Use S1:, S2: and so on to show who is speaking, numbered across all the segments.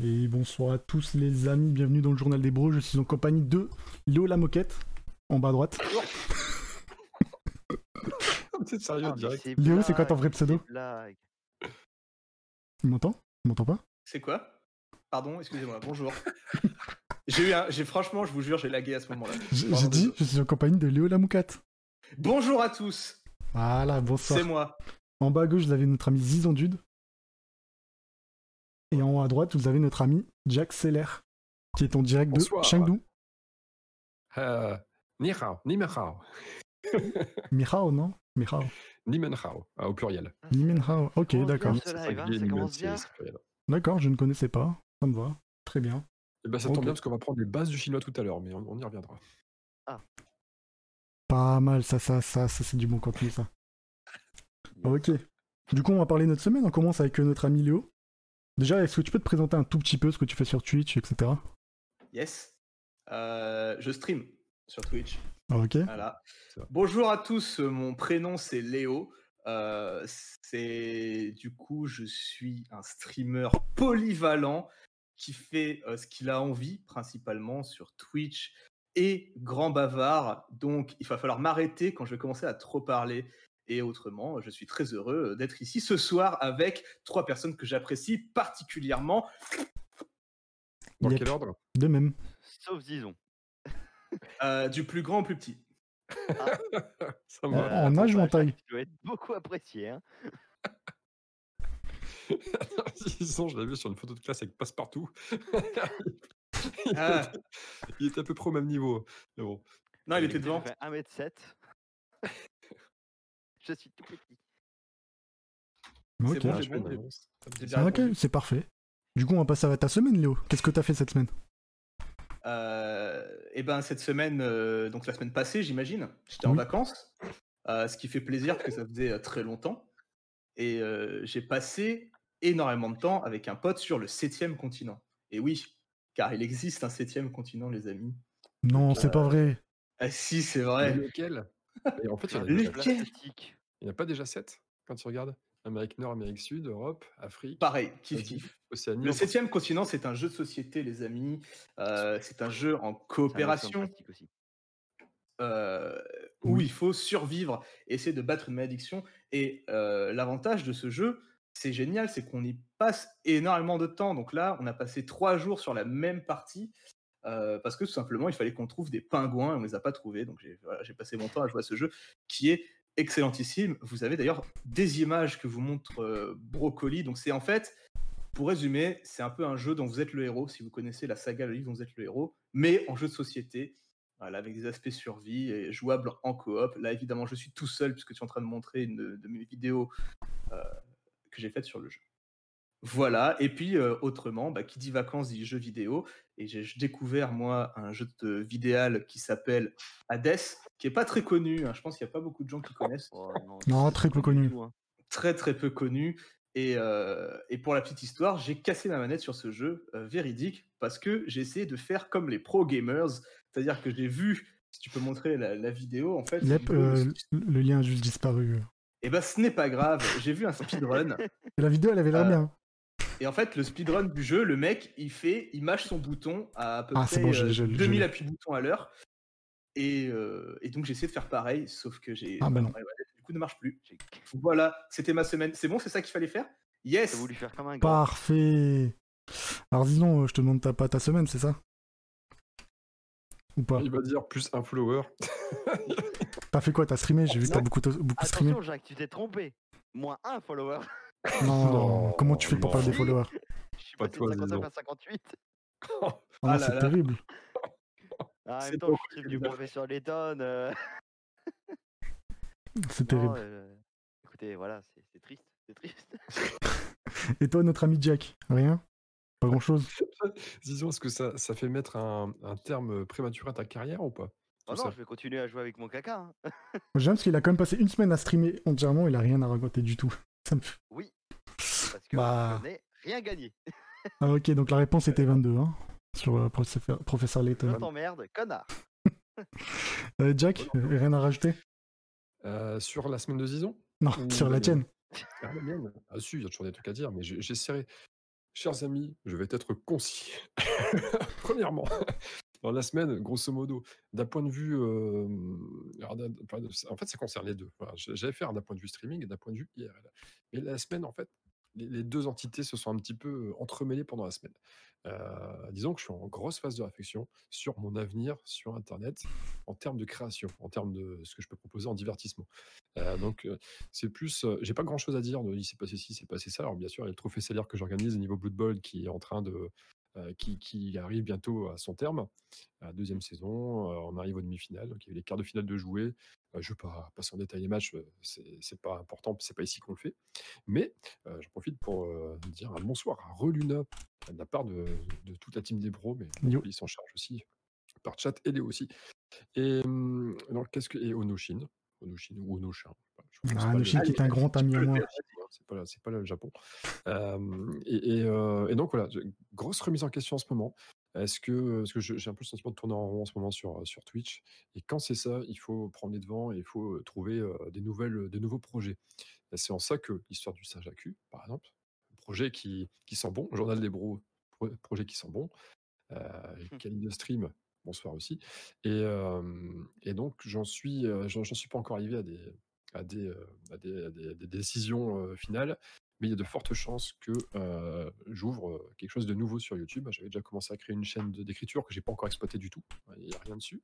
S1: Et bonsoir à tous les amis, bienvenue dans le journal des bros. Je suis en compagnie de Léo la moquette, en bas à droite.
S2: C'est sérieux
S3: Ah, mais
S2: direct.
S1: Léo, c'est quoi ton vrai
S3: blague,
S1: pseudo
S3: c'est blague.
S1: Tu m'entends Tu m'entends pas
S2: C'est quoi Pardon, excusez-moi, bonjour. j'ai eu un. J'ai franchement, je vous jure, j'ai lagué à ce moment-là.
S1: J'ai
S2: Pardon,
S1: j'ai dit,
S2: désolé.
S1: je suis en compagnie de Léo la mouquette.
S2: Bonjour à tous,
S1: Voilà, bonsoir.
S2: c'est moi.
S1: En bas à gauche, vous avez notre ami Zizandude. Et en haut à droite, vous avez notre ami Jack Seller, qui est en direct
S4: Bonsoir.
S1: de Chengdu.
S4: Euh, ni hao, ni men hao,
S1: Mihao, non Mihao.
S4: ni men hao, euh, au pluriel.
S3: Ah, c'est
S1: Nimenhao. Ok,
S3: Comment on dit
S1: d'accord.
S3: ça live, hein, ça commence bien.
S1: D'accord, je ne connaissais pas. Ça me va. Très bien.
S4: Et ben, ça
S1: Ok.
S4: tombe bien parce qu'on va prendre les bases du chinois tout à l'heure, mais on, on y reviendra.
S1: Pas mal, ça, ça, ça, ça, c'est du bon contenu, ça. Ok. Du coup, on va parler notre semaine. On commence avec euh, notre ami Léo. Déjà, est-ce que tu peux te présenter un tout petit peu ce que tu fais sur Twitch, etc.
S2: Yes. Euh, je stream sur Twitch.
S1: Ah, Ok.
S2: Voilà.
S4: C'est vrai.
S2: Bonjour à tous, euh, mon prénom c'est Léo. Euh, c'est du coup, je suis un streamer polyvalent qui fait euh, ce qu'il a envie, principalement sur Twitch et Grand Bavard. Donc, il va falloir m'arrêter quand je vais commencer à trop parler. Et autrement, je suis très heureux euh, d'être ici ce soir avec trois personnes que j'apprécie particulièrement.
S4: Dans
S1: Yep.
S4: quel ordre
S1: De même.
S3: Sauf disons.
S2: Euh, du plus grand au plus petit.
S4: Ça
S1: Euh,
S4: va.
S1: en âge ou en taille
S3: Tu dois être beaucoup apprécié. Hein.
S4: Sinon, je l'avais vu sur une photo de classe avec Passepartout.
S2: Ah,
S4: Il était à peu près au même niveau. Mais bon.
S2: non, il était devant.
S3: Je fais 1m7. je suis tout petit.
S2: C'est
S1: Ok.
S2: bon,
S4: Ah,
S2: j'ai
S4: je fais
S2: bon,
S4: une
S2: j'ai-
S4: annonce.
S2: j'ai bien
S1: Ah, ok,
S2: répondu.
S1: c'est parfait. Du coup, on va passer à ta semaine, Léo. Qu'est-ce que t'as fait cette semaine
S2: et ben cette semaine, euh, donc la semaine passée, j'imagine, j'étais en
S1: Oui.
S2: vacances, euh, ce qui fait plaisir parce que ça faisait euh, très longtemps. Et euh, j'ai passé énormément de temps avec un pote sur le septième continent. Et oui, car il existe un septième continent, les amis.
S1: Non,
S2: Ok.
S1: c'est pas vrai.
S2: Ah si, c'est
S4: Mais
S2: vrai.
S4: Lequel Et En fait, il y en a
S2: Lequel
S4: déjà-
S3: Plat statique.
S4: il n'y en a pas déjà 7 quand tu regardes Amérique Nord, Amérique Sud, Europe, Afrique,
S2: Pareil, kiff
S4: Vas-y.
S2: kiff.
S4: Océanie.
S2: Le
S4: enfin,
S2: septième continent, c'est un jeu de société, les amis. Euh, c'est un jeu en
S3: C'est un accent
S2: coopération.
S3: plastique aussi.
S2: euh, où
S1: Oui.
S2: il faut survivre, essayer de battre une malédiction. Et euh, l'avantage de ce jeu, c'est génial, c'est qu'on y passe énormément de temps. Donc là, on a passé trois jours sur la même partie. euh, parce que tout simplement, il fallait qu'on trouve des pingouins et on les a pas trouvés. Donc j'ai voilà, j'ai passé mon temps à jouer à ce jeu qui est excellentissime. Vous avez d'ailleurs des images que vous montre euh, Brocoli. Donc c'est en fait, pour résumer, c'est un peu un jeu dont vous êtes le héros. Si vous connaissez la saga, le livre dont vous êtes le héros, mais en jeu de société. Voilà, avec des aspects survie et jouable en coop. Là, évidemment, je suis tout seul puisque tu es en train de montrer une de mes vidéos euh, que j'ai faites sur le jeu. Voilà, et puis euh, autrement, bah, qui dit vacances dit jeux vidéo. Et j'ai j'ai découvert, moi, un jeu de vidéal qui s'appelle Hades, qui est pas très connu. hein. Je pense qu'il n'y a pas beaucoup de gens qui connaissent.
S3: Oh, non,
S1: Non,
S3: c'est
S1: très peu
S3: pas du
S1: connu.
S3: tout, hein.
S2: Très, très peu connu. Et, euh, et pour la petite histoire, j'ai cassé ma manette sur ce jeu euh, véridique parce que j'ai essayé de faire comme les pro gamers. C'est-à-dire que j'ai vu, si tu peux montrer la, la vidéo, en fait.
S1: Yep, euh, le lien a juste disparu.
S2: Et ben ce n'est pas grave, j'ai vu un speedrun.
S1: Et la vidéo, elle avait l'air
S2: Euh,
S1: bien.
S2: Et en fait, le speedrun du jeu, le mec, il fait, il mâche son bouton à, à peu
S1: Ah, c'est
S2: près
S1: bon, je-
S2: euh,
S1: je- je
S2: 2000
S1: l'ai.
S2: appuis-boutons à l'heure. Et, euh, et donc, j'ai essayé de faire pareil, sauf que j'ai.
S1: Ah, bah non.
S2: ouais, ouais, du coup, ne marche plus.
S3: J'ai
S2: Voilà, c'était ma semaine. C'est bon, c'est ça qu'il fallait faire
S3: j'ai
S2: Yes
S3: voulu faire comme un grand.
S1: Parfait. Alors, disons, je te demande ta, pas ta semaine, c'est ça Ou pas
S4: Il va dire plus un follower.
S1: T'as fait quoi T'as streamé J'ai vu que t'as beaucoup, beaucoup streamé.
S3: Attention, Jacques, tu t'es trompé. Moins un follower.
S1: Non,
S4: Non,
S1: comment tu fais pour perdre des
S3: non.
S1: followers
S3: Je suis
S4: Pas
S3: passé
S4: toi,
S3: de 59
S4: disons.
S3: à 58.
S1: Ah,
S2: Ah
S1: non,
S2: là
S1: C'est
S2: là.
S1: terrible.
S3: Ah, en
S2: C'est
S3: même temps,
S2: pas
S3: je suis du professeur Letton. euh,
S1: C'est
S3: non,
S1: terrible.
S3: euh, Écoutez, voilà, c'est c'est triste. C'est triste.
S1: Et toi, notre ami Jack Rien Pas grand chose
S4: Disons, est-ce que ça, ça fait mettre un, un terme prématuré à ta carrière ou pas Tout
S3: Oh non,
S4: ça.
S3: je vais continuer à jouer avec mon caca. hein.
S1: J'aime parce qu'il a quand même passé une semaine à streamer entièrement, il a rien à raconter du tout. Ça me fait-
S3: Oui. Parce que
S1: Bah.
S3: je n'ai rien gagné.
S1: Ah, ok, donc la réponse était 22, hein, sur euh, professeur, professeur
S3: Je
S1: Layton.
S3: t'emmerde, connard.
S1: Euh, Jack, euh, rien à rajouter
S4: Euh, Sur la semaine de Zizon
S1: Non,
S4: Ou
S1: sur la
S4: la
S1: tienne.
S4: Ah, la mienne Ah, si, il y a toujours des trucs à dire, mais j'ai j'ai serré. Chers amis, je vais être concis. Premièrement, dans la semaine, grosso modo, d'un point de vue. euh, alors, d'un- d'un point de- en fait, ça concerne les deux. Voilà, j- J'allais faire d'un point de vue streaming et d'un point de vue IRL. Mais la semaine, en fait, les, les deux entités se sont un petit peu euh, entremêlées pendant la semaine. Euh, disons que je suis en grosse phase de réflexion sur mon avenir sur Internet en termes de création, en termes de ce que je peux proposer en divertissement. Euh, donc, euh, c'est plus. euh, J'ai pas grand chose à dire. De, il s'est passé ci, il s'est passé ça. Alors, bien sûr, il y a le trophée salaire que j'organise au niveau Blood Bowl qui est en train de. euh, qui, qui arrive bientôt à son terme. Euh, deuxième saison, euh, on arrive aux demi-finales. Donc, il y a eu les quarts de finale de jouer. Euh, je ne vais pas passer en détail les matchs, euh, c'est c'est pas important, c'est pas ici qu'on le fait. Mais euh, j'en profite pour euh, dire un bonsoir à Reluna de la part de, de toute la team des pros, mais
S1: Yo.
S4: ils s'en charge aussi par chat et Léo aussi. Et hum, alors, qu'est-ce que et Onoshin, Onoshin ou Onoshin. je sais pas, je
S1: Ah,
S4: connais
S1: Onoshin
S4: pas
S1: qui
S4: le-
S1: est
S4: hein,
S1: un grand ami à moi.
S4: c'est pas, là- c'est pas là le Japon. Euh, et, et, euh, et donc voilà, je- grosse remise en question en ce moment. Est-ce que, parce que je- j'ai un peu le sentiment de tourner en rond en ce moment sur, euh, sur Twitch Et quand c'est ça, il faut prendre les devants et il faut euh, trouver euh, des, nouvelles, des nouveaux projets. Et C'est en ça que l'histoire du singe à cul, par exemple, un projet qui, qui sent bon, Journal des Bros, pro- projet qui sent bon, euh, Caline Stream, bonsoir aussi. Et, euh, et donc, j'en suis, euh, j'en j'en suis pas encore arrivé à des, à des, euh, à des, à des- à des décisions euh, finales, mais il y a de fortes chances que euh, j'ouvre euh, quelque chose de nouveau sur YouTube. J'avais déjà commencé à créer une chaîne de- d'écriture que j'ai pas encore exploitée du tout. hein, Il n'y a rien dessus.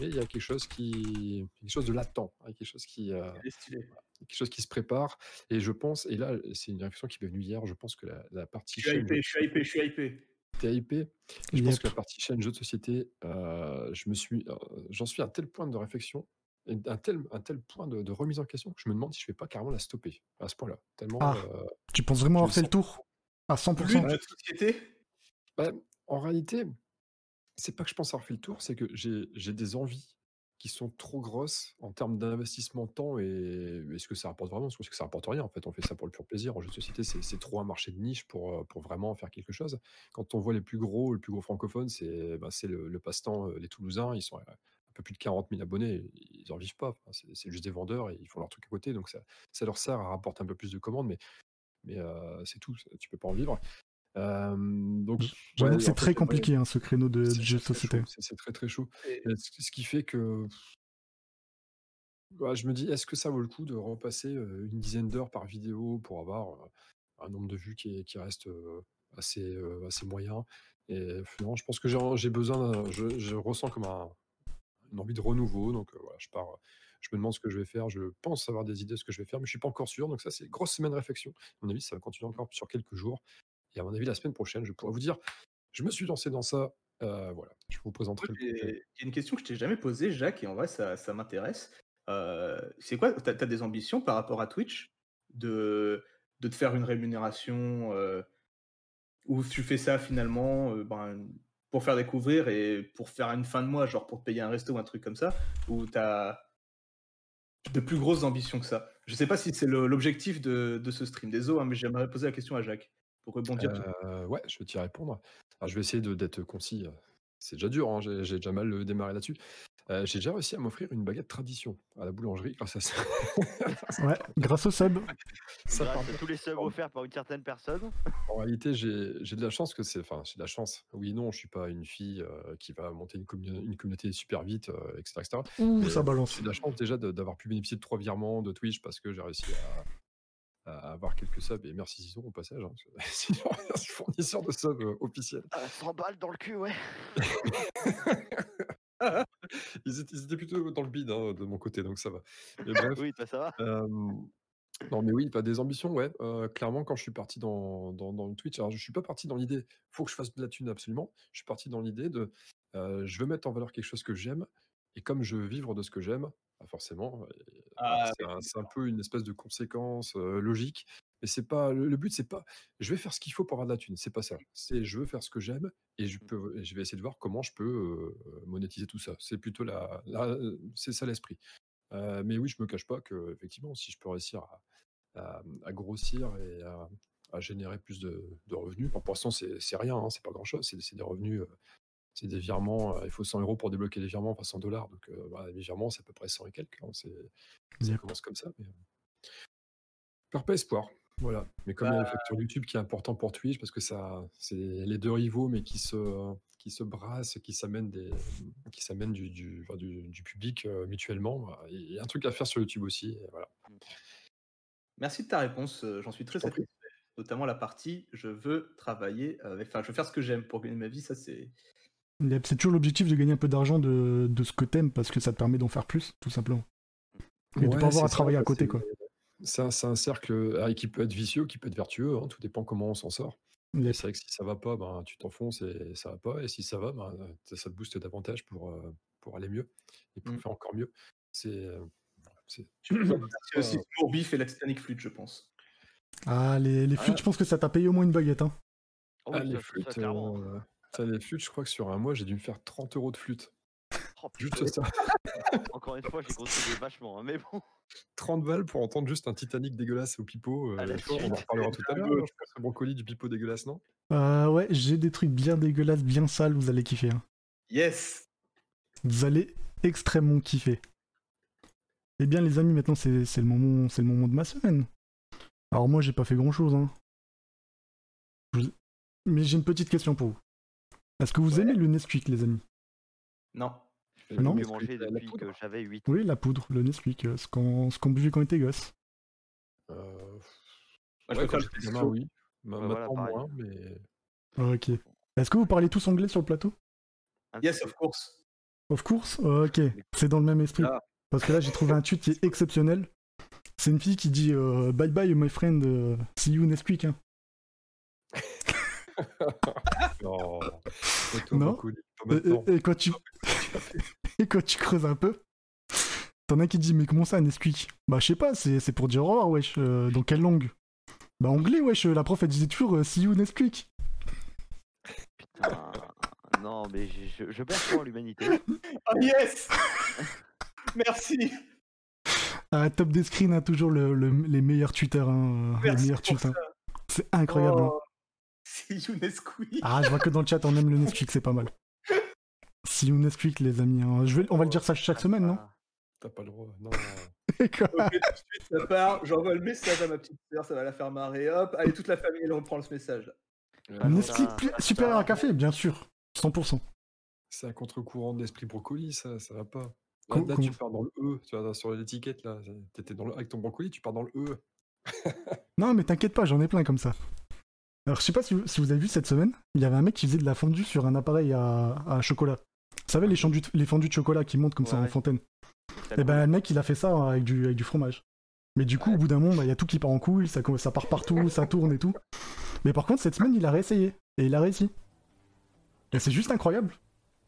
S4: Mais il y a quelque chose qui, quelque chose de latent, hein, quelque chose qui, euh,
S2: Elle est stylée.
S4: quelque chose qui se prépare. Et je pense, et là, c'est une réflexion qui m'est venue hier. Je pense que la, la partie
S2: Je suis
S4: chaîne-
S2: hypé, je suis hypé, je suis hypé.
S4: t'es hypé. Et je pense
S1: Yep.
S4: que la partie chaîne jeu de société, euh, je me suis, euh, j'en suis à un tel point de réflexion, et un tel, un tel point de, de remise en question que je me demande si je vais pas carrément la stopper à ce point-là. Tellement.
S1: Ah.
S4: euh,
S1: Tu penses vraiment
S4: Je
S1: avoir
S4: le
S1: fait le
S4: sens.
S1: tour À
S2: Plus
S1: 100%
S2: de société
S4: en réalité, c'est pas que je pense avoir fait le tour, c'est que j'ai j'ai des envies qui sont trop grosses en termes d'investissement de temps et est-ce que ça rapporte vraiment Parce que ça rapporte rien en fait, on fait ça pour le pur plaisir. En jeu de société, c'est c'est trop un marché de niche pour, euh, pour vraiment faire quelque chose. Quand on voit les plus gros, le plus gros francophone, c'est ben, c'est le, le passe-temps, euh, les Toulousains, ils sont à un peu plus de 40 000 abonnés, ils en vivent pas. Enfin, c'est c'est juste des vendeurs et ils font leur truc à côté, donc ça, ça leur sert à rapporter un peu plus de commandes, mais, mais euh, c'est tout, tu peux pas en vivre. Euh, donc
S1: J'avoue
S4: j'avais-
S1: que c'est
S4: en fait,
S1: très
S4: ouais,
S1: compliqué hein, ce créneau de,
S4: c'est
S1: de jeu de
S4: très, très
S1: société.
S4: chaud, C'est c'est très très chaud.
S2: Et-
S4: Euh, Ce ce qui fait que Ouais, je me dis, est-ce que ça vaut le coup de repasser euh, une dizaine d'heures par vidéo pour avoir euh, un nombre de vues qui, est- qui reste euh, assez, euh, assez moyen Et euh, non, je pense que j'ai j'ai besoin, d'un- je, je ressens comme un, une envie de renouveau. Donc euh, voilà, je pars, euh, je me demande ce que je vais faire. Je pense avoir des idées de ce que je vais faire, mais je suis pas encore sûr. Donc ça, c'est grosse semaine de réflexion. À mon avis, ça va continuer encore sur quelques jours. Et à mon avis, la semaine prochaine, je pourrais vous dire, je me suis lancé dans ça. Euh, voilà, je vous présenterai le
S2: Il
S4: projet.
S2: y a une question que je t'ai jamais posée, Jacques, et en vrai, ça, ça m'intéresse. Euh, c'est quoi T'as as des ambitions par rapport à Twitch de, de te faire une rémunération euh, Ou tu fais ça finalement euh, ben, pour faire découvrir et pour faire une fin de mois, genre pour te payer un resto ou un truc comme ça Ou t'as de plus grosses ambitions que ça Je sais pas si c'est le- l'objectif de, de ce stream, désolé, hein, mais j'aimerais poser la question à Jacques pour rebondir. sur-
S4: Euh, ouais, je vais t'y répondre. Alors, je vais essayer de- d'être concis. euh, C'est déjà dur, hein, j'ai j'ai déjà mal euh, démarré là-dessus. Euh, j'ai déjà réussi à m'offrir une baguette tradition à la boulangerie grâce à ça.
S1: Ouais, grâce au sub.
S4: Ça, hein. par
S3: Grâce à Bah, tous les subs offerts par une certaine personne.
S4: En réalité, j'ai j'ai de la chance que c'est. Enfin, j'ai de la chance. Oui, non, je suis pas une fille euh, qui va monter une, commu- une communauté super vite, euh, etc., etc.
S1: Ouh,
S4: Mais,
S1: ça
S4: euh,
S1: balance.
S4: J'ai de la chance déjà de- d'avoir pu bénéficier de trois virements de Twitch parce que j'ai réussi à, à avoir quelques subs. Et merci Zizou au passage. hein, parce que Zizou est un fournisseur de subs euh, officiel.
S3: Euh, 100 balles dans le cul, ouais.
S4: Ils étaient, ils étaient plutôt dans le bide hein, de mon côté, donc ça va. Mais bref.
S3: Oui, toi, ça va.
S4: Euh, Non, mais oui, pas des ambitions, ouais. Euh, clairement, quand je suis parti dans, dans, dans le Twitch, alors je suis pas parti dans l'idée, faut que je fasse de la thune absolument. Je suis parti dans l'idée de, euh, je veux mettre en valeur quelque chose que j'aime, et comme je veux vivre de ce que j'aime, bah forcément, euh,
S2: Ah,
S4: c'est un, c'est un peu une espèce de conséquence euh, logique. Mais c'est pas le, le but, c'est pas, je vais faire ce qu'il faut pour avoir de la thune, c'est pas ça. C'est, je veux faire ce que j'aime, et je peux, et je vais essayer de voir comment je peux euh, monétiser tout ça. C'est plutôt la, la- c'est ça l'esprit. Euh, mais oui, je me cache pas que effectivement, si je peux réussir à, à- à grossir et à, à générer plus de, de revenus, enfin, pour l'instant, c'est c'est rien, hein, c'est pas grand chose, c'est c'est des revenus, euh, c'est des virements. euh, il faut 100 euros pour débloquer les virements, enfin 100 dollars. Donc euh, voilà, les virements, c'est à peu près 100 et quelques. hein, c'est- ça
S1: Yep.
S4: commence comme ça. Mais... euh, Perpet espoir. Voilà. Mais comme il y a le facteur YouTube qui est important pour Twitch, parce que ça, c'est les deux rivaux, mais qui se, qui se brassent, qui s'amènent des, qui s'amènent du, du, enfin, du- du public euh, mutuellement. voilà. Il y a un truc à faire sur YouTube aussi. et voilà.
S2: Merci de ta réponse, euh, j'en suis très
S4: Je t'en prie.
S2: satisfait. Notamment la partie je veux travailler avec. Enfin, je veux faire ce que j'aime pour gagner ma vie, ça c'est.
S1: Il y a- C'est toujours l'objectif de gagner un peu d'argent de, de ce que t'aimes parce que ça te permet d'en faire plus, tout simplement. Et de
S4: Ouais,
S1: pas avoir à
S4: c'est ça,
S1: travailler à
S4: en fait,
S1: côté,
S4: c'est-
S1: quoi.
S4: C'est un, c'est un cercle euh, qui peut être vicieux, qui peut être vertueux, hein, tout dépend comment on s'en sort.
S1: Yes.
S4: Et C'est vrai que si ça va pas, ben, tu t'enfonces et ça va pas. Et si ça va, ben, ça, ça te booste davantage pour, euh, pour aller mieux et pour
S1: Mmh.
S2: Mm.
S4: faire encore mieux. C'est. euh, c'est-
S2: Tu peux remercier aussi
S4: Ouais.
S2: Tourbif et la Titanic Flute, je pense.
S1: Ah, les, les flûtes,
S4: Ah.
S1: je pense que ça t'a payé au moins une baguette. Hein.
S3: Oh,
S4: Ah,
S3: oui,
S4: les
S3: ça, ça,
S4: flûtes.
S3: clairement.
S4: euh, putain, les flûtes, je crois que sur un mois, j'ai dû me faire 30 euros de flûte.
S3: Oh,
S4: Juste
S3: putain,
S4: ça.
S3: Encore une fois, j'ai contribué vachement, hein, mais bon.
S4: 30 balles pour entendre juste un Titanic dégueulasse au pipeau.
S3: À la
S4: euh, tu vois, on en
S3: suite.
S4: reparlera tout à l'heure.
S2: Dingo.
S4: hein, Je pense au brocoli du pipeau dégueulasse, non
S1: Ah ouais, j'ai des trucs bien dégueulasses, bien sales, vous allez kiffer. hein.
S2: Yes
S1: Vous allez extrêmement kiffer. Eh bien, les amis, maintenant, c'est c'est le, moment- c'est le moment de ma semaine. Alors, moi, j'ai pas fait grand chose. Hein. Je vous- Mais j'ai une petite question pour vous. Est-ce que vous aimez le Nesquik, les amis
S2: Non.
S4: Et
S1: Non.
S4: puis,
S3: J'ai
S4: est-ce que
S3: mangé
S4: t'as la
S3: depuis
S4: poudre
S3: que j'avais 8
S1: Oui, la poudre, le Nesquik, euh, ce qu'on ce qu'on buvait quand on était gosse.
S4: Euh,
S2: Moi, je
S4: ouais,
S2: préfère
S4: quand
S2: le
S4: j'étais
S2: pesto.
S4: gamin, oui. Ma-
S3: Ouais,
S4: Maintenant,
S3: voilà, pareil.
S4: moins, mais.
S1: Ok. Est-ce que vous parlez tous anglais sur le plateau
S3: un petit
S2: Yes,
S3: peu.
S2: of course.
S1: Of course Ok, c'est dans le même esprit.
S4: Ah.
S1: Parce que là, j'ai trouvé un tweet qui est exceptionnel. C'est une fille qui dit euh, Bye bye, my friend, euh, see you next week. hein. Non.
S4: Non.
S1: Euh,
S4: Brocoli, pas
S1: Et,
S4: maintenant.
S1: et- et quand tu... et quand tu creuses un peu, t'en as qui dit Mais comment ça, next week Bah, je sais pas, c'est c'est pour dire au revoir, wesh. euh, dans quelle langue Bah, anglais, wesh. La prof, elle disait toujours euh, See you next week.
S3: Putain. Non, mais j'ai- je, je perds foi en l'humanité.
S2: Ah, yes Merci
S1: À la top des screens, hein, toujours le- le- les meilleurs tweeters. hein, les
S2: Merci
S1: meilleurs
S2: pour
S1: tweets. hein. C'est incroyable. hein.
S2: Oh, C'est Younescu.
S1: Ah, je vois que dans le chat, on aime le Nesquik, c'est pas mal. Si on Nesquik, les amis, hein. je vais, on va le dire ça chaque semaine, non
S3: Ah,
S4: T'as pas le droit. Non.
S1: Quoi
S2: Ok, tout de suite, ça part. J'envoie le message à ma petite sœur, ça va la faire marrer. Hop, allez, toute la famille, elle reprend le message. là.
S4: Euh,
S3: Ah, non,
S1: Nesquik
S3: ça-
S1: plus-
S3: ça-
S1: supérieur à café, bien sûr, 100%.
S4: C'est un contre-courant de l'esprit brocoli, ça, ça va pas. Là,
S1: Com-
S4: là, tu
S1: comment-
S4: pars dans le E, tu vois, sur l'étiquette, là. T'étais dans le... avec ton brocoli, tu pars dans le E.
S1: Non, mais t'inquiète pas, j'en ai plein comme ça. Alors, je sais pas si vous, si vous avez vu cette semaine, il y avait un mec qui faisait de la fondue sur un appareil à, à chocolat. Vous savez, les fondus, de- les fondus de chocolat qui montent comme ça
S3: Ouais,
S1: en
S3: ouais.
S1: fontaine.
S3: ça
S1: Et ben,
S3: coule.
S1: le mec, il a fait ça avec du, avec du fromage. Mais du coup, au bout d'un moment, bah, il y a tout qui part en couille, ça, ça part partout, ça tourne et tout. Mais par contre, cette semaine, il a réessayé. Et il a réussi. Et c'est juste incroyable.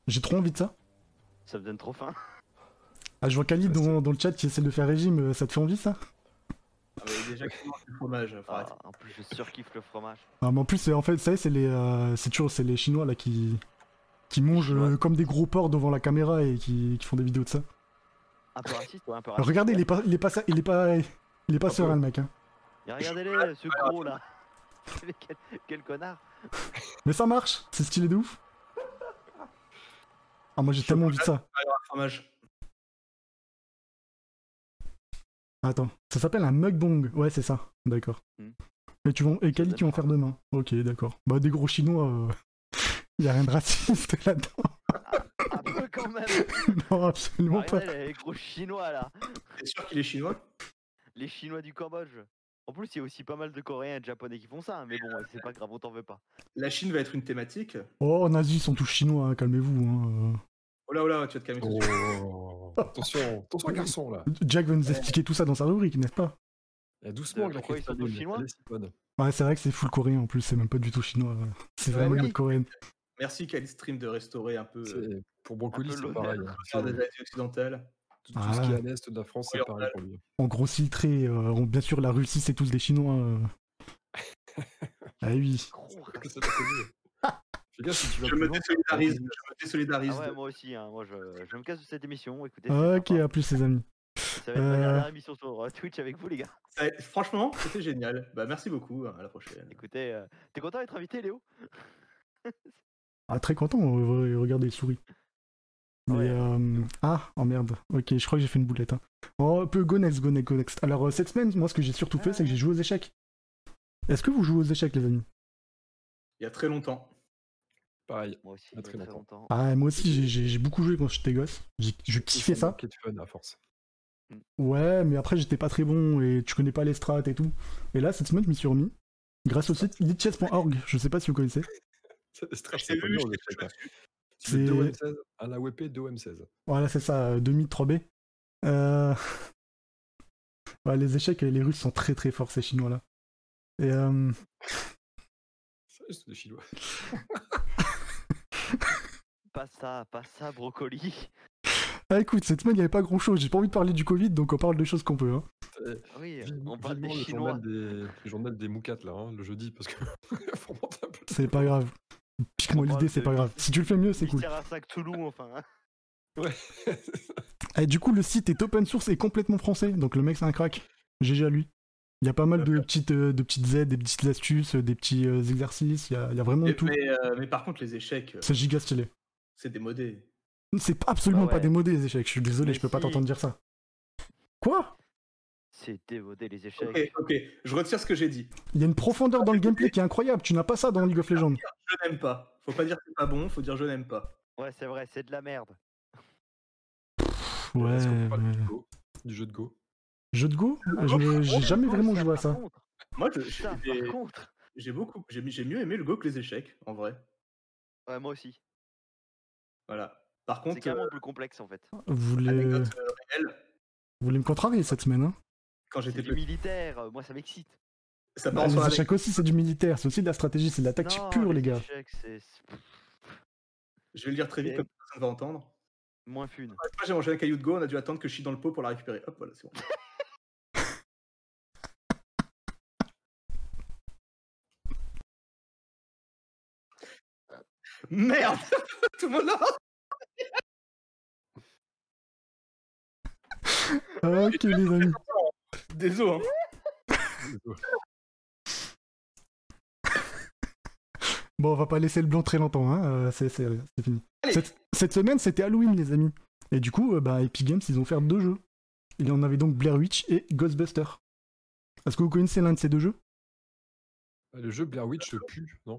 S1: J'ai trop envie de ça.
S3: Ça me donne trop faim.
S1: Ah, je vois Khalid dans, dans le chat qui essaie de faire régime, euh, ça te fait envie ça
S2: Ah, mais déjà, qui mange du fromage faut arrêter.
S3: Ah, en plus, je surkiffe le fromage.
S1: Ah, mais en plus, c'est- en fait, ça c'est les, euh, c'est toujours c'est les Chinois là qui, qui mangent euh,
S3: Chinois.
S1: comme des gros porcs devant la caméra et qui, qui font des vidéos de ça.
S3: Un peu raciste, ouais, un peu
S1: Alors,
S3: raciste.
S1: regardez, il est pas, il est pas, sa- il est pas, il est pas
S4: Ah,
S1: serein le mec. Hein.
S3: Mais Regardez-les, ce gros là. quel, quel connard.
S1: Mais ça marche, c'est stylé de ouf. Ah, moi j'ai tellement envie de ça.
S2: Ah, fromage.
S1: Attends, ça s'appelle un mukbang. Ouais, c'est ça. D'accord.
S3: Hmm.
S1: Et tu vont, et Kali
S3: donne
S1: qui vont
S3: faim.
S1: faire demain. Ok, d'accord. Bah des gros chinois, euh... y a rien de raciste là-dedans.
S3: Un peu quand même.
S1: non, absolument pas.
S3: Regardez les gros chinois là.
S2: T'es sûr qu'il est chinois
S3: Les chinois du Cambodge. En plus, il y a aussi pas mal de coréens et de japonais qui font ça, hein, mais bon, c'est pas grave, on t'en veut pas.
S2: La Chine va être une thématique.
S1: Oh, en Asie, ils sont tous chinois. hein, Calmez-vous. hein,
S2: Oh là, oh là, tu vas te calmer tout de suite.
S4: Oh, attention, attention, garçon, là.
S1: euh. Jack va nous expliquer tout ça dans sa rubrique, n'est-ce pas
S4: Et doucement, avec la
S3: Pourquoi ils sont
S4: question
S3: tous chinois
S4: Allez, Simone.
S1: Ouais, c'est vrai que c'est full coréen en plus. C'est même pas du tout chinois. voilà. C'est
S3: Bah
S2: Ouais,
S1: vraiment
S2: oui.
S1: une coréenne.
S2: Merci, Kali Stream, de restaurer un peu euh,
S4: C'est- Pour brocoli,
S3: peu
S4: c'est
S3: l'honneur.
S4: pareil. hein.
S2: l'art
S4: C'est-
S2: des Asies occidentales.
S4: Tout, tout ce qui
S1: Ah.
S4: est à l'est de la France, c'est pareil pour lui. hein.
S1: En gros filtré. euh, on- bien sûr, la Russie, c'est tous des chinois. euh. ah oui.
S3: Gros ra-
S4: Qu'est-ce que t'as connu Fais gaffe si tu vas
S2: Je
S4: plus
S2: me
S4: loin,
S2: désolidarise. Je me
S3: Ah
S2: désolidarise.
S3: ouais, moi aussi, hein, moi je, je me casse de cette émission, écoutez. c'est
S1: Ah Ok,
S3: sympa.
S1: à plus les amis.
S3: Ça va être ma
S1: euh.
S3: dernière émission sur euh, Twitch avec vous, les gars.
S2: Ça- franchement, c'était génial. Bah, merci beaucoup. À la prochaine.
S3: Écoutez, euh, t'es content d'être invité, Léo
S1: Ah, très content, euh, regardez les souris. Mais,
S3: Ouais.
S1: euh, Ah, oh merde. Ok, je crois que j'ai fait
S3: Ah.
S1: une boulette. hein. Oh, peu go next, go next, go next. Alors, euh, cette semaine, moi, ce que j'ai surtout fait, c'est que j'ai joué aux échecs. Est-ce que vous jouez aux échecs, les amis
S2: Il y a très longtemps.
S4: Pareil.
S3: Moi aussi,
S4: Pas
S3: il y a
S4: très
S3: très
S4: longtemps.
S3: longtemps.
S1: Ah, moi aussi, j'ai- j'ai j'ai beaucoup joué quand j'étais gosse. J'ai j'ai kiffé ça.
S4: Qui est fun à force.
S1: Ouais, mais après, j'étais pas très bon et tu connais pas les strats et tout. Et là, cette semaine, je m'y suis remis. Grâce au site litchess.org, je sais pas si vous connaissez.
S4: C'est
S3: Ah,
S2: Je t'ai
S4: stressant.
S2: vu, je t'ai
S4: hein.
S2: vu
S1: C'est-
S4: 2 M16, un AWP, 2 M16.
S1: Voilà, c'est ça, euh, demi 3B. Euh... ouais, les échecs, et les Russes sont très très forts, ces Chinois là. Et euh,
S4: Sérieux, C'est des Chinois.
S3: Pas ça, pas ça, brocoli.
S1: Ah, écoute, cette semaine, il n'y avait pas grand chose. J'ai pas envie de parler du Covid, donc on parle de choses qu'on peut. hein.
S3: Oui,
S4: Vivement-
S3: on parle des
S4: vivement le
S3: Chinois.
S4: Journal des, le journal des moucates, là, hein, le jeudi, parce que. faut remonter un peu.
S1: C'est pas grave. Pique-moi
S3: On parle
S1: l'idée, c'est
S3: de-
S1: pas grave. Si tu le fais mieux, c'est cool.
S3: Mystère à 5 Toulouse, enfin. hein.
S1: Et Eh, du coup, le site est open source et complètement français, donc le mec, c'est un crack. GG à lui. Il y a pas mal de petites, euh, de petites aides, des petites astuces, euh, des petits euh, exercices, il y a, il y a vraiment de
S2: Mais,
S1: tout.
S2: mais, euh, mais par contre, les échec, euh,
S1: C'est giga stylé.
S2: c'est démodé.
S1: C'est pas- absolument
S3: Bah
S1: pas
S3: ouais.
S1: démodé les échecs, je suis désolé,
S3: Mais
S1: je peux pas
S3: si.
S1: t'entendre dire ça. Quoi
S3: C'est démodé les échecs.
S2: Ok, ok, je retire ce que j'ai dit.
S1: Il y a une profondeur dans le gameplay qui est incroyable. Tu n'as pas ça dans League of Legends.
S2: Je n'aime pas. Faut pas dire que c'est pas bon, faut dire je n'aime pas.
S3: Ouais, c'est vrai, c'est de la merde.
S4: Est-ce qu'on parle du Go Du jeu de Go
S1: Jeu de Go Ah, Je- J'ai jamais
S3: Oh,
S1: vraiment
S3: ça,
S1: joué à
S3: par
S1: ça.
S3: contre,
S2: Moi, je-
S3: ça, par
S2: j'ai
S3: contre.
S2: j'ai beaucoup, j'ai j'ai mieux aimé le Go que les échecs, en vrai.
S3: Ouais, moi aussi.
S2: Voilà. Par
S3: C'est
S2: contre,
S3: carrément plus complexe en fait.
S1: Vous
S2: euh,
S1: voulez, vous
S2: anecdote euh, réelle,
S1: voulez me contrarier cette semaine hein
S2: quand
S3: C'est
S2: j'étais
S3: du
S2: petit,
S3: militaire, euh, moi ça m'excite.
S2: ça
S1: Ah,
S2: part
S1: Les
S2: sur
S1: échecs aussi, c'est du militaire. C'est aussi de la stratégie, c'est de la tactique
S3: Non,
S1: pure, les gars.
S3: échecs, c'est c'est
S2: Je vais le dire très vite,
S3: Et-
S2: comme ça, personne va entendre.
S3: moins fun.
S2: Moi, Ah, j'ai mangé un caillou de Go, on a dû attendre que je chie dans le pot pour la récupérer. Hop, voilà, c'est bon. Merde Tout le monde l'a
S1: Ok, les amis.
S2: Désolé. Hein.
S1: Bon, on va pas laisser le blanc très longtemps. Hein. euh, C'est c'est- c'est fini.
S2: Allez.
S1: Cette, cette semaine, c'était Halloween, les amis. Et du coup, euh, bah, Epic Games, ils ont fait deux jeux. Il y en avait donc Blair Witch et Ghostbuster. Est-ce que vous connaissez l'un de ces deux jeux
S4: Ah, Le jeu Blair Witch pue, non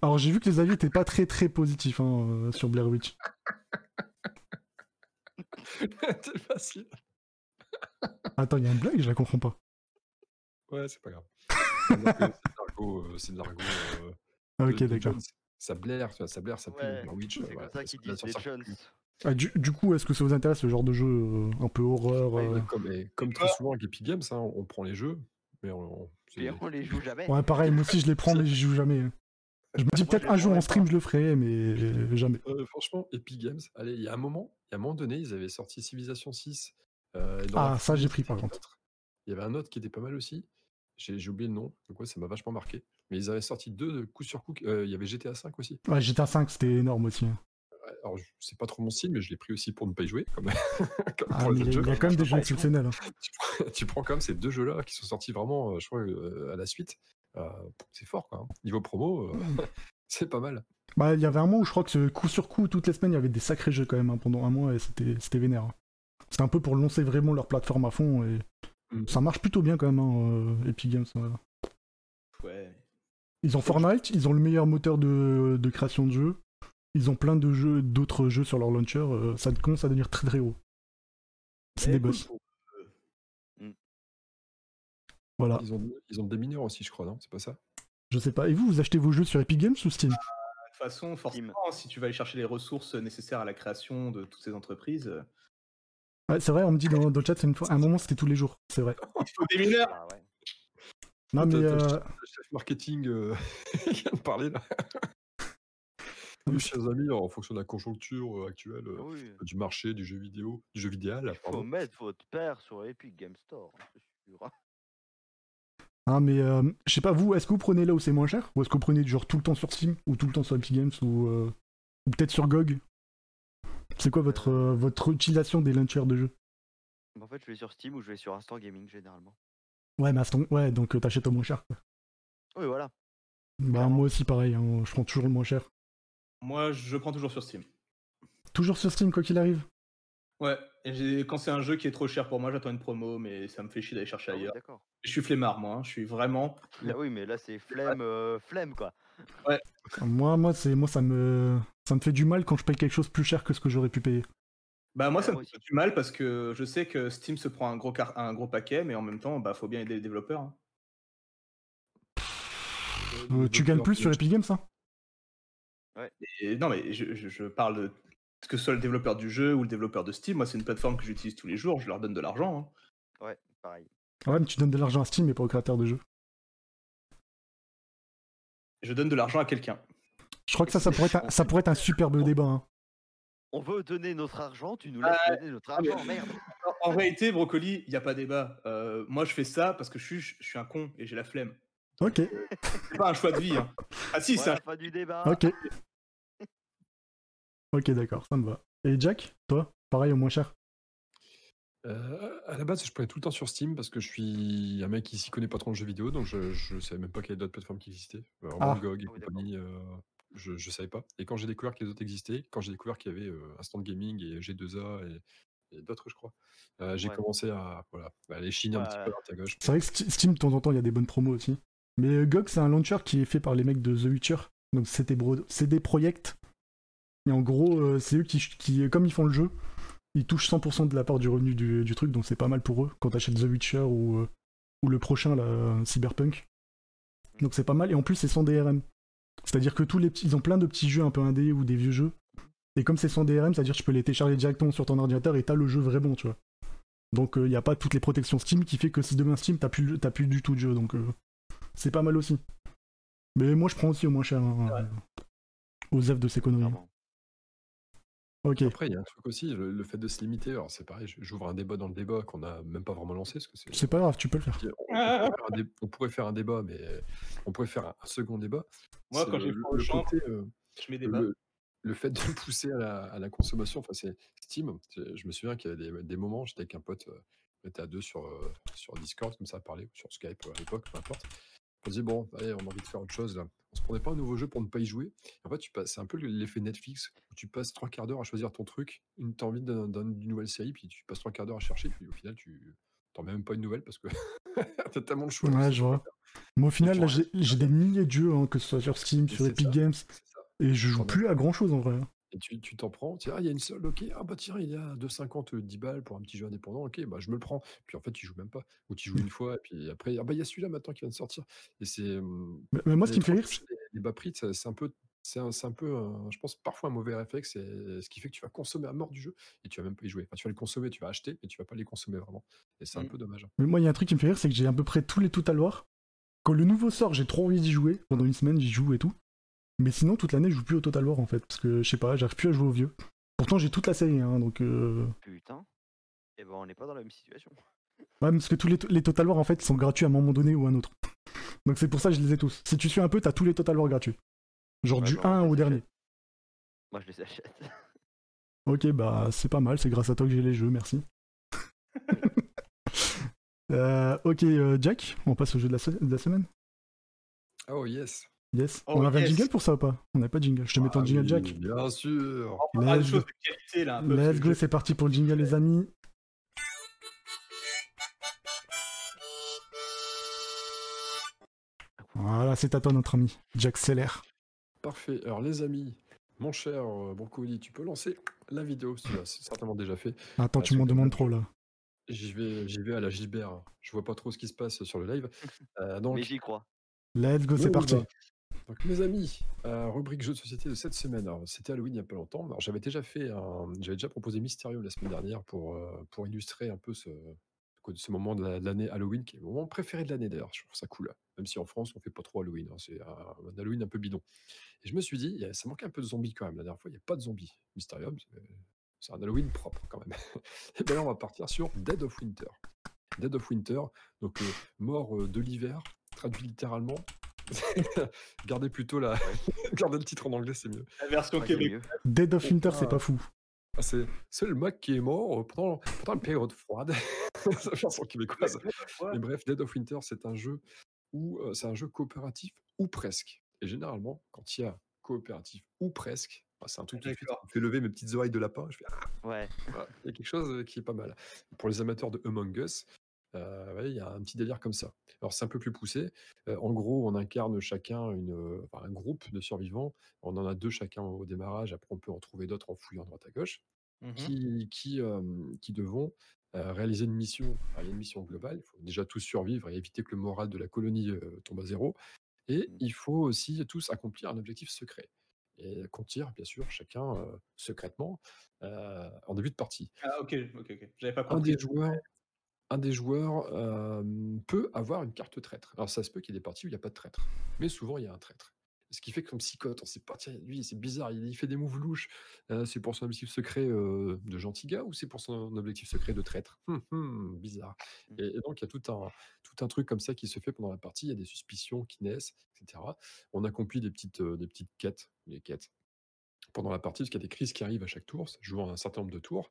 S1: Alors j'ai vu que les avis étaient pas très très positifs hein, euh, sur Blair Witch.
S4: C'est facile.
S1: Attends, il y a une blague, je la comprends pas.
S4: Ouais, c'est pas grave. C'est de l'argot, euh, c'est de l'argot. euh,
S1: Ah,
S4: de-
S1: Ok,
S4: de
S1: d'accord.
S4: Jones. Ça blaire, tu vois, ça blaire, ça pue.
S3: Ouais,
S4: Blair Witch,
S3: C'est comme ça qu'ils disent les Jones.
S1: Ah, du, du coup, est-ce que ça vous intéresse ce genre de jeu euh, un peu horreur euh,
S4: Comme, et comme très souvent avec Epic Games, hein, on prend les jeux, mais on. c'est-
S3: Puis on les joue jamais.
S1: Ouais, pareil, moi aussi je les prends mais j'y joue jamais. hein. Je me dis
S3: Moi,
S1: peut-être
S3: je
S1: un
S3: les
S1: jour en
S3: prendrais
S1: stream
S3: pas.
S1: je le ferai, mais euh, jamais.
S4: Euh, franchement, Epic Games, allez, il y a un moment, il y a un moment donné, ils avaient sorti Civilization 6. euh, et dans la
S1: Ah, ça, j'ai
S4: foulée,
S1: pris,
S4: c'était
S1: par
S4: quel
S1: contre.
S4: autre Il y avait un autre qui était pas mal aussi. J'ai j'ai oublié le nom, donc ouais, ça m'a vachement marqué. Mais ils avaient sorti deux de coup sur coup. euh, il y avait GTA 5 aussi.
S1: Ouais, GTA 5 c'était énorme aussi. hein.
S4: Ouais, Alors, je- c'est pas trop mon style, mais je l'ai pris aussi pour ne pas y jouer. Comme, comme
S1: Ah,
S4: pour
S1: mais
S4: les
S1: il y,
S4: autres
S1: a-
S4: jeux.
S1: il y a quand même des jeux
S4: Franchement, tu prends-
S1: exceptionnels. hein.
S4: tu prends, tu prends quand même ces deux jeux-là qui sont sortis vraiment, euh, je crois, euh, à la suite. Euh, c'est fort, quoi. hein. Niveau promo, euh,
S1: Mmh.
S4: c'est pas mal.
S1: Bah, il y avait un mois où je crois que ce coup sur coup, toutes les semaines, il y avait des sacrés jeux quand même hein, pendant un mois et c'était c'était vénère. hein. C'était un peu pour lancer vraiment leur plateforme à fond et
S4: Mm.
S1: ça marche plutôt bien quand même, hein, euh, Epic Games. ouais.
S2: Ouais.
S1: Ils ont Fortnite, ils ont le meilleur moteur de, de création de jeux. Ils ont plein de jeux, d'autres jeux sur leur launcher. euh, ça commence à devenir très très gros. C'est
S2: Mais
S1: des boss.
S2: écoute, faut-
S1: Voilà.
S4: Ils, ont, ils ont des mineurs aussi, je crois, non C'est pas ça
S1: Je sais pas. Et vous, vous achetez vos jeux sur Epic Games ou Steam
S2: De toute façon, forcément, si tu vas aller chercher les ressources nécessaires à la création de toutes ces entreprises, euh,
S1: Ouais, c'est vrai, on me dit dans, dans le chat, c'est une fois, à un moment c'était tous les jours. C'est vrai.
S2: il faut des mineurs.
S3: Ah ouais.
S1: Non, mais.
S4: T'as- t'as
S1: euh,
S4: Le chef marketing euh, qui vient de parler, là. Oui, chers amis, en fonction de la conjoncture euh, actuelle, euh,
S3: Ah Oui.
S4: du marché, du jeu vidéo, du jeu vidéal,
S3: Faut
S4: pardon.
S3: mettre votre père sur Epic Game Store, hein, c'est sûr.
S1: hein, mais euh, je sais pas, vous, est-ce que vous prenez là où c'est moins cher Ou est-ce que vous prenez genre tout le temps sur Steam Ou tout le temps sur Epic Games Ou, euh, ou peut-être sur GOG C'est quoi votre, euh, votre utilisation des launchers de jeux
S3: Mais En fait, je vais sur Steam ou je vais sur Instant Gaming généralement.
S1: Ouais, mais à ce temps- ouais, donc euh, t'achètes au moins cher. quoi.
S3: Oui, voilà.
S1: Bah, moi aussi, pareil, hein, je prends toujours le moins cher.
S2: Moi, je prends toujours sur Steam.
S1: Toujours sur Steam, quoi qu'il arrive.
S2: Ouais, et j'ai- quand c'est un jeu qui est trop cher pour moi, j'attends une promo, mais ça me fait chier d'aller chercher
S3: Ah oui,
S2: ailleurs.
S3: D'accord.
S2: Je suis flemmard, moi. hein, Je suis vraiment.
S3: Ah oui, mais là, c'est flemme, euh, flemme, quoi.
S1: Moi, moi, c'est, moi, ça me, ça me fait du mal quand je paye quelque chose plus cher que ce que j'aurais pu payer.
S2: Bah, moi,
S3: Ouais,
S2: ça
S3: moi
S2: me fait du mal parce que je sais que Steam se prend un gros, car- un gros paquet, mais en même temps, bah, faut bien aider les développeurs. hein.
S1: Euh, tu gagnes plus sur Epic Games, hein. ça
S2: Et non, mais je, je- je parle de- que ce soit le développeur du jeu ou le développeur de Steam. Moi, c'est une plateforme que j'utilise tous les jours. Je leur donne de l'argent. hein.
S3: Pareil.
S1: Ouais, mais tu donnes de l'argent à Steam et pas aux créateurs de jeux.
S2: Je donne de l'argent à quelqu'un.
S1: Je crois que ça, ça pourrait être un, ça pourrait être un superbe débat. hein.
S3: On veut donner notre argent, tu nous laisses donner notre
S2: mais-
S3: argent, merde.
S2: En réalité, Brocoli, il n'y a pas débat. Euh, moi, je fais ça parce que je suis, je suis un con et j'ai la flemme.
S1: Ok,
S2: C'est pas un choix de vie. hein. Ah si, c'est
S3: Voilà, fin du débat.
S1: ok. Ok, d'accord, ça me va. Et Jack, toi, pareil au moins cher
S4: Euh, à la base, je prenais tout le temps sur Steam parce que je suis un mec qui s'y connaît pas trop en jeux vidéo, donc je, je savais même pas qu'il y avait d'autres plateformes qui existaient. Euh, Alors,
S1: Ah.
S4: GOG et
S3: Ah oui,
S4: compagnie, euh, je, je savais pas. Et quand j'ai découvert que les autres existaient, quand j'ai découvert qu'il y avait euh, Instant Gaming et G2A et, et d'autres, je crois, euh, j'ai
S3: Ouais. Bah,
S4: commencé à, voilà, à aller chiner un petit peu à
S3: Voilà.
S4: droite à gauche.
S1: C'est vrai que Sti- Steam, de temps en temps, il y a des bonnes promos aussi. Mais euh, GOG, c'est un launcher qui est fait par les mecs de The Witcher. Donc c'est des, bro- c'est des projects. Et en gros, euh, c'est eux qui, ch- qui, comme ils font le jeu, ils touchent 100% de la part du revenu du, du truc. Donc c'est pas mal pour eux quand t'achètes The Witcher ou, euh, ou le prochain, là, euh, Cyberpunk. Donc c'est pas mal. Et en plus, c'est sans DRM. C'est-à-dire que tous les petits, ils ont plein de petits jeux un peu indés ou des vieux jeux. Et comme c'est sans DRM, c'est-à-dire que tu peux les télécharger directement sur ton ordinateur et t'as le jeu vraiment, tu vois. Donc il n'y a pas toutes les protections Steam qui fait que si demain Steam, t'as plus, t'as plus du tout de jeu. Donc euh, c'est pas mal aussi. Mais moi je prends aussi au moins cher hein, euh, aux œuvres de ces conneries.
S3: Clairement.
S1: Ok.
S4: Après, il y a un truc aussi, le, le fait de se limiter. Alors, c'est pareil, je- j'ouvre un débat dans le débat qu'on a même pas vraiment lancé. Parce que c'est-
S1: C'est pas grave, tu peux le faire.
S4: on, pourrait faire un dé- on pourrait faire un débat, mais on pourrait faire un un second débat.
S2: Moi,
S4: C'est
S2: quand j'ai
S4: le-
S2: pris
S4: le
S2: le champ,
S4: côté, euh,
S2: je mets des
S1: ben
S2: bas.
S4: le, le fait de pousser à la, à la consommation, enfin c'est Steam. Je je me souviens qu'il y avait des, des moments, j'étais avec un pote, euh, on était à deux sur, euh, sur Discord, comme ça, à parler, ou sur Skype euh, à l'époque, peu importe. On se dit, bon, allez, on a envie de faire autre chose là. On se prenait pas un nouveau jeu pour ne pas y jouer. En fait, tu passes, c'est un peu l'effet Netflix, où tu passes trois quarts d'heure à choisir ton truc, une t'as envie d'un- d'un- d'une nouvelle série, puis tu passes trois quarts d'heure à chercher, puis au final, tu t'en mets même pas une nouvelle parce que t'as tellement de choix.
S1: Ouais, je vois. Mais au final, là,
S4: pour
S1: j'ai j'ai des milliers de jeux, hein, que ce soit sur Steam, sur
S4: c'est
S1: Epic
S4: ça.
S1: Games,
S4: C'est ça.
S1: et je joue
S4: Pardon.
S1: plus à grand chose en vrai. hein.
S4: Et tu tu t'en prends, tiens, ah, il y a une seule, ok, ah bah tiens, il y a 2,50, euh, 10 balles pour un petit jeu indépendant, ok, bah je me le prends. Puis en fait, tu joues même pas. Ou tu joues une fois, et puis après, ah bah il y a celui-là maintenant qui vient de sortir. Et c'est. hum,
S1: Mais, mais moi, ce
S4: les-
S1: qui me fait
S4: quand
S1: rire,
S4: tu fais Les, les bas prix, ça- c'est un peu. C'est un, c'est un peu, un- je pense, parfois un mauvais réflexe, et ce qui fait que tu vas consommer à mort du jeu et tu vas même pas y jouer. Enfin, tu vas le consommer, tu vas acheter, mais tu vas pas les consommer vraiment. Et c'est un
S1: Mmh.
S2: Mm.
S4: peu dommage. hein.
S1: Mais moi, il y a un truc qui me fait rire, c'est que j'ai à peu près tous les Total War. Quand le nouveau sort, j'ai trop envie d'y jouer. Pendant une semaine, j'y joue et tout. Mais sinon, toute l'année, je joue plus au Total War en fait. Parce que je sais pas, j'arrive plus à jouer au vieux. Pourtant, j'ai toute la série, hein, donc. Euh...
S3: Putain. Eh ben, on n'est pas dans la même situation.
S1: Ouais, parce que tous les, les Total War en fait sont gratuits à un moment donné ou à un autre. Donc c'est pour ça que je les ai tous. Si tu suis un peu, t'as tous les Total War gratuits. Genre
S3: Ouais,
S1: du
S3: bah,
S1: 1
S3: on
S1: au
S3: les
S1: dernier.
S3: achète. Moi, je les achète.
S1: Ok, bah c'est pas mal, c'est grâce à toi que j'ai les jeux, merci. Euh, ok, euh, Jack, on passe au jeu de la, se- de la semaine
S4: Oh yes!
S1: Yes.
S2: Oh,
S1: on avait
S2: yes.
S1: un jingle pour ça ou pas On n'a pas de jingle. Je te mets ton
S4: Ah
S1: jingle,
S4: oui,
S1: Jack.
S4: Bien sûr!
S2: On parlera de
S1: let's
S2: choses de qualité là. Un peu, parce
S1: Let's
S2: que
S1: go,
S2: je-
S1: c'est parti pour le jingle, les amis. Voilà, c'est à toi, notre ami. Jack Seller.
S4: Parfait. Alors, les amis, mon cher euh, Brocoli, tu peux lancer la vidéo, si tu l'as certainement déjà fait.
S1: Attends,
S4: Ah,
S1: tu m'en
S4: c'est
S1: demandes
S4: cool.
S1: trop là.
S4: J'y vais, j'y vais à la gibère. Je vois pas trop ce qui se passe sur le live. Euh, donc,
S3: Mais j'y crois.
S1: Let's go,
S4: on
S1: c'est
S4: y
S1: parti.
S4: va. Donc, mes amis, euh, rubrique jeux de société de cette semaine. Alors, C'était Halloween il y a pas longtemps. Alors, j'avais déjà fait, un- j'avais déjà proposé Mysterio la semaine dernière pour euh, pour illustrer un peu ce ce moment de la- de l'année Halloween, qui est mon moment préféré de l'année d'ailleurs. Je trouve ça cool. Même si en France on fait pas trop Halloween, hein. c'est un, un Halloween un peu bidon. Et je me suis dit, il y a- ça manquait un peu de zombies quand même. La dernière fois, il n'y a pas de zombies. Mysterium, c'est- c'est un Halloween propre quand même. Et bien là, on va partir sur Dead of Winter. Dead of Winter, donc euh, mort euh, de l'hiver, traduit littéralement. Gardez plutôt la... Gardez le titre en anglais, c'est mieux.
S2: La version
S3: Ouais, c'est
S2: Québec.
S3: mieux.
S1: Dead of Winter,
S4: Ah.
S1: c'est pas fou.
S4: Ah, c'est c'est le mec qui est mort euh, pendant, pendant la période froide. C'est la chanson québécoise. Mais bref, Dead of Winter, c'est un jeu où euh, c'est un jeu coopératif ou presque. Et généralement, quand il y a coopératif ou presque, Ah, c'est un truc qui me fait-
S2: D'accord.
S4: me fait lever mes petites oreilles de lapin. Je fais, ah,
S3: Ouais.
S4: voilà, il y a quelque chose euh, qui est pas mal. Pour les amateurs de Among Us, euh, ouais, il y a un petit délire comme ça. Alors c'est un peu plus poussé. Euh, en gros, on incarne chacun une, euh, enfin, un groupe de survivants. On en a deux chacun au démarrage. Après, on peut en trouver d'autres en fouillant à droite à gauche
S2: Mhm.
S4: qui, qui, euh, qui devront euh, réaliser une mission. Alors, il y a une mission globale, il faut déjà tous survivre et éviter que le moral de la colonie euh, tombe à zéro. Et
S3: Mm.
S4: il faut aussi tous accomplir un objectif secret. Et qu'on tire, bien sûr, chacun euh, secrètement euh, en début de partie.
S2: Ah, ok, ok, ok. J'avais pas
S4: Un
S2: compris.
S4: des joueurs, un des joueurs euh, peut avoir une carte traître. Alors ça se peut qu'il y ait des parties où il n'y a pas de traître. Mais souvent, il y a un traître. Ce qui fait que comme psychote, on sait pas, tiens, lui, c'est bizarre, il, il fait des moves louches. Euh, c'est pour son objectif secret euh, de gentil gars ou c'est pour son objectif secret de traître Hum, hum, Bizarre. Et, et donc, il y a tout un, tout un truc comme ça qui se fait pendant la partie. Il y a des suspicions qui naissent, etc. On accomplit des petites, euh, des petites quêtes, des quêtes pendant la partie, parce qu'il y a des crises qui arrivent à chaque tour, ça se joue en un certain nombre de tours.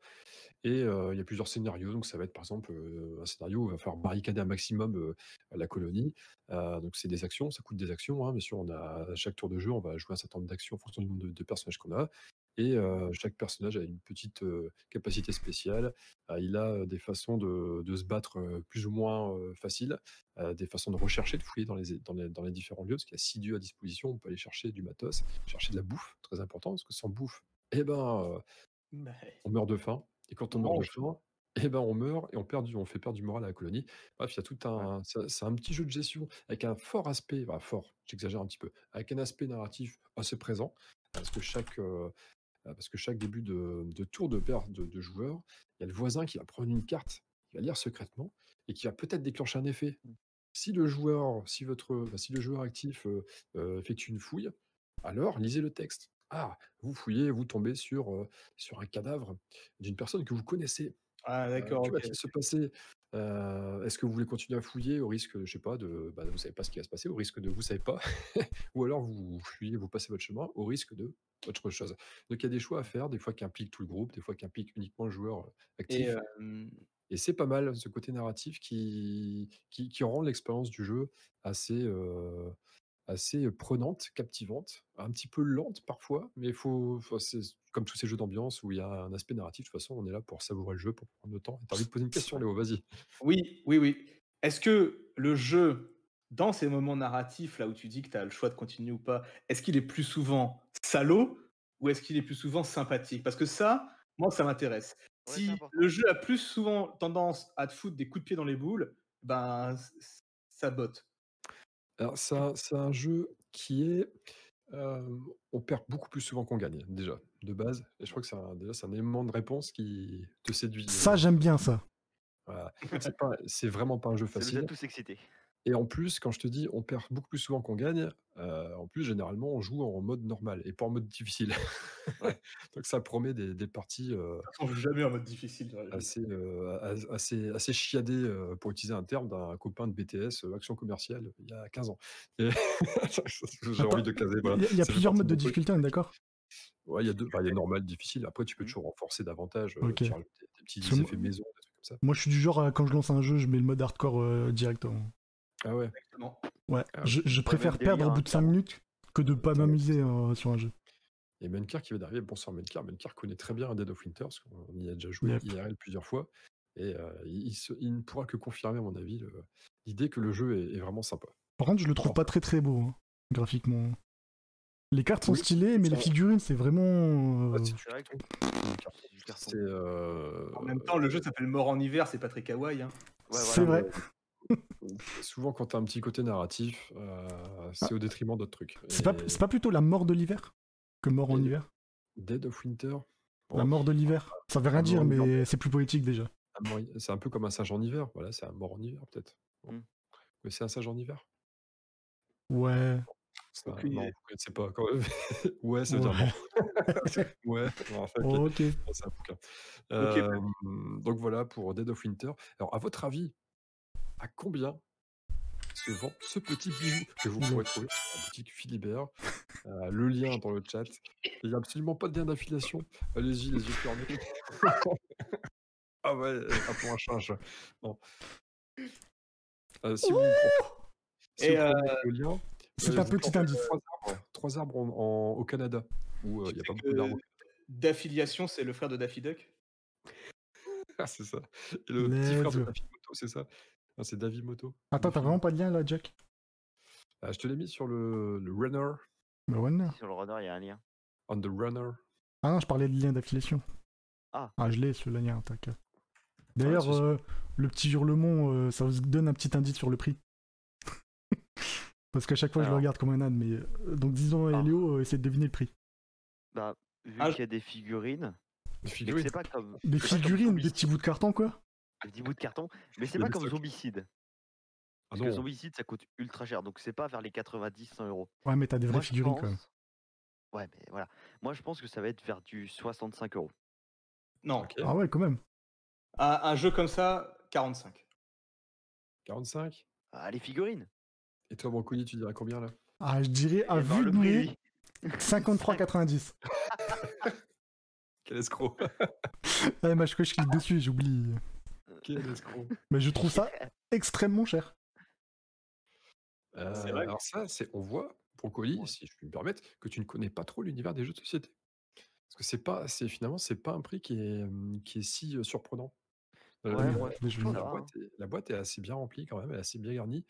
S4: Et euh, il y a plusieurs scénarios. Donc, ça va être par exemple euh, un scénario où il va falloir barricader un maximum euh, la colonie. Euh, donc, c'est des actions, ça coûte des actions. Hein. Bien sûr, on a, à chaque tour de jeu, on va jouer un certain nombre d'actions en fonction du nombre de, de personnages qu'on a. Et euh, chaque personnage a une petite euh, capacité spéciale. Euh, il a euh, des façons de, de se battre euh, plus ou moins euh, faciles, euh, des façons de rechercher, de fouiller dans les, dans les, dans les différents lieux, parce qu'il y a six lieux à disposition. On peut aller chercher du matos, chercher de la bouffe, très important, parce que sans bouffe, eh ben, euh,
S2: Bah,
S4: on meurt de faim. Et quand on,
S2: On
S4: meurt de
S2: mange.
S4: faim, eh ben on meurt et on, perd du- on fait perdre du moral à la colonie. Bref, il y a tout un, c'est- c'est un petit jeu de gestion avec un fort aspect, enfin fort, j'exagère un petit peu, avec un aspect narratif assez présent, parce que chaque, euh, euh, parce que chaque début de, de tour de paire de, de joueurs, il y a le voisin qui va prendre une carte, il va lire secrètement et qui va peut-être déclencher un effet. Si le joueur, si votre, enfin, si le joueur actif euh, euh, effectue une fouille, alors lisez le texte. Ah, vous fouillez, vous tombez sur euh, sur un cadavre d'une personne que vous connaissez.
S2: Ah,
S4: Euh,
S2: d'accord,
S4: que
S2: ok.
S4: va-t-il se passer Euh, Est-ce que vous voulez continuer à fouiller au risque, je sais pas, de bah, vous savez pas ce qui va se passer, au risque de vous savez pas, ou alors vous fuyez, vous passez votre chemin au risque de autre chose. Donc il y a des choix à faire, des fois qui impliquent tout le groupe, des fois qui impliquent uniquement le joueur euh, actif. Et,
S2: Et euh,
S4: c'est pas mal ce côté narratif qui qui, qui rend l'expérience du jeu assez euh, assez prenante, captivante, un petit peu lente parfois, mais faut, faut- c'est comme tous ces jeux d'ambiance où il y a un aspect narratif. De toute façon, on est là pour savourer le jeu, pour prendre le temps. Et T'as envie de poser une question, Léo Vas-y.
S2: Oui, oui, oui. Est-ce que le jeu, dans ces moments narratifs, là où tu dis que tu as le choix de continuer ou pas, est-ce qu'il est plus souvent salaud ou est-ce qu'il est plus souvent sympathique Parce que ça, moi, ça m'intéresse.
S3: Ouais, c'est
S2: si
S3: important.
S2: le jeu a plus souvent tendance à te foutre des coups de pied dans les boules, ben, c- c- ça botte.
S4: Alors, c'est un, c'est un jeu qui est. euh, on perd beaucoup plus souvent qu'on gagne, déjà, de base. Et je crois que c'est un, déjà, c'est un élément de réponse qui te séduit.
S1: Ça, j'aime bien ça.
S4: Voilà. C'est pas- C'est vraiment pas un jeu
S3: Ça nous a
S4: facile.
S3: tous excités.
S4: Et en plus, quand je te dis on perd beaucoup plus souvent qu'on gagne, euh, en plus, généralement, on joue en mode normal et pas en mode difficile. Donc, ça promet des, des parties euh,
S2: On joue jamais en mode difficile. dans les jeux.
S4: assez, euh, as- assez, assez chiadé, euh, pour utiliser un terme d'un copain de BTS, euh, action commerciale, il y a 15 ans. Et- J'ai
S1: Attends,
S4: envie de caser.
S1: Il
S4: voilà,
S1: y a- il y a
S4: ça fait
S1: plusieurs
S4: partie
S1: modes de
S4: mon truc.
S1: difficulté, on est d'accord
S4: Ouais, Mmh. il y a deux. bah, il y a normal, difficile. Après, tu peux
S3: Mhm.
S4: toujours renforcer davantage. euh,
S1: Ok.
S4: tu rajoutes des, des
S1: Parce que
S4: petits
S1: moi-
S4: effets maison, des trucs comme ça.
S1: Moi, je suis du genre, à, quand je lance un jeu, je mets le mode hardcore euh, directement.
S4: Ah ouais.
S2: Exactement.
S1: Ouais,
S4: Ah,
S1: je, je préfère
S3: délire,
S1: perdre au
S3: hein,
S1: bout de 5 minutes que de pas
S4: Ouais.
S1: m'amuser euh, sur un jeu.
S4: Et Mencar qui va d'arriver. Bonsoir Mencar. Mencar connaît très bien Dead of Winter, parce qu'on y a déjà joué
S1: Yep.
S4: IRL plusieurs fois. Et euh, il, il se- il ne pourra que confirmer, à mon avis, le- l'idée que le jeu est, est vraiment sympa.
S1: Par contre, je le trouve
S4: Alors.
S1: pas très très beau, hein, graphiquement. Les cartes sont
S4: Oui,
S1: stylées, mais
S4: ça
S1: les
S4: va.
S1: figurines, c'est vraiment. euh,
S4: Ah, c'est
S3: C'est vrai que c'est du carton.
S4: C'est, euh,
S2: En même temps, le jeu s'appelle Mort en hiver, c'est pas très kawaii. hein.
S3: Ouais,
S1: c'est
S3: voilà.
S1: vrai.
S4: euh, souvent, quand tu as un petit côté narratif, euh, c'est au détriment d'autres trucs.
S1: C'est pas,
S4: Et
S1: c'est pas plutôt la mort de l'hiver que mort en
S4: Et-
S1: hiver
S4: Dead of Winter,
S1: La
S4: Oh.
S1: mort de l'hiver. Ça veut rien
S4: La
S1: dire,
S4: mort de
S1: mais
S4: l'hiver.
S1: c'est plus poétique déjà.
S4: un mort- c'est un peu comme un singe en hiver. Voilà, c'est un mort en hiver, peut-être. Bon.
S3: Mm.
S4: Mais c'est un singe en hiver.
S1: Ouais.
S4: C'est un-
S2: Aucune
S4: Non,
S2: idée.
S4: vous connaissez pas. Quand même. ouais, ça veut dire
S1: Ouais. Oh,
S4: mort. Ouais, non, ok.
S1: Ok.
S4: Non, c'est un bouquin.
S2: Ok,
S4: Euh, donc voilà pour Dead of Winter. Alors, à votre avis, à combien se vend ce petit bijou que vous pourrez trouver à la boutique Philibert Euh, Le lien dans le chat. Il n'y a absolument pas de lien d'affiliation. Allez-y, les yeux fermés. ah ouais, un pour un chat, un chat. Non. Euh, si vous,
S1: Ouh
S4: si vous
S2: Et, euh,
S4: prenez le lien,
S1: C'est
S4: euh,
S1: un
S4: vous
S1: petit
S4: plantez
S1: indice.
S4: euh, Trois arbres, trois arbres en- en- au Canada, où euh, il
S2: Tu
S4: n'y a
S2: sais
S4: pas
S2: que
S4: beaucoup d'arbres.
S2: D'affiliation, c'est le frère de Daffy Duck.
S4: Ah, c'est ça. Et le petit frère
S1: Let's
S4: de
S1: go.
S4: David Moto, c'est ça Non, C'est David Moto.
S1: Attends,
S4: Le
S1: t'as
S4: film.
S1: vraiment pas de lien là, Jack
S4: Ah, je te l'ai mis sur le, le Runner,
S1: Bah, Warner.
S3: Sur le radar, il y a un lien.
S4: on the Runner.
S1: Ah non, je parlais de lien d'affiliation.
S3: Ah.
S1: je l'ai, ce lien, t'inquiète. D'ailleurs,
S4: c'est ça.
S1: euh, le petit hurlement, euh, ça vous donne un petit indice sur le prix. Parce qu'à chaque fois, je le
S3: Alors.
S1: regarde comme un âne, mais... euh, Donc, disons à
S3: Ah.
S1: Elio, euh, essaie de deviner le prix.
S3: Bah, vu
S2: Ah, je-
S3: qu'il y a des figurines,
S4: Des
S3: mais que
S4: figurines.
S3: c'est pas comme
S1: Des
S3: c'est pas comme
S1: figurines, des
S3: Zombicide,
S1: petits bouts de carton, quoi
S3: des petits bouts de carton, mais
S4: Il y
S3: c'est
S4: a
S3: pas
S4: des
S3: comme
S4: stocks.
S3: zombicide.
S4: Ah
S3: Parce que
S4: non,
S3: zombicide, ça coûte ultra cher, donc c'est pas vers les 90-100 euros.
S1: Ouais, mais t'as des vraies
S3: Moi, je
S1: figurines, quand même.
S3: pense- Ouais, mais voilà. Moi, je pense que ça va être vers du 65 euros.
S2: Non,
S4: ok.
S1: Ah ouais, quand même.
S2: un, un jeu comme ça, 45.
S4: 45.
S3: Ah, les figurines
S4: Et toi, Brocoli, tu dirais combien là
S1: Ah, je dirais, à
S3: Eh ben,
S1: vue de
S3: le prix,
S1: nez,
S3: lui.
S1: 53,90.
S4: Quel escroc
S1: Ah, mais je je clique dessus, j'oublie.
S4: Quel escroc
S1: Mais je trouve ça extrêmement cher.
S4: Euh,
S2: C'est vrai.
S4: Alors ça, c'est on voit, Brocoli,
S3: Ouais.
S4: si je puis me permettre, que tu ne connais pas trop l'univers des jeux de société. Parce que c'est pas, c'est finalement, c'est pas un prix qui est, hum, qui est si euh, surprenant. Euh,
S3: Ouais,
S1: mais-
S3: moi,
S1: mais
S3: je
S1: je
S3: pense
S1: vais-
S4: la,
S3: ça va, hein.
S4: boîte est, la boîte est assez bien remplie quand même, elle est assez bien garnie.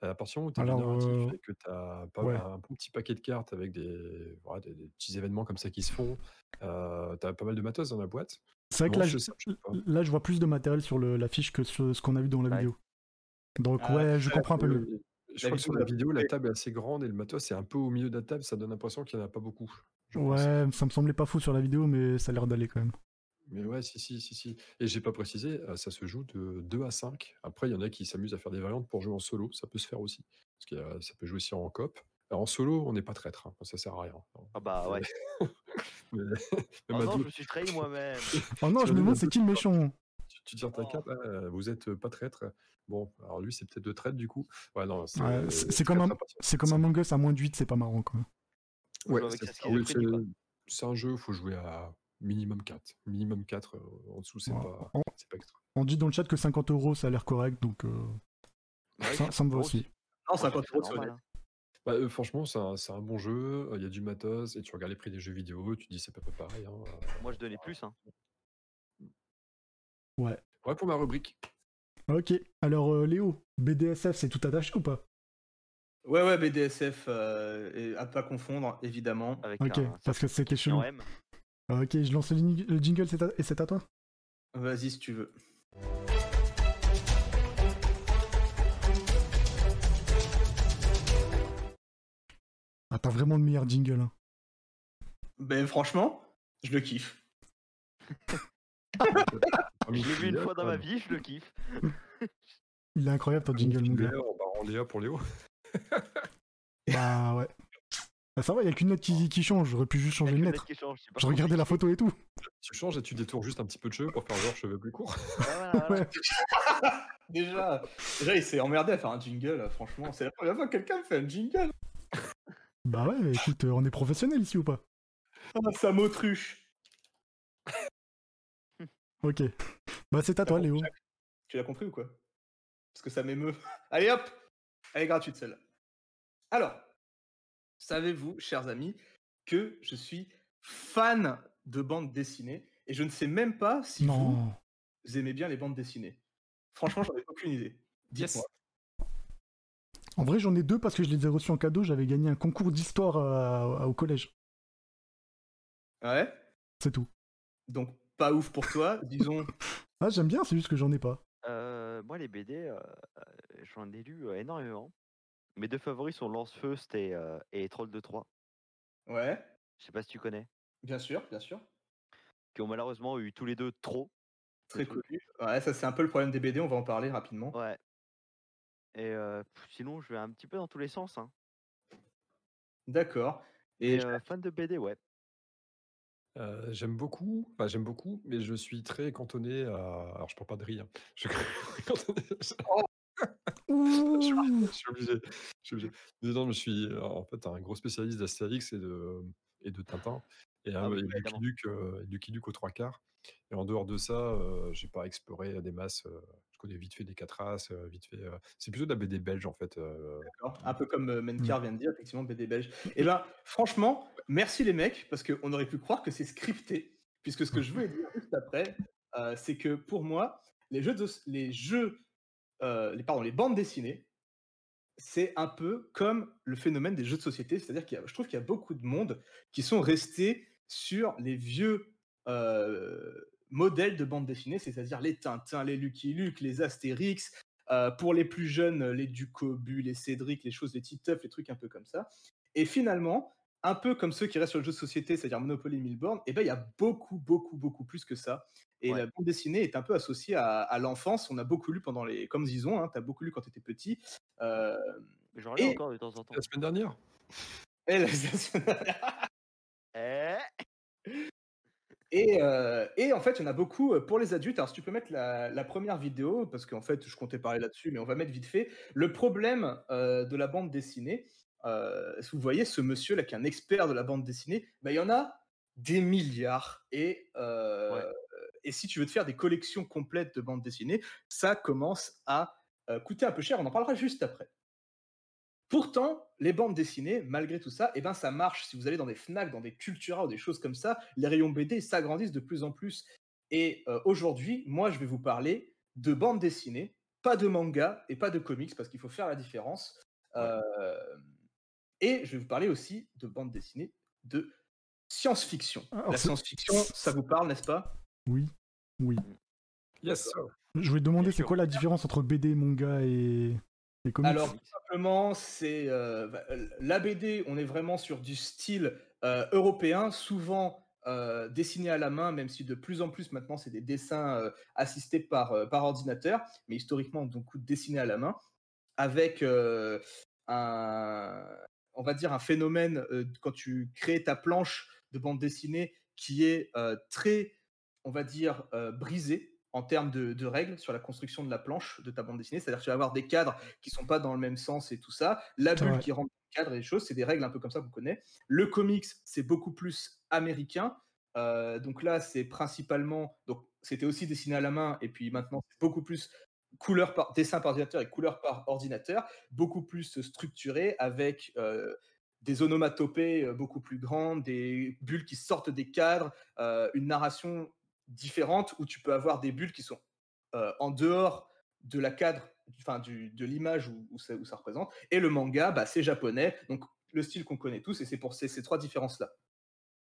S4: À partir du moment où tu as
S1: Alors, euh,
S4: et que tu as
S1: ouais.
S4: un bon petit paquet de cartes avec des, voilà, des, des petits événements comme ça qui se font, tu as pas mal de matos dans la boîte.
S1: C'est vrai que
S4: Bon,
S1: là,
S4: je
S1: je,
S4: sais, je sais pas.
S1: là, je vois plus de matériel sur le- l'affiche que ce, ce qu'on a vu dans la
S3: Ouais.
S1: vidéo. Donc,
S2: Ah,
S1: ouais, je
S2: ça,
S1: comprends un peu mieux.
S4: Euh, Je
S2: La
S4: crois que sur
S2: vidéo,
S4: la
S2: la-
S4: vidéo, la table est assez grande et le matos est un peu au milieu de la table, ça donne l'impression qu'il n'y en a pas beaucoup. je pense.
S1: Ouais, ça me semblait pas fou sur la vidéo, mais ça a l'air d'aller quand même.
S4: Mais ouais, si, si, si, si. Et j'ai pas précisé, euh, ça se joue de 2 à 5. Après, il y en a qui s'amusent à faire des variantes pour jouer en solo, ça peut se faire aussi. Parce que euh, ça peut jouer aussi en coop. Alors, en solo, on n'est pas traître, hein, ça sert à rien. Non.
S3: Ah bah ouais.
S4: Mais-
S3: Ah
S4: même à
S3: non, je
S4: deux,
S3: me suis trahi moi-même.
S1: Oh non,
S4: Tu
S1: je me
S4: vas nous
S1: demande
S4: la
S1: c'est qui le méchant.
S4: tu, tu tires ta
S2: Oh.
S4: cape, ah, euh, vous êtes euh, pas traître. Bon, alors lui, c'est peut-être de traître du coup. Ouais, non, c'est
S1: Ouais,
S4: euh,
S1: c'est- c'est comme
S4: traître à partir de
S1: C'est comme
S4: cinq.
S1: Among Us à moins de 8, c'est pas marrant quoi.
S4: Ouais,
S3: avec
S4: c'est
S3: sa
S4: ça. Oui, c'est
S3: schizophrénie, quoi.
S4: c'est un jeu, faut jouer à minimum 4. Minimum 4, en dessous, c'est
S1: Ouais.
S4: pas,
S1: On-
S4: c'est pas extra.
S1: On dit dans le chat que 50 euros ça a l'air correct, donc euh,
S3: Ouais,
S1: ça, ça me va
S3: 50
S1: aussi.
S2: Non,
S3: euros,
S2: 50
S3: c'est
S2: euros de
S3: normal,
S2: Sony.
S3: hein.
S4: Bah, euh, franchement, c'est un, c'est un bon jeu, il y a du matos, et tu regardes les prix des jeux vidéo, tu te dis c'est pas, pas pareil. hein.
S3: Moi, je donnais plus. Hein.
S4: Ouais, pour ma rubrique.
S1: Ok, alors euh, Léo, BDSF c'est tout attaché ou pas
S2: Ouais, ouais, BDSF, euh, et à pas confondre, évidemment.
S3: Avec
S1: Ok,
S3: un
S1: parce que c'est quelque chose.
S3: M.
S1: Euh, Ok, je lance le jing- le jingle c'est à- et c'est à toi.
S2: Vas-y si tu veux.
S1: Ah, t'as vraiment le meilleur jingle. Hein.
S2: Ben franchement, je le kiffe.
S4: Parmi
S3: Je l'ai
S4: tous
S3: vu
S4: les
S3: une
S4: gars,
S3: fois dans
S4: ouais,
S3: ma vie, je le kiffe.
S1: Il est incroyable ton
S4: parmi tous
S1: jingle,
S4: les
S1: mon gars.
S4: gars, On va en Léa pour Léo.
S1: Bah ouais. Bah, ça va, y a qu'une lettre qui, qui change, j'aurais pu juste changer
S3: Avec
S1: une
S3: le
S1: lettre.
S3: mec qui change, c'est pas
S1: Je regardais la photo et tout.
S4: Tu changes et tu détours juste un petit peu de cheveux pour faire genre cheveux plus courts.
S3: compliqué. Ah, voilà, voilà.
S2: Déjà, déjà il s'est emmerdé à faire un jingle, là, franchement. C'est la première fois que quelqu'un me fait un jingle.
S1: Bah ouais, mais écoute, euh, on est professionnel ici ou pas
S2: Ah, ça m'autruche.
S1: Ok. Bah c'est à
S2: Ah,
S1: toi, Léo.
S2: Tu l'as compris ou quoi Parce que ça m'émeut. Allez hop Elle est gratuite celle-là. Alors, savez-vous, chers amis, que je suis fan de bandes dessinées et je ne sais même pas si vous,
S1: Non.
S2: aimez bien les bandes dessinées. Franchement, j'en ai aucune idée. Dites-moi.
S1: En vrai, j'en ai deux parce que je les ai reçus en cadeau. J'avais gagné un concours d'histoire à- à- au collège.
S2: Ouais
S1: C'est tout.
S2: Donc, pas ouf pour toi, disons.
S1: Ah, j'aime bien, c'est juste que j'en ai pas.
S3: Euh, moi, les BD, euh, euh, j'en ai lu euh, énormément. Mes deux favoris sont Lance-Feu c'était, euh, et Troll de 3.
S2: Ouais,
S3: Je sais pas si tu connais.
S2: bien sûr, bien sûr.
S3: Qui ont malheureusement eu tous les deux trop.
S2: Très connu. Ouais, ça c'est un peu le problème des BD, on va en parler rapidement.
S3: Ouais. Et euh, pff, sinon, je vais un petit peu dans tous les sens. Hein.
S2: D'accord. Et,
S3: Et euh, fan de BD, ouais.
S4: Euh, j'aime beaucoup, enfin, j'aime beaucoup, mais je suis très cantonné à. Alors je parle pas de rire. Je suis cantonné-
S1: Ouh.
S4: je suis obligé. Je suis obligé. Mais non, mais je suis euh, en fait un gros spécialiste d'Astérix et de, et de Tintin. Et,
S3: Ah
S4: euh,
S3: oui,
S4: et
S3: bah,
S4: du
S3: évidemment.
S4: Kiduc, euh, et du Kiduc aux trois quarts. Et en dehors de ça, euh, j'ai pas exploré des masses. euh, connais vite fait les quatre races, euh, vite fait. euh, C'est plutôt de la BD belge en fait. euh,
S2: D'accord. Un peu comme euh, Menkar vient de dire, effectivement, BD belge. Et ben, franchement, merci les mecs, parce qu'on aurait pu croire que c'est scripté, puisque ce que je voulais dire juste après, euh, c'est que pour moi, les jeux, de, les jeux, euh, les, pardon, les bandes dessinées, c'est un peu comme le phénomène des jeux de société, c'est-à-dire qu'il y a, je trouve qu'il y a beaucoup de monde qui sont restés sur les vieux euh, modèles de bandes dessinées, c'est-à-dire les Tintins, les Lucky Luke, les Astérix, euh, pour les plus jeunes, les Ducobu, les Cédric, les choses, les Titeuf, les trucs un peu comme ça. Et finalement, un peu comme ceux qui restent sur le jeu de société, c'est-à-dire Monopoly, Milborn, et ben il y a beaucoup, beaucoup, beaucoup plus que ça. Et
S3: Ouais.
S2: la bande dessinée est un peu associée à, à l'enfance. On a beaucoup lu pendant les, comme disons, hein, t'as beaucoup lu quand t'étais petit. Euh,
S3: Mais J'en regarde
S2: Et-
S3: encore de temps en temps.
S4: La semaine dernière
S2: et la-
S3: Eh
S2: Et, euh, et en fait, il y en a beaucoup euh, pour les adultes. Alors, si tu peux mettre la, la première vidéo, parce qu'en fait, je comptais parler là-dessus, mais on va mettre vite fait le problème euh, de la bande dessinée. euh, si vous voyez ce monsieur là qui est un expert de la bande dessinée, bah, il y en a des milliards. Et, euh,
S3: Ouais.
S2: et si tu veux te faire des collections complètes de bandes dessinées, ça commence à euh, coûter un peu cher. On en parlera juste après. Pourtant, les bandes dessinées, malgré tout ça, eh ben ça marche. Si vous allez dans des Fnac, dans des Cultura ou des choses comme ça, les rayons BD s'agrandissent de plus en plus. Et euh, aujourd'hui, moi, je vais vous parler de bandes dessinées, pas de manga et pas de comics, parce qu'il faut faire la différence. Euh, et je vais vous parler aussi de bandes dessinées de science-fiction.
S1: Alors,
S2: La
S1: c'est-
S2: science-fiction, ça vous parle, n'est-ce pas
S1: Oui.
S4: Yes
S1: Je voulais te demander,
S2: Bien
S1: c'est
S2: sûr.
S1: quoi la différence entre BD, manga et, et comics
S2: Alors, tout simplement, c'est euh, bah, la BD, on est vraiment sur du style euh, européen, souvent euh, dessiné à la main, même si de plus en plus maintenant, c'est des dessins euh, assistés par, euh, par ordinateur, mais historiquement, donc dessinés à la main, avec euh, un, on va dire, un phénomène euh, quand tu crées ta planche de bande dessinée qui est euh, très, on va dire, euh, brisée en termes de, de règles sur la construction de la planche de ta bande dessinée. C'est-à-dire que tu vas avoir des cadres qui sont pas dans le même sens et tout ça. La
S1: C'est
S2: bulle
S1: vrai.
S2: qui rentre dans le cadre et les choses, c'est des règles un peu comme ça qu'on connaît. Le comics, c'est beaucoup plus américain. Euh, donc là, c'est principalement. Donc, c'était aussi dessiné à la main, et puis maintenant, c'est beaucoup plus couleur par dessin par ordinateur et couleur par ordinateur, beaucoup plus structuré avec euh, des onomatopées euh, beaucoup plus grandes, des bulles qui sortent des cadres, euh, une narration différente où tu peux avoir des bulles qui sont euh, en dehors de la cadre, enfin du, de l'image où, où ça, où ça représente. Et le manga, bah, c'est japonais, donc le style qu'on connaît tous, et c'est pour ces, ces trois différences-là.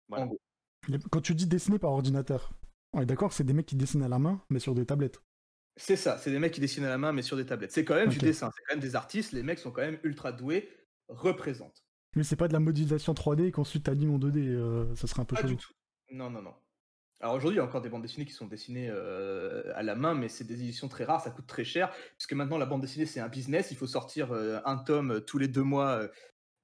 S3: Voilà.
S2: En gros.
S1: Les- Quand tu dis dessiner par ordinateur, on est d'accord, c'est des mecs qui dessinent à la main, mais sur des tablettes.
S2: C'est ça, c'est des mecs qui dessinent à la main, mais sur des tablettes. C'est quand même
S1: Ok.
S2: du dessin, c'est quand même des artistes, les mecs sont quand même ultra doués, représentent.
S1: Mais c'est pas de la modélisation 3D et qu'ensuite t'animes en 2D, euh, ça serait un peu
S2: Pas
S1: chelou.
S2: du tout. Non, non, non. Alors aujourd'hui, il y a encore des bandes dessinées qui sont dessinées euh, à la main, mais c'est des éditions très rares, ça coûte très cher, puisque maintenant la bande dessinée c'est un business, il faut sortir euh, un tome euh, tous les deux mois, euh,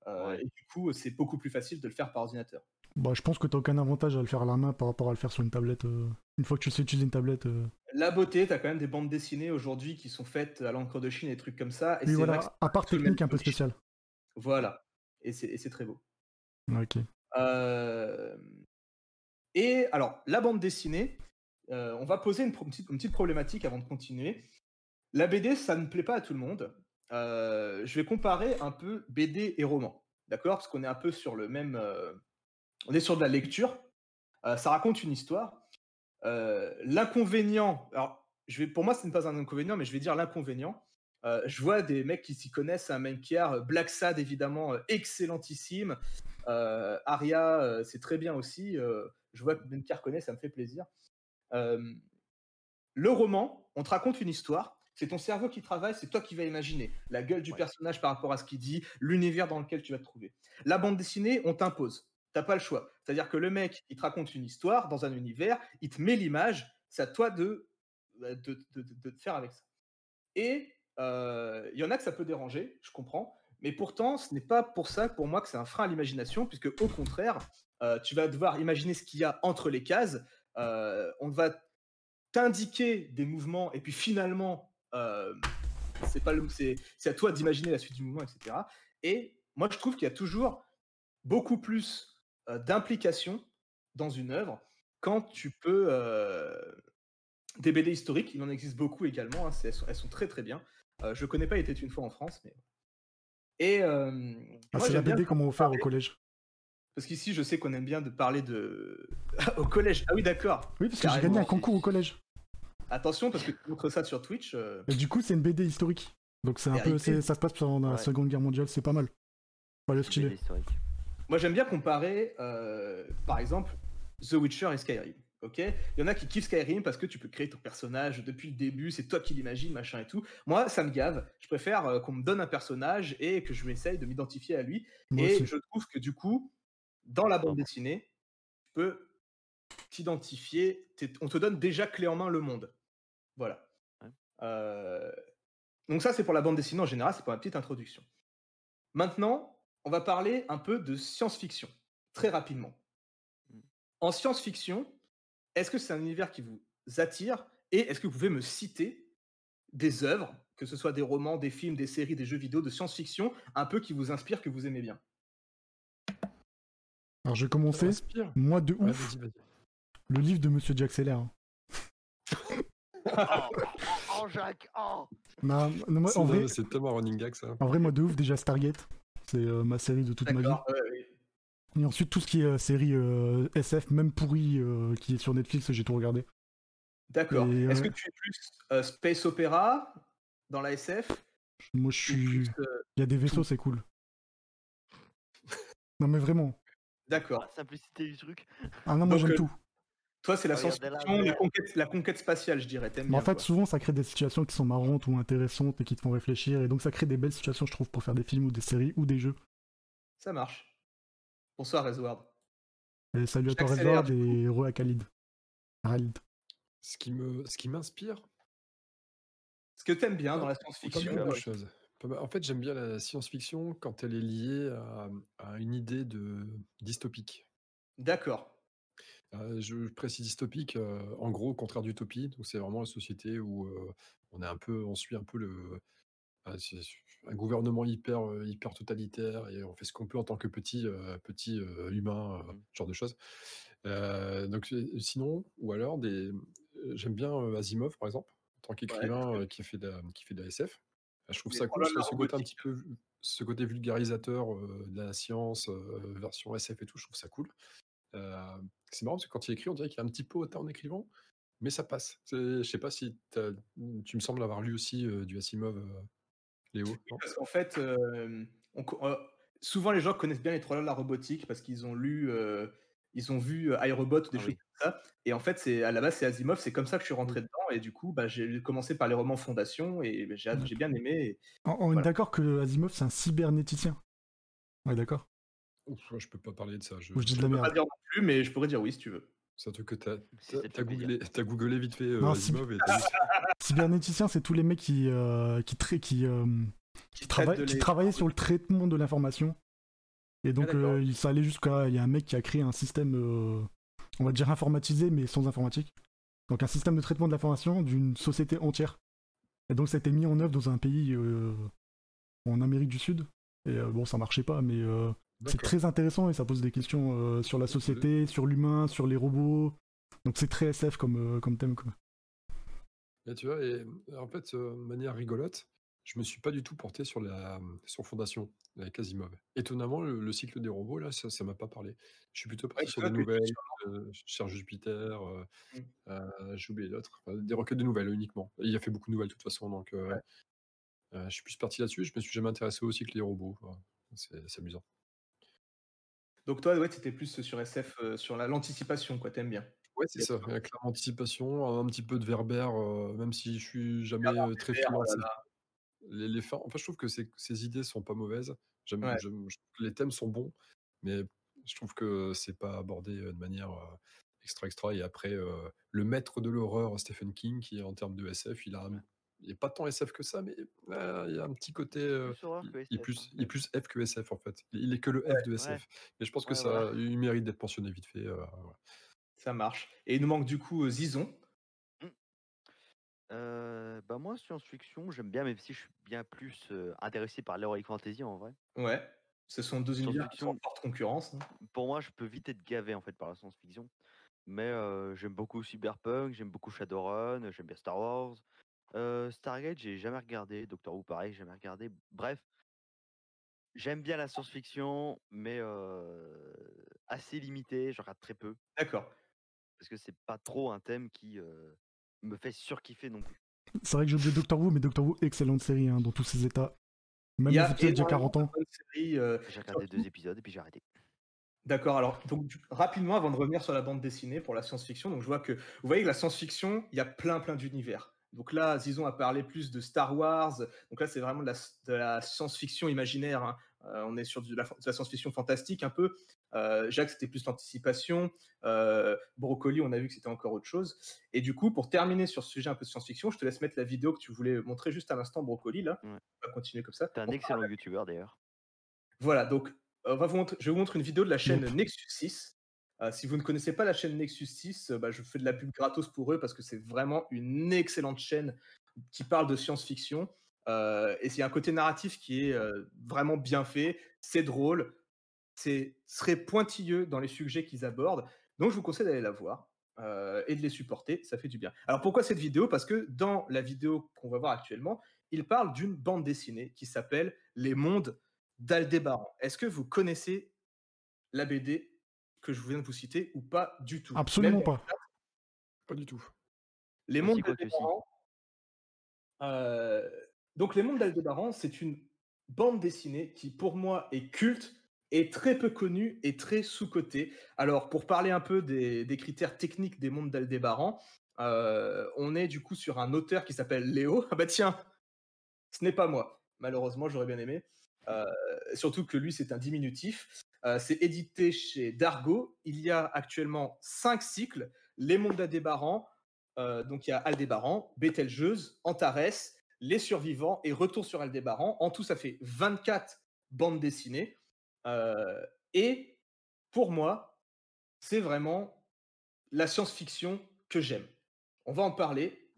S2: euh,
S3: Ouais.
S2: et du coup c'est beaucoup plus facile de le faire par ordinateur.
S1: Bah, je pense que t'as aucun avantage à le faire à la main par rapport à le faire sur une tablette. euh. Une fois que tu sais utiliser une tablette. euh.
S2: La beauté, t'as quand même des bandes dessinées aujourd'hui qui sont faites à l'encre de Chine, et des trucs comme ça, et
S1: Oui,
S2: c'est
S1: voilà,
S2: vrai que-
S1: à part
S2: tout le
S1: technique
S2: même
S1: un peu
S2: produit.
S1: spéciale.
S2: voilà, et c'est et c'est très beau.
S1: Ok.
S2: Euh, Et alors, la bande dessinée, euh, on va poser une, pro- une petite, une petite problématique avant de continuer. La BD, ça ne plaît pas à tout le monde. Euh, je vais comparer un peu BD et roman, d'accord Parce qu'on est un peu sur le même. euh, on est sur de la lecture. Euh, ça raconte une histoire. Euh, l'inconvénient, alors je vais, pour moi, ce n'est pas un inconvénient, mais je vais dire l'inconvénient. Euh, je vois des mecs qui s'y connaissent, un Menkiar, euh, Black Sad évidemment, euh, excellentissime. Euh, Aria, euh, c'est très bien aussi. euh, je vois que Benkar connaît, ça me fait plaisir. Euh, le roman, on te raconte une histoire. C'est ton cerveau qui travaille, c'est toi qui vas imaginer la gueule du
S3: Ouais.
S2: personnage par rapport à ce qu'il dit, l'univers dans lequel tu vas te trouver. La bande dessinée, on t'impose. T'as pas le choix. C'est-à-dire que le mec, il te raconte une histoire dans un univers, il te met l'image, c'est à toi de, de, de- de- de te faire avec ça. Et euh, il y en a que ça peut déranger, je comprends. Mais pourtant, ce n'est pas pour ça, pour moi, que c'est un frein à l'imagination, puisque au contraire, euh, tu vas devoir imaginer ce qu'il y a entre les cases. euh, on va t'indiquer des mouvements, et puis finalement, euh, c'est pas le- c'est c'est à toi d'imaginer la suite du mouvement, etc. Et moi, je trouve qu'il y a toujours beaucoup plus euh, d'implication dans une œuvre quand tu peux euh, Des BD historiques, il en existe beaucoup également, hein, c'est- elles, sont, elles sont très très bien. Euh, je connais pas, il était une fois en France, mais. Et euh,
S1: Ah,
S2: moi,
S1: c'est la
S2: j'aime bien
S1: BD qu'on m'a offert au
S2: parler.
S1: collège.
S2: Parce qu'ici, je sais qu'on aime bien de parler de. au collège. Ah oui, d'accord.
S1: Oui, parce que j'ai
S2: Carrément.
S1: gagné un concours au collège.
S2: Attention, parce que tu montres ça sur Twitch. euh,
S1: Et du coup, c'est une BD historique. Donc c'est un
S2: Et
S1: peu,
S2: arrêtez.
S1: c'est- ça se passe pendant la
S3: Ouais.
S1: Seconde Guerre mondiale, c'est pas mal. Pas le
S3: BD
S1: stylé.
S3: historique.
S2: Moi, j'aime bien comparer, euh, par exemple, The Witcher et Skyrim. Ok, il y en a qui kiffent Skyrim parce que tu peux créer ton personnage depuis le début, c'est toi qui l'imagines, machin et tout. Moi, ça me gave. Je préfère euh, qu'on me donne un personnage et que je m'essaye de m'identifier à lui.
S1: Moi
S2: et
S1: aussi.
S2: je trouve que du coup, dans la bande dessinée, tu peux t'identifier. t'es- On te donne déjà clé en main le monde. Voilà.
S3: Ouais.
S2: Euh, Donc ça, c'est pour la bande dessinée en général, c'est pour ma petite introduction. Maintenant, on va parler un peu de science-fiction, très rapidement.
S1: Mmh.
S3: Mm.
S2: En science-fiction, est-ce que c'est un univers qui vous attire et est-ce que vous pouvez me citer des œuvres, que ce soit des romans, des films, des séries, des jeux vidéo de science-fiction, un peu qui vous inspirent, que vous aimez bien
S1: Alors je vais
S4: Ça
S1: commencer.
S4: m'inspire.
S1: Moi de
S4: Ouais,
S1: ouf,
S4: vas-y, vas-y.
S1: le livre de Monsieur Jack Seller. hein.
S3: Oh, oh, oh, Jacques, oh
S1: Non, non, moi,
S4: C'est-
S1: en, vrai,
S4: non, euh, C'est tellement un running gag, ça.
S1: en vrai, moi de ouf, déjà Stargate. C'est euh, ma série de toute ma vie.
S2: D'accord. ouais, ouais.
S1: Et ensuite, tout ce qui est euh, série euh, SF, même pourrie, euh, qui est sur Netflix, j'ai tout regardé.
S2: D'accord.
S1: Et,
S2: Est-ce
S1: ouais.
S2: que tu es plus euh, space opéra dans la SF
S1: Moi, je
S2: ou plus,
S1: suis.
S2: euh,
S1: Il y a des vaisseaux, c'est cool. Non, mais vraiment.
S2: D'accord.
S3: La simplicité du truc.
S1: Ah non, moi
S2: Donc,
S1: j'aime
S2: euh,
S1: tout.
S2: Toi, c'est la
S3: Regardez-la,
S2: science-fiction, la
S3: mais-
S2: conquête, la conquête spatiale, je dirais. T'aimes
S1: Mais en
S2: bien,
S1: fait,
S2: quoi.
S1: souvent, ça crée des situations qui sont marrantes ou intéressantes et qui te font réfléchir. Et donc, ça crée des belles situations, je trouve, pour faire des films ou des séries ou des jeux.
S2: ça marche. Bonsoir, Resward.
S1: Et salut à toi,
S2: J'accélère,
S1: Redward, et re à Khalid. Khalid.
S4: Ce qui me- ce qui m'inspire,
S2: Ce que t'aimes bien dans la
S4: Pas
S2: science-fiction,
S4: mal
S3: Fiction,
S4: de
S3: ouais.
S2: euh,
S4: choses. Pas mal- En fait, j'aime bien la science-fiction quand elle est liée à, à une idée de dystopique.
S2: d'accord.
S4: Euh, je précise dystopique, euh, en gros, au contraire d'utopie. Donc, c'est vraiment la société où euh, on est un peu, on suit un peu le ah, c'est- un gouvernement hyper euh, hyper totalitaire et on fait ce qu'on peut en tant que petit euh, petit euh, humain, euh,
S3: Mhm.
S4: ce genre de choses. Euh, donc, euh, sinon, ou alors des, euh, j'aime bien euh, Asimov par exemple, en tant qu'écrivain euh, qui fait de la, qui fait de la SF. Euh, Je trouve
S2: Mais
S4: ça
S2: oh
S4: cool,
S2: là
S4: ce,
S2: là,
S4: ce côté un petit
S2: robotique.
S4: peu, vu- ce côté vulgarisateur euh, de la science, euh, version SF et tout, je trouve ça cool. Euh, c'est marrant parce que quand il écrit, on dirait qu'il est un petit peu hautain en écrivant, mais ça passe. C'est- Je sais pas si t'as- tu me sembles avoir lu aussi euh, du Asimov, euh, Léo. non
S2: Parce qu'en fait, euh, on co- euh, souvent les gens connaissent bien les trolls de la robotique parce qu'ils ont lu, euh, ils ont vu euh, iRobot ou des
S3: Ah
S2: choses
S3: oui.
S2: comme ça. Et en fait, c'est à la base c'est Asimov, c'est comme ça que je suis rentré dedans. Et du coup, bah, j'ai commencé par les romans Fondation et bah, j'ai j'ai bien aimé. et-
S1: On, on est
S2: Voilà.
S1: d'accord que Asimov, c'est un cybernéticien. Ouais, d'accord.
S4: Ouf, Je peux pas parler de ça. Je...
S1: Ou je dis de la
S2: Je peux pas
S1: merde.
S2: dire non plus, mais je pourrais dire oui si tu veux.
S4: C'est un truc que t'as
S3: Si
S4: t'as-
S3: ça te
S4: t'as
S3: fait plaisir.
S4: googlé, t'as googlé vite fait euh,
S1: Non, si-
S4: Asimov et t'as vu ça.
S1: Cybernéticien, c'est tous les mecs qui, euh, qui, tra- qui, euh, qui,
S2: traite
S1: travaillent-
S2: de
S1: qui
S2: les-
S1: travaillaient sur le traitement de l'information. Et donc,
S2: Ah, d'accord.
S1: euh, il- ça allait jusqu'à. Il y a un mec qui a créé un système, euh, on va dire informatisé, mais sans informatique. Donc, un système de traitement de l'information d'une société entière. Et donc, ça a été mis en œuvre dans un pays euh, en Amérique du Sud. Et euh, bon, ça marchait pas, mais euh, c'est
S4: D'accord.
S1: très intéressant et ça pose des questions euh, sur la société, sur l'humain, sur les robots. Donc, c'est très SF comme, euh, comme thème. quoi.
S4: Et tu vois, et euh, en fait, euh, de manière rigolote, je me suis pas du tout porté sur la mmh, sur Fondation avec Asimov. Étonnamment, le, le cycle des robots là, ça, ça m'a pas parlé. Je suis plutôt parti
S2: je
S4: sur
S2: vois
S4: des
S2: que tu es
S4: nouvelles, euh, Cher Jupiter, euh,
S2: Mm.
S4: euh, j'ai oublié d'autres, euh, des requêtes de nouvelles uniquement. Il a fait beaucoup de nouvelles de toute façon, donc euh, euh, je suis plus parti là-dessus. Je me suis jamais intéressé au cycle des robots. quoi. C'est c'est amusant.
S2: Donc toi, ouais, t'étais plus sur SF, euh, sur la- l'anticipation, quoi. T'aimes bien.
S4: Ouais, c'est ça. Il y a clairement anticipation, un petit peu de Verber, euh, même si je suis jamais
S2: Bernard
S4: euh, très
S2: Werber,
S4: friand.
S2: oh là
S4: c'est- Les, les fins. Enfin, je trouve que ces, ces idées sont pas mauvaises. J'aime,
S2: Ouais.
S4: j'aime- je trouve que les thèmes sont bons, mais je trouve que c'est pas abordé euh, de manière euh, extra extra. Et après, euh, le maître de l'horreur, Stephen King, qui en termes de SF, il a, un- il est pas tant SF que ça, mais euh, il y a un petit côté. euh,
S3: Plus horreur
S4: il-
S3: que
S4: il, est
S3: SF,
S4: plus,
S3: hein.
S4: il est plus F que SF en fait. Il est que le F de SF. Et je pense que
S3: Ouais,
S4: ça,
S3: voilà.
S4: il mérite d'être pensionné vite fait. euh, voilà.
S2: Ça marche. Et il nous manque du coup euh, Zizon.
S3: Euh, bah moi, science-fiction, j'aime bien, même si je suis bien plus euh, intéressé par l'heroic fantasy en vrai.
S2: Ouais. Ce sont deux univers qui sont en
S3: Science-fiction.
S2: forte concurrence. hein.
S3: Pour moi, je peux vite être gavé en fait par la science-fiction. Mais euh, j'aime beaucoup Cyberpunk, j'aime beaucoup Shadowrun, j'aime bien Star Wars. Euh, Stargate, j'ai jamais regardé. Doctor Who, pareil, j'ai jamais regardé. Bref, j'aime bien la science-fiction, mais euh, assez limitée. Je regarde très peu
S2: D'accord.
S3: parce que c'est pas trop un thème qui euh, me fait surkiffer non plus.
S1: C'est vrai que j'ai oublié Doctor Who, mais Doctor Who, excellente série, hein, dans tous ses états. Même
S2: Il y
S1: les
S2: a
S1: épisodes d'il y a 40
S2: énormément
S1: ans.
S2: de bonnes séries, euh,
S3: J'ai regardé deux épisodes et puis j'ai arrêté.
S2: D'accord, alors donc du- rapidement avant de revenir sur la bande dessinée pour la science-fiction, donc je vois que vous voyez que la science-fiction, il y a plein plein d'univers. Donc là, Zizon a parlé plus de Star Wars, donc là c'est vraiment de la, de la science-fiction imaginaire, hein. Euh, on est sur de la, de la science-fiction fantastique un peu. Euh, Jacques c'était plus l'anticipation, Euh, Brocoli on a vu que c'était encore autre chose. Et du coup, pour terminer sur ce sujet un peu de science-fiction, je te laisse mettre la vidéo que tu voulais montrer juste à l'instant, Brocoli, là.
S3: Ouais.
S2: On va continuer comme ça.
S3: T'es un
S2: On
S3: excellent youtubeur d'ailleurs.
S2: voilà, donc euh, on va vous montrer- je vais vous montrer une vidéo de la chaîne
S1: Nope.
S2: Nexus 6. Euh, si vous ne connaissez pas la chaîne Nexus 6, euh, bah, je fais de la pub gratos pour eux parce que c'est vraiment une excellente chaîne qui parle de science-fiction. Euh, et c'est un côté narratif qui est euh, vraiment bien fait, c'est drôle, c'est très pointilleux dans les sujets qu'ils abordent. Donc je vous conseille d'aller la voir euh, et de les supporter, ça fait du bien. Alors pourquoi cette vidéo Parce que dans la vidéo qu'on va voir actuellement, il parle d'une bande dessinée qui s'appelle Les Mondes d'Aldébaran. Est-ce que vous connaissez la BD que je viens de vous citer ou pas du tout
S1: Absolument
S2: Même-
S1: pas.
S4: Pas du tout.
S2: Les
S3: Si,
S2: mondes
S3: quoi que si.
S2: d'Aldébaran. euh, donc les mondes d'Aldébaran, c'est une bande dessinée qui pour moi est culte est très peu connue et très sous-cotée. Alors pour parler un peu des, des critères techniques des mondes d'Aldébaran, euh, on est du coup sur un auteur qui s'appelle Léo. Ah bah tiens, ce n'est pas moi. Malheureusement, j'aurais bien aimé. Euh, surtout que lui, c'est un diminutif. Euh, c'est édité chez Dargo. Il y a actuellement cinq cycles. Les mondes d'Aldébaran, euh, donc il y a Aldébaran, Bételgeuse, Antares, Les Survivants et Retour sur Aldébaran. En tout, ça fait 24 bandes dessinées. Euh, et pour moi, c'est vraiment la science-fiction que j'aime. On va en parler.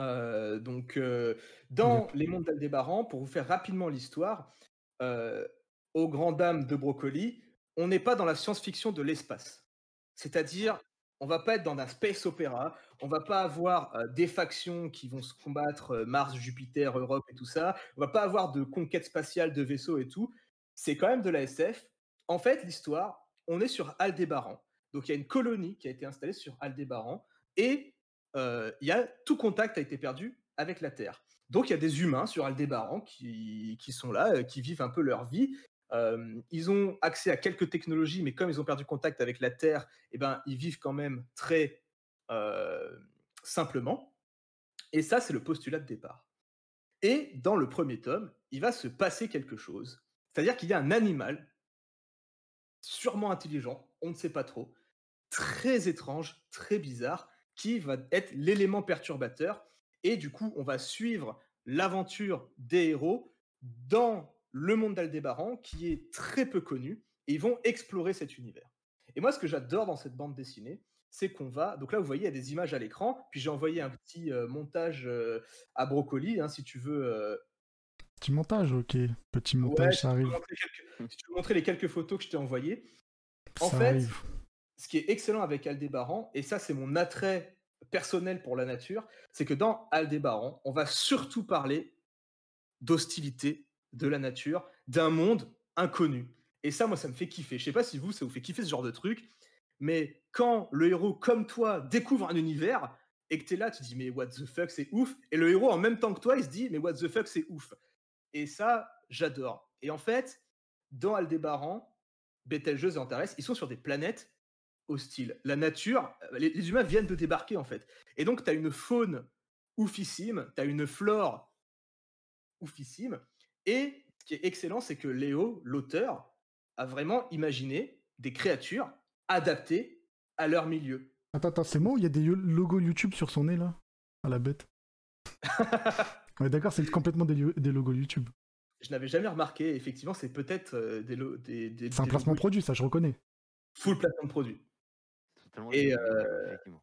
S2: Euh, donc, euh, dans Les Mondes d'Aldébaran, pour vous faire rapidement l'histoire, euh, aux grandes dames de Brocoli, on n'est pas dans la science-fiction de l'espace. C'est-à-dire, on va pas être dans un space opéra, on va pas avoir euh, des factions qui vont se combattre euh, Mars, Jupiter, Europe et tout ça. On va pas avoir de conquête spatiale de vaisseaux et tout. C'est quand même de la SF. En fait, l'histoire, on est sur Aldébaran. Donc il y a une colonie qui a été installée sur Aldébaran et euh, il y a tout contact a été perdu avec la Terre. Donc il y a des humains sur Aldébaran qui, qui sont là, euh, qui vivent un peu leur vie. Euh, ils ont accès à quelques technologies, mais comme ils ont perdu contact avec la Terre, eh ben, ils vivent quand même très euh, simplement. Et ça, c'est le postulat de départ. Et dans le premier tome, il va se passer quelque chose. C'est-à-dire qu'il y a un animal, sûrement intelligent, on ne sait pas trop, très étrange, très bizarre, qui va être l'élément perturbateur. Et du coup, on va suivre l'aventure des héros dans le monde d'Aldébaran, qui est très peu connu, et ils vont explorer cet univers. Et moi, ce que j'adore dans cette bande dessinée, c'est qu'on va. Donc là, vous voyez, il y a des images à l'écran. Puis j'ai envoyé un petit euh, montage euh, à Brocoli, hein, si tu veux. euh,
S1: Petit montage, ok. Petit montage,
S2: ouais, si tu
S1: ça
S2: veux
S1: arrive.
S2: montrer quelques- si tu veux montrer les quelques photos que je t'ai envoyées. En
S1: ça
S2: fait,
S1: arrive.
S2: ce qui est excellent avec Aldébaran, et ça c'est mon attrait personnel pour la nature, c'est que dans Aldébaran, on va surtout parler d'hostilité de la nature, d'un monde inconnu. Et ça, moi, ça me fait kiffer. Je sais pas si vous, ça vous fait kiffer ce genre de truc, mais quand le héros comme toi découvre un univers et que tu es là, tu te dis mais what the fuck, c'est ouf. Et le héros en même temps que toi, il se dit mais what the fuck, c'est ouf. Et ça, j'adore. Et en fait, dans Aldébaran, Bételgeuse et Antares, ils sont sur des planètes hostile. La nature, euh, les, les humains viennent de débarquer en fait. Et donc, tu as une faune oufissime, tu as une flore oufissime. Et ce qui est excellent, c'est que Léo, l'auteur, a vraiment imaginé des créatures adaptées à leur milieu.
S1: Attends, attends, c'est moi ou il y a des yo- logos YouTube sur son nez là À la bête. ouais, d'accord, c'est complètement des, lieux- des logos YouTube.
S2: Je n'avais jamais remarqué, effectivement, c'est peut-être euh, des, lo- des, des-
S1: C'est un
S2: des
S1: placement
S2: logos-
S1: produit, ça je reconnais.
S2: full placement de produit.
S3: Totalement
S2: Et,
S3: débile, effectivement.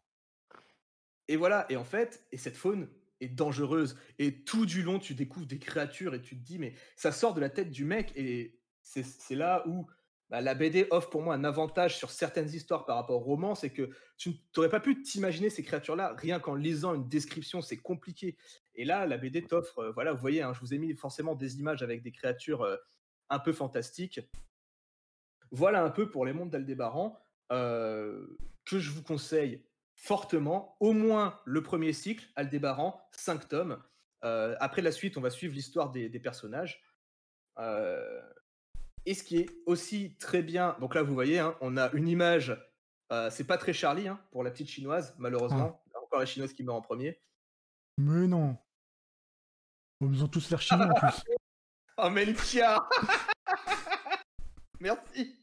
S2: Et voilà, et en fait, et cette faune est dangereuse. Et tout du long, tu découvres des créatures et tu te dis, mais ça sort de la tête du mec. Et c'est c'est là où bah, la BD offre pour moi un avantage sur certaines histoires par rapport au roman, c'est que tu n'aurais pas pu t'imaginer ces créatures-là rien qu'en lisant une description, c'est compliqué. Et là, la BD t'offre, euh, voilà, vous voyez, hein, je vous ai mis forcément des images avec des créatures euh, un peu fantastiques. Voilà un peu pour les mondes d'Aldébaran euh, que je vous conseille fortement, au moins le premier cycle, Aldébaran, 5 tomes. Euh, après la suite, on va suivre l'histoire des, des personnages. Euh, et ce qui est aussi très bien, donc là vous voyez, hein, on a une image, euh, c'est pas très Charlie hein, pour la petite chinoise, malheureusement. Il y a Encore la chinoise qui meurt en premier.
S1: Mais non. Ils ont tous l'air chinois en plus.
S2: Oh Menkia Merci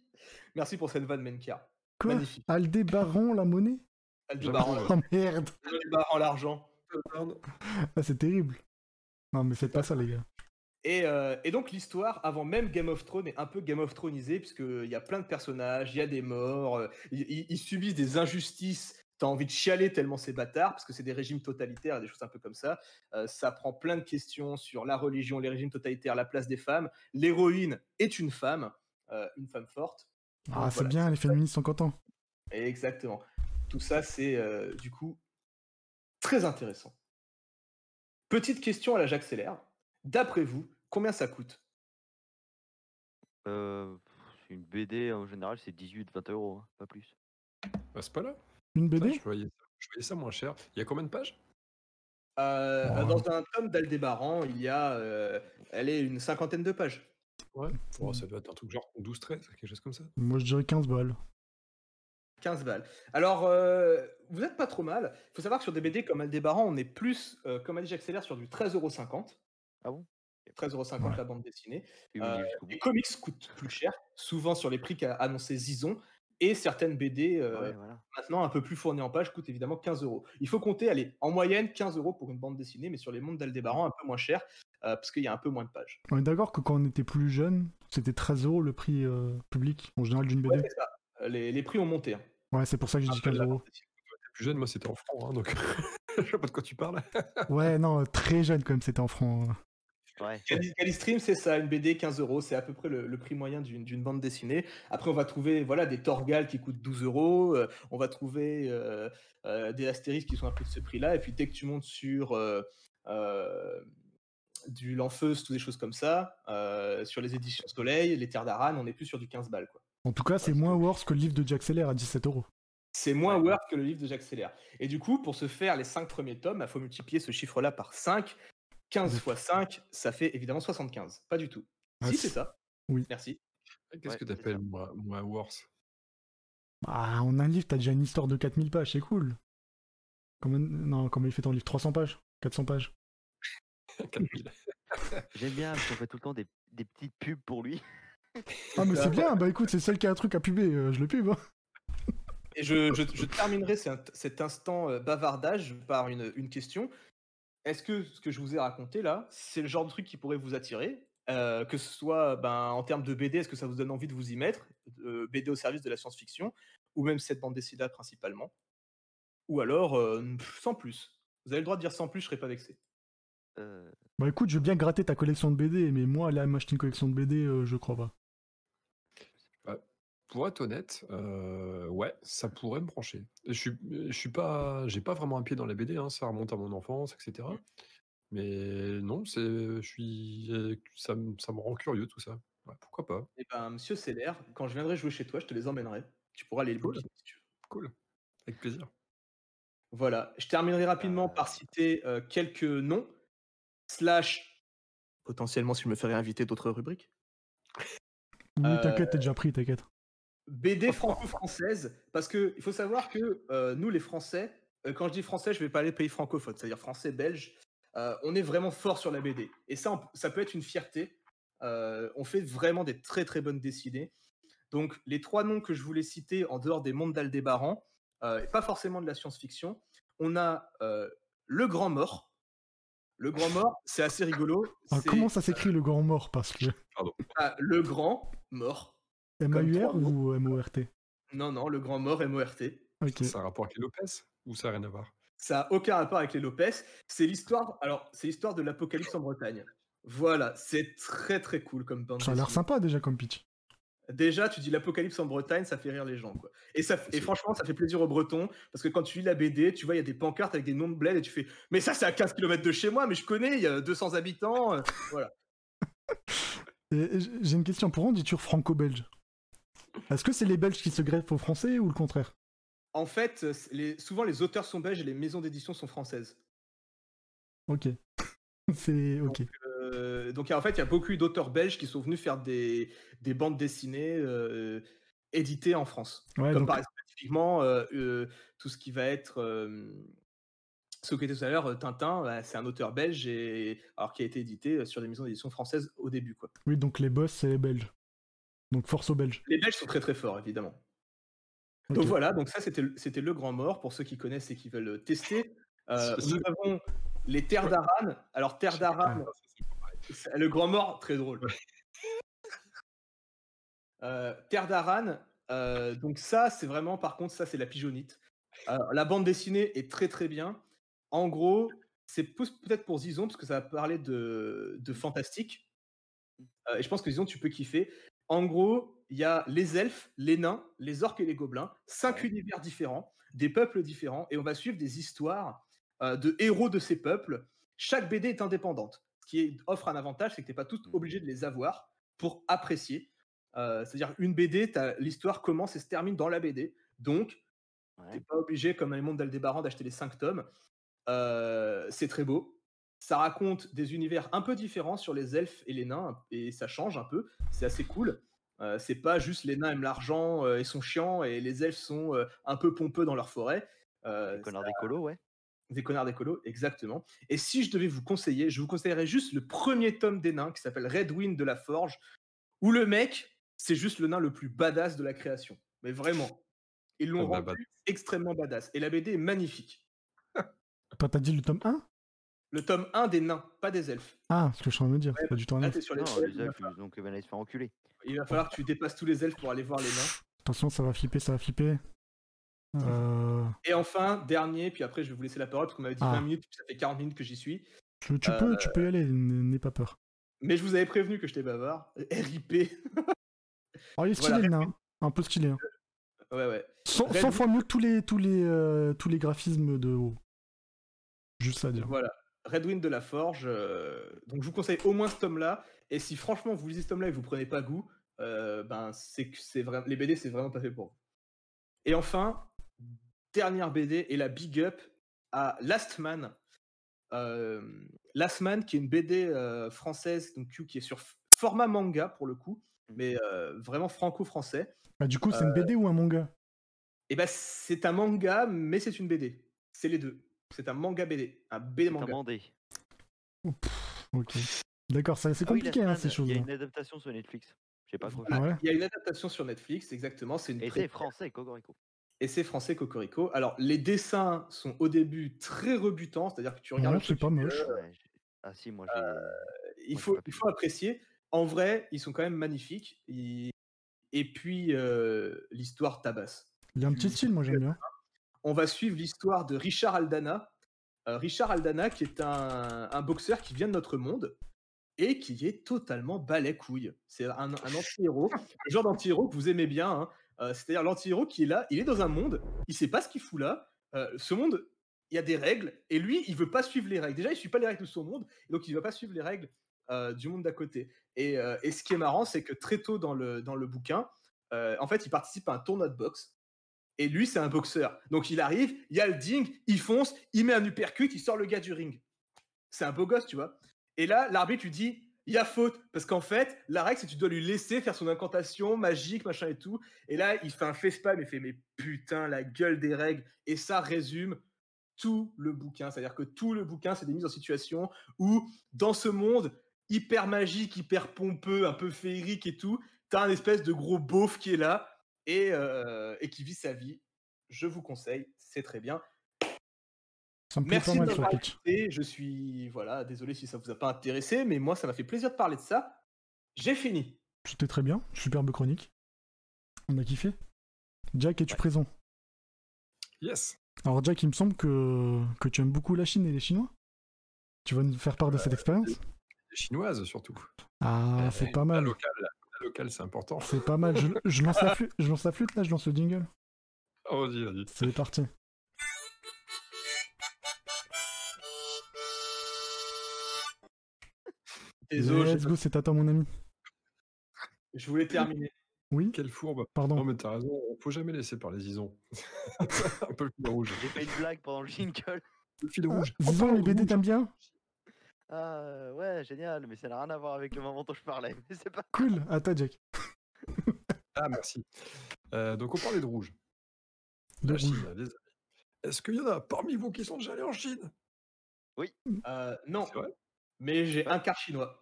S2: Merci pour cette vanne Menkia.
S1: Quoi
S2: Magnifique.
S1: Aldébaran, la monnaie
S2: Aldébaran,
S1: Oh merde
S2: euh, Aldébaran, l'argent.
S1: Ah, C'est terrible. Non, mais faites pas ça, les gars.
S2: Et, euh, et donc l'histoire, avant même Game of Thrones, est un peu Game of Thronesisée, puisqu'il y a plein de personnages, il y a des morts, euh, ils- ils ils subissent des injustices, t'as envie de chialer tellement c'est bâtard, parce que c'est des régimes totalitaires, des choses un peu comme ça. Euh, ça prend plein de questions sur la religion, les régimes totalitaires, la place des femmes. L'héroïne est une femme, euh, une femme forte.
S1: Ah,
S2: Donc,
S1: c'est
S2: voilà.
S1: bien, les féministes sont contents.
S2: Exactement. Tout ça, c'est euh, du coup très intéressant. Petite question à la Jacques Seller. D'après vous, combien ça coûte
S3: Euh, pff, une BD en général c'est 18-20 euros, hein, pas plus.
S4: Bah, c'est pas là.
S1: Une
S4: Putain,
S1: BD
S4: je, voyais, je voyais ça moins cher. Il y a combien de pages
S2: Euh,
S1: Oh.
S2: Dans un tome d'Aldébaran, il y a, euh, elle est une cinquantaine de pages.
S4: Ouais. Oh, ça doit être un truc genre 12-13, quelque chose comme ça.
S1: Moi, je dirais 15 balles.
S2: 15 balles. Alors, euh, vous n'êtes pas trop mal. Il faut savoir que sur des BD comme Aldébaran, on est plus, euh, comme a dit Jacques Seller, sur du 13,50€.
S3: Ah bon Mmh.
S2: 13,50€
S1: Ouais.
S2: la bande dessinée.
S3: Oui, oui,
S2: Euh,
S3: jusqu'au bout.
S2: Les comics coûtent plus cher, souvent sur les prix qu'a annoncé Zizon. Et certaines BD, euh,
S3: Ah Ouais, voilà.
S2: maintenant un peu plus fournies en pages, coûtent évidemment 15 euros. Il faut compter, allez, en moyenne 15 euros pour une bande dessinée, mais sur les mondes d'Aldébaran, un peu moins cher, euh, parce qu'il y a un peu moins de pages.
S1: On est d'accord que quand on était plus jeune, c'était 13 euros le prix euh, public, en général, d'une
S2: Ouais,
S1: BD.
S2: c'est ça. Euh, Les, les prix ont monté. hein.
S1: Ouais, c'est pour ça que j'ai dit
S4: Ah,
S1: 15
S4: là.
S1: euros.
S4: T'es plus jeune, moi c'était en francs, hein, donc je sais pas de quoi tu parles.
S1: Ouais, non, très jeune quand même, c'était en francs. hein.
S3: Ouais.
S2: Cali- Calistream, c'est ça, une BD 15 euros, c'est à peu près le, le prix moyen d'une d'une bande dessinée. Après, on va trouver voilà, des Torgal qui coûtent 12 euros, euh, on va trouver euh, euh, des Astérix qui sont un peu de ce prix-là, et puis dès que tu montes sur euh, euh, du L'Enfeuse, toutes des choses comme ça, euh, sur les éditions Soleil, les Terres d'Aran, on est plus sur du 15 balles. quoi.
S1: En tout cas, c'est moins worse que le livre de Jack Seller à 17 euros.
S2: C'est moins worth que le livre de Jacques Seller. Et du coup, pour se faire les 5 premiers tomes, il faut multiplier ce chiffre-là par 5. 15 fois 5, ça fait évidemment 75. Pas du tout.
S1: Ah,
S2: si,
S1: c'est-
S2: c'est ça.
S1: oui.
S2: Merci.
S4: Qu'est-ce
S3: Ouais,
S4: que
S3: c'est ça.
S4: t'appelles, moi, moi, worse
S1: Ah, en un livre, t'as déjà une histoire de 4000 pages, c'est cool. Comment... Non, comment il fait ton livre 300 pages 400 pages
S4: 4000.
S3: J'aime bien parce qu'on fait tout le temps des, des petites pubs pour lui.
S1: Ah, mais
S2: ça.
S1: c'est bien, bah écoute, c'est celle qui a un truc à puber, euh, je le pub. hein.
S2: Et je, je- je terminerai cet, cet instant euh, bavardage par une, une question. Est-ce que ce que je vous ai raconté là, c'est le genre de truc qui pourrait vous attirer Euh, Que ce soit ben, en termes de BD, est-ce que ça vous donne envie de vous y mettre Euh, BD au service de la science-fiction, ou même cette bande dessinée principalement Ou alors, euh, pff, sans plus. Vous avez le droit de dire sans plus, je serai pas vexé.
S3: Euh,
S1: Bah écoute, je veux bien gratter ta collection de BD, mais moi, là, m'acheter une collection de BD, euh, je crois pas.
S4: Pour être honnête, euh, ouais, ça pourrait me brancher. Et Je suis, je suis pas, j'ai pas vraiment un pied dans la BD, hein, ça remonte à mon enfance, etc.
S3: Mmh.
S4: Mais non, c'est, je suis, ça, me- ça me rend curieux tout ça. Ouais, pourquoi pas
S2: Eh ben, monsieur Seller, quand je viendrai jouer chez toi, je te les emmènerai. Tu pourras les
S4: Cool.
S2: lire si tu veux.
S4: Cool, avec plaisir.
S2: Voilà, je terminerai rapidement par citer euh, quelques noms, slash, potentiellement si je me fais réinviter d'autres rubriques,
S1: Oui,
S2: Euh,
S1: t'inquiète, t'es déjà pris, t'inquiète.
S2: BD franco-française, parce que il faut savoir que euh, nous les Français, euh, quand je dis Français, je vais pas aller pays francophones, c'est-à-dire Français, Belges, euh, on est vraiment fort sur la BD. Et ça, on- ça peut être une fierté. Euh, on fait vraiment des très très bonnes dessinées. Donc les trois noms que je voulais citer en dehors des mondes d'Aldébaran, euh, et pas forcément de la science-fiction, on a euh, Le Grand Mort. Le Grand Mort, c'est assez rigolo.
S1: Ah,
S2: C'est,
S1: comment ça s'écrit le grand mort Parce que.
S2: ah, Le Grand Mort.
S1: M-A-U-R
S2: trois mots.
S1: ou M-O-R-T
S2: Non, non, Le Grand Mort, M-O-R-T.
S1: Ok.
S4: Ça a un rapport avec les Lopez ou ça a rien à voir
S2: Ça n'a aucun rapport avec les Lopez. C'est l'histoire. Alors, c'est l'histoire de l'apocalypse en Bretagne. Voilà, c'est très très cool comme bande.
S1: Ça a l'air
S2: dessinée.
S1: sympa déjà comme pitch.
S2: Déjà, tu dis l'apocalypse en Bretagne, ça fait rire les gens. Quoi. Et, ça, et
S4: C'est-
S2: franchement, ça fait plaisir aux Bretons, parce que quand tu lis la BD, tu vois, il y a des pancartes avec des noms de bled, et tu fais Mais ça, c'est à 15 km de chez moi, mais je connais, il y a 200 habitants. euh, voilà.
S1: Et j- J'ai une question. Pourquoi on dit toujours franco-belge Est-ce que c'est les Belges qui se greffent aux Français ou le contraire
S2: En fait, euh, c'est- les- souvent, les auteurs sont belges et les maisons d'édition sont françaises.
S1: Ok. C'est ok.
S2: Euh, donc, en fait, il y a beaucoup d'auteurs belges qui sont venus faire des, des bandes dessinées euh, éditées en France.
S1: Ouais,
S2: Comme
S1: donc,
S2: par exemple, typiquement, euh, euh, tout ce qui va être. euh, ce que était tout à l'heure, euh, Tintin, bah, c'est un auteur belge et, alors, qui a été édité euh, sur des maisons d'édition françaises au début. Quoi.
S1: oui, donc les boss, c'est les Belges. Donc force aux Belges.
S2: Les Belges sont très très forts, évidemment.
S1: Ok.
S2: Donc voilà, donc ça c'était le- c'était le grand mort pour ceux qui connaissent et qui veulent tester. Euh,
S4: C'est-
S2: nous avons les terres d'Aran. Alors, terres d'Aran,
S3: Ah.
S1: Ouais.
S2: C'est- Le grand mort, très drôle. Euh, Terre d'Aran, euh, donc ça, c'est vraiment, par contre, ça, c'est la pigeonite. Euh, la bande dessinée est très très bien. En gros, c'est plus- peut-être pour Zizon, parce que ça va parler de, de fantastique. Euh, et je pense que Zizon, tu peux kiffer. En gros, il y a les elfes, les nains, les orques et les gobelins, cinq
S3: Ouais.
S2: univers différents, des peuples différents, et on va suivre des histoires euh, de héros de ces peuples chaque BD est indépendante. Ce qui est- offre un avantage, c'est que tu n'es pas tous obligé de les avoir pour apprécier. Euh, C'est-à-dire, une BD, t'as- l'histoire commence et se termine dans la BD. Donc,
S3: Ouais.
S2: tu n'es pas obligé, comme dans les mondes d'Aldébaran, d'acheter les 5 tomes. Euh, c'est très beau. Ça raconte des univers un peu différents sur les elfes et les nains, et ça change un peu. C'est assez cool. Euh, c'est pas juste les nains aiment l'argent euh, et sont chiants, et les elfes sont euh, un peu pompeux dans leur forêt. Euh,
S3: Les connards d'écolo, ouais.
S2: des connards d'écolo, exactement. Et si je devais vous conseiller, je vous conseillerais juste le premier tome des nains qui s'appelle Red Wind de la Forge, où le mec, c'est juste le nain le plus badass de la création. Mais vraiment. Ils l'ont
S4: Ah bah,
S2: rendu extrêmement badass. Et la BD est magnifique.
S1: Attends, t'as dit le tome 1
S2: Le tome 1 des nains, pas des elfes.
S1: Ah, ce que je suis en train de dire, c'est pas du
S4: Ah,
S1: tout un
S2: Là,
S1: elfe.
S2: t'es sur les
S3: Non,
S2: elfes,
S3: les
S2: il, va,
S3: elfes, ils ont que ben à se faire enculer.
S2: il va falloir que tu dépasses tous les elfes pour aller voir les nains.
S1: Attention, ça va flipper, ça va flipper. Euh,
S2: Et enfin, dernier, puis après je vais vous laisser la parole parce qu'on m'avait dit
S1: Ah.
S2: 20 minutes, puis ça fait 40 minutes que j'y suis.
S1: tu, tu peux, tu peux y aller, n- n'aie pas peur.
S2: Mais je vous avais prévenu que j'étais bavard. RIP.
S1: Oh, il est stylé
S2: Voilà.
S1: le nain, un peu stylé. Hein.
S2: Ouais, ouais.
S1: 100,
S2: Red-
S1: fois mieux que tous les, tous les, euh, tous les graphismes de haut. Juste ça à dire.
S2: Voilà, Redwind de la Forge. euh, donc je vous conseille au moins ce tome-là. Et si franchement vous lisez ce tome-là et que vous prenez pas goût, euh, ben c'est que c'est vrai, les BD c'est vraiment pas fait pour vous. Et enfin, dernière BD et la big up à Last Man. Euh, Last Man qui est une BD euh, française donc qui est sur f- format manga pour le coup, mais euh, vraiment franco-français.
S1: Bah, du coup, c'est
S3: Euh,
S1: une BD ou un manga
S2: Et ben c'est un manga, mais c'est une BD. C'est les deux. C'est un manga BD, un BD
S3: C'est
S2: manga.
S3: amendé.
S1: Ok. D'accord, ça- c'est
S3: Ah oui, la
S1: compliqué hein,
S3: semaine,
S1: ces choses.
S3: Il y a
S1: là
S3: une adaptation sur Netflix. J'ai pas accroché.
S1: Ah ouais
S2: Il y a une adaptation sur Netflix, exactement. C'est une
S3: Et
S2: pré-
S3: c'est français, Cocorico.
S2: et c'est français Cocorico. Alors, les dessins sont au début très rebutants, c'est-à-dire que tu regardes.
S1: Ouais,
S2: le
S1: c'est
S2: truc,
S1: pas
S2: tu
S1: moche.
S2: fais, euh,
S3: Ouais, j'ai- Ah si, moi j'ai.
S2: il
S3: Moi, j'ai
S2: faut,
S3: pas pu.
S2: il faut apprécier. En vrai, ils sont quand même magnifiques. Ils- Et puis, euh, l'histoire tabasse.
S1: Il
S3: euh,
S1: y a un petit style, moi j'aime bien.
S2: On va suivre l'histoire de Richard Aldana. Euh, Richard Aldana, qui est un, un boxeur qui vient de notre monde et qui est totalement balai couille. C'est un, un anti-héros, le genre d'anti-héros que vous aimez bien. hein. Euh, C'est-à-dire l'anti-héros qui est là, il est dans un monde, il sait pas ce qu'il fout là. Euh, ce monde, il y a des règles et lui, il veut pas suivre les règles. Déjà, il suit pas les règles de son monde, donc il va pas suivre les règles euh, du monde d'à côté. Et, euh, et ce qui est marrant, c'est que très tôt dans le, dans le bouquin, euh, en fait, il participe à un tournoi de boxe. Et lui, c'est un boxeur. Donc il arrive, il y a le ding, il fonce, il met un uppercut, il sort le gars du ring. C'est un beau gosse, tu vois. Et là, l'arbitre lui dit, il y a faute. Parce qu'en fait, la règle, c'est que tu dois lui laisser faire son incantation magique, machin et tout. Et là, il fait un facepalm et fait, mais putain, la gueule des règles. Et ça résume tout le bouquin. C'est-à-dire que tout le bouquin, c'est des mises en situation où, dans ce monde hyper magique, hyper pompeux, un peu féerique et tout, t'as un espèce de gros beauf qui est là et, euh, et qui vit sa vie. Je vous conseille, c'est très bien.
S1: Ça me plaît
S2: Merci
S1: pas
S2: de
S1: mal sur
S2: m'avoir
S1: Twitch.
S2: écouté. Je suis, voilà, désolé si ça vous a pas intéressé, mais moi, ça m'a fait plaisir de parler de ça. J'ai fini.
S1: C'était très bien, superbe chronique. On a kiffé. Jack, es-tu
S3: Ouais.
S1: présent
S4: Yes.
S1: Alors Jack, il me semble que, que tu aimes beaucoup la Chine et les Chinois.
S3: Euh,
S1: Tu vas nous faire part de cette expérience
S4: Chinoise surtout.
S1: Ah,
S4: euh,
S1: c'est pas
S4: La
S1: mal.
S4: locale, la, la locale, c'est important.
S1: C'est pas mal. Je, je lance la flûte, je lance la flûte là, je lance le jingle.
S4: Oh, vas-y, vas-y.
S1: C'est parti.
S2: Désolé,
S1: Let's go, c'est à toi mon ami.
S2: je- je voulais terminer.
S1: Oui,
S4: Quelle fourbe. Non,
S1: pardon.
S4: mais t'as raison, on peut jamais laisser par les isons. Un peu le fil rouge.
S3: J'ai fait une blague pendant le jingle.
S4: Le fil
S1: Ah,
S4: rouge.
S3: Oh,
S4: En
S1: Disons
S4: parlant
S1: les
S4: de
S1: BD
S4: rouge,
S1: t'aimes bien
S3: Ah ouais, génial, mais ça n'a rien à voir avec le moment dont je parlais. Mais c'est pas.
S1: Cool. À toi Jack.
S4: Ah, merci. Euh, donc, on parlait de rouge.
S1: Le
S4: La Chine,
S1: rouge.
S4: les amis. Est-ce qu'il y en a parmi vous qui sont déjà allés en Chine
S2: Euh, non,
S4: C'est vrai
S2: mais j'ai un quart chinois.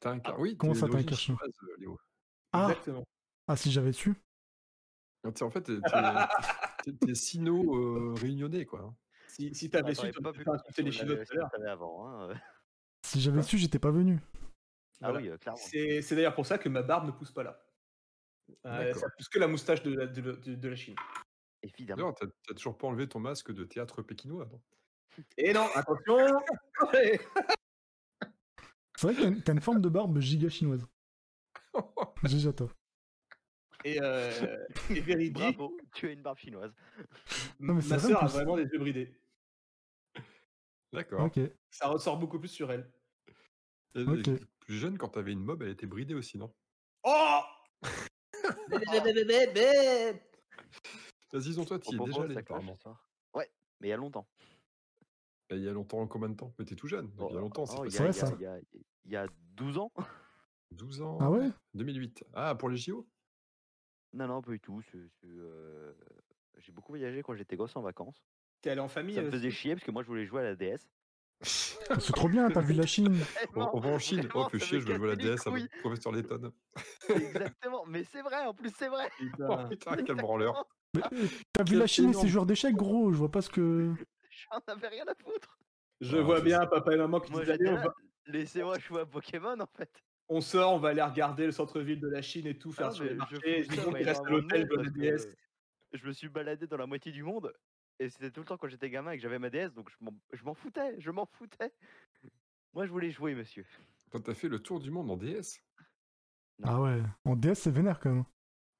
S4: T'as
S2: Ah.
S4: un car- Oui,
S1: comment
S4: t'es
S1: ça, t'as un
S4: d'origine
S1: car chinois
S4: chinoise, euh, Léo.
S1: Ah,
S2: Exactement.
S1: ah si j'avais su.
S4: Ah, t'es- En fait, t'es- t'es- t'es- t'es sino-réunionnais, quoi. hein.
S2: Si, si t'avais su,
S3: T'aurais
S2: tu
S3: pas
S2: aurais
S3: pu
S2: pas insulté les
S3: confondre
S2: Chinois
S3: la-
S2: tout à l'heure.
S3: ce que t'avais avant. hein, euh.
S1: Si j'avais su, j'étais pas venu.
S3: Ah
S2: Voilà.
S3: oui, euh, clairement.
S2: C'est c'est d'ailleurs pour ça que ma barbe ne pousse pas là. Euh,
S4: D'accord.
S2: ça pousse que la moustache de la, de, la- de- de la Chine.
S3: Évidemment.
S4: D'ailleurs, t'as t'as toujours pas enlevé ton masque de théâtre pékinois. non
S2: Et non, attention Allez
S1: C'est vrai que t'as une- t'as une forme de barbe giga chinoise. GG à toi.
S2: Et, euh, et Verity,
S3: Bravo, tu as une barbe chinoise.
S1: Non, mais c'est
S2: ma
S1: vrai, en
S2: sœur a
S1: plus.
S2: vraiment des yeux bridés.
S4: D'accord.
S1: Ok.
S2: Ça ressort beaucoup plus sur elle.
S4: Et- et
S1: Ok.
S4: Plus jeune, quand t'avais une mob, elle était bridée aussi, non
S2: Oh
S4: Vas-y, Bah, toi, t'y
S3: On
S4: es déjà
S3: propose,
S4: allé,
S3: ça cloche ce
S4: apparemment.
S3: soir. Ouais, mais il y a longtemps.
S4: Et Bah, Il y a longtemps, combien de temps Mais t'es tout jeune, donc il y a longtemps, c'est
S3: Oh,
S4: pas
S3: il y
S1: ça.
S3: a-
S1: Ouais,
S4: ça.
S3: il y a-
S1: ça.
S3: Il y a- il y a 12 ans
S4: 12 ans,
S1: Ah ouais
S4: 2008. Ah, pour les JO
S3: Non, non, pas du tout. c'est- c'est, euh, J'ai beaucoup voyagé quand j'étais gosse en vacances.
S2: T'es allé en famille
S3: Ça me
S2: euh,
S3: faisait chier parce que moi je voulais jouer à la DS.
S1: C'est trop bien, t'as vu la Chine.
S4: on,
S3: Vraiment,
S4: on va en Chine. Oh,
S3: vraiment,
S4: fais
S3: ça
S4: chier,
S3: me
S4: je vais jouer à la
S3: cassait les
S4: DS avec
S3: couilles.
S4: le professeur Oh, Letton.
S3: Exactement, mais c'est vrai, en plus c'est vrai.
S4: Oh
S2: putain.
S4: putain, quel branleur.
S1: T'as vu la
S4: Quel
S1: Chine et
S4: énorme-
S1: ses joueurs d'échecs, gros. Je vois pas ce que.
S3: J'en avais rien à foutre.
S2: Je
S4: Ah,
S2: vois
S4: c'est
S2: bien papa et maman qui
S3: Moi
S2: disent
S3: j'étais
S2: allez, on,
S3: là,
S2: va-
S3: laissez-moi jouer à Pokémon en fait.
S2: on sort, on va aller regarder le centre-ville de la Chine et tout, faire
S3: Ah,
S2: sur
S3: mais
S2: les
S3: je
S2: marchés.
S3: fous ça,
S2: Disons
S3: mais
S2: qu'il reste à
S3: énormément de
S2: l'hôtel, je
S3: monde,
S2: vois la
S3: parce
S2: DS.
S3: que euh, Je me suis baladé dans la moitié du monde et c'était tout le temps quand j'étais gamin et que j'avais ma DS donc je m'en- je m'en foutais, je m'en foutais. Moi je voulais jouer, monsieur.
S4: Quand t'as fait le tour du monde en DS
S1: Ah ouais. En DS, c'est vénère quand même.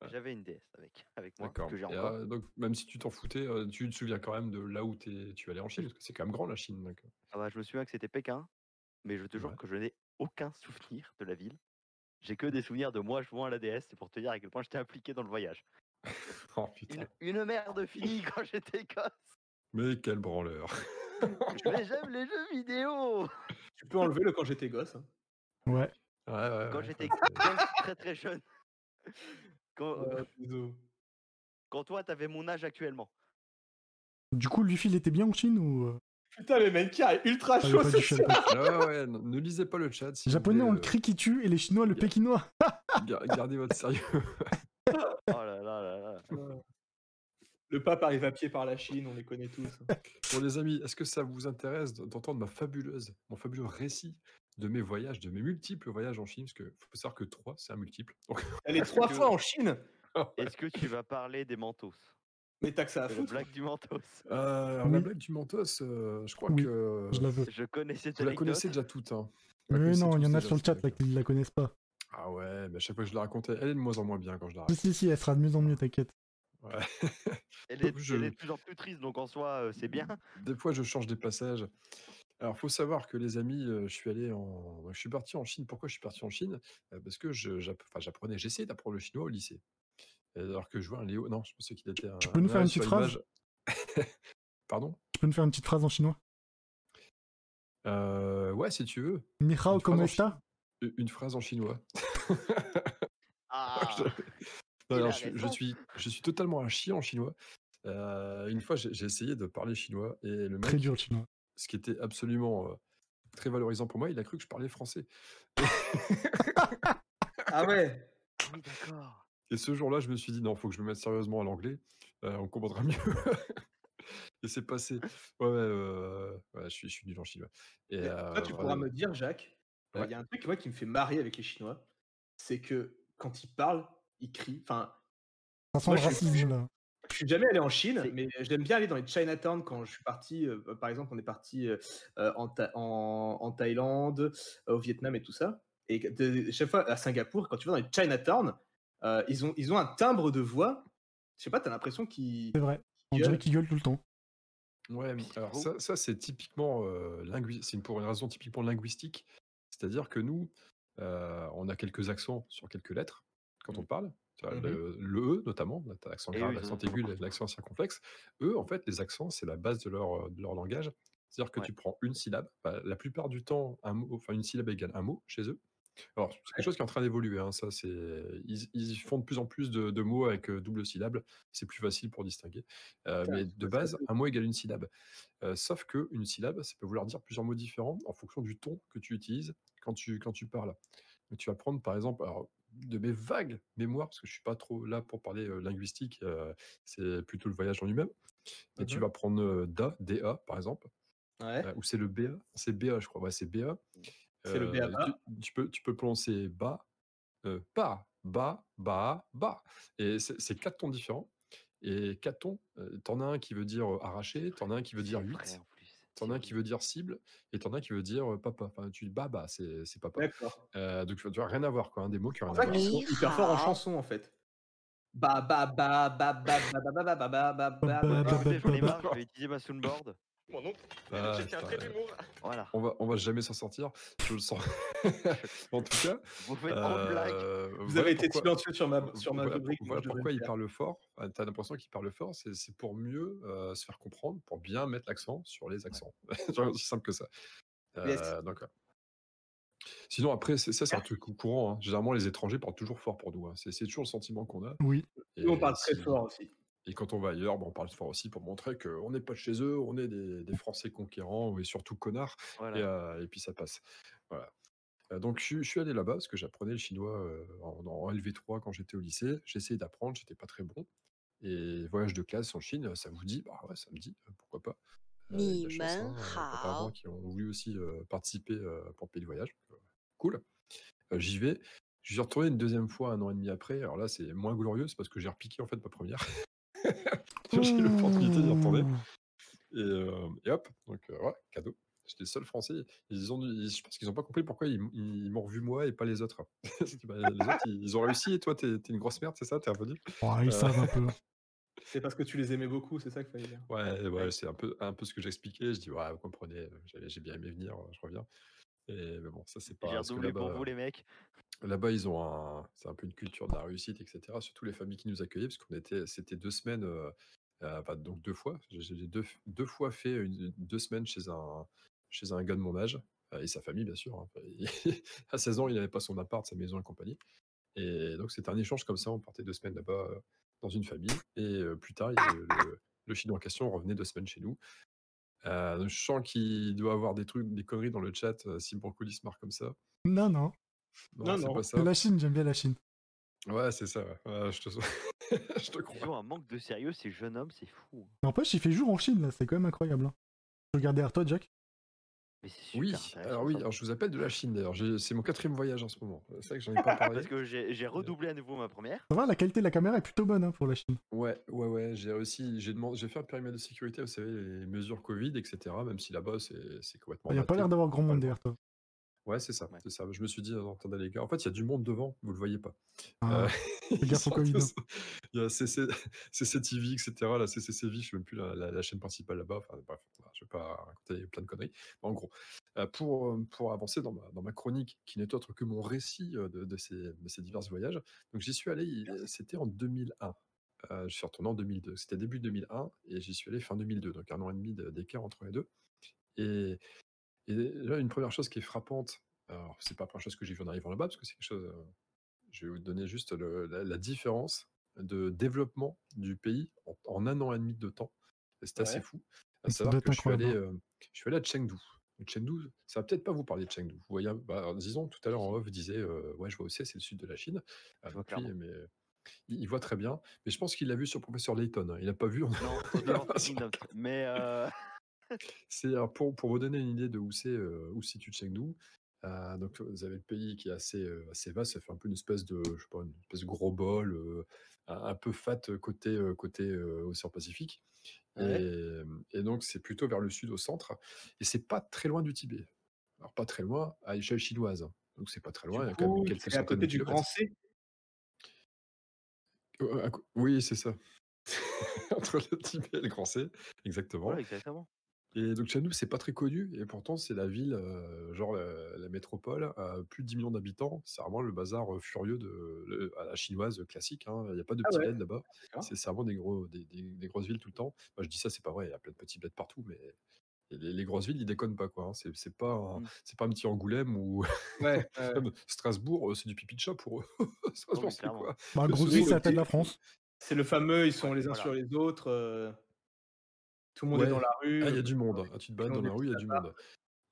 S4: Ouais.
S3: J'avais une DS avec, avec moi
S4: D'accord.
S3: que j'ai
S4: Et,
S3: encore.
S4: euh, donc, même si tu t'en foutais, euh, tu te souviens quand même de là où t'es- tu allais en Chine, parce que c'est quand même grand la Chine. donc. euh.
S3: Ah bah, je me souviens que c'était Pékin, mais je te jure
S4: Ouais.
S3: que je n'ai aucun souvenir de la ville. J'ai que des souvenirs de moi jouant à la DS, c'est pour te dire à quel point j'étais impliqué dans le voyage.
S4: Oh putain.
S3: Une, une merde finie quand j'étais gosse.
S4: Mais quel branleur.
S3: Mais j'aime les jeux vidéo.
S2: Tu peux enlever le quand j'étais gosse. hein.
S1: Ouais.
S4: Ouais, Ah ouais,
S3: Quand
S4: ouais.
S3: j'étais gosse, très très jeune. Quand,
S2: Euh, désolé.
S3: quand toi t'avais mon âge actuellement.
S1: Du coup, Luffy, il était bien en Chine ou. euh,
S2: Putain, mais mec, est ultra
S1: t'avais
S2: chaud
S1: pas
S2: ce
S1: du Chine,
S2: soir.
S1: quoi
S4: Ah ouais, ouais, non, ne lisez pas le chat. si
S1: Les
S4: vous
S1: Japonais
S4: voulez,
S1: ont le
S4: euh,
S1: cri qui tue et les Chinois le
S4: y a-
S1: Pékinois.
S4: gar- Gardez votre sérieux.
S3: Oh là là là là.
S2: Le pape arrive à pied par la Chine, on les connaît tous.
S4: Bon, les amis, est-ce que ça vous intéresse d- d'entendre ma fabuleuse, mon fabuleux récit de mes voyages, de mes multiples voyages en Chine Parce que faut savoir que 3, c'est un multiple. Donc,
S2: Elle est trois
S3: que-
S2: fois en Chine
S3: Est-ce que tu vas parler des mentos
S2: Mais t'as que ça à
S3: De la
S2: foutre.
S3: blague du mentos.
S4: euh, alors, la
S1: Oui.
S4: blague du mentos, euh, je crois
S1: Oui,
S4: que
S1: Je la veux.
S3: Je connais cette
S4: vous la
S3: anecdote.
S4: connaissez déjà toutes. hein. Vous la
S1: Mais
S4: connaissez
S1: non, il y
S4: tous
S1: en a
S4: déjà,
S1: sur le
S4: cette
S1: chat là,
S4: blague.
S1: qui la connaissent pas.
S4: Ah ouais, mais à chaque fois que je la racontais, elle est de moins en moins bien quand je la
S1: Si,
S4: raconte.
S1: si, si, elle sera de mieux en mieux, t'inquiète.
S3: Elle est,
S4: Je-
S3: elle est de plus en plus triste, donc en soi euh, c'est bien.
S4: Des fois, je change des passages. Alors, faut savoir que les amis, euh, je suis allé en, je suis parti en Chine. Pourquoi je suis parti en Chine Euh, Parce que je- j'app- enfin, j'apprenais, j'essayais d'apprendre le chinois au lycée. Et Alors que je vois un Léo, non, je pensais qu'il était.
S1: Tu
S4: un-
S1: peux nous
S4: un
S1: faire une
S4: âge sur
S1: petite phrase
S4: image. Pardon
S1: Tu peux nous faire une petite phrase en chinois
S4: Euh, Ouais, si tu veux,
S1: Ni hao
S4: Une phrase en
S1: como
S4: chinois.
S1: esta
S4: U- une phrase en chinois.
S3: Ah,
S4: Non,
S3: Il
S4: non,
S3: a
S4: je, je
S3: raison.
S4: suis, je suis totalement un chien en chinois. Euh, une fois, j'ai j'ai essayé de parler chinois et le mec,
S1: Très dur le chinois.
S4: ce qui était absolument euh, très valorisant pour moi, il a cru que je parlais français.
S2: Ah ouais
S3: oui d'accord.
S4: Et ce jour-là, je me suis dit, non, faut que je me mette sérieusement à l'anglais, euh, on comprendra mieux. et c'est passé. Ouais, ouais, euh, ouais, je, suis, je suis nul en chinois. Et,
S2: Mais
S4: euh,
S2: Toi, tu pourras
S4: vraiment,
S2: me dire, Jacques, euh, il
S4: Ouais.
S2: y a un truc moi, qui me fait marrer avec les Chinois, c'est que quand ils parlent, ils crient. Enfin,
S1: Ça sent
S2: Moi,
S1: le
S2: je suis-
S1: racisme là.
S2: je suis jamais allé en Chine,
S3: C'est-
S2: mais j'aime bien aller dans les Chinatown quand je suis parti. euh, par exemple, on est parti euh, euh, en, Tha- en- en Thaïlande, euh, au Vietnam et tout ça. Et de- chaque fois à Singapour, quand tu vas dans les Chinatown, euh, ils, ont, ils ont un timbre de voix. Je sais pas, t'as l'impression qu'ils.
S1: C'est vrai. On
S2: Gueule.
S1: dirait qu'il gueule tout le temps.
S4: Ouais, mais
S3: Puis c'est
S4: alors
S3: trop.
S4: ça, ça, c'est typiquement euh, lingui- c'est une- pour une raison typiquement linguistique, c'est-à-dire que nous, euh, on a quelques accents sur quelques lettres quand on parle. Tu vois,
S2: Mhm.
S4: le, le E notamment, là, t'as l'accent
S3: Mmh. Et
S4: grave,
S3: eux, ils
S4: l'accent
S3: ont-
S4: aigu, l'accent circonflexe. Eux, en fait, les accents, c'est la base de leur, euh, de leur langage. C'est-à-dire que
S3: Ouais.
S4: tu prends une syllabe, bah, la plupart du temps, un mot, enfin une syllabe égale un mot chez eux. Alors, c'est quelque chose qui est en train d'évoluer. hein, ça, c'est ils, ils font de plus en plus de, de mots avec euh, double syllabe. C'est plus facile pour distinguer. Euh,
S2: Putain,
S4: mais de
S2: ça,
S4: base,
S2: c'est
S4: un mot égale une syllabe. Euh, sauf que une syllabe, ça peut vouloir dire plusieurs mots différents en fonction du ton que tu utilises quand tu, quand tu parles. Donc, tu vas prendre, par exemple, alors, de mes vagues mémoires, parce que je suis pas trop là pour parler euh, linguistique, euh, c'est plutôt le voyage en lui-même. Et tu
S2: Mhm.
S4: vas prendre euh, da, da, par exemple,
S2: Ouais.
S4: euh, ou c'est le ba, c'est ba, je crois, ouais, c'est ba.
S2: C'est le
S4: Euh,
S2: BABA.
S4: Tu, tu peux, tu peux prononcer ba, euh, ba, ba, ba, ba. Et c'est c'est quatre tons différents. Et quatre tons, euh, t'en as un qui veut dire euh, arraché, t'en as un qui veut dire 8.
S3: huit.
S4: T'en as un qui veut dire cible et t'en as un qui veut dire euh, papa. Enfin, tu dis baba, c'est c'est papa.
S2: D'accord.
S4: Euh, donc, tu vois, rien à voir, quoi. hein, des mots qui ont
S2: En
S4: rien à
S2: fait,
S4: voir.
S2: ils sont hyper forts en chanson en fait. Ah. Ba ba ba ba ba ba ba ba ba ba ba ba ba
S1: Ba,
S4: Bah,
S1: ba,
S2: ba.
S1: ba.
S3: Écoutez, j'en ai marre, bah, je vais utiliser ma soundboard.
S5: Moi non.
S4: Ah,
S5: J'ai fait un
S4: putain,
S5: trait
S4: ouais.
S5: d'humour.
S3: Voilà.
S4: On va, on va jamais s'en sortir. Je le sens. en tout cas,
S3: Vous faites trop de blagues.
S4: euh,
S2: Vous
S4: voilà
S2: avez été
S4: pourquoi-
S2: silencieux sur ma sur ma
S4: voilà, pour-
S2: rubrique. moi,
S4: voilà
S2: je devrais
S4: pourquoi
S2: le
S4: il
S2: faire.
S4: parle fort. Enfin, T'as l'impression qu'il parle fort, c'est- c'est pour mieux euh, se faire comprendre, pour bien mettre l'accent sur les accents. C'est aussi simple que ça. Euh,
S2: Yes. Ah.
S4: donc, ouais. Sinon, après, c'est- ça, c'est un truc cou- courant. hein. Généralement, les étrangers parlent toujours fort pour nous. hein. C'est c'est toujours le sentiment qu'on a.
S1: Oui.
S2: Nous, on
S4: Et
S2: parle très
S4: si-
S2: fort aussi.
S4: Et quand on va ailleurs, bah, on parle fort aussi pour montrer qu'on n'est pas de chez eux, on est des, des Français conquérants et surtout connards. Et,
S3: Voilà.
S4: euh, et puis ça passe. Voilà. Euh, donc je, suis- je suis allé là-bas parce que j'apprenais le chinois euh, en, en LV3 quand j'étais au lycée. J'essayais d'apprendre, j'étais pas très bon. Et voyage de classe en Chine, ça vous dit Bah ouais, ça me dit, euh, pourquoi pas. Euh, il y a de la chance, hein, euh, pour parents
S6: Ni-men-hao.
S4: qui ont voulu aussi euh, participer euh, pour payer le voyage. Euh, Cool. Euh, J'y vais. Je suis retourné une deuxième fois un an et demi après. Alors là, c'est moins glorieux, c'est parce que j'ai repiqué en fait ma première. j'ai eu l'opportunité d'y retourner.
S1: Ouh.
S4: Et, euh, et hop, donc euh, ouais, cadeau. J'étais le seul français. Ils ont, dû- ils- je pense qu'ils n'ont pas compris pourquoi ils, m- ils m'ont revu moi et pas les autres. Parce que, bah, les autres, ils, ils ont réussi et toi, t'es t'es une grosse merde, c'est ça T'es revenu
S1: Oh, ils savent un peu.
S2: C'est parce que tu les aimais beaucoup, c'est ça qu'il fallait dire.
S4: Ouais, ouais, c'est un peu, un peu ce que j'expliquais. Je dis, ouais, vous comprenez, euh, j'avais- j'ai bien aimé venir, euh, je reviens. Et mais bon, ça, c'est pas.
S3: J'ai
S4: parce que
S3: redoublé pour
S4: là-bas-
S3: vous, les mecs.
S4: Là-bas, ils ont un, c'est un peu une culture de la réussite, etc. Surtout les familles qui nous accueillaient, parce qu'on était, c'était deux semaines, euh, euh, bah, donc deux fois. J'ai- J'ai deux, deux fois fait une- deux semaines chez un, chez un gars de mon âge euh, et sa famille, bien sûr. hein. Il- à 16 ans, il n'avait pas son appart, sa maison et compagnie. Et donc, c'était un échange comme ça. On partait deux semaines là-bas euh, dans une famille, et euh, plus tard, il y avait le, le chinois en question revenait deux semaines chez nous. Euh, je sens qu'il doit avoir des trucs, des conneries dans le chat. euh, si Brocoli se marre comme ça,
S1: Non, non.
S2: Non,
S4: c'est
S2: non,
S4: pas ça.
S1: C'est la Chine, j'aime bien la Chine.
S4: Ouais, c'est ça. ouais. Ouais, je, te... je te
S3: Ils
S4: crois.
S3: ont un manque de sérieux, ces jeunes hommes, c'est fou. hein.
S1: N'empêche, il fait jour en Chine, là, c'est quand même incroyable. hein. Je regarde derrière toi, Jack.
S3: Mais c'est super
S4: Oui,
S3: intéressant,
S4: alors oui,
S3: ça.
S4: alors je vous appelle de la Chine d'ailleurs. J'ai- C'est mon quatrième voyage en ce moment. C'est vrai que j'en ai pas parlé.
S3: Parce que j'ai j'ai redoublé à nouveau ma première.
S1: Ça va, la qualité de la caméra est plutôt bonne hein, pour la Chine.
S4: Ouais, ouais, ouais. J'ai réussi. J'ai demandé. J'ai fait un périmètre de sécurité. Vous savez, les mesures Covid, etc. Même si là-bas, c'est c'est complètement.
S1: Il n'y a pas
S4: raté.
S1: l'air d'avoir grand monde
S4: Ouais.
S1: derrière toi.
S4: Ouais, c'est ça.
S3: Ouais.
S4: C'est ça. Je me suis dit, attends, attendez les gars. En fait, il y a du monde devant. Vous le voyez pas.
S1: Ah,
S4: Euh, ils
S1: gaffe au
S4: sortent
S1: Covid,
S4: de
S1: hein.
S4: ce- Il y a CC CCTV, etc. La CCCV, je sais même plus la, la- la chaîne principale là-bas. Enfin, bref, je vais pas raconter plein de conneries. Mais en gros, euh, pour, euh, pour avancer dans ma, dans ma chronique, qui n'est autre que mon récit euh, de, de ces, de ces divers voyages, donc j'y suis allé, il- euh, c'était en 2001. Euh, je suis retourné en 2002. C'était début 2001 et j'y suis allé fin 2002, donc un an et demi de- d'écart entre les deux. Et, et là, une première chose qui est frappante, alors c'est pas la première chose que j'ai vue en arrivant là-bas, parce que c'est quelque chose. euh, je vais vous donner juste le- la, la différence de développement du pays en, en un an et demi de temps. Et C'est assez
S2: Ouais.
S4: fou. À
S1: Ça doit
S4: savoir
S1: être
S4: que je suis, allé,
S1: incroyable, hein.
S4: euh, je suis allé à Chengdu. Le Chengdu, ça va peut-être pas vous parler de Chengdu. Vous voyez, bah, alors, disons, tout à l'heure en off, disait, euh, ouais, je vois où c'est, c'est le sud de la Chine. Ah,
S3: Je vois
S4: donc lui,
S3: clairement.
S4: mais, euh, il, il voit très bien. Mais je pense qu'il l'a vu sur Professeur Layton. hein. Il n'a pas vu. en-
S3: Non, Outer Kingdoms. Mais euh,
S4: C'est alors, pour, pour vous donner une idée de où c'est, euh, où se situe Chengdu. euh, donc vous avez le pays qui est assez, euh, assez vaste, ça fait un peu une espèce de, je sais pas, une espèce de gros bol, euh, un, un peu fat euh, côté, euh, côté euh, océan Pacifique.
S2: Ouais.
S4: Et, et donc c'est plutôt vers le sud au centre, et c'est pas très loin du Tibet. Alors pas très loin à échelle chinoise. hein. Donc c'est pas très
S2: Du
S4: loin, il y a quand même
S2: coup,
S4: quelques
S2: c'est à
S4: centaines de
S2: côté du Grand
S4: kilomètres.
S2: C.
S4: Euh, à co- Oui, c'est ça. Entre le Tibet et le Grand C, exactement.
S3: Voilà, exactement.
S4: Et donc Chanou, c'est pas très connu, et pourtant c'est la ville, euh, genre la, la métropole, à plus de 10 millions d'habitants. C'est vraiment le bazar euh, furieux de le- à la chinoise classique. hein. Il n'y a pas de
S2: Ah
S4: petits
S2: ouais.
S4: bleds là-bas.
S2: D'accord.
S4: C'est c'est vraiment des, gros, des, des- des grosses villes tout le temps. Moi, je dis ça, c'est pas vrai. Il y a plein de petits bleds partout, mais les, les grosses villes, ils déconnent pas quoi. hein. C'est c'est pas, un-
S3: Mm.
S4: c'est pas un petit Angoulême ou
S2: Ouais, Mmh. ouais.
S4: même Strasbourg, euh, c'est du pipi de chat pour eux. Strasbourg,
S3: mais
S4: c'est
S3: clairement.
S4: quoi
S1: Bah,
S4: Le
S1: grosse
S4: sourire
S1: ville, c'est
S4: au
S1: la tête de la
S4: petit.
S1: France.
S2: C'est le fameux, ils sont les uns
S3: Voilà.
S2: sur les autres. euh, Tout le monde
S4: Ouais.
S2: est dans la rue.
S4: Ah, il y a du monde. Ah, tu te balades
S2: ils ont
S4: dans
S2: des
S4: la rue, il y a
S2: petits
S4: du monde.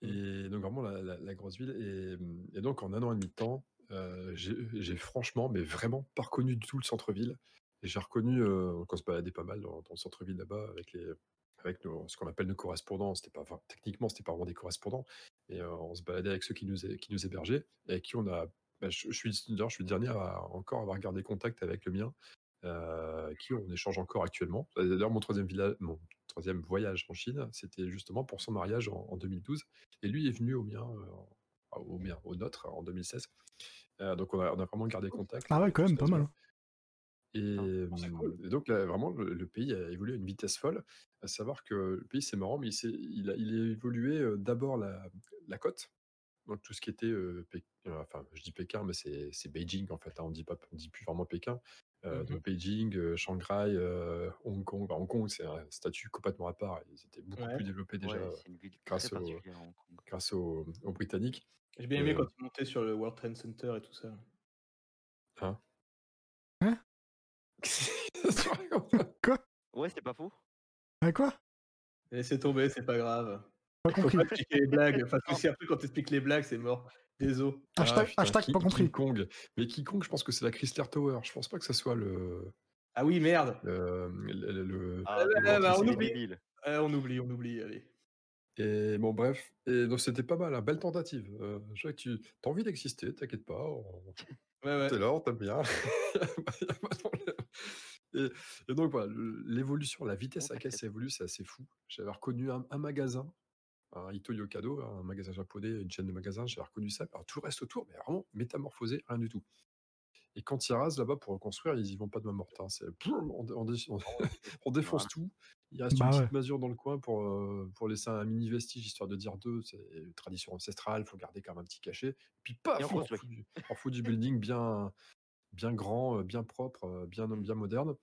S4: Et donc, vraiment, la, la- la grosse ville. Et, hum, et donc, en un an et demi de temps, euh, j'ai j'ai franchement, mais vraiment pas reconnu du tout le centre-ville. Et j'ai reconnu, euh, quand on se baladait pas mal dans, dans le centre-ville là-bas, avec, les, avec nos- ce qu'on appelle nos correspondants, c'était pas, enfin, techniquement, c'était pas vraiment des correspondants, mais euh, on se baladait avec ceux qui nous, hé- qui nous hébergeaient et avec qui on a. bah, je, je suis, d'ailleurs, je suis le dernier à encore avoir gardé contact avec le mien, euh, avec qui on échange encore actuellement. Bah, D'ailleurs, mon troisième, village, mon troisième voyage en Chine, c'était justement pour son mariage en, en 2012. Et lui est venu au mien, euh, en- enfin, au mien, au nôtre, hein, en 2016. Euh, donc on a, on a vraiment gardé contact. euh,
S1: Ah ouais,
S4: et
S1: quand
S4: tout
S1: même,
S4: ça
S1: pas
S4: se
S1: mal. hein.
S4: passe bien. Et,
S2: Ah, c'est
S4: hum,
S2: cool.
S4: et donc là, vraiment, le, le pays a évolué à une vitesse folle. À savoir que le pays, c'est marrant, mais il, s'est- il, a, il a évolué euh, d'abord la, la côte. Donc tout ce qui était, euh, Pé- euh, enfin je dis Pékin, mais c'est c'est Beijing en fait, hein, on dit pas, on dit plus vraiment Pékin. Euh,
S2: Mhm.
S4: Donc Beijing, euh, Shanghai, euh, Hong Kong. Enfin, Hong Kong c'est un statut complètement à part. Ils étaient beaucoup
S2: Ouais.
S4: plus développés déjà
S3: Ouais,
S4: euh,
S3: c'est une ville très
S4: grâce au-
S3: particulière à Hong Kong.
S4: grâce aux, aux Britanniques.
S2: J'ai bien aimé
S4: Euh,
S2: quand ils montaient sur le World Trade Center et tout ça.
S4: Tu racontes
S3: Ouais, c'est pas fou.
S1: Ah quoi
S2: Laissez tomber, c'est pas grave.
S1: Pas
S2: Faut
S1: compris.
S2: pas expliquer les blagues. Enfin, parce que après, quand t'expliques les blagues, c'est mort. Désolé.
S4: Ah,
S1: hashtag,
S4: putain,
S1: hashtag
S4: Ki-
S1: pas compris.
S4: King Kong. Mais King Kong, je pense que c'est la Chrysler Tower. Je pense pas que ça soit le.
S2: Ah oui, merde.
S4: le- le- le-
S3: Ah,
S2: ouais,
S4: ouais, bah, on
S3: c'est
S2: oublie.
S3: débile.
S2: Euh, on oublie, on oublie, allez.
S4: Et bon, bref. Et donc, c'était pas mal, hein, belle tentative. Euh, je vois que tu as envie d'exister, t'inquiète pas. on-
S2: Ouais, ouais.
S4: T'es là, on t'aime bien. Y a pas- y a pas de problème. et, et donc, voilà, le- l'évolution, la vitesse à laquelle
S3: t'inquiète.
S4: ça évolue, c'est assez fou. J'avais reconnu un, un magasin, un Ito Yokado, un magasin japonais, une chaîne de magasins, j'avais reconnu ça. Alors, tout le reste autour, mais vraiment métamorphosé, rien du tout. Et quand ils rasent là-bas pour reconstruire, ils y vont pas de main morte. hein. C'est ploum, on, dé- on dé- on-
S2: Oh,
S4: on défonce tout. Il reste
S1: Bah
S4: une
S1: ouais.
S4: petite masure dans le coin pour, euh, pour laisser un mini vestige, histoire de dire deux. C'est une tradition ancestrale, faut garder quand même un petit cachet. Puis paf,
S3: Et on
S4: on
S3: construit.
S4: fout du, on fout du building bien, bien grand, euh, bien propre, euh, bien,
S3: Mmh.
S4: bien moderne.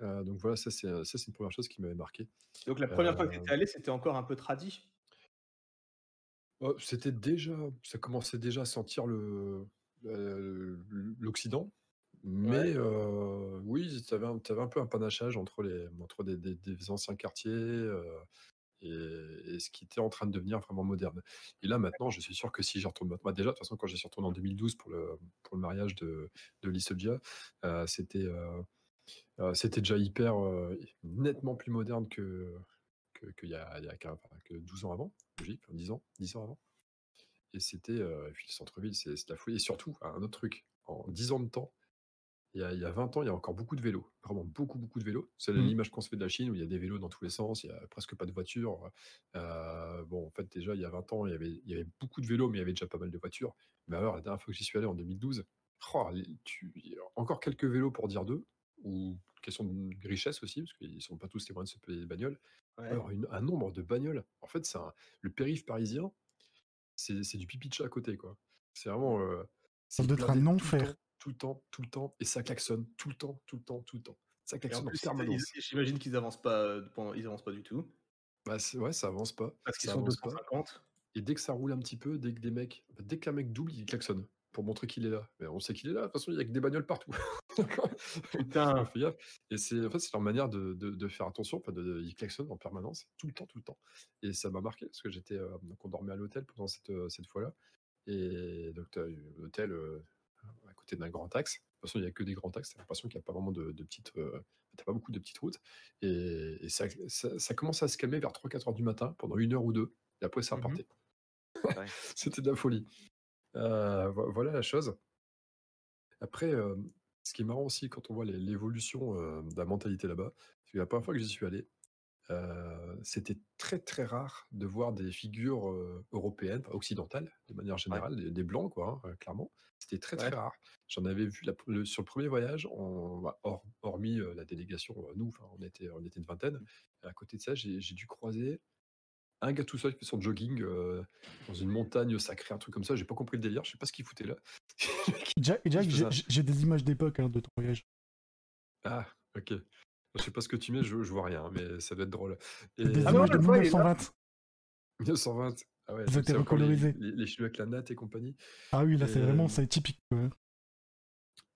S4: Euh, donc voilà, ça c'est ça, c'est une première chose qui m'avait marqué.
S2: Donc la première fois que
S4: Euh,
S2: t'étais allé, c'était encore un peu tradi.
S4: Oh, C'était déjà, ça commençait déjà à sentir le le- l'Occident, mais euh, oui, tu avais, un peu un panachage entre les entre des, des- des anciens quartiers euh, et, et ce qui était en train de devenir vraiment moderne. Et là maintenant, je suis sûr que si j'y retourne maintenant, bah, déjà de toute façon quand j'y suis retourné en 2012 pour le pour le mariage de de Lee Seok-ja, euh, c'était euh, euh, c'était déjà hyper euh, nettement plus moderne que que- qu'il y a, il y a qu'un- enfin, que 12 ans avant, logique, 10 ans, 10 ans avant. Et c'était, euh, et puis le centre-ville, c'est c'est la folie. Et surtout, un autre truc, en 10 ans de temps, il y a, il y a 20 ans, il y a encore beaucoup de vélos, vraiment beaucoup, beaucoup de vélos. C'est
S1: Mhm.
S4: l'image qu'on se fait de la Chine où il y a des vélos dans tous les sens, il n'y a presque pas de voitures. Euh, bon, en fait, déjà, il y a 20 ans, il y, avait, il y avait beaucoup de vélos, mais il y avait déjà pas mal de voitures. Mais alors, la dernière fois que j'y suis allé en 2012, oh, les- tu- il y a encore quelques vélos pour dire deux, ou question de richesse aussi, parce qu'ils ne sont pas tous les moyens de se payer des bagnoles.
S2: Ouais.
S4: Alors, une- un nombre de bagnoles. En fait, c'est un- le périph' parisien, c'est c'est du pipi de chat à côté, quoi. C'est vraiment. euh, c'est
S1: doit être un
S4: blindé tout le
S1: enfer.
S4: temps, Tout le temps, tout le temps, et ça klaxonne tout le temps, tout le temps, tout le temps. Ça
S2: Et en
S4: klaxonne en,
S2: plus, ils-
S4: permanence.
S2: ils- j'imagine qu'ils avancent pas, euh, pendant- ils avancent pas du tout.
S4: Bah, c'est- ouais, ça avance pas.
S2: Parce qu'ils
S4: ça
S2: sont
S4: avance pas.
S2: 250.
S4: Et dès que ça roule un petit peu, dès que des mecs, bah, dès qu'un mec double, il klaxonne pour montrer qu'il est là. Mais on sait qu'il est là. De toute façon, il y a que des bagnoles partout.
S2: Putain.
S4: Ouais, fais gaffe. Et c'est en fait, c'est leur manière de, de- de faire attention. Enfin, de, de- ils klaxonnent en permanence, tout le temps, tout le temps. Et ça m'a marqué parce que j'étais. euh, donc, on dormait à l'hôtel pendant cette, euh, cette fois-là. Et donc, tu as eu l'hôtel euh, à côté d'un grand axe. De toute façon, il n'y a que des grands axes. T'as l'impression qu'il n'y a pas vraiment de, de petites. euh, t'as pas beaucoup de petites routes. Et, et ça, ça, ça commence à se calmer vers 3-4 heures du matin pendant une heure ou deux. Et après, ça
S2: Mhm.
S4: repartait.
S3: Ouais.
S4: C'était de la folie. Euh, vo- voilà la chose. Après, euh, ce qui est marrant aussi quand on voit les- l'évolution euh, de la mentalité là-bas, c'est que la première fois que j'y suis allé, euh, c'était très très rare de voir des figures euh, européennes, enfin, occidentales de manière générale, des, des blancs quoi, hein, euh, clairement. C'était très très
S2: Ouais.
S4: rare. J'en avais vu la- le- sur le premier voyage, on, bah, hors- hormis euh, la délégation, euh, nous, enfin, on était, on était une vingtaine. À côté de ça, j'ai j'ai dû croiser un gars tout seul qui fait son jogging euh, dans une montagne sacrée, un truc comme ça. J'ai pas compris le délire, je sais pas ce qu'il foutait là.
S1: Jack, Jack,
S4: Je fais
S1: j'ai-
S4: ça.
S1: j'ai j'ai des images d'époque hein, de ton voyage.
S4: ah, ok. Je sais pas ce que tu mets, je, je vois rien, mais ça doit être drôle. Et- euh,
S1: Des
S2: Ah non,
S1: images de
S2: le voile est là.
S1: 1920.
S4: 1920. Ah
S1: Ils
S4: ouais,
S1: ont
S4: donc
S1: été
S4: c'est encore les-
S1: recolorisés.
S4: Les, les Chinois avec la natte et compagnie.
S1: Ah oui, là, c'est
S4: Euh,
S1: vraiment, c'est typique. quoi.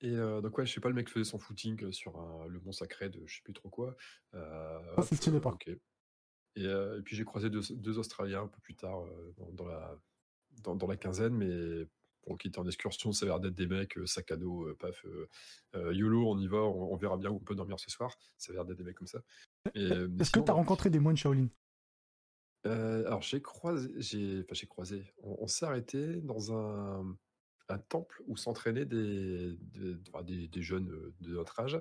S4: Et euh, donc, ouais, je sais pas, le mec faisait son footing euh, sur un- le mont sacré de je sais plus trop quoi. Euh,
S1: Ah, c'est
S4: hop,
S1: stylé,
S4: euh,
S1: par
S4: ok. Et, euh, et puis, j'ai croisé deux, deux Australiens un peu plus tard euh, dans, dans la, dans, dans la quinzaine, mais bon, qui étaient en excursion, ça a l'air d'être des mecs, euh, sac à dos, euh, paf, euh, euh, YOLO, on y va, on, on verra bien où on peut dormir ce soir. Ça a l'air d'être des mecs comme ça. Et, euh, mais
S1: Est-ce que
S4: sinon,
S1: t'as
S4: non.
S1: rencontré des moines Shaolin
S4: Euh, alors j'ai croisé, j'ai, enfin j'ai croisé. On, on s'est arrêté dans un, un temple où s'entraînaient des, des, enfin, des- des jeunes euh, de notre âge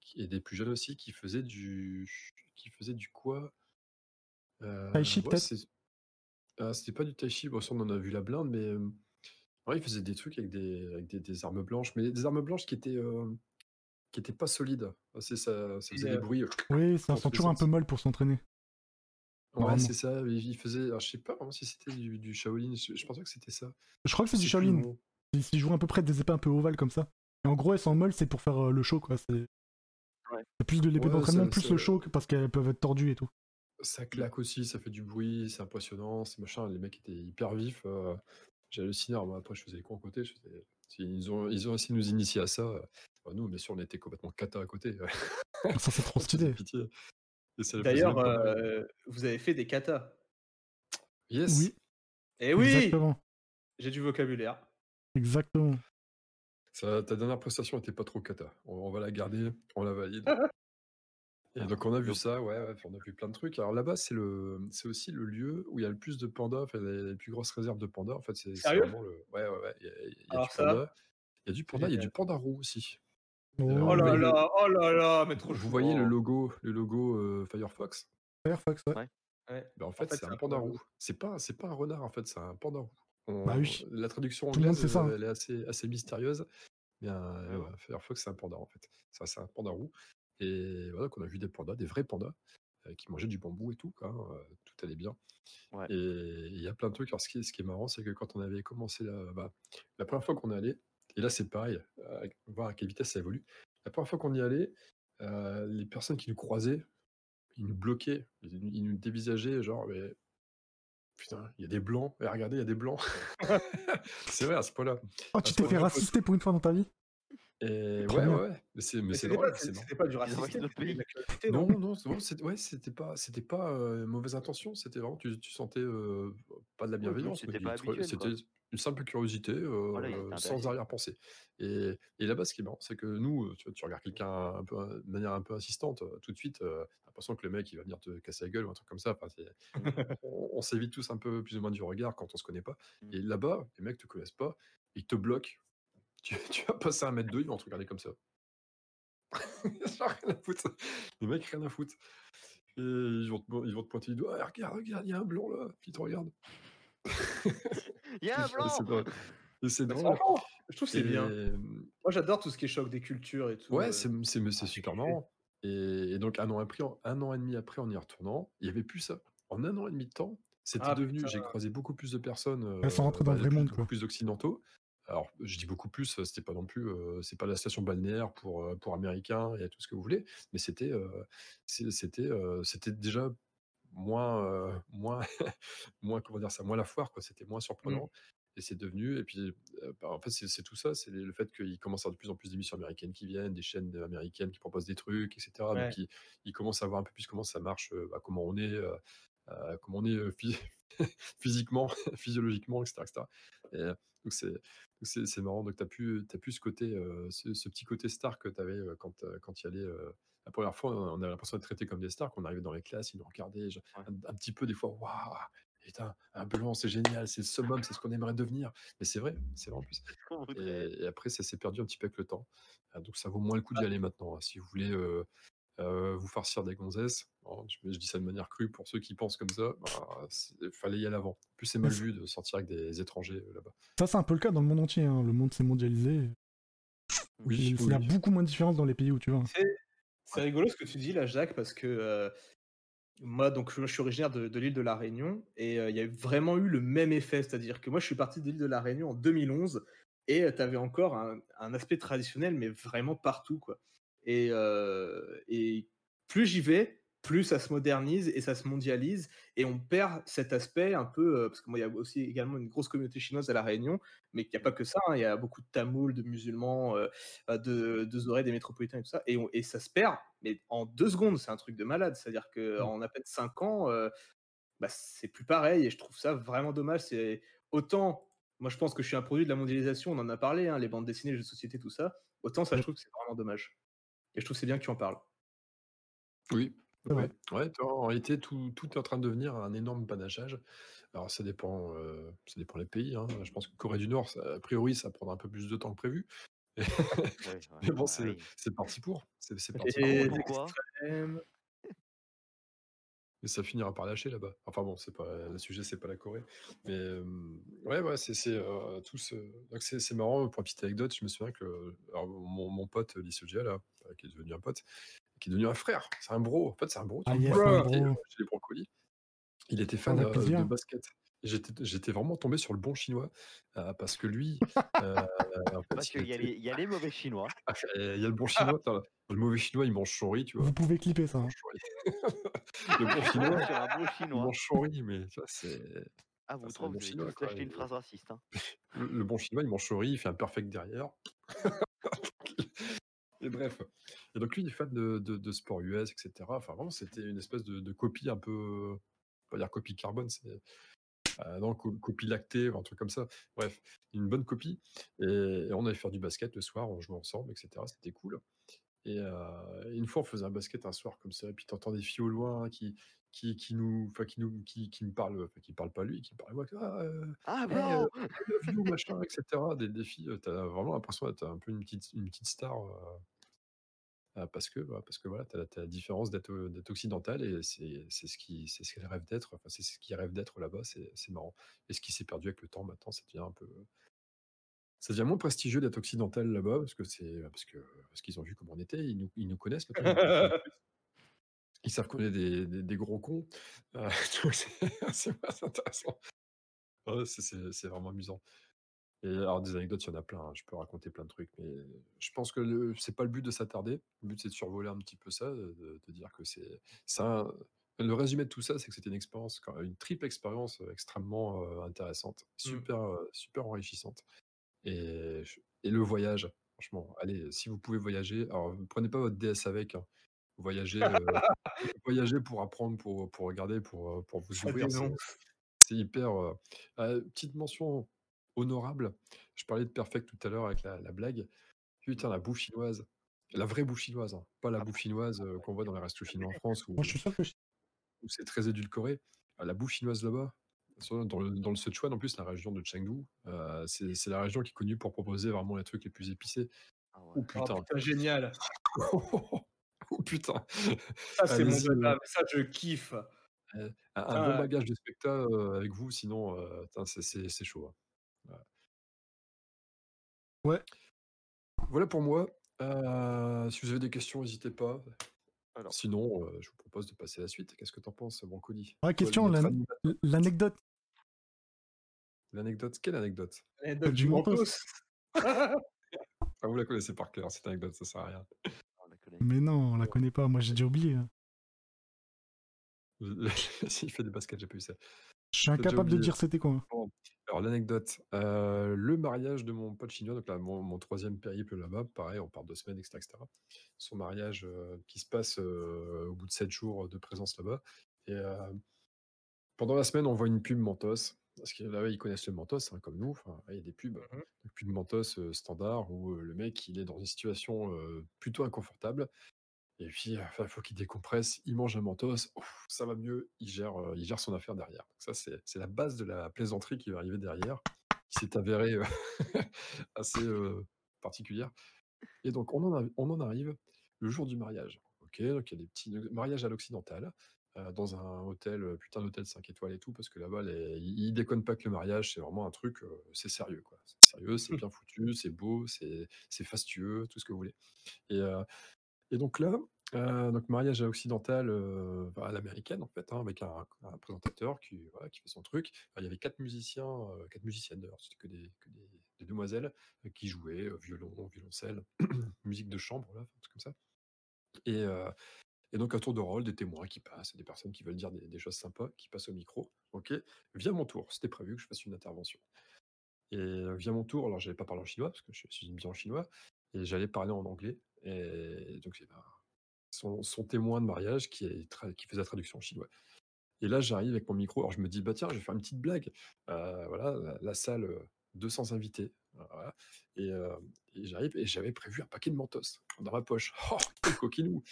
S4: qui- et des plus jeunes aussi qui faisaient du, qui faisaient du quoi Euh,
S1: Tai chi, peut-être
S4: c'est- ah, c'était pas du tai chi, bon, ça, on en a vu la blinde, mais euh, ouais, ils faisaient des trucs avec des, avec des, des armes blanches, mais des armes blanches qui étaient, euh, qui étaient pas solides. Ah, C'est ça, ça
S2: Et,
S4: faisait
S2: euh,
S4: des bruits. euh,
S1: Oui, ça
S4: Dans tous
S1: sent
S4: les
S1: toujours un
S4: sens.
S1: peu molle pour s'entraîner.
S4: Ouais,
S1: Vraiment.
S4: c'est ça. Il il faisait. Alors, je sais pas vraiment si c'était du, du Shaolin. Je, je pensais que c'était ça.
S1: Je crois que c'est
S4: Je
S1: du
S4: sais plus le
S1: Shaolin.
S4: nom.
S1: Ils ils jouent à peu près des épées un peu ovales comme ça. Et en gros, elles sont molles, c'est pour faire euh, le show, quoi. C'est c'est plus de l'épée
S4: Ouais,
S1: d'entraînement,
S4: ça-
S1: plus
S4: ça-
S1: le show que parce qu'elles peuvent être tordues et tout.
S4: Ça claque aussi, ça fait du bruit, c'est impressionnant, c'est machin. Les mecs étaient hyper vifs. euh, J'ai halluciné. Alors, moi, après, je faisais les cons à côté. je faisais- Ils ont, ils ont essayé de nous initier à ça. Enfin, nous, bien sûr, on était complètement cata à côté.
S1: Ça, c'est trop
S4: Ça faisait
S1: stylé.
S4: pitié. Et ça les faisait
S2: D'ailleurs,
S4: même pas mal.
S2: euh, vous avez fait des katas.
S4: yes.
S1: Oui,
S2: Eh oui
S1: exactement.
S2: J'ai du vocabulaire.
S1: Exactement.
S4: Ça- ta dernière prestation était pas trop cata. On, on va la garder, on la valide. Et donc on a vu
S3: Donc-
S4: ça, ouais, ouais, on a vu plein de trucs. Alors là-bas, c'est le, c'est aussi le lieu où il y a le plus de pandas, enfin les, les plus grosses réserves de pandas. En fait, c'est c'est
S2: Sérieux
S4: vraiment le, ouais, ouais, ouais. Il y a, il y a
S2: Alors
S4: du
S2: ça,
S4: panda, il y a du panda, il y a
S2: génial.
S4: du panda roux aussi.
S1: Oh,
S2: Oh là
S4: oui.
S2: là, oh là là, mais trop
S4: Vous
S2: chou.
S4: voyez le
S3: Oh.
S4: logo, le logo euh, Firefox
S1: Firefox, ouais.
S2: Ouais.
S4: Ben, En fait, c'est un panda roux. C'est pas, c'est pas un renard en fait, c'est un panda roux. On-
S1: Bah oui.
S4: La traduction
S1: Tout le monde
S4: anglaise,
S1: sait ça,
S4: euh,
S1: hein.
S4: elle est assez, assez mystérieuse. Bien,
S3: Ouais, ouais.
S4: Firefox, c'est un panda en fait. Ça, c'est un panda roux. Et voilà qu'on a vu des pandas, des vrais pandas, euh, qui mangeaient du bambou et tout. quoi, hein, euh, tout allait bien.
S3: Ouais.
S4: Et il y a plein de trucs. Alors, ce qui est, ce qui est marrant, c'est que quand on avait commencé la, bah, la première fois qu'on est allé, et là, c'est pareil, euh, voir à quelle vitesse ça évolue. La première fois qu'on y allait, euh, les personnes qui nous croisaient, ils nous bloquaient, ils nous- ils nous dévisageaient, genre, mais Putain, il y a des blancs. Eh, regardez, il y a des blancs. c'est vrai, à ce point-là.
S1: Oh, tu
S4: Ah,
S1: t'es
S4: trop
S1: fait
S4: bien,
S1: racister pour une fois dans ta vie
S4: Et ouais,
S1: Trop
S4: ouais,
S1: bien.
S4: ouais. Mais c'est, mais
S2: Mais
S4: c'est
S2: C'était
S4: drôle.
S2: pas,
S4: c'est
S2: c'était-
S4: marrant.
S2: c'était pas du
S3: Ils ont
S2: racisme,
S3: resté notre
S2: c'était de la curiosité,
S4: Non,
S2: non
S4: non, c'est- non, c'était, ouais, c'était pas, c'était pas euh, mauvaise intention. C'était vraiment, tu, tu sentais euh, pas de la
S3: Oui, oui,
S4: bienveillance. mais
S3: c'était
S4: du
S3: pas
S4: tru-
S3: habituel,
S4: C'était
S3: quoi.
S4: une simple curiosité, euh,
S3: Voilà, il était
S4: sans
S3: interdit.
S4: arrière-pensée. Et, et là-bas, ce qui est marrant, c'est que nous, euh, tu, vois, tu regardes quelqu'un un peu, de manière un peu insistante, euh, tout de suite, euh, t'as l'impression que le mec, il va venir te casser la gueule ou un truc comme ça. Enfin, c'est-
S3: Mmh.
S4: on, on s'évite tous un peu plus ou moins du regard quand on se connaît pas.
S3: Mm.
S4: Et là-bas, les mecs te connaissent pas, ils te bloquent. Tu, tu vas passer un mètre deux, ils vont te regarder comme ça. Genre, rien à foutre. Les mecs, rien à foutre. Et ils vont te, ils vont te pointer du doigt. Ah, regarde, regarde, il y a un blanc là. Puis ils te regardent.
S3: Il y a un
S4: Et c'est
S3: blanc
S4: drôle. Et c'est
S2: Mais
S4: drôle.
S2: franchement, Je trouve que c'est
S4: Et-
S2: bien. Moi, j'adore tout ce qui est choc des cultures et tout.
S4: Ouais,
S2: euh,
S4: c'est c'est- mais c'est super
S2: particulier.
S4: marrant. Et, et donc, un an, après, en- un an et demi après, en y retournant, il n'y avait plus ça. En un an et demi de temps, c'était
S2: Ah,
S4: devenu. J'ai croisé beaucoup plus de personnes.
S1: Elles sont rentrées Bah, dans le vrai
S4: plus-
S1: monde,
S4: beaucoup
S1: quoi.
S4: plus d'occidentaux. Alors, je dis beaucoup plus, euh, c'était pas non plus. euh, c'est pas la station balnéaire pour, euh, pour Américains et tout ce que vous voulez, mais c'était euh, c'est- c'était euh, c'était déjà moins. euh, moins moins comment dire ça moins la foire quoi c'était moins surprenant et c'est devenu et puis euh, bah, en fait c'est c'est tout ça c'est le fait qu'il commence à avoir de plus en plus d'émissions américaines qui viennent des chaînes américaines qui proposent des trucs etc
S2: Ouais.
S4: donc ils, ils commencent à voir un peu plus comment ça marche euh, bah, comment on est euh, euh, comment on est euh, phy- physiquement physiologiquement etc, etc. Et, euh, donc c'est donc c'est c'est marrant donc t'as plus t'as plus ce côté euh, ce, ce petit côté star que t'avais avais quand euh, quand y allais euh, la première fois on avait l'impression d'être traité comme des stars qu'on arrivait dans les classes ils nous regardaient genre,
S3: Ouais.
S4: un, un petit peu des fois waouh Putain, un blanc, c'est génial, c'est le summum, c'est ce qu'on aimerait devenir. Mais c'est vrai, c'est vrai en plus.
S3: qu'on voudrait.
S4: Et, et après, ça s'est perdu un petit peu avec le temps. Ah, Donc ça vaut moins le coup d'y aller maintenant. hein. Si vous voulez euh, euh, vous farcir des gonzesses. Bon, je, je dis ça de manière crue pour ceux qui pensent comme ça. bah, c'est- fallait y aller avant. En plus, c'est mal
S1: Mais c'est-
S4: vu de sortir avec des étrangers euh, là-bas.
S1: Ça, c'est un peu le cas dans le monde entier. hein. Le monde s'est mondialisé.
S4: Oui,
S1: Il y a
S4: oui.
S1: beaucoup moins de différence dans les pays où tu vas. hein.
S2: C'est c'est rigolo ce que tu dis là, Jacques, parce que euh, moi, donc, je suis originaire de, de l'île de la Réunion et euh, il y a vraiment eu le même effet. C'est-à-dire que moi, je suis parti de l'île de la Réunion en 2011 et euh, tu avais encore un, un aspect traditionnel, mais vraiment partout. quoi. Et, euh, et plus j'y vais, plus ça se modernise et ça se mondialise et on perd cet aspect un peu, euh, parce que moi, il y a aussi également une grosse communauté chinoise à la Réunion, mais il n'y a pas que ça, hein, il y a beaucoup de Tamouls, de musulmans, euh, euh, de, de Zoré, des métropolitains et tout ça. Et, on- et ça se perd, mais en deux secondes, c'est un truc de malade. C'est-à-dire qu'en à peine cinq ans, euh, bah, c'est plus pareil. Et je trouve ça vraiment dommage. C'est autant, moi je pense que je suis un produit de la mondialisation, on en a parlé, hein, les bandes dessinées, les jeux de société, tout ça. Autant ça, je trouve que c'est vraiment dommage. Et je trouve que c'est bien que tu en parles.
S4: Oui.
S1: C'est vrai.
S4: Ouais. Ouais, toi, en réalité, tout, tout est en train de devenir un énorme panachage. Alors, ça dépend, euh, ça dépend les pays. hein. Je pense que Corée du Nord, ça- a priori, ça prendra un peu plus de temps que prévu.
S3: Ouais, ouais,
S4: Mais bon,
S3: ouais,
S4: c'est
S3: ouais.
S4: c'est parti pour. C'est c'est parti pour.
S2: Et
S3: Pourquoi pourquoi
S2: extrême.
S4: Et ça finira par lâcher là-bas. Enfin bon, c'est pas le sujet, c'est pas la Corée. Mais euh, ouais, ouais, c'est c'est euh, tout ce- donc c'est c'est marrant pour une petite anecdote. Je me souviens que alors, mon, mon pote Lissodia là, euh, qui est devenu un pote, qui est devenu un frère. C'est un bro. En fait, c'est un bro.
S1: Ah
S4: tout
S1: yes,
S4: court,
S1: un
S4: qui est,
S1: bro.
S4: euh, Chez les brocolis. Il était fan
S1: a
S4: euh, de
S1: plusieurs.
S4: basket. Et J'étais j'étais vraiment tombé sur le bon chinois euh, parce que lui, euh, en fait,
S3: Parce
S4: il
S3: qu'il y, a
S4: était-
S3: les- il y a les mauvais chinois.
S4: il y a le bon chinois. putain, le mauvais chinois, il mange son riz, tu vois.
S1: Vous pouvez clipper
S4: Il
S1: ça. hein.
S4: mange son riz. le bon chinois,
S3: Sur un bon
S4: il
S3: chinois.
S4: mange son riz, mais tu vois, c'est
S3: Ah, vous
S4: c'est un
S3: trouvez,
S4: bon
S3: vous
S4: chinois,
S3: avez tous
S4: quoi,
S3: lâché une
S4: il-
S3: phrase raciste. Hein.
S4: le, le bon chinois, il mange au riz, il fait un perfect derrière. et bref. Et donc lui, il est fan de, de- de sport US, etc. Enfin, vraiment, c'était une espèce de, de copie un peu. Pas dire copie carbone, c'est. euh, non, co- copie lactée, un truc comme ça. Bref, une bonne copie. Et, et on allait faire du basket le soir, on jouait ensemble, etc. C'était cool. Et euh, une fois, on faisait un basket un soir comme ça, et puis t'entends des filles au loin qui, qui, qui nous, enfin, qui nous, qui, qui me parlent, enfin, qui parlent pas lui, qui me parlent moi. Ah, euh,
S3: Ah,
S4: Ouais, euh,
S3: bon
S4: love you, machin, etc. Des, des filles, euh, t'as vraiment l'impression d'être un peu une petite, une petite star. euh, euh, parce que, bah, parce que voilà, t'as la- t'as la différence d'être euh, d'être occidentale et c'est c'est ce qui- c'est ce qu'elle rêve d'être. Enfin, c'est ce qu'ils rêvent d'être là-bas, c'est c'est marrant. Et ce qui s'est perdu avec le temps maintenant, ça devient un peu. Ça devient moins prestigieux d'être occidental là-bas parce que c'est bah, parce que parce qu'ils ont vu comment on était, ils nous, ils nous connaissent maintenant. ils- Ils savent qu'on est des, des- des gros cons. Euh, donc c'est c'est pas intéressant. Ouais, c'est- c'est c'est vraiment amusant. Et alors, des anecdotes, il y en a plein. hein, Je peux raconter plein de trucs, mais je pense que le- c'est pas le but de s'attarder. Le but, c'est de survoler un petit peu ça, de, de- de dire que c'est c'est un- Le résumé de tout ça, c'est que c'était une expérience, quand- une triple expérience euh, extrêmement euh, intéressante,
S2: Mmh.
S4: super, euh, super enrichissante. Et, je- et le voyage, franchement, allez, si vous pouvez voyager, alors prenez pas votre DS avec. hein. Voyagez, euh, voyagez pour apprendre, pour, pour regarder, pour, euh, pour vous
S2: Ah,
S4: ouvrir.
S2: dis
S4: c'est-
S2: donc.
S4: C'est hyper. euh, euh, petite mention honorable. Je parlais de Perfect tout à l'heure avec la, la blague. Putain, la bouffe chinoise. La vraie bouffe chinoise, hein, pas la
S3: Ah,
S4: bouffe chinoise euh, qu'on voit dans les restos chinois en France où,
S1: Moi, je suis sûr que je-
S4: où c'est très édulcoré. Euh, La bouffe chinoise là-bas, sur- dans le, dans le Sichuan en plus, la région de Chengdu, euh, c'est c'est la région qui est connue pour proposer vraiment les trucs les plus épicés.
S3: Ah ouais.
S4: Oh
S2: Oh,
S4: putain,
S2: putain, génial.
S4: oh putain,
S2: Ça, c'est mon
S4: Allez-y,
S2: dada, mais ça, je kiffe.
S4: un, un
S2: Ah,
S4: bon
S2: ouais.
S4: bagage de spectacle euh, avec vous, sinon euh, putain, c'est- c'est c'est chaud. hein.
S1: Ouais.
S4: Voilà pour moi. Euh, si vous avez des questions, n'hésitez pas.
S3: Alors.
S4: Sinon, euh, je vous propose de passer à la suite. Qu'est-ce que t'en penses, Brancoli
S1: Ouais,
S4: Toi,
S1: question,
S4: notre
S1: la-
S4: anima-
S1: L- L'anecdote,
S4: L'anecdote, quelle anecdote
S2: Anecdote
S1: Du
S2: du
S1: Mentos.
S2: Mentos.
S4: Ah, Vous la connaissez par cœur, cette anecdote, ça sert à rien.
S3: On la connaît.
S1: mais non, on la connaît pas. Moi, j'ai déjà oublié. hein.
S4: S'il fait des baskets, j'ai pas eu ça.
S1: Je suis
S4: T'as déjà
S1: incapable de
S4: oublié.
S1: dire c'était quoi. hein.
S4: Alors, l'anecdote, euh, le mariage de mon pote chinois, donc là, mon, mon troisième périple là-bas, pareil, on part deux semaines, etc. etc. Son mariage euh, qui se passe euh, au bout de sept jours de présence là-bas. Et euh, pendant la semaine, on voit une pub Mentos, parce que là-bas, ils connaissent le Mentos, hein, comme nous, enfin, il y a des pubs,
S2: Mhm.
S4: des pubs Mentos euh, standard où euh, le mec, il est dans une situation euh, plutôt inconfortable. Et puis, euh, il faut qu'il décompresse, il mange un mentos, ouf, ça va mieux, il gère, euh, il gère son affaire derrière. Donc ça, c'est c'est la base de la plaisanterie qui va arriver derrière, qui s'est avérée euh, assez euh, particulière. Et donc, on en, arri- on en arrive le jour du mariage. Ok, ok, donc il y a des petits mariages à l'occidental. euh, dans un hôtel, euh, putain d'hôtel 5 étoiles et tout, parce que là-bas, les- ils ils déconnent pas que le mariage, c'est vraiment un truc, euh, c'est sérieux, quoi. C'est sérieux, c'est bien foutu, c'est beau, c'est c'est fastueux, tout ce que vous voulez. Et, euh, et donc là, euh, donc mariage à occidental, euh, enfin, à l'américaine en fait, hein, avec un, un présentateur qui, voilà, qui fait son truc. Enfin, Il y avait quatre musiciens, euh, quatre musiciennes d'ailleurs, c'était que, des, que des, des demoiselles euh, qui jouaient euh, violon, violoncelle, musique de chambre, là, un truc comme ça. Et, euh, et donc un tour de rôle, des témoins qui passent, des personnes qui veulent dire des, des choses sympas, qui passent au micro. Ok, viens mon tour. C'était prévu que je fasse une intervention. Et euh, via mon tour, alors j'allais pas parler en chinois parce que je suis bien en chinois, et j'allais parler en anglais. Et donc j'ai ben, son, son témoin de mariage qui, est tra- qui faisait la traduction en chinois. Et là, j'arrive avec mon micro. Alors, je me dis, bah tiens, je vais faire une petite blague. Euh, voilà, la, la salle, euh, 200 invités. Voilà. Et, euh, et j'arrive et j'avais prévu un paquet de mentos dans ma poche. Oh, quel coquinou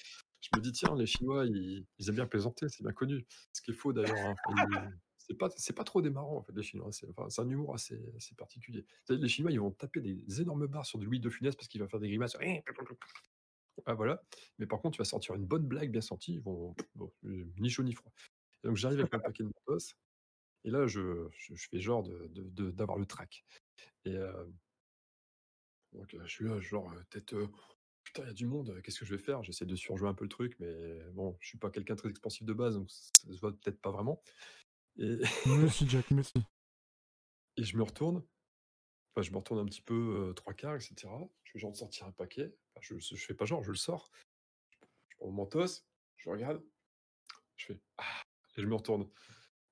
S4: Je me dis, tiens, les Chinois, ils, ils aiment bien plaisanter, c'est bien connu. Ce qui est faux d'ailleurs. hein. Ils- C'est pas, c'est pas trop démarrant, en fait, les Chinois. C'est enfin, c'est un humour assez, assez particulier. Vous savez, Les Chinois, ils vont taper des énormes barres sur du Louis de Funès parce qu'il va faire des grimaces. Eh, Ah, voilà. Mais par contre, tu vas sortir une bonne blague bien sentie, ils vont bon, euh, ni chaud ni froid. Et donc j'arrive avec mon paquet de mentos, et là je, je, je fais genre d'avoir de, de- d'avoir le trac. Et euh, donc euh, je suis là, genre euh, tête. euh, Putain, il y a du monde, euh, qu'est-ce que je vais faire J'essaie de surjouer un peu le truc, mais bon, je suis pas quelqu'un de très expansif de base, donc ça se voit peut-être pas vraiment. Et,
S1: Merci Jack, merci.
S4: et je me retourne. Enfin, je me retourne un petit peu euh, trois quarts, etc. Je fais genre de sortir un paquet. Enfin, je, je fais pas genre, je le sors. Je prends mon mentos, je regarde. Je fais Ah Et je me retourne.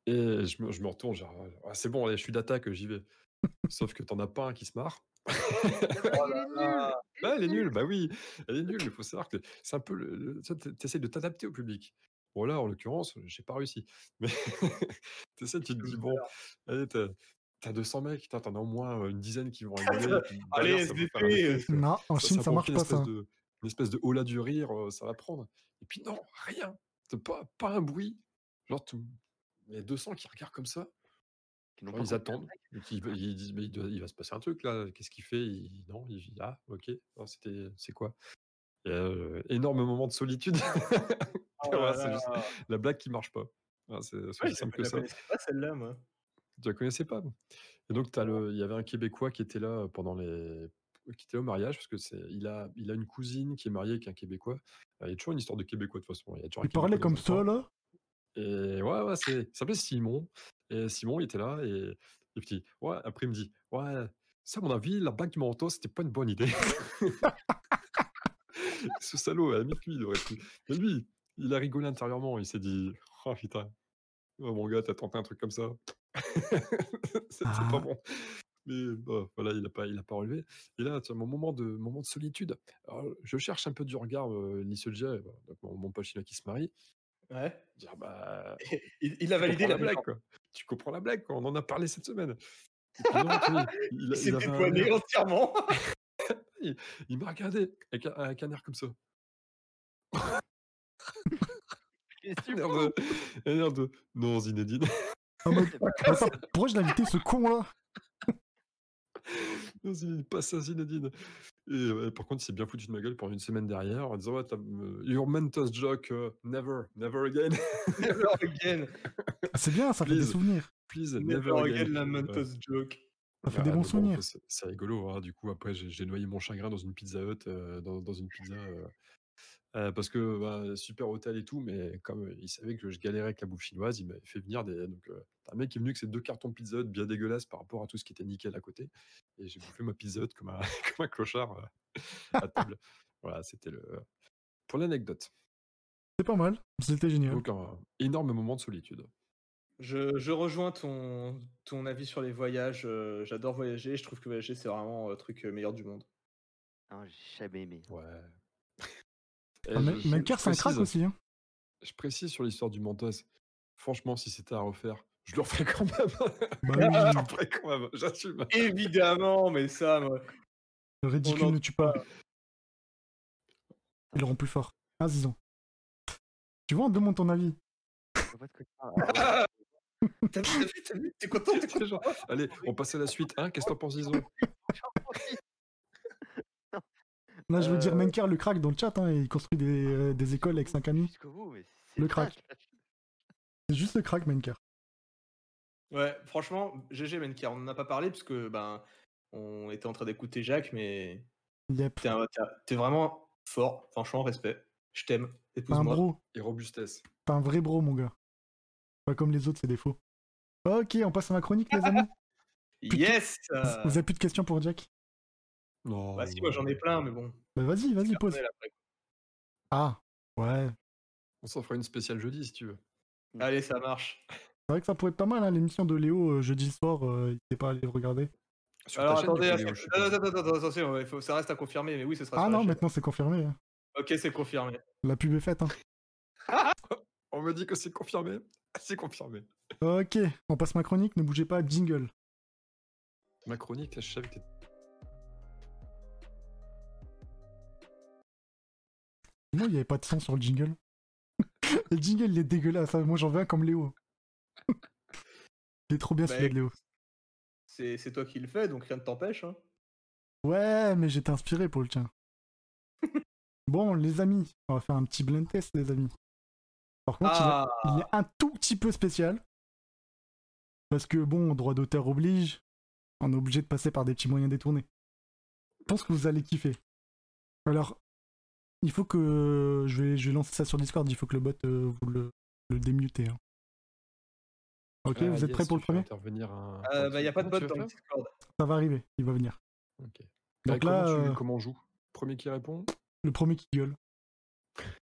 S4: Et je me, je me retourne, genre, Ah, c'est bon, allez, je suis d'attaque, j'y vais. Sauf que t'en as pas un qui se marre. Ah, elle est nulle, bah oui, elle est nulle. Il faut savoir que c'est un peu. Le, le- ça, t'es- t'essayes de t'adapter au public. Bon, là, en l'occurrence, j'ai pas réussi. Mais t'essayes, tu te dis, bon, allez, t'as, t'as 200 mecs, putain, t'en as au moins euh, une dizaine qui vont rigoler. puis derrière,
S2: Allez,
S4: ça va faire un
S2: SDP.
S4: effet, quoi.
S1: Non, en
S4: Ça,
S1: Chine,
S4: ça
S1: ça
S4: provoque
S1: marche
S4: une
S1: pas
S4: espèce
S1: ça.
S4: De, une espèce de hola du rire, euh, ça va prendre. Et puis, non, rien. T'as Pas, pas un bruit. Genre, tout- les 200 qui regardent comme ça.
S3: Qui n'ont
S4: Ouais,
S3: pas
S4: ils
S3: compris.
S4: attendent. Donc, Ils, ve- ils disent, mais il, doit- il va se passer un truc là. Qu'est-ce qu'il fait Il- Non, il vit. Ah, ok. Non, c'était, c'est quoi Et, euh, Énorme moment de solitude.
S2: Oh
S4: Voilà,
S2: là
S4: c'est
S2: là.
S4: juste la blague qui marche pas. Voilà, c'est c'est
S2: Ouais,
S4: aussi
S2: je ne
S4: simple que
S2: la
S4: ça.
S2: connaissais pas celle-là, moi.
S4: Tu la connaissais pas. Et donc, t'as le- il y avait un Québécois qui était là pendant les. qui était au mariage, parce que c'est, il a, il a une cousine qui est mariée avec un Québécois. Euh, Il y a toujours une histoire de Québécois, de toute façon. Il, y a toujours un
S1: Il parlait
S4: Québécois dans
S1: comme hein.
S4: un coin.
S1: ça là
S4: Et ouais, ouais, c'est, il s'appelait Simon. Et Simon, il était là. Et, et puis, ouais, après, il me dit, ouais, ça, à mon avis, la blague du manteau, c'était pas une bonne idée. Ce salaud, à la limite, lui, il aurait pu. Mais lui, il a rigolé intérieurement. Il s'est dit, oh putain, oh, mon gars, t'as tenté un truc comme ça. c'était
S1: Ah.
S4: pas bon. Mais bah, voilà, il n'a pas, il a pas relevé. Et là, tu vois, mon moment de, moment de solitude. Alors, je cherche un peu du regard euh, Nisselja, euh, donc mon, mon pote chinois qui se marie.
S2: Ouais.
S4: Dire, bah,
S2: Il, il a
S4: tu
S2: validé
S4: comprends
S2: la
S4: blague,
S2: blague.
S4: quoi. Tu comprends la blague, quoi. On en a parlé cette semaine. Et puis non, tu vois, il, il
S2: Il
S4: a-
S2: s'est
S4: il avait un
S2: dédouané
S4: air-
S2: entièrement.
S4: il m'a regardé avec un, avec un air comme ça.
S3: Qu'est-ce que tu
S4: Un air
S3: fous
S4: de, un air de, non, Zinedine.
S1: En mode, Attends, pourquoi je l'ai invité ce con là
S4: non, Zinedine, pas ça, Zinedine. Et ouais, par contre, il s'est bien foutu de ma gueule pendant une semaine derrière en disant ouais, t'as- euh, Your mentos joke, euh, never, never again.
S2: Never again.
S1: C'est bien, ça fait des
S4: Please.
S1: souvenirs.
S4: Please,
S2: Never again la
S4: Ouais.
S2: Mentos joke.
S1: Ça fait
S4: Ah,
S1: des
S4: mais
S1: bons
S4: bon,
S1: souvenirs.
S4: enfin, c'est- c'est rigolo. hein. Du coup, après, j'ai j'ai noyé mon chagrin dans une pizza hut, euh, dans, dans une pizza. euh, euh, parce que bah, super hôtel et tout, mais comme euh, il savait que je galérais avec la bouffe chinoise, il m'avait fait venir des. Donc, euh, t'as un mec qui est venu avec ses deux cartons pizza hut bien dégueulasses par rapport à tout ce qui était nickel à côté. Et j'ai bouffé ma pizza hut comme un, comme un clochard euh, à table. Voilà, c'était le. euh, Pour l'anecdote.
S1: C'est pas mal, c'était génial.
S4: Donc, un énorme moment de solitude.
S2: Je, je rejoins ton, ton avis sur les voyages. euh, J'adore voyager. Je trouve que voyager, c'est vraiment euh, le truc euh, meilleur du monde.
S3: Non, j'ai jamais aimé.
S4: Ouais.
S1: Ah, mais-
S4: même
S1: Même car c'est un crack aussi. Hein.
S4: je précise sur l'histoire du Mentos. Franchement, si c'était à refaire, je le referais quand même.
S1: Bah oui,
S4: je
S2: Ah,
S4: le referais quand même, j'assume. hein.
S2: Évidemment, mais ça, moi,
S1: le
S2: On
S1: ridicule
S2: en-
S1: ne tue pas. Il le rend plus fort. Un zizan. Tu vois, on te demande ton avis.
S3: Je vois pas de quoi tu parles. Ah, ouais.
S2: T'as vu, t'as vu, t'as vu, t'es content, t'es
S4: C'est
S2: content.
S4: genre, Allez, on passe à la suite. Hein, Qu'est-ce que t'en penses, Iso
S3: J'en profite. Non.
S1: Là, je veux dire,
S3: Euh,
S1: Menker le craque dans le chat, hein, il construit des, euh, des écoles avec 5 amis.
S3: Jusqu'au bout, mais c'est
S1: Le
S3: ça,
S1: crack. C'est juste le crack, Menker.
S2: Ouais, franchement, GG Menker, on n'en a pas parlé parce que ben on était en train d'écouter Jacques, mais
S1: Yep.
S2: t'es, un- t'as- t'es vraiment fort, franchement, respect. Je t'aime,
S1: T'es un
S2: épouse-moi.
S1: bro.
S4: Et robustesse.
S1: T'es un vrai bro, mon gars. Pas comme les autres, c'est défauts. Ok, on passe à ma chronique, les amis.
S2: Yes euh,
S1: Vous avez plus de questions pour Jack
S4: Non.
S2: Bah si, moi j'en ai plein, mais bon.
S1: Bah, Vas-y, vas-y, pose.
S2: Personnel après.
S1: Ah, ouais.
S4: On s'en fera une spéciale jeudi si tu veux.
S2: Allez, ça marche.
S1: C'est vrai que ça pourrait être pas mal, hein, l'émission de Léo euh, jeudi soir, euh, il sait pas aller le regarder.
S4: Sur
S2: Alors
S4: ta chaîne, du coup,
S2: attendez, attends,
S4: Léo, je suppose.
S2: attends, attends, attends, attention, ouais, faut- ça reste à confirmer, mais oui, ce sera
S1: Ah
S2: sur la
S1: non,
S2: chaîne.
S1: maintenant c'est confirmé. hein.
S2: Ok, c'est confirmé.
S1: La pub est faite. hein.
S4: On me dit que c'est confirmé. C'est confirmé.
S1: Ok, on passe ma chronique, ne bougez pas, jingle.
S4: Ma chronique, je savais que t'étais-
S1: Moi, il n'y avait pas de son sur le jingle. le jingle, il est dégueulasse. hein. Moi, j'en veux un comme Léo. il est trop bien
S2: Bah,
S1: celui de Léo.
S2: C'est, c'est toi qui le fais, donc rien ne t'empêche. hein.
S1: Ouais, mais j'étais inspiré pour le tien. bon, les amis, on va faire un petit blind test, les amis. Par contre, il a-
S2: Ah,
S1: il est un tout petit peu spécial. Parce que bon, droit d'auteur oblige, on est obligé de passer par des petits moyens détournés. Je pense que vous allez kiffer. Alors, il faut que. Je vais, je vais lancer ça sur Discord, il faut que le bot euh, vous le, le démutez. hein. Ok,
S4: Ah,
S1: vous êtes
S4: yes,
S1: prêts pour le
S4: tu fais
S1: premier
S4: intervenir un-
S2: euh, bah y a pas de
S4: Comment tu
S2: bot dans
S4: vas
S2: le
S4: faire
S2: Discord.
S1: Ça va arriver, il va venir.
S4: Ok.
S1: Donc
S4: Bah,
S1: là,
S4: comment, tu-
S1: euh,
S4: comment on joue Premier qui répond
S1: le premier qui gueule.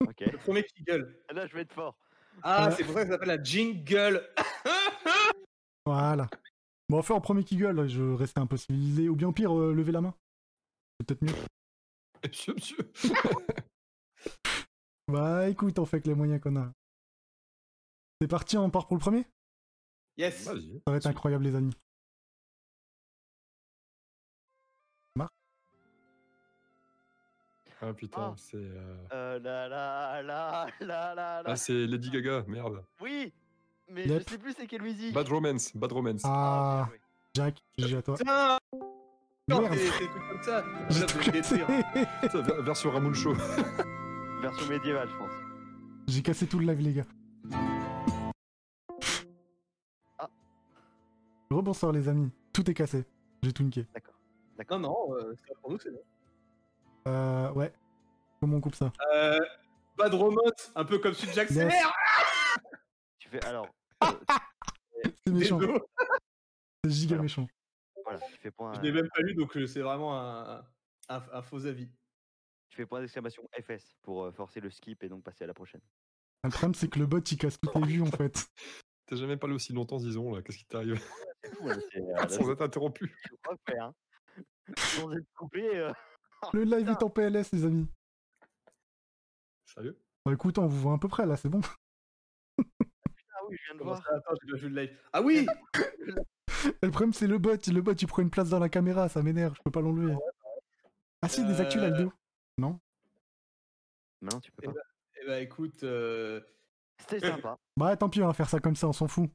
S3: Ok.
S2: Le premier qui gueule.
S3: Là, je vais être fort.
S2: Ah,
S1: Ouais.
S2: c'est pour ça que ça s'appelle la jingle.
S1: Voilà. Bon, on va faire en premier qui gueule, je restais un peu civilisé. Ou bien au pire, lever levez la main. C'est peut-être mieux.
S4: Monsieur, monsieur.
S1: Bah écoute, on fait avec les moyens qu'on a. C'est parti, on part pour le premier
S2: Yes.
S4: Vas-y.
S1: Ça va être incroyable, les amis.
S4: Ah putain,
S3: Ah.
S4: c'est. euh,
S3: Euh, là, là, là, là, là, là.
S4: Ah, c'est Lady Gaga, merde.
S3: Oui, mais
S1: Yep.
S3: je sais plus c'est quelle musique.
S4: Bad Romance, Bad Romance.
S1: Ah,
S3: bien joué.
S1: Jack, GG à toi.
S2: Putain,
S1: Merde,
S2: des, des trucs comme ça.
S1: j'ai
S2: Là,
S1: tout
S2: vous
S1: cassé.
S2: détruire.
S4: Putain, ver- Version Ramoul Show.
S3: Version médiévale, je pense.
S1: J'ai cassé tout le live, les gars.
S3: Ah.
S1: Rebonsoir, les amis. Tout est cassé. J'ai tout niqué.
S2: Non, non, euh, c'est pas pour nous, c'est bon.
S1: Euh, ouais. Comment on coupe ça
S2: Euh, pas de remote, un peu comme Sud Jack
S1: Yes.
S2: Seller.
S3: Tu fais alors, euh,
S1: C'est méchant.
S2: Désolé,
S1: C'est giga
S3: Alors.
S1: méchant.
S3: voilà, tu fais point,
S2: Je l'ai même pas lu, donc euh, c'est vraiment un, un, un faux avis.
S3: tu fais point d'exclamation FS pour euh, forcer le skip et donc passer à la prochaine.
S1: Le problème, c'est que le bot, il casse toutes les vues, en fait.
S4: T'as jamais parlé aussi longtemps, disons, là. Qu'est-ce qui t'arrive
S3: C'est fou, hein, c'est, euh, là,
S4: Sans
S3: c'est-
S4: être interrompu.
S3: je crois que, hein, sans être coupé. euh,
S1: Le live est en PLS, les amis.
S4: Sérieux
S1: Bah écoute, on vous voit à peu près, là, c'est bon.
S3: Ah oui, je viens de
S2: Comment
S3: voir.
S2: ça Attends, j'ai pas vu le live. Ah oui
S1: Le problème, c'est le bot. Le bot, il prend une place dans la caméra, ça m'énerve, je peux pas l'enlever. Ah si, des actus,
S2: bah Euh.
S1: Aldo.
S3: Mais non, tu peux
S2: Eh
S3: pas.
S2: Eh bah écoute, euh,
S3: C'était sympa.
S1: Bah tant pis, on va faire ça comme ça, on s'en fout.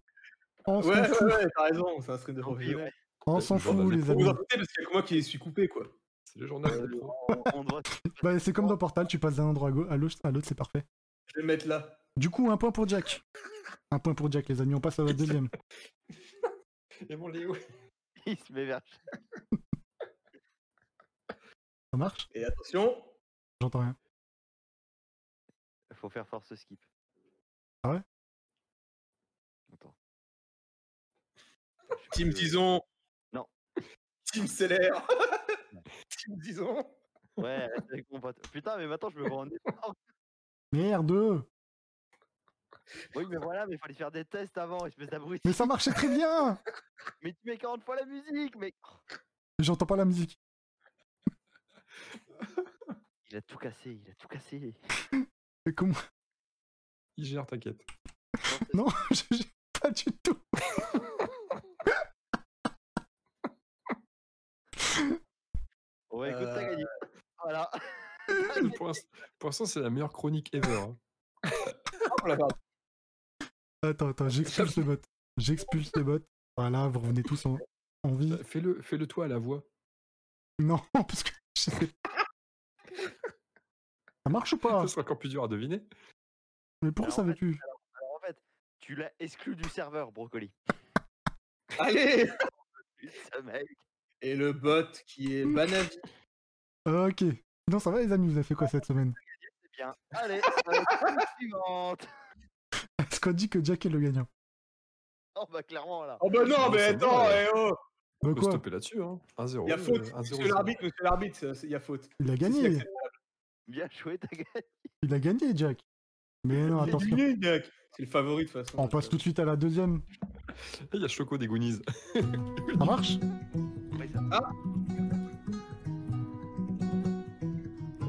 S1: On s'en
S2: ouais, ouais,
S1: fout,
S2: ouais, t'as raison, c'est un stream de
S3: Tant pis,
S2: professionnel.
S3: ouais.
S1: on s'en
S4: Je vais en
S1: fout, les
S2: Vous
S1: amis.
S2: vous en foutez parce qu'il y a que moi qui suis coupé, quoi.
S4: C'est le journal des pros.
S3: On, on doit.
S1: Bah, c'est comme dans Portal, tu passes d'un endroit à gau- à l'autre, à l'autre, c'est parfait.
S2: Je vais le mettre là.
S1: Du coup, un point pour Jack. Un point pour Jack, les amis, on passe à la deuxième.
S4: Et mon Léo.
S3: Il se met vers.
S1: Ça marche
S2: Et attention,
S1: J'entends rien.
S3: Faut faire force skip.
S1: Ah ouais
S3: Attends. Je
S2: Team
S1: Euh,
S3: peux-
S2: Tison.
S3: Non.
S2: Team Seller. Team Tison.
S3: Ouais, avec mon pote. Putain, mais maintenant je me vois en énorme.
S1: Merde
S3: Oui, mais voilà, mais fallait faire des tests avant, espèce d'abruti.
S1: Mais ça marchait très bien
S3: Mais tu mets 40 fois la musique, mais. oh,
S1: J'entends pas la musique.
S3: Il a tout cassé, il a tout cassé.
S1: Mais Comment
S4: Il gère, t'inquiète.
S1: Non, je- j'ai pas du tout.
S3: Ouais, écoute, t'as
S2: Euh,
S3: gagné. Voilà.
S4: Pour l'inst- pour l'instant, c'est la meilleure chronique ever. hein.
S2: Oh la barre.
S1: Attends, attends, j'expulse le bot. J'expulse le bot. Voilà, vous revenez tous en, en vie.
S4: Fais-le fais -le toi à la voix.
S1: Non, parce que je sais- Ça marche ou pas
S4: Ce sera encore plus dur à deviner.
S1: Mais pourquoi
S3: Alors,
S1: ça
S3: en
S1: veut
S3: fait,
S1: plus
S3: Alors, en fait, tu l'as exclu du serveur, Brocoli.
S2: Allez
S3: Ce mec.
S2: Et le bot qui
S1: Mm.
S2: est Banavi.
S1: Euh, Ok. Non, ça va les amis, vous avez fait quoi cette semaine
S3: c'est bien. Allez, euh, question suivante.
S1: Est-ce qu'on dit que Jack est le gagnant
S3: Oh bah clairement là.
S2: Oh bah
S1: Ah,
S2: non, mais
S4: C'est bon,
S2: attends,
S4: ouais.
S2: eh oh
S1: Bah
S4: On peut
S1: quoi
S4: stopper là-dessus. Hein. 1-0.
S2: Il y a
S1: Oh,
S4: euh,
S2: faute,
S4: 1-0,
S2: monsieur
S4: 0.
S2: l'arbitre, monsieur l'arbitre, ça, c'est- il y a faute.
S1: Il a
S2: C'est
S1: gagné
S2: acceptable.
S3: Bien joué, ta gueule.
S1: Il a gagné, Jack Mais non,
S2: Il est
S1: attention.
S2: gagné, Jack. C'est le favori de toute façon.
S1: On passe tout de suite à la deuxième.
S4: Et Il y a Choco des Goonies.
S1: Ça marche
S3: Ouais, ça-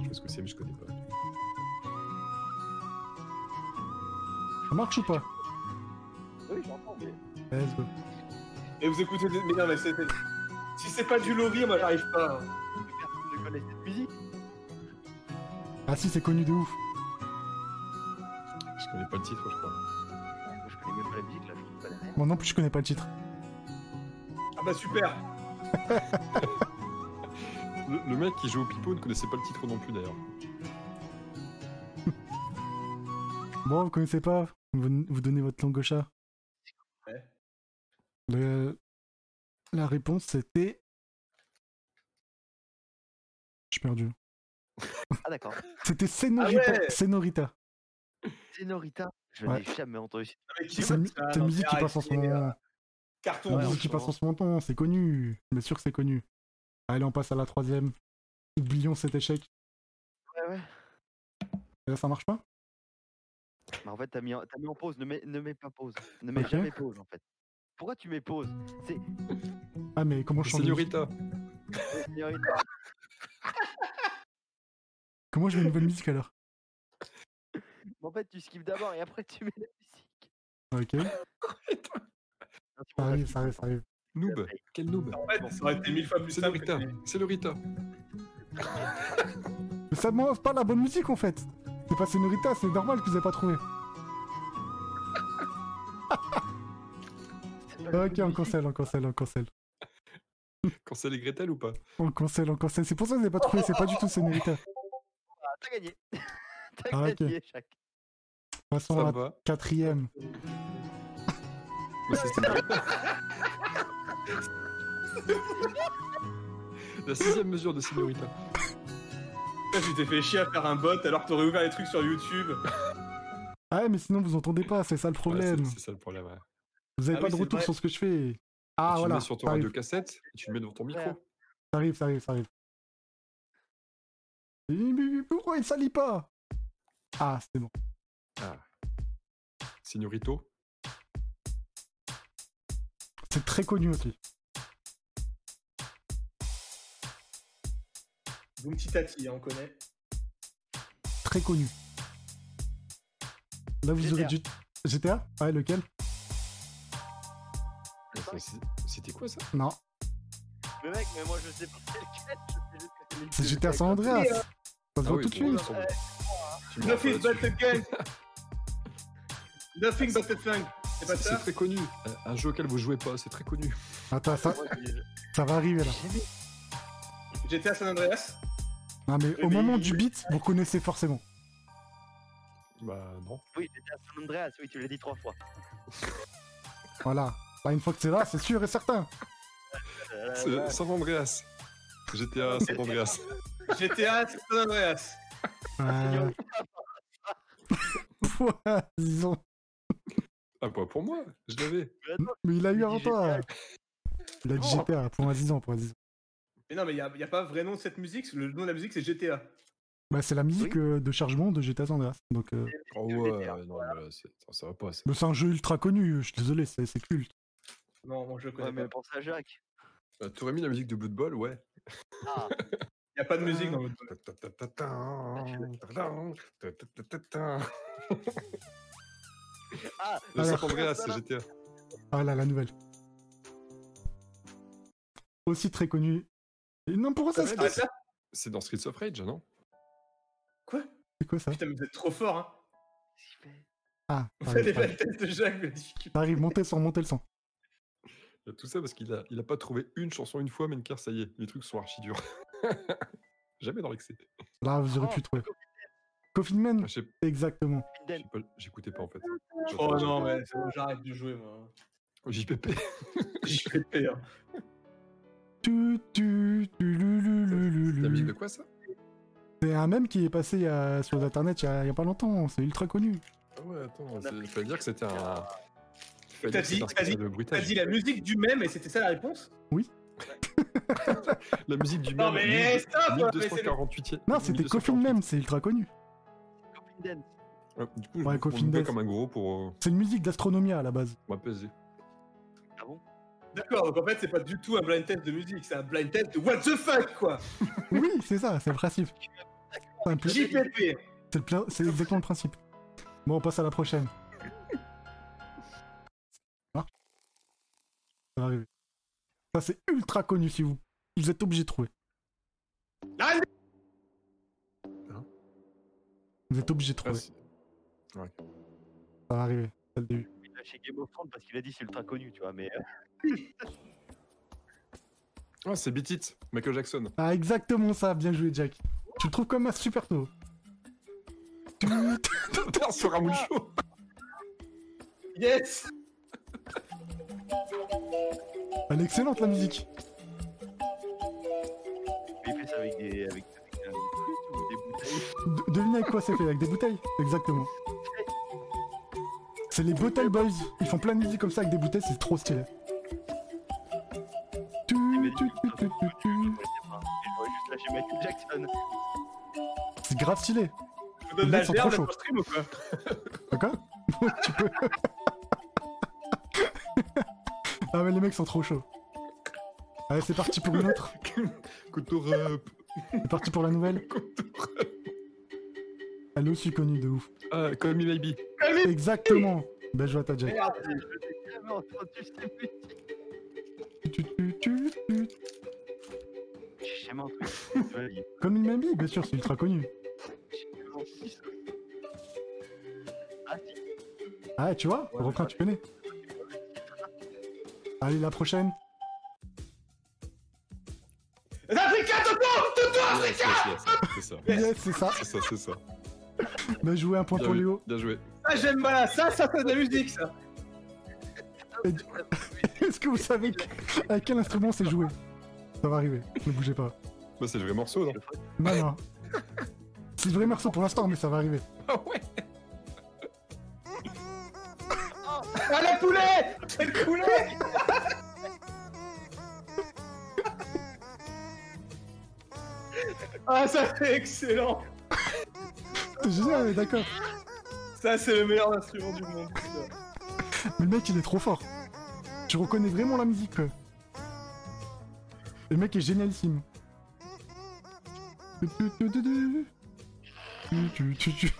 S4: je sais ce que c'est, mais je connais pas.
S1: Ça marche ou pas Eh,
S3: Oui, j'entends, mais.
S1: Ouais, let's go.
S2: Et vous écoutez, des- mais non, mais c'est... Si c'est pas du Lori, moi j'arrive pas. hein.
S3: Personne ne connaît cette musique.
S1: Ah si, c'est connu de ouf.
S4: Je connais pas le titre, je crois.
S3: Moi, je connais même pas la musique là, je connais pas la même.
S1: Moi non plus, je connais pas le titre.
S2: Ah bah super
S4: Le, le mec qui joue au pipeau ne connaissait pas le titre non plus d'ailleurs.
S1: Bon, vous connaissez pas Vous, vous donnez votre langue au chat
S2: Ouais.
S1: Le- La réponse, c'était... Je suis perdu.
S3: Ah d'accord.
S1: C'était Senorita.
S2: ouais
S1: Senorita.
S3: C'est Norita. Je
S1: Ouais.
S3: n'ai jamais entendu cette
S2: Non, mais qui
S1: C'est
S2: vote
S1: mu-
S2: ça
S1: c'est
S2: Ah, Non,
S1: musique qui
S2: arrêtez,
S1: passe en ce
S2: euh,
S1: moment.
S2: Carton
S1: La
S3: Ouais,
S2: rouge.
S1: musique qui
S3: franchement.
S1: passe en ce moment, c'est connu. Bien sûr que c'est connu. Allez, on passe à la troisième. Oublions cet échec.
S3: Ouais, ouais.
S1: Là, ça marche pas
S3: Mais en fait, t'as mis, en- t'as mis en pause. Ne mets, ne mets pas pause. Ne mets
S1: Ok.
S3: jamais pause en fait. Pourquoi tu mets pause C'est.
S1: Ah, mais comment je change de musique
S4: Señorita.
S3: c'est Norita.
S1: Comment je mets une nouvelle musique alors
S3: en fait, tu skips d'abord et après tu mets la musique.
S1: Ok,
S3: Non, tu
S1: ça
S3: prends la
S1: arrive,
S3: skip,
S1: ça arrive,
S3: tu
S1: ça arrive.
S4: Noob. Quel noob
S2: En fait, ça aurait été mille fois plus simple.
S1: hein.
S4: Señorita.
S2: que-
S4: Señorita.
S1: Mais ça m'enlève pas la bonne musique en fait C'est pas Senorita, c'est normal que vous avez pas trouvé.
S3: prends- c'est pas la
S1: Ok,
S3: bonne
S1: on
S3: musique.
S1: cancel, on cancel, on cancel.
S4: Quand c'est les Gretel ou pas
S1: On cancel, on cancel. C'est pour ça que vous avez pas trouvé, c'est pas du tout Senorita.
S3: Ah, t'as gagné. t'as
S1: Ah, ok.
S3: gagné, Jacques.
S1: Passons
S4: Ça
S1: à
S4: me
S1: la
S4: va.
S1: quatrième.
S4: Mais c'est Señorita. La sixième mesure de Señorita.
S2: Putain, Tu t'es fait chier à faire un bot alors que t'aurais ouvert les trucs sur YouTube.
S1: Ah, mais sinon vous entendez pas, c'est ça le
S4: Ouais, c'est-
S1: problème.
S4: c'est ça le problème. Ouais.
S1: Vous avez
S2: Ah
S1: pas
S2: oui,
S1: de
S2: c'est
S1: retour
S2: vrai.
S1: sur ce que je fais. Ah
S4: tu le
S1: voilà,
S4: mets sur ton
S1: ça arrive,
S4: radiocassette et tu le mets devant ton micro.
S3: Ouais.
S1: ça arrive, ça arrive, ça arrive. Mais- mais- mais pourquoi il salit pas Ah, c'est bon.
S4: Señorito.
S1: C'est très connu aussi.
S2: Boum petit tati, hein, on connaît.
S1: Très connu. Là vous aurez
S3: GTA.
S1: dû... GTA Ouais, lequel
S4: Attends, c'est- C'était quoi ça
S1: Non,
S3: Mais mec, mais moi je sais pas quel je sais juste que c'est
S1: c'est
S3: musique hein. de
S1: GTA San
S3: Jacques.
S1: Andreas. Ça se
S4: Ah
S1: voit
S4: oui,
S1: tout de
S4: bon,
S1: suite.
S4: ils sont-
S3: Ouais.
S4: Tu me
S2: Nothing
S4: rappelles
S2: but a game Nothing but a thing C'est pas
S4: C'est c'est
S2: ça
S4: très connu. Un- Un jeu auquel vous jouez pas, c'est très connu.
S1: Attends, ça,
S3: Moi, j'ai-
S1: ça va arriver là.
S3: j'ai-
S2: J'étais à San Andreas
S1: Non mais au
S2: Mais-
S1: moment du beat, vous connaissez forcément.
S4: Bah non.
S3: Oui, j'étais à San Andreas, oui, tu l'as dit trois fois.
S1: Voilà. Bah, une fois que c'est là, c'est sûr et certain.
S3: Euh,
S4: C'est San Andreas. GTA San Andreas.
S2: J'étais à San Andreas
S3: Ah,
S1: Euh... ouais, disons.
S4: Ah pas pour moi, je l'avais.
S1: Mais il a eu
S3: Il
S1: avant
S3: dit
S1: toi. Il a dit
S4: Oh.
S1: GTA pour un 10 ans, pour un 10 ans.
S2: Mais non, mais il n'y a, y a pas vrai nom de cette musique, le nom de la musique c'est GTA.
S1: Bah, c'est la musique euh, de chargement de GTA San Andreas. Donc, euh...
S4: Oh
S3: Je
S4: ouais,
S3: l'ai fait, hein,
S4: non, mais là, c'est- attends, ça va pas. ça.
S1: mais c'est un jeu ultra connu, euh, je suis désolé, c'est c'est culte.
S2: Non, moi je le
S3: Ouais,
S2: connais
S3: mais
S2: pas.
S3: pense à Jacques.
S4: Bah, T'aurais mis la musique de Blood Bowl, ouais.
S3: Ah,
S2: Il n'y a pas de musique dans le
S4: Le
S3: ah
S4: San Andreas, c'est GTA.
S1: Ah là, la nouvelle. Aussi très connu. Et non, pourquoi ça se
S2: Ah,
S1: passe
S2: ça
S4: C'est dans Streets of Rage, non
S2: Quoi
S1: C'est quoi ça
S2: Putain, mais vous êtes trop fort, hein
S3: qu'est-ce qu'il fait
S1: Ah,
S2: Vous
S1: ça arrive, ça
S2: avez pas
S1: arrive.
S2: le test de Jacques, mais difficile.
S1: Ça arrive, montez le son, montez le son.
S4: Il y a Tout ça parce qu'il a, il a pas trouvé une chanson une fois, Menker, ça y est, les trucs sont archi durs. Jamais dans l'excès.
S1: Là, vous aurez
S3: Oh,
S1: pu trouver. Coffin Man
S4: Je sais-
S1: Exactement.
S4: je sais
S3: Finden.
S4: pas, J'écoutais pas en fait.
S2: Oh
S4: J'entendais-
S2: non, mais c'est bon, j'arrête de jouer, moi.
S4: JPP.
S2: J'ai fait peur.
S1: Tu, tu, tu, lu, lu, lu, lu,
S4: La musique de
S1: lu.
S4: quoi ça
S1: C'est un même qui est passé il y a- sur internet il y, a, il y a pas longtemps, c'est ultra connu.
S4: Ah ouais, attends,
S3: On a
S4: il
S3: pris-
S4: fallait dire que c'était un. fallait dire
S2: T'as
S4: que c'était
S2: dit-
S4: un
S2: t'as dit-
S4: scandale de
S2: T'as
S4: bruitage.
S2: dit la musique du même et c'était ça la réponse
S4: La musique du
S2: Non,
S4: même.
S2: mais stop mais c'est-
S4: 1248
S1: Non, c'était Coffin Man, c'est ultra connu.
S3: Finden.
S4: Ouais, Ah, Du coup, je
S1: Ouais,
S4: me
S1: Coffin
S4: prends un peu
S1: Death.
S4: comme un gros pour euh,
S1: C'est une musique d'astronomie à la base.
S4: m'apaiser.
S3: Ah bon
S2: D'accord, donc en fait, c'est pas du tout un blind test de musique, c'est un blind test de what the fuck, quoi
S1: Oui, c'est ça, c'est le principe. C'est un pla-
S2: JPP
S1: c'est le pla- c'est exactement le principe. Bon, on passe à la prochaine. Hein ça va arriver. Ça, c'est ultra connu si vous, vous êtes obligé de trouver.
S2: Ah,
S1: Hein Vous êtes obligé de
S4: Ah,
S1: trouver.
S4: c'est-
S1: Ça va arriver. C'est le début.
S3: Il a chez Game of Thrones parce qu'il a dit c'est ultra connu, tu vois, mais. euh,
S4: ah, c'est Beat It, Michael Jackson.
S1: Ah, exactement ça. Bien joué, Jack. Tu le trouves comme un super tôt.
S4: Putain, sur Ramucho
S2: Yes
S1: Elle est excellente, la musique.
S3: Il fait ça avec des. avec, avec euh, des flûtes ou des bouteilles.
S1: De- devinez avec quoi c'est fait, avec des bouteilles Exactement. C'est les Bottle Boys. Ils font plein de musique comme ça avec des bouteilles, c'est trop stylé. Tu,
S3: Eh ben,
S1: tu, tu, tu, tu, tu.
S3: Je pourrais juste lâcher Michael Jackson.
S1: C'est grave stylé.
S2: Je vous donne
S1: Les
S2: la
S1: mecs sont
S2: gerbe
S1: trop
S2: là, pour stream ou quoi
S1: D'accord Tu peux. ah mais les mecs sont trop chauds. Allez, c'est parti pour une autre.
S4: Couteau rap
S1: C'est parti pour la nouvelle. Elle est aussi connue de ouf.
S4: Ah, Call Me Maybe.
S1: Exactement. Ben je vois ta Jack.
S2: Merde
S3: J'ai jamais entendu cette musique.
S1: Tu, tu, tu, tu, tu.
S3: J'ai jamais entendu ça de ma vie.
S1: Comme une mamie, bien sûr, c'est ultra connu.
S3: J'ai jamais entendu ça. Ah si,
S1: Ah, tu vois,
S3: Ouais,
S1: refrain, tu connais. Allez, la prochaine.
S2: Africa,
S4: Ouais, c'est ça, c'est ça, c'est ça.
S1: Yes, c'est ça.
S4: C'est ça, c'est ça.
S1: Bah, jouer un point
S4: Bien
S1: pour
S4: vu.
S1: Léo.
S4: Bien joué.
S2: ça j'aime pas là, ça, ça c'est de la musique, ça
S1: Est-ce que vous savez que- à quel instrument c'est joué Ça va arriver, ne bougez pas.
S4: Bah, c'est le vrai morceau, non
S1: Non, non. C'est le vrai morceau pour l'instant, mais ça va arriver.
S4: Ah ouais
S2: Ah, la poulet C'est le poulet Ah, ça c'est excellent
S1: C'est génial, ouais, euh, d'accord.
S2: Ça, c'est le meilleur instrument du monde.
S1: Mais le mec, il est trop fort. Tu reconnais vraiment la musique, quoi. Le mec est génialissime. Tu, tu, tu, tu, tu. Tu, tu, tu, tu.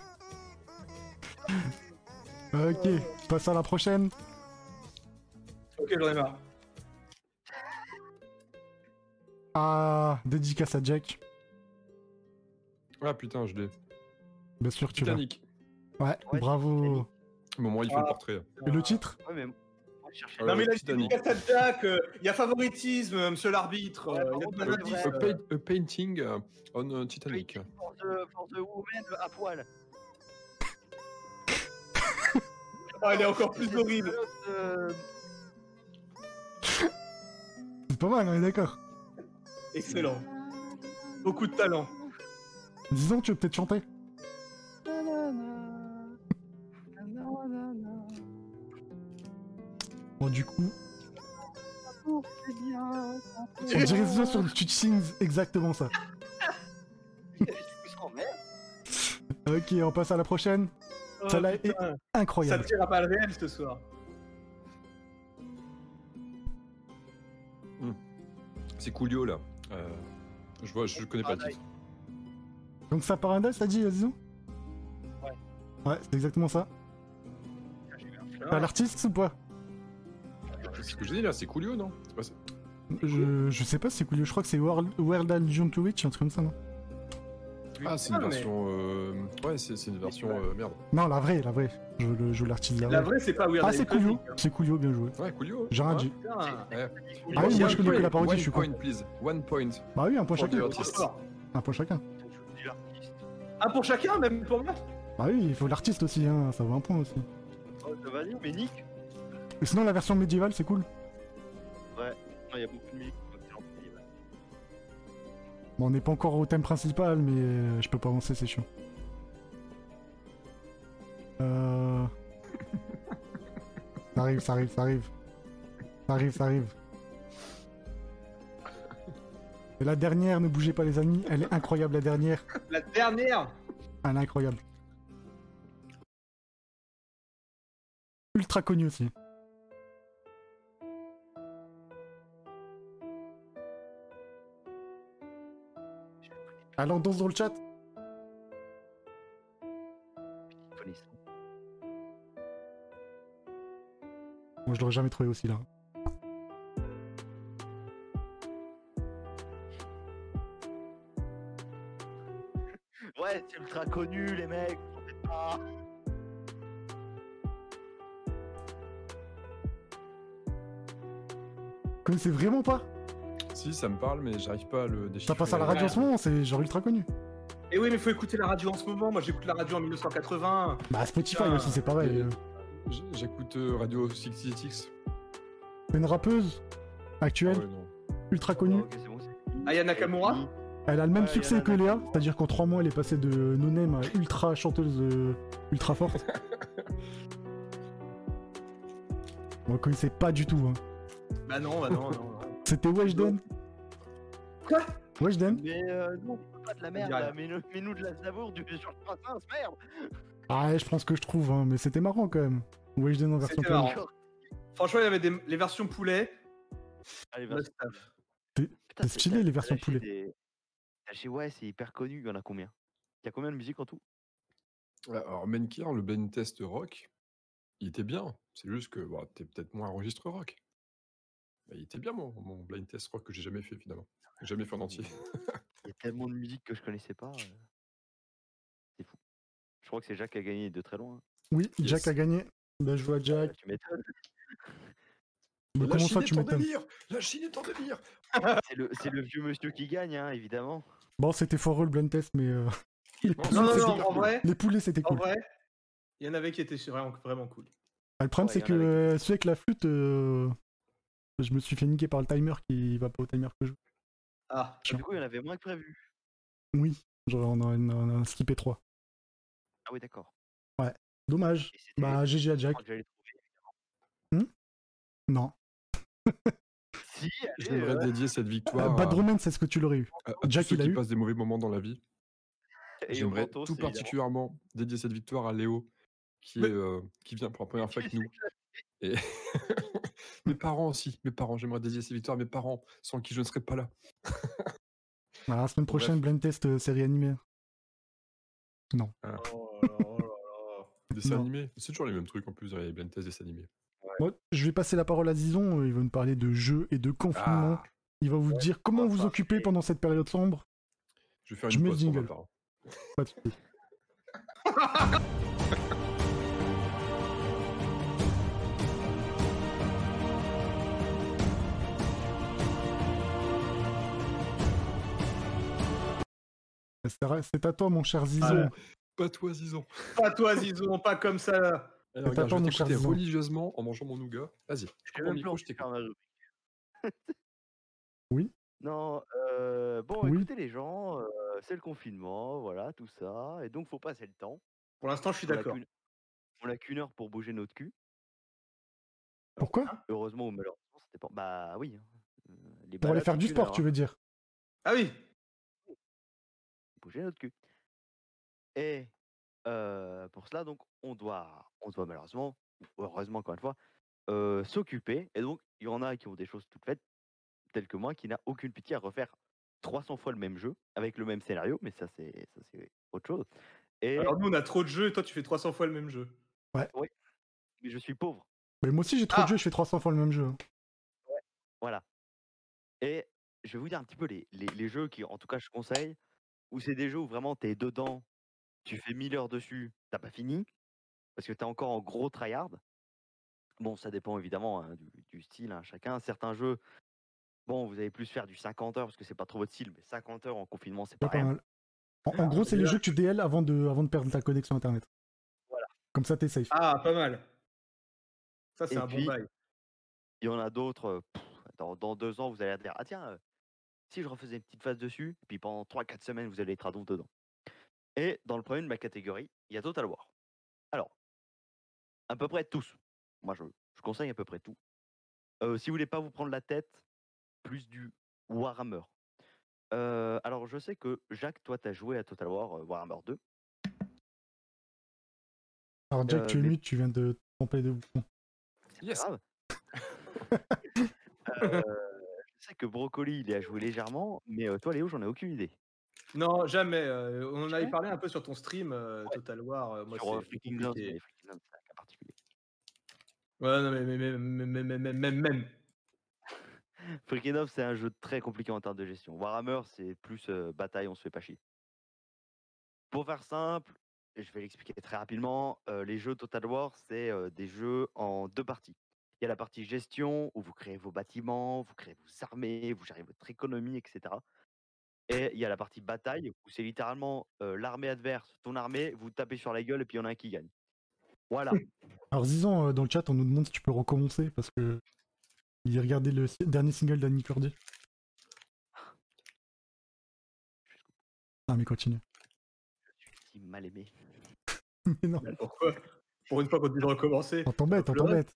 S1: Ok, je passe à la prochaine.
S2: Ok, j'en ai marre.
S1: Ah, dédicace à Jack.
S4: Ah putain, je l'ai.
S1: Bien sûr, tu l'as.
S4: Titanic.
S1: Ouais,
S3: Ouais,
S1: bravo.
S4: Au moment où il fait
S2: Ah.
S4: le portrait.
S1: Et le titre
S3: ouais, mais moi, je cherchais.
S4: Ah
S2: Non, mais là,
S4: Titanic.
S2: il y a Jack, euh, il y a favoritisme, euh, monsieur l'arbitre,
S3: Ouais,
S2: euh,
S3: par
S2: il y a
S3: contre,
S2: plein
S3: le
S2: d'indices.
S4: A, paint- a painting euh, on euh, Titanic.
S3: For the, for the woman à poil.
S2: Oh, elle est encore plus horrible.
S3: Euh,
S1: C'est pas mal, on est d'accord.
S2: Excellent. Beaucoup de talent.
S1: Disons, tu veux peut-être chanter Bon, du coup, on dirait ça sur le Twitch Things, exactement ça.
S3: Ils sont en mer.
S1: Ok, on passe à la prochaine.
S2: Oh,
S1: Celle-là est
S2: putain, ça
S1: incroyable.
S2: ne tire à pas le réel ce soir.
S4: C'est Coolio là. Euh, je vois, je connais pas
S2: Ah,
S4: le titre.
S1: Donc ça part un dash, ça dit, euh, disons
S3: Ouais.
S1: Ouais, c'est exactement ça.
S2: Ah,
S1: T'as l'artiste ou pas
S4: C'est ce que je dis là, c'est Coolio non C'est pas ça
S1: je, je sais pas, c'est cool. Je crois que c'est World, World Legion to Witch, un truc comme ça, non
S4: Ah, c'est une
S2: mais-
S4: version. euh, Ouais, c'est c'est une version. euh, Merde.
S1: Non, la vraie, la vraie. Je veux le- je veux l'artiste de la
S2: La
S1: vraie.
S2: vraie, c'est pas Weird
S1: Ah,
S2: Al
S1: c'est
S2: Yankovic,
S1: Coolio. C'est Coolio, bien joué.
S4: Ouais, Coolio.
S1: J'ai rien dit.
S2: hein. Putain,
S4: Ouais.
S1: Ah oui, moi,
S4: One
S1: je connais que la
S4: point,
S1: parodie,
S4: one
S1: je suis con.
S4: point, please. One point.
S1: Bah oui, un point
S4: Pour
S1: chacun.
S4: dire-
S2: trop fort.
S1: Un point chacun.
S3: Putain, j'ai oublié l'artiste.
S2: Un pour chacun, même pour moi
S1: Ah oui, il faut l'artiste aussi, hein, ça vaut un point aussi.
S3: Oh, ça va dire, mais Nick
S1: Et sinon, la version médiévale, c'est cool.
S3: Il y a beaucoup de musique. qui est en pays, là.
S1: Bon, on n'est pas encore au thème principal, mais euh, je peux pas avancer, c'est chiant. Euh... ça arrive, ça arrive, ça arrive. Ça arrive, ça arrive. Et la dernière, ne bougez pas les amis, elle est incroyable la dernière.
S2: La dernière
S1: Elle est incroyable. Ultra connue aussi. Allons danse dans le chat.
S3: Ils connaissent ça.
S1: Moi, je l'aurais jamais trouvé aussi là.
S3: Ouais, c'est ultra connu, les mecs. Ah.
S1: Connaissez vraiment pas
S4: Si, ça me parle, mais j'arrive pas à le déchiffrer.
S1: Ça passe à la radio en ce moment, c'est genre ultra connu.
S2: Et oui, mais faut écouter la radio en ce moment. Moi, j'écoute la radio en 1980.
S1: Bah Spotify
S4: Ah,
S2: Putain.
S1: aussi, c'est pareil.
S4: Et- J- J'écoute euh, Radio 66.
S1: C'est une rappeuse
S4: Ah
S1: actuelle,
S4: ouais, non.
S1: ultra connue.
S3: Ok, c'est bon, c'est-
S2: Aya Nakamura
S3: Et puis,
S1: Elle a le même
S3: Ouais, y en
S1: succès
S3: a
S1: que
S3: un.
S1: Léa, c'est-à-dire qu'en 3 mois, elle est passée de no name à ultra chanteuse euh, ultra forte. On ne connaissait pas du tout. hein.
S2: Bah non, bah non, non. non.
S1: C'était Weshden.
S2: Quoi
S1: Weshden
S3: Mais euh, non, c'est pas de la merde,
S2: dirait.
S3: là. Mets-nous mets-nous de la savour du Georges Brassens, merde.
S1: Ah, ouais, je pense que je trouve, hein, mais c'était marrant quand même. Weshden en version
S2: C'était
S1: connue.
S2: marrant. Franchement, il y avait des... les versions poulet.
S3: Allez,
S2: Le
S3: vas-y.
S2: staff.
S3: Putain,
S1: C'est stylé,
S3: t'as-
S1: les
S3: t'as
S1: versions
S3: lâché
S1: poulet.
S3: des- t'as lâché, ouais, c'est hyper connu. Il y en a combien Il y a combien de musiques en tout
S4: Alors, Menkir, le Ben Test Rock, il était bien. C'est juste que bah, t'es peut-être moins un registre rock. Mais il était bien, mon, mon blind test rock que j'ai jamais fait, évidemment. J'ai Jamais fait en entier.
S3: Il y a tellement de musiques que je connaissais pas. euh. C'est fou. Je crois que c'est Jacques qui a gagné de très loin.
S1: Oui,
S4: Yes.
S1: Jack a gagné. Bah, je vois
S3: Euh,
S1: Jack.
S3: Tu m'étonnes.
S1: Mais
S4: la
S1: comment
S4: Chine
S1: ça,
S4: est
S1: tu
S4: en
S1: m'étonnes Eh,
S4: délire La Chine est en délire
S3: C'est le, c'est le vieux monsieur qui gagne, hein, évidemment.
S1: Bon, c'était foreux le blind test, mais euh, les,
S4: Non,
S1: poulets,
S2: Non, non,
S1: c'était-
S2: non, en vrai,
S1: les poulets, c'était
S2: en
S1: cool.
S2: vrai, il y en avait qui étaient vraiment, vraiment cool.
S1: Ah, le problème,
S3: Ouais,
S1: c'est
S3: y en
S1: que
S3: avait qui
S1: euh, celui avec la flûte, euh, je me suis fait niquer par le timer qui va pas au timer que je
S2: Ah,
S3: Et Du coup, il y en avait moins que prévu.
S1: Oui, genre on a, on a- on a skippé 3.
S3: Ah oui, d'accord.
S1: Dommage.
S3: Et Ah. c'était-
S1: Bah, GG à
S3: je
S1: Jack.
S3: crois que j'allais trouver.
S1: Non.
S3: Si,
S4: Je
S3: allez,
S4: devrais
S3: euh,
S4: dédier cette
S1: Euh,
S4: victoire à,
S1: Bad Romance, est-ce que tu l'aurais eu
S4: à- à tous
S1: Jack,
S4: ceux
S1: il a
S4: qui
S1: eu
S4: passent des mauvais moments dans la vie.
S3: et au
S4: J'aimerais
S3: manteau,
S4: tout
S3: c'est évidemment-
S4: particulièrement dédier cette victoire à Léo, qui,
S2: Mais-
S4: est, euh, qui vient pour la première fois avec
S3: Il
S4: nous. Et mes parents aussi, mes parents, j'aimerais dédier cette victoire à mes parents, sans qui je ne serais pas là.
S1: Ah, La semaine prochaine, blind test euh, série animée.
S2: Oh là là, oh là là.
S4: Dessin
S1: Non.
S4: animé, c'est toujours les mêmes trucs en plus dans les blind tests dessin animé.
S1: Moi, je vais passer la parole à Zizon. euh, Il va nous parler de jeux et de confinement. Il va vous dire comment
S3: va
S1: vous
S3: parler.
S1: occuper pendant cette période sombre.
S4: je vais faire
S1: Je
S4: une
S1: mets le
S4: pause pour ma
S1: jingle.
S4: part. hein.
S1: Pas de soucis. C'est vrai, C'est à toi, mon cher Zizon.
S2: Ah ouais.
S4: Pas toi, Zizon.
S2: Pas toi, Zizon, pas comme ça.
S4: Allez,
S1: pas
S4: Eh, regarde, je
S1: toi,
S4: vais
S1: mon cher
S4: t'écouter
S1: Zizon.
S4: religieusement en mangeant mon nougat. Vas-y, je
S3: J'ai
S4: prends mon
S3: même plus
S4: micro,
S3: envie
S4: je
S3: de
S4: t'écoute.
S3: faire ma rubrique.
S1: Oui.
S3: Non, euh, bon,
S1: Oui.
S3: écoutez les gens, euh, c'est le confinement, voilà, tout ça, et donc faut passer le temps.
S2: Pour l'instant, je suis
S3: On a
S2: d'accord.
S3: qu'une- On n'a qu'une heure pour bouger notre cul.
S1: Pourquoi
S3: Ah, Heureusement ou malheureusement, ça dépend. Bah oui. hein. Euh, Les
S1: Pour aller
S3: balades,
S1: faire du
S3: qu'une
S1: sport,
S3: heure,
S1: tu
S3: hein.
S1: veux dire
S2: Ah oui,
S3: Bouger notre cul. Et euh, pour cela, donc, on doit, on doit malheureusement, ou heureusement encore une fois, euh, s'occuper. Et donc, il y en a qui ont des choses toutes faites, telles que moi, qui n'a aucune pitié à refaire 300 fois le même jeu, avec le même scénario, mais ça, c'est ça, c'est autre chose. Et
S2: alors nous, on a trop de jeux et toi, tu fais 300 fois le même jeu.
S3: mais je suis pauvre.
S1: Mais moi aussi j'ai trop
S2: Ah.
S1: de jeux, je fais 300 fois le même jeu. hein.
S3: Voilà. Et je vais vous dire un petit peu les, les- les jeux qui, en tout cas, je conseille, où c'est des jeux où vraiment tu es dedans, tu fais 1000 heures dessus, t'as pas fini, parce que tu es encore en gros tryhard. Bon, ça dépend évidemment hein, du, du style, hein, chacun. Certains jeux, Bon, vous allez plus faire du 50 heures parce que c'est pas trop votre style, mais 50 heures en confinement, c'est
S1: C'est
S3: pas
S1: pas
S3: rien.
S1: mal. En, en gros, c'est les
S4: Déjà-
S1: jeux que tu DL avant de, avant de perdre ta connexion internet.
S3: Voilà.
S1: Comme ça, t'es safe.
S2: Ah, pas mal. Ça, c'est
S3: Et
S2: un
S3: puis-
S2: bon bail.
S3: Il y en a d'autres, euh, pff, dans, dans deux ans, vous allez dire Ah tiens, euh, si je refaisais une petite phase dessus, puis pendant 3-4 semaines, vous allez être à donf dedans. Et dans le premier de ma catégorie, il y a Total War. Alors, à peu près tous. Moi, je, je conseille à peu près tout. Euh, si vous voulez pas vous prendre la tête, plus du Warhammer. Euh, alors, je sais que Jacques, toi, t'as joué à Total War euh, Warhammer 2.
S1: Alors, Jack,
S3: euh,
S1: tu es
S3: mais-
S1: mute, tu viens de tromper de bouton.
S3: C'est
S4: Yes.
S3: pas grave. Euh, je sais que Brocoli, il y a joué légèrement, mais euh, toi, Léo, j'en ai aucune idée.
S2: Non, jamais. euh, on en avait
S3: Ouais.
S2: parlé un peu sur ton stream euh, Total War. euh, moi,
S3: Sur, euh,
S2: c'est
S3: Freaking Lands,
S2: compliqué.
S3: mais Freaking Lands, c'est un cas particulier.
S2: Ouais, non, mais mais- mais- mais- mais- mais- mais- même, même.
S3: Freaking Lands, c'est un jeu très compliqué en termes de gestion. Warhammer, c'est plus euh, bataille, on se fait pas chier. Pour faire simple, et je vais l'expliquer très rapidement, euh, les jeux Total War, c'est euh, des jeux en deux parties. Il y a la partie gestion, où vous créez vos bâtiments, vous créez vos armées, vous gérez votre économie, etc. Et il y a la partie bataille, où c'est littéralement euh, l'armée adverse, ton armée, vous tapez sur la gueule et puis il y en a un qui gagne. Voilà.
S1: Alors, Zizan, euh, dans le chat, on nous demande si tu peux recommencer parce que. Il regardait le si- dernier single d'Annie Cordy. Ah, mais continue.
S3: Je suis si mal aimé.
S1: Mais non,
S2: Mais Pourquoi Pour une fois qu'on te dit de recommencer.
S1: on t'embête, on t'embête.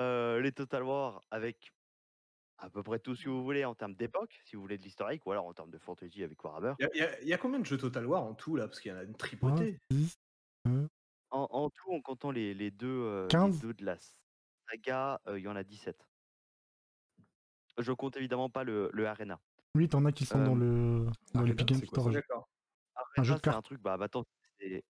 S3: euh, les Total War avec à peu près tout ce que vous voulez en termes d'époque, si vous voulez de l'historique, ou alors en termes de fantasy avec Warhammer.
S2: Il y, a- y a combien de jeux Total War en tout, là Parce qu'il y en a une
S1: Un,
S2: tripotée.
S1: dix,
S3: En, en tout, en comptant les, les deux, euh, les
S1: 15.
S3: deux de la saga, euh, il y en a 17. Je compte évidemment pas le, le Arena.
S1: Oui, t'en as qui sont
S3: Euh,
S1: dans le dans
S4: Arena,
S1: les Big Game
S4: hein, c'est quoi ça
S1: Store.
S2: D'accord.
S1: Un jeu
S3: Arena,
S1: de
S3: c'est
S1: cartes.
S3: un truc, bah, bah, attends, c'est-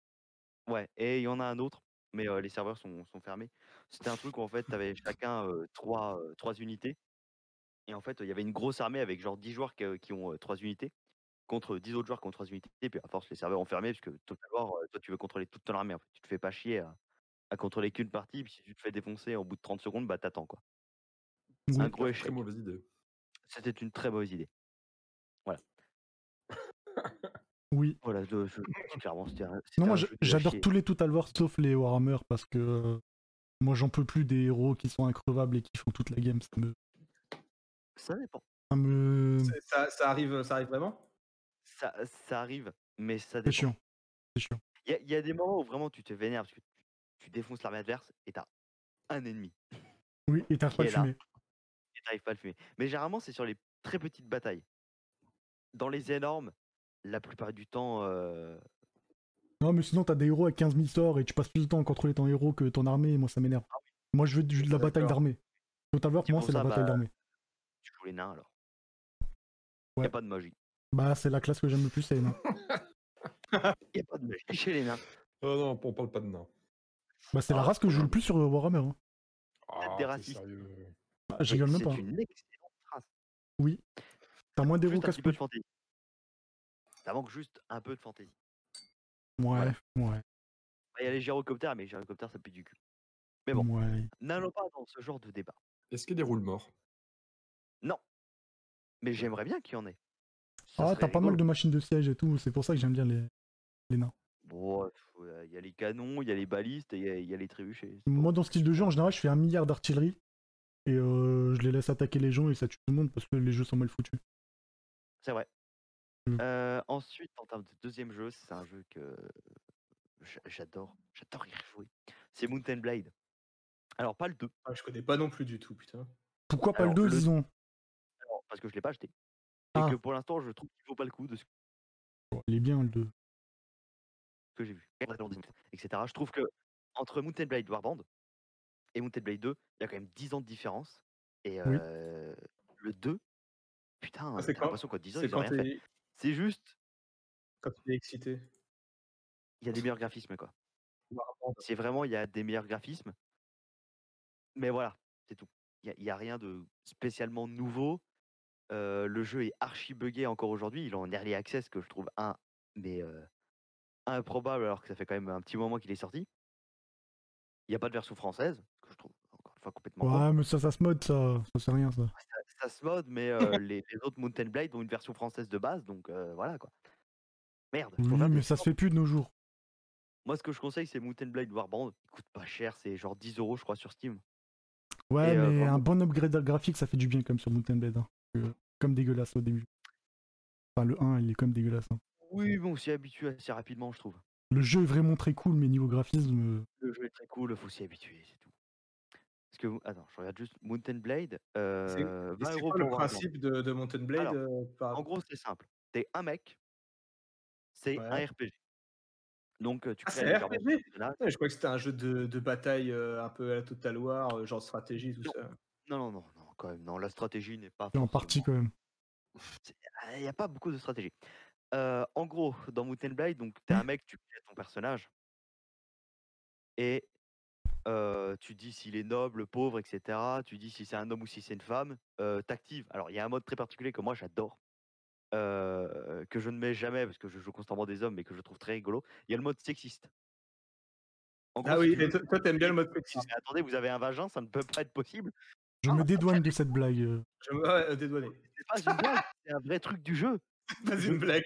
S3: Ouais, et il y en a un autre, mais euh, les serveurs sont, sont fermés. C'était un truc où en fait, tu avais chacun euh, trois, euh, trois unités. Et en fait, il y avait une grosse armée avec genre 10 joueurs qui, euh, qui ont euh, trois unités, contre 10 autres joueurs qui ont trois unités. Et puis à force, les serveurs ont fermé, parce que Total War, euh, toi, tu veux contrôler toute ton armée. En fait. Tu te fais pas chier à, à contrôler qu'une partie. Puis si tu te fais défoncer en bout de 30 secondes, bah t'attends quoi.
S1: Oui.
S3: Un gros échec.
S4: Très mauvaise idée.
S3: C'était une très mauvaise idée.
S1: Oui.
S3: Voilà, je, je- clairement, c'était un- c'était
S1: Non, moi
S3: un
S1: je-
S3: jeu nul à
S1: j'adore
S3: chier.
S1: tous les Total War sauf les Warhammer parce que euh, moi j'en peux plus des héros qui sont increvables et qui font toute la game. Ça me.
S3: Ça dépend.
S1: Ça me...
S2: C'est- Ça, ça arrive, ça arrive vraiment
S3: Ça, ça arrive, mais ça
S1: C'est
S3: dépend.
S1: chiant. C'est chiant.
S3: Il y, a- y a des moments où vraiment tu te vénères parce que tu, tu défonces l'armée adverse et t'as un ennemi
S1: Oui, et t'arrives pas à
S3: Qui est là.
S1: fumer.
S3: et t'arrives pas à le fumer. Mais généralement, c'est sur les très petites batailles. Dans les énormes, la plupart du temps, euh,
S1: Non, mais sinon t'as des héros avec 15 000 sorts et tu passes plus de temps à contrôler ton héros que ton armée et moi ça m'énerve. Moi je veux du- de la
S2: D'accord.
S1: bataille d'armée. Total War,
S3: C'est
S1: pour moi
S3: pour
S1: c'est la
S3: ça,
S1: bataille
S3: bah-
S1: d'armée.
S3: tu joues les nains alors. Il
S1: Ouais.
S3: a pas de magie.
S1: Bah c'est la classe que j'aime le plus, c'est les nains.
S3: Il a pas de magie chez les nains.
S4: Oh non, on parle pas de nains.
S1: Bah c'est la
S3: Ah,
S1: race que je joue le plus sur euh, Warhammer. hein.
S4: Ah,
S3: des
S4: t'es
S3: racistes.
S4: sérieux.
S1: Bah, je rigole même
S3: C'est
S1: pas.
S3: une excellente race.
S1: T'as moins d'héros
S3: Juste un
S1: qu'à ce
S3: petit peu de fantaisie. Ça manque juste un peu de fantaisie. Bah,
S1: Ouais, ouais,
S3: Il y a les gyrocoptères, mais les gyrocoptères, ça pue du cul. Mais bon.
S1: ouais.
S3: N'allons pas dans ce genre de débat.
S4: Est-ce qu'il y a des roules morts
S3: Mais j'aimerais bien qu'il y en ait. Ça
S1: Ah,
S3: serait
S1: t'as pas mal
S3: rigolo.
S1: de machines de siège et tout, c'est pour ça que j'aime bien les, les nains.
S3: Bon, il y a les canons, il y a les balistes, il y, a- y a les trébuchets. c'est
S1: Moi,
S3: bon.
S1: dans ce style de jeu, en général, je fais un milliard d'artillerie et euh, je les laisse attaquer les gens et ça tue tout le monde parce que les jeux sont mal foutus.
S3: C'est vrai.
S1: Mm.
S3: Euh, ensuite, en termes de deuxième jeu, c'est un jeu que j'a- j'adore. J'adore y rejouer. C'est Mountain Blade. Alors, pas le 2,
S2: Ah, Je connais pas non plus du tout, putain.
S1: Pourquoi pas
S3: Alors,
S1: le 2,
S3: le-
S1: disons
S3: alors, parce que je l'ai pas acheté. Et
S1: Ah.
S3: que pour l'instant, je trouve qu'il vaut pas le coup de ce
S1: Bon, Il est bien, le 2.
S3: que j'ai vu, etc. Je trouve que entre Mountain Blade Warband et Mountain Blade 2, il y a quand même 10 ans de différence. Et
S1: Oui.
S3: euh, le 2, putain, euh,
S2: Ah, c'est
S3: t'as
S2: quand-
S3: l'impression qu'en 10 ans,
S2: C'est
S3: ils ont
S2: quand
S3: rien fait.
S2: t'es
S3: C'est juste,
S2: quand t'es excité.
S3: il y a des meilleurs graphismes, quoi. c'est vraiment, il y a des meilleurs graphismes. Mais voilà, c'est tout. Il n'y a, rien de spécialement nouveau. Euh, le jeu est archi buggé encore aujourd'hui. Il est en early access que je trouve un, mais euh, improbable alors que ça fait quand même un petit moment qu'il est sorti. Il n'y a pas de version française, que je trouve encore une fois, enfin, complètement con.
S1: Ouais, mais ça, ça se mode, ça. Ça, c'est rien, ça.
S3: ça se mode, mais euh, les, les autres Mountain Blade ont une version française de base, donc euh, voilà quoi. Merde. faut
S1: Oui,
S3: faire des
S1: mais ça se
S3: efforts.
S1: fait plus de nos jours.
S3: Moi, ce que je conseille, c'est Mountain Blade Warband. Il coûte pas cher, c'est genre 10 euros, je crois, sur Steam.
S1: Ouais,
S3: Et, euh,
S1: mais
S3: vraiment.
S1: un bon upgrade graphique, ça fait du bien comme sur Mountain Blade. hein. Euh, Comme dégueulasse au début. Enfin, le 1, il est comme dégueulasse. hein.
S3: Oui, mais on s'y habitue assez rapidement, je trouve.
S1: Le jeu est vraiment très cool, mais niveau graphisme, euh,
S3: Le jeu est très cool, faut s'y habituer, c'est tout. Parce que, attends, je regarde juste Mountain Blade. euh,
S2: Et
S3: 20
S2: c'est
S3: euros
S2: quoi le
S3: pour Warband.
S2: principe de, de Mountain Blade
S3: Alors,
S2: euh, par-
S3: En gros, c'est simple. T'es un mec, c'est
S2: Ouais.
S3: un RPG. Donc, euh, tu
S2: Ah,
S3: crées
S2: c'est
S3: un
S2: un
S3: environnement
S2: RPG?
S3: de personnage.
S2: Ouais, Je crois que c'était un jeu de, de bataille euh, un peu à la Total War, euh, genre stratégie, tout
S3: Non.
S2: ça.
S3: Non, non, non, non, quand même, non, la stratégie n'est pas.
S1: c'est en partie quand même.
S3: ah, Il n'y a pas beaucoup de stratégie. Euh, en gros, dans Mountain Blade, donc t'es un mec, tu crées ton personnage et euh, tu dis s'il est noble, pauvre, etc. Tu dis si c'est un homme ou si c'est une femme. euh, T'actives. Alors, il y a un mode très particulier que moi j'adore, euh, que je ne mets jamais parce que je joue constamment des hommes, mais que je trouve très rigolo. Il y a le mode sexiste. En
S2: Ah
S3: gros, si
S2: oui,
S3: tu
S2: et
S3: veux-
S2: toi, toi, t'aimes bien le mode
S3: Non,
S2: sexiste.
S3: mais attendez, vous avez un vagin, ça ne peut pas être possible. Ah,
S1: Je
S3: bah,
S1: me dédouane de cette blague. euh.
S2: Je me ouais, euh, dédouané.
S3: C'est pas une blague, c'est un vrai truc du jeu.
S2: Pas une blague.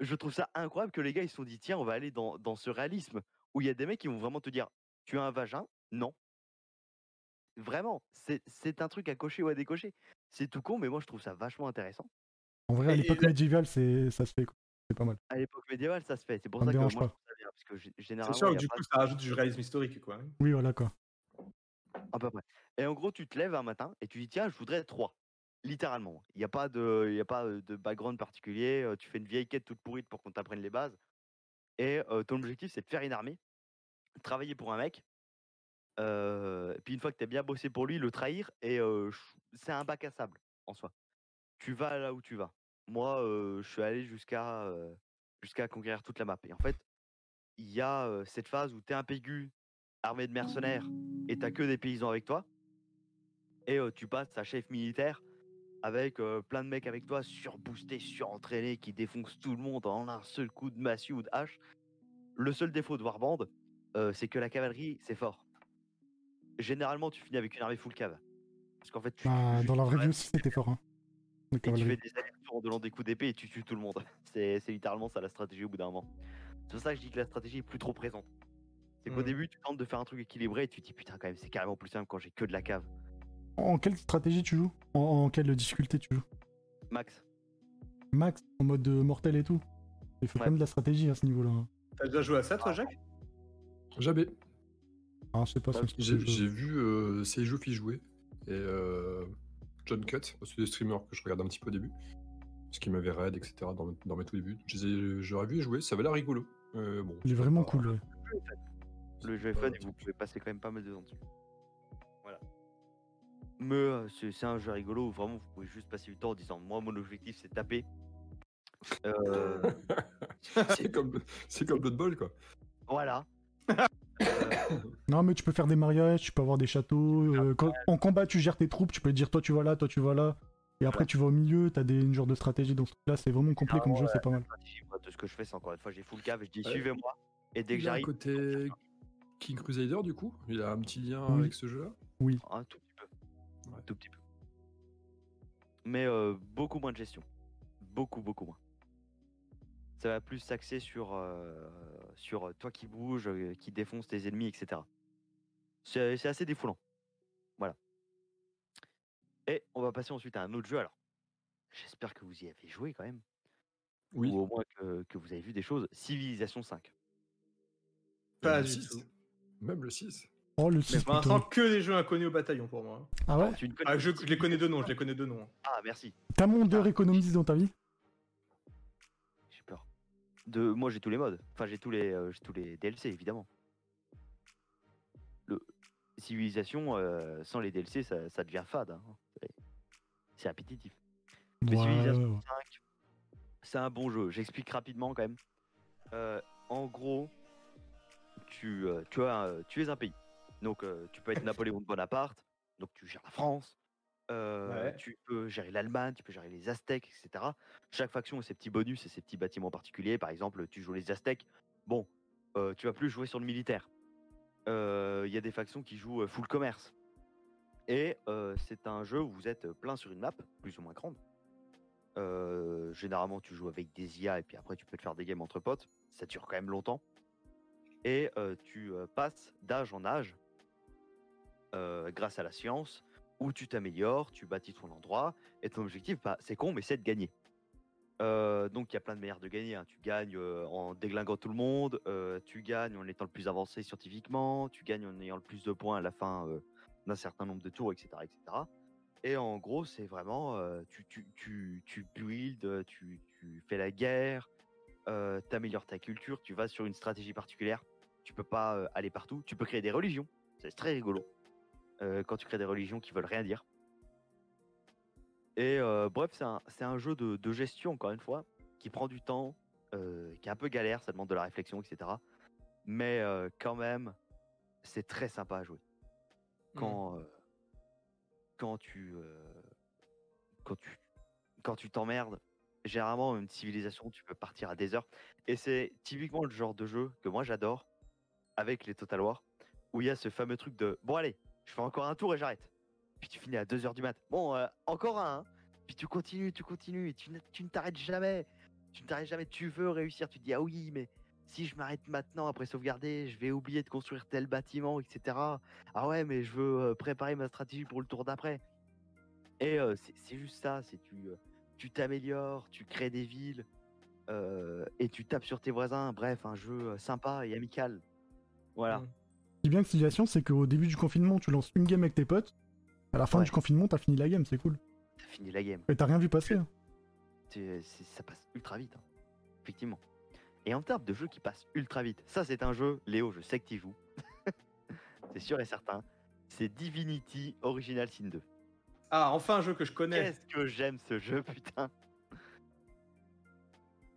S3: je trouve ça incroyable que les gars ils se sont dit tiens on va aller dans, dans ce réalisme où il y a des mecs qui vont vraiment te dire tu as un vagin non vraiment c'est c'est un truc à cocher ou à décocher c'est tout con mais moi je trouve ça vachement intéressant
S1: En vrai, à
S2: Et- et
S1: l'époque
S2: la-
S1: médiévale, c'est... ça se fait. quoi. C'est pas mal.
S3: à l'époque médiévale ça se fait c'est pour
S1: Ça me
S3: ça que moi
S1: dérange
S3: je
S1: pas.
S3: trouve ça bien, parce que gé- généralement
S2: C'est sûr
S3: il y
S2: que
S3: a
S2: du
S3: pas
S2: coup, ça rajoute du réalisme historique, quoi. hein.
S1: Oui, voilà quoi.
S3: à peu près. Et en gros, tu te lèves un matin et tu dis tiens, je voudrais trois. Littéralement. Il n'y a pas de, il y a pas euh, de background particulier. euh, Tu fais une vieille quête toute pourrite pour qu'on t'apprenne les bases. Et euh, ton objectif, c'est de faire une armée, travailler pour un mec. euh, et puis une fois que tu as bien bossé pour lui, le trahir. Et euh, ch- c'est un bac à sable en soi. Tu vas là où tu vas. Moi, euh, je suis allé jusqu'à euh, jusqu'à conquérir toute la map. Et en fait, il y a euh, cette phase où tu es un pégu armé de mercenaires et t'as que des paysans avec toi. Et euh, tu passes à chef militaire avec euh, plein de mecs avec toi, surboostés, surentraînés, qui défoncent tout le monde en un seul coup de massue ou de hache. Le seul défaut de Warband, euh, c'est que la cavalerie, c'est fort. Généralement, tu finis avec une armée full cave. Parce qu'en fait, tu.
S1: Bah,
S3: tu-
S1: dans la
S3: tu
S1: vraie vie
S3: restes
S1: aussi, c'était fort. Hein. La
S3: et tu
S1: cavalerie.
S3: fais des allers-retours en donnant des coups d'épée et tu tues tout le monde. C'est c'est littéralement ça la stratégie au bout d'un moment. C'est pour ça que je dis que la stratégie est plus trop présente. C'est qu'au
S2: Mhm.
S3: début, tu tentes de faire un truc équilibré et tu te dis putain, quand même, c'est carrément plus simple quand j'ai que de la cave.
S1: En quelle stratégie tu joues en... en quelle difficulté tu joues
S3: Max,
S1: Max, en mode euh, mortel et tout. Il faut
S3: Ouais.
S1: quand même de la stratégie à ce niveau-là. hein.
S2: T'as déjà joué à ça,
S3: Ah,
S2: toi, Jacques
S4: Jamais.
S1: Ah, je sais pas
S3: Ouais,
S1: ce que
S4: J'ai
S1: je-
S4: j'ai vu euh, Seijouf y jouer et euh, John Cut, c'est des streamers que je regarde un petit peu au début, parce qu'ils m'avaient raid, etc. dans, mes- dans mes tout débuts. Je les ai- J'aurais vu y jouer, ça avait l'air rigolo. Euh, bon,
S1: Il est vraiment cool. ouais.
S3: le jeu est fun et vous pouvez passer quand même pas mal de temps dessus. Voilà. Mais euh, c'est c'est un jeu rigolo où vraiment vous pouvez juste passer du temps en disant moi, mon objectif c'est de taper. Euh,
S4: c'est comme, c'est comme Blood Bowl, quoi.
S3: voilà. Euh,
S1: Non, mais tu peux faire des mariages, tu peux avoir des châteaux. euh, quand- en combat, tu gères tes troupes, tu peux dire toi tu vas là, toi tu vas là. Et après, tu vas au milieu, t'as des, une genre de stratégie. Donc là, c'est vraiment complet comme jeu, c'est pas mal.
S3: stratégie, moi, de ce que je fais, c'est encore une fois, j'ai full cave et je dis
S4: Ouais.
S3: suivez-moi. Et dès
S4: Il
S3: que
S4: y a un
S3: j'arrive,
S4: côté King Crusader, du coup, il a un petit lien
S1: Oui.
S4: avec ce jeu-là.
S3: Un tout petit peu.
S4: Ouais.
S3: Tout petit peu. Mais euh, beaucoup moins de gestion. Beaucoup, beaucoup moins. Ça va plus s'axer sur, euh, sur toi qui bouge, euh, qui défonce tes ennemis, etc. C'est c'est assez défoulant. Voilà. Et on va passer ensuite à un autre jeu alors. J'espère que vous y avez joué quand même.
S4: Oui.
S3: Ou au moins que, que vous avez vu des choses. Civilisation 5.
S2: Pas
S4: Même
S2: du
S4: le six.
S2: tout.
S4: Même le 6.
S1: Oh, le
S2: Mais
S1: 6
S2: pour l'instant, que des jeux inconnus au bataillon pour moi.
S1: Ah ouais
S3: Tu ne connais
S2: Ah,
S3: pas
S2: je, je les connais de
S3: Civilisation
S2: nom, je les connais de nom.
S3: Ah, merci.
S1: T'as mon 2 économiste dans ta vie
S3: J'ai peur. De... Moi j'ai tous les modes. Enfin j'ai tous les euh, j'ai tous les DLC évidemment. Le civilisation euh, sans les DLC ça, ça devient fade. hein. C'est- C'est appétitif. Mais
S1: Ouais,
S3: Civilization
S1: ouais, ouais.
S3: 5, c'est un bon jeu. J'explique rapidement quand même. Euh, en gros, tu, euh, tu, as, un- tu es un pays. Donc euh, tu peux être Napoléon de Bonaparte, donc tu gères la France, euh,
S2: Ouais.
S3: tu peux gérer l'Allemagne, tu peux gérer les Aztèques, etc. Chaque faction a ses petits bonus et ses petits bâtiments particuliers. Par exemple, tu joues les Aztèques, bon, euh, tu vas plus jouer sur le militaire. Euh, Il y a des factions qui jouent euh, full commerce. Et euh, c'est un jeu où vous êtes euh, plein sur une map, plus ou moins grande. Euh, généralement, tu joues avec des IA et puis après, tu peux te faire des games entre potes. Ça dure quand même longtemps. Et euh, tu euh, passes d'âge en âge euh, grâce à la science où tu t'améliores, tu bâtis ton endroit et ton objectif, bah, c'est con, mais c'est de gagner. Euh, donc il y a plein de manières de gagner. hein. Tu gagnes euh, en déglinguant tout le monde, euh, tu gagnes en étant le plus avancé scientifiquement, tu gagnes en ayant le plus de points à la fin euh, d'un certain nombre de tours, etc. etc. Et en gros, c'est vraiment, euh, tu, tu, tu, tu build, euh, tu, tu fais la guerre, euh, t'améliores ta culture, tu vas sur une stratégie particulière, tu peux pas euh, aller partout, tu peux créer des religions, c'est très rigolo, euh, quand tu crées des religions qui veulent rien dire. Et euh, bref, c'est un, c'est un jeu de, de gestion, encore une fois, qui prend du temps, euh, qui est un peu galère, ça demande de la réflexion, etc. Mais euh, quand même, c'est très sympa à jouer. Quand, euh, quand tu. euh, quand tu. Quand tu t'emmerdes, généralement, une civilisation, tu peux partir à des heures. Et c'est typiquement le genre de jeu que moi j'adore, avec les Total War, où il y a ce fameux truc de bon, allez, je fais encore un tour et j'arrête. Puis tu finis à 2h du mat. Bon, euh, encore un. hein. Puis tu continues, tu continues, et tu, ne- tu ne t'arrêtes jamais. Tu ne t'arrêtes jamais, tu veux réussir. Tu te dis, ah oui, mais si je m'arrête maintenant après sauvegarder, je vais oublier de construire tel bâtiment, etc. Ah ouais, mais je veux euh, préparer ma stratégie pour le tour d'après. Et euh, c'est c'est juste ça, c'est tu euh, tu t'améliores, tu crées des villes, euh, et tu tapes sur tes voisins. Bref, un jeu euh, sympa et amical. Voilà.
S2: Mm.
S1: Si bien que civilisation, c'est qu'au début du confinement, tu lances une game avec tes potes. À la fin
S3: Ouais.
S1: du confinement, t'as fini la game, c'est cool.
S3: T'as fini la game.
S1: Et t'as rien vu passer. hein.
S3: C'est- c'est- ça passe ultra vite, hein. effectivement. Et en termes de jeux qui passent ultra vite, ça c'est un jeu, Léo, je sais que tu joues. c'est sûr et certain. C'est Divinity Original Sin 2.
S2: Ah, enfin un jeu que je connais.
S3: Qu'est-ce que j'aime ce jeu, putain.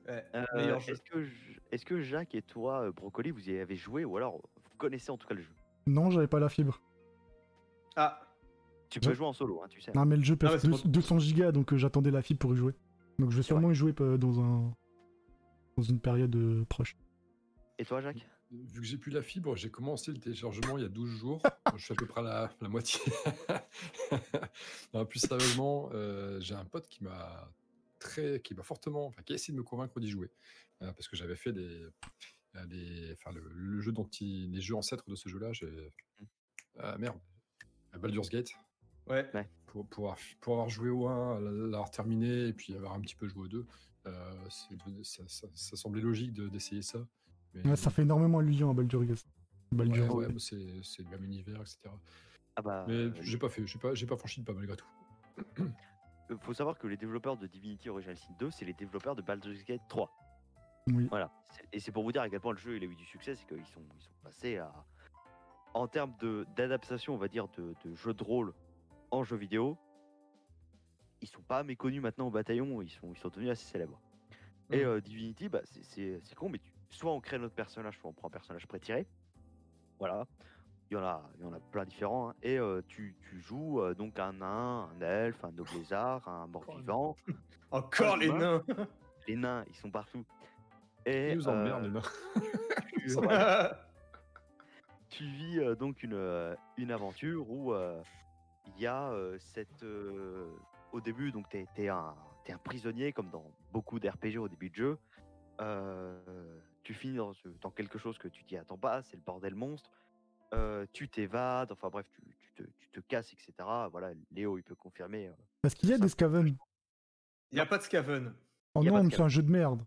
S2: Ouais,
S3: Euh,
S2: meilleur jeu.
S3: Est-ce que, je- est-ce que Jacques et toi, euh, Brocoli, vous y avez joué ou alors vous connaissez en tout cas le jeu
S1: Non, j'avais pas la fibre.
S2: Ah,
S3: Tu peux
S1: Je-
S3: jouer en solo, hein, tu sais.
S1: Non, mais le jeu
S2: Ah ouais,
S1: pèse
S2: c'est
S1: deux-
S2: pas-
S1: 200 gigas, donc euh, j'attendais la fibre pour y jouer. Donc je vais sûrement y jouer euh, dans un dans une période euh, proche.
S3: Et toi, Jacques
S4: Vu que j'ai plus la fibre, j'ai commencé le téléchargement il y a 12 jours. je suis à peu près à la, la moitié. Non, plus sérieusement, euh, j'ai un pote qui m'a très, qui m'a fortement, enfin, qui a essayé de me convaincre d'y jouer, Euh, parce que j'avais fait les, euh, les- enfin, le, le jeu dont il- les jeux ancêtres de ce jeu-là. J'ai, ah, merde, Baldur's Gate.
S2: ouais.
S4: pour, pour, avoir, pour avoir joué au 1, l'avoir terminé et puis avoir un petit peu joué au 2, euh, c'est devenu- ça, ça- ça semblait logique de- d'essayer ça. Mais
S1: Ouais, ça fait énormément allusion à Baldur's Gate.
S4: ouais,
S1: Baldur's
S4: ouais,
S1: Gate.
S4: mais c'est c'est le même univers, etc.
S3: Ah bah.
S4: Mais
S3: euh,
S4: j'ai pas fait, j'ai pas, j'ai pas franchi de pas malgré tout.
S3: Euh, faut savoir que les développeurs de Divinity Original Sin 2, c'est les développeurs de Baldur's Gate 3.
S1: Oui.
S3: Voilà. C'est- Et c'est pour vous dire à quel point le jeu il a eu du succès, c'est qu'ils sont, ils sont passés à. En termes de- d'adaptation, on va dire, de, de jeux de rôle en jeu vidéo, ils sont pas méconnus maintenant au bataillon, ils sont, ils sont devenus assez célèbres. Et euh, Divinity, bah, c'est- c'est c'est con, mais tu- soit on crée notre personnage, soit on prend un personnage pré-tiré. Voilà. Il y en a, il y en a plein différents. hein. Et euh, tu, tu joues euh, donc un nain, un elfe, un noble lézard, un mort-vivant. Ah,
S2: Encore les nains.
S3: Les nains, ils sont partout. Et
S4: Ils nous emmerdent,
S3: euh,
S4: les nains.
S3: tu, ouais, tu vis euh, donc une, euh, une aventure où euh, il y a euh, cette. euh, au début, donc t'es es un, t'es un prisonnier, comme dans beaucoup d'RPG au début de jeu. Euh, tu finis dans, ce- dans quelque chose que tu t'y attends pas, c'est le bordel monstre. Euh, tu t'évades, enfin bref, tu, tu te, tu te casses, etc. Voilà, Léo, il peut confirmer. euh,
S1: Parce qu'il y a des scaven.
S2: Il n'y a pas de Scaven.
S1: Oh
S3: Y a pas
S1: non,
S3: de
S1: mais c'est un jeu de merde.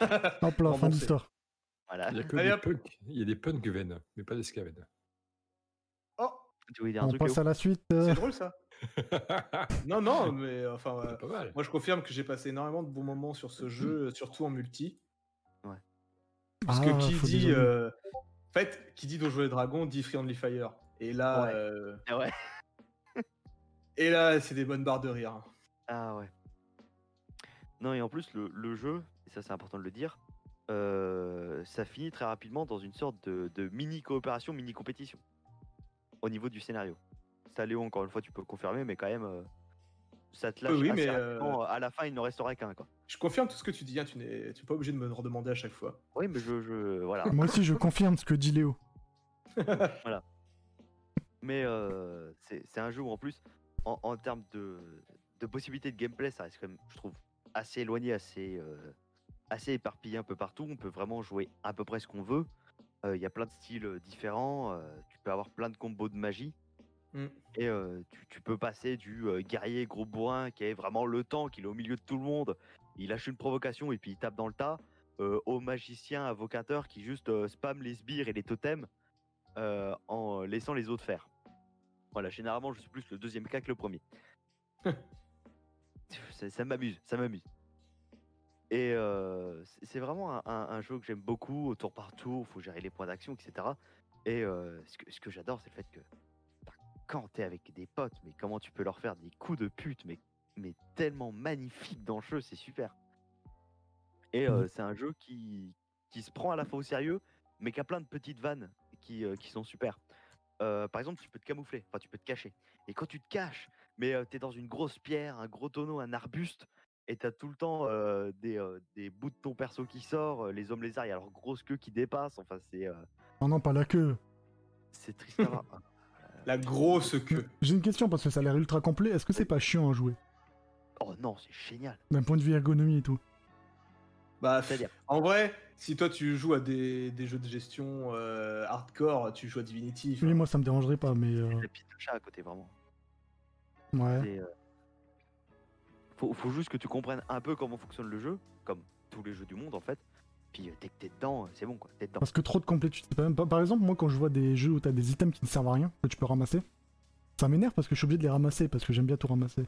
S1: Hop là, fin
S2: Non, bon,
S1: de
S2: c'est-
S1: l'histoire.
S3: voilà,
S4: Il y a que
S2: Allez,
S4: des
S2: hop.
S4: punks, il y a des punks veines, mais pas des scaven.
S2: Oh,
S3: tu voulais dire un
S1: On
S3: truc, Léo
S1: passe à la suite. euh,
S2: c'est drôle ça. Non, non, mais enfin, euh,
S4: pas mal.
S2: moi je confirme que j'ai passé énormément de bons moments sur ce jeu, euh, surtout en multi. Parce
S1: ah,
S2: que qui
S1: faut
S2: dit,
S1: déjouer.
S2: euh, en fait, qui dit Donjons et Dragons dit Friendly Fire. Et là,
S3: Ouais.
S2: euh,
S3: Ah ouais.
S2: et là, c'est des bonnes barres de rire. hein.
S3: Ah ouais. Non, et en plus, le, le jeu, et ça c'est important de le dire, euh, ça finit très rapidement dans une sorte de, de mini coopération, mini compétition au niveau du scénario. Ça, Léo, encore une fois, tu peux confirmer, mais quand même, euh, ça te
S2: Oui,
S3: lâche
S2: oui,
S3: assez
S2: mais,
S3: rapidement. À la fin, il n'en resterait qu'un. Quoi.
S2: Je confirme tout ce que tu dis. hein, tu n'es, tu n'es pas obligé de me le redemander à chaque fois.
S3: Oui, mais je. je voilà.
S1: Moi aussi, je confirme ce que dit Léo.
S3: Mais euh, c'est c'est un jeu où, en plus, en, en termes de, de possibilités de gameplay, ça reste quand même, je trouve, assez éloigné, assez, euh, assez éparpillé un peu partout. On peut vraiment jouer à peu près ce qu'on veut. Euh, Il y a plein de styles différents. euh, tu peux avoir plein de combos de magie.
S2: Mm.
S3: Et euh, tu, tu peux passer du euh, guerrier gros bourrin qui est vraiment le tank, il est au milieu de tout le monde, il lâche une provocation et puis il tape dans le tas, euh, au magicien invocateur qui juste euh, spam les sbires et les totems euh, en laissant les autres faire. Voilà, généralement je suis plus le deuxième cas que le premier. ça ça m'amuse, ça m'amuse. Et euh, c'est- c'est vraiment un, un- un jeu que j'aime beaucoup, au tour par tour, faut gérer les points d'action, etc. Et euh, ce que, ce que j'adore, c'est le fait que quand t'es avec des potes, mais comment tu peux leur faire des coups de pute, mais, mais tellement magnifique dans le jeu, c'est super. Et euh, c'est un jeu qui, qui se prend à la fois au sérieux, mais qui a plein de petites vannes qui, euh, qui sont super. Euh, par exemple, tu peux te camoufler, enfin tu peux te cacher. Et quand tu te caches, mais euh, t'es dans une grosse pierre, un gros tonneau, un arbuste, et t'as tout le temps euh, des, euh, des bouts de ton perso qui sort, euh, les hommes lézards, il y a leur grosse queue qui dépasse, enfin c'est euh,
S1: Oh non, pas la queue.
S3: c'est triste à voir. Ah, Euh.
S2: La grosse queue.
S1: J'ai une question parce que ça a l'air ultra complet. Est-ce que c'est pas chiant à jouer
S3: Oh non, c'est génial.
S1: D'un point de vue ergonomie et tout.
S2: Bah,
S3: C'est-à-dire,
S2: En vrai, si toi tu joues à des, des jeux de gestion euh, hardcore, tu joues à Divinity. enfin,
S1: Oui, moi ça me dérangerait pas, mais. euh,
S3: la piste de chat à côté, vraiment.
S1: Ouais.
S3: C'est, euh, Faut, faut juste que tu comprennes un peu comment fonctionne le jeu, comme tous les jeux du monde en fait. Puis euh, dès que t'es dedans, euh, c'est bon quoi, t'es dedans.
S1: Parce que trop de complétude, c'est pas même pas. Par exemple, moi quand je vois des jeux où t'as des items qui ne servent à rien, que tu peux ramasser, ça m'énerve parce que je suis obligé de les ramasser, parce que j'aime bien tout ramasser.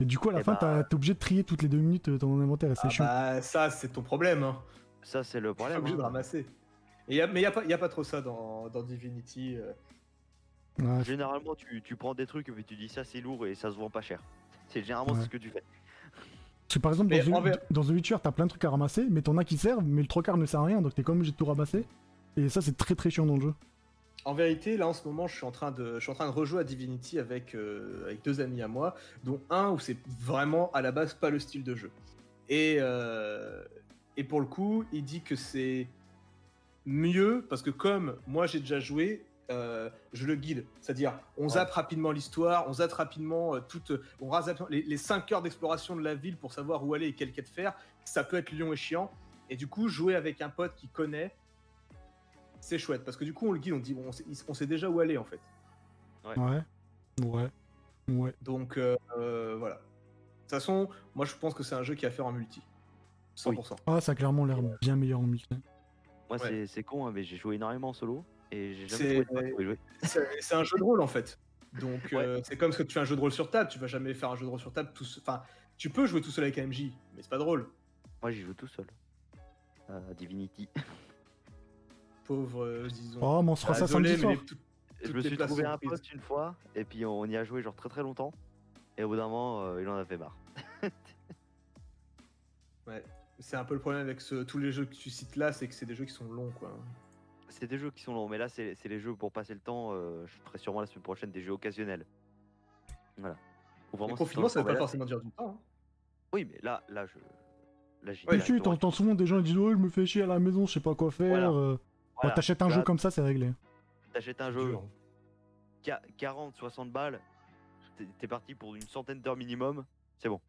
S1: Et du coup, à la
S3: Eh
S1: fin,
S3: bah-
S1: t'as- t'es obligé de trier toutes les deux minutes euh, ton inventaire et c'est
S2: ah
S1: chiant.
S2: bah, ça, c'est ton problème. Hein.
S3: Ça c'est le
S2: Tu es
S3: problème.
S2: obligé de
S3: hein.
S2: ramasser. Et y a- mais il n'y a, pas trop ça dans, dans Divinity. euh.
S3: bah,
S1: Ouais, c'est-
S3: Généralement tu, tu prends des trucs et puis tu dis ça c'est lourd et ça se vend pas cher. C'est généralement
S1: Ouais.
S3: ce que tu fais.
S1: Parce que par exemple,
S2: Mais
S1: dans,
S2: en
S1: The,
S2: ver-
S1: dans The Witcher, t'as plein de trucs à ramasser, mais t'en as qui servent, mais le trois quarts ne sert à rien, donc t'es quand même obligé de tout ramasser. Et ça, c'est très très chiant dans le jeu.
S2: En vérité, là en ce moment, je suis en train de, je suis en train de rejouer à Divinity avec, euh, avec deux amis à moi, dont un où c'est vraiment à la base pas le style de jeu. Et, euh, et pour le coup, il dit que c'est mieux parce que comme moi j'ai déjà joué, euh, je le guide. C'est-à-dire, on zappe rapidement l'histoire, on zappe rapidement euh, toute, on rase rapidement les, les cinq heures d'exploration de la ville pour savoir où aller et quelle quête faire. Ça peut être lion et chiant. Et du coup, jouer avec un pote qui connaît, c'est chouette parce que du coup, on le guide, on dit, bon, on sait, on sait déjà où aller en fait.
S1: Ouais. Ouais. Ouais.
S2: Donc euh, euh, voilà. De toute façon, moi je pense que c'est un jeu qui a à faire en multi. 100%.
S1: Ah, ça a clairement l'air bien meilleur en multi.
S3: Moi
S2: Ouais.
S3: c'est- c'est con hein, mais j'ai joué énormément en solo et j'ai
S2: C'est-
S3: jamais trouvé de pote pour y jouer.
S2: C'est c'est un jeu de rôle en fait. Donc
S3: Ouais.
S2: euh, c'est comme ce que tu fais un jeu de rôle sur table, tu vas jamais faire un jeu de rôle sur table tout seul. Enfin, tu peux jouer tout seul avec un MJ, mais c'est pas drôle.
S3: Moi j'y joue tout seul. Euh, Divinity.
S2: Pauvre, euh, disons.
S1: Oh, mais on se fera
S2: Ah,
S1: ça
S2: désolé,
S1: samedi soir.
S2: mais les- tout-
S3: je
S2: Toutes
S3: me
S2: les
S3: suis
S2: places
S3: trouvé
S2: sont
S3: un
S2: prises.
S3: pote une fois et puis on y a joué genre très très longtemps. Et au bout d'un moment euh, il en avait marre.
S2: C'est un peu le problème avec ce- tous les jeux que tu cites là, c'est que c'est des jeux qui sont longs quoi.
S3: C'est des jeux qui sont longs, mais là, c'est c'est les jeux pour passer le temps. euh, je ferai sûrement la semaine prochaine des jeux occasionnels. Voilà. Ou
S2: Le
S3: vraiment, si
S2: confinement,
S3: t'en as
S2: ça veut
S3: envie,
S2: pas
S3: là,
S2: forcément dire du temps. hein.
S3: c'est- Oui, mais là, là, je. Là, j'y
S1: Si,
S3: vais
S1: si,
S3: directement.
S1: t'entends souvent des gens qui disent Ouais, je me fais chier à la maison, je sais pas quoi faire.
S3: Voilà.
S1: euh. Bah,
S3: Voilà,
S1: T'achètes un
S3: tu
S1: jeu
S3: vas-
S1: comme ça, c'est réglé.
S3: T'achètes un jeu
S4: Dur.
S3: qua- 40, 60 balles. t'es- T'es parti pour une centaine d'heures minimum. C'est bon.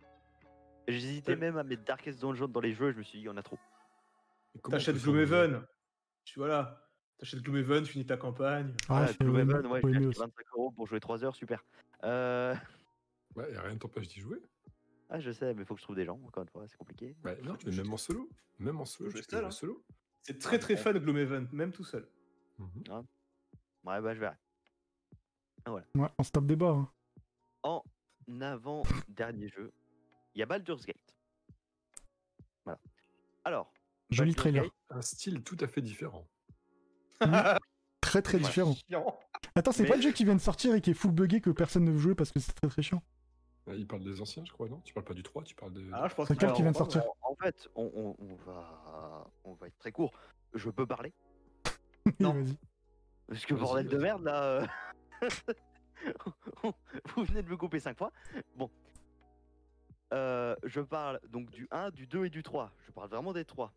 S3: Et J'hésitais
S2: Ouais.
S3: même à mettre Darkest Dungeon dans les jeux. et Je me suis dit, il y en a trop.
S4: Et comment on
S2: T'achètes
S4: peut faire des-
S2: Gloomhaven, tu vois là. T'achètes Gloomhaven, tu finis ta campagne.
S1: Ah,
S3: Voilà,
S1: faut aimer-
S3: Gloomhaven, ouais,
S1: faut
S3: j'ai
S1: aimer
S3: acheté
S1: aussi.
S3: 25 euros pour jouer 3 heures. Super. Euh,
S4: Ouais, y a rien ne t'empêche d'y jouer.
S3: Ah, je sais, mais faut que je trouve des gens. Encore une fois, c'est compliqué.
S4: Bah, non,
S2: peux
S4: mais
S2: jouer
S4: même en solo. Même en solo,
S2: peux
S4: je
S2: jouer seul,
S4: peux
S2: hein.
S4: jouer solo.
S2: C'est très très fun Gloomhaven, même tout seul.
S4: Mhm.
S3: Ouais, bah, je verrai.
S1: Ouais, on se tape des barres. hein.
S3: En avant dernier jeu, il y a Baldur's Gate. Voilà. Alors,
S1: Joli
S3: Baldur's
S1: trailer.
S3: Gate,
S4: Un style tout à fait différent.
S1: Très très
S3: Ouais.
S1: différent.
S2: Chiant.
S1: Attends, c'est
S3: Mais-
S1: pas le jeu qui vient de sortir et qui est full buggé que personne ne veut jouer parce que c'est très très chiant.
S4: Ouais, Il parle des anciens, je crois, non Tu parles pas du 3, tu parles de.
S2: Ah, je pense
S1: C'est
S2: que-
S1: quel
S3: Alors,
S1: qui vient de
S3: on-
S1: sortir
S3: En, en fait, on, on- on va, on va être très court. Je peux parler
S1: Oui,
S3: Non.
S1: vas-y.
S3: Parce que
S4: Vas-y,
S3: bordel de
S4: vas-y.
S3: merde là. euh, Vous venez de me couper 5 fois. Bon. Euh, je parle donc du 1, du 2 et du 3. Je parle vraiment des 3.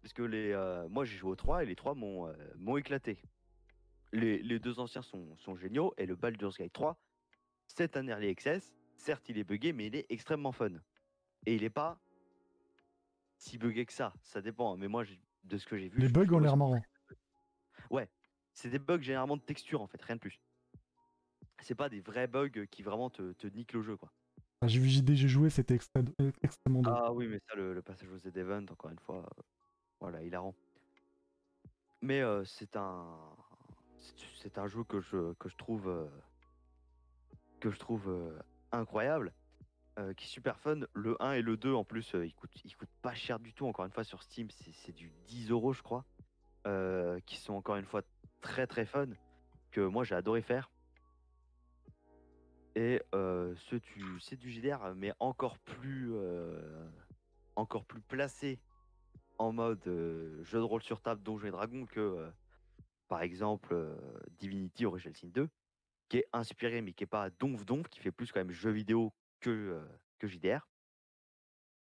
S3: Parce que les, euh, moi j'ai joué au 3 et les 3 m'ont euh, m'ont éclaté. les, les deux anciens sont, sont géniaux et le Baldur's Gate 3, c'est un early access. Certes, il est buggé, mais il est extrêmement fun. Et il n'est pas si buggé que ça. Ça dépend. hein, Mais moi, j'ai- de ce que j'ai vu,
S1: Les
S3: je-
S1: bugs
S3: je
S1: ont l'air
S3: trouve-
S1: marrants.
S3: c'est des bugs généralement de texture en fait, rien de plus. C'est pas des vrais bugs qui vraiment te, te niquent le jeu quoi.
S1: Enfin, J'ai vu JDG jouer, c'était extra- euh, extrêmement drôle.
S3: Ah oui, mais ça, le, le passage aux event, encore une fois, euh, voilà, hilarant. Mais euh, c'est un, c'est- c'est un jeu que je, que je trouve, euh, que je trouve euh, incroyable, euh, qui est super fun. Le 1 et le 2, en plus, euh, ils, coûtent, ils coûtent pas cher du tout. Encore une fois, sur Steam, c'est c'est du 10 euros, je crois, euh, qui sont encore une fois très très fun, que moi j'ai adoré faire. Et euh, ce tu- c'est du JDR, mais encore plus, euh, encore plus placé en mode euh, jeu de rôle sur table Donjons et Dragons que, euh, par exemple, euh, Divinity Original Sin 2, qui est inspiré mais qui n'est pas donf donf, qui fait plus quand même jeu vidéo que, euh, que JDR.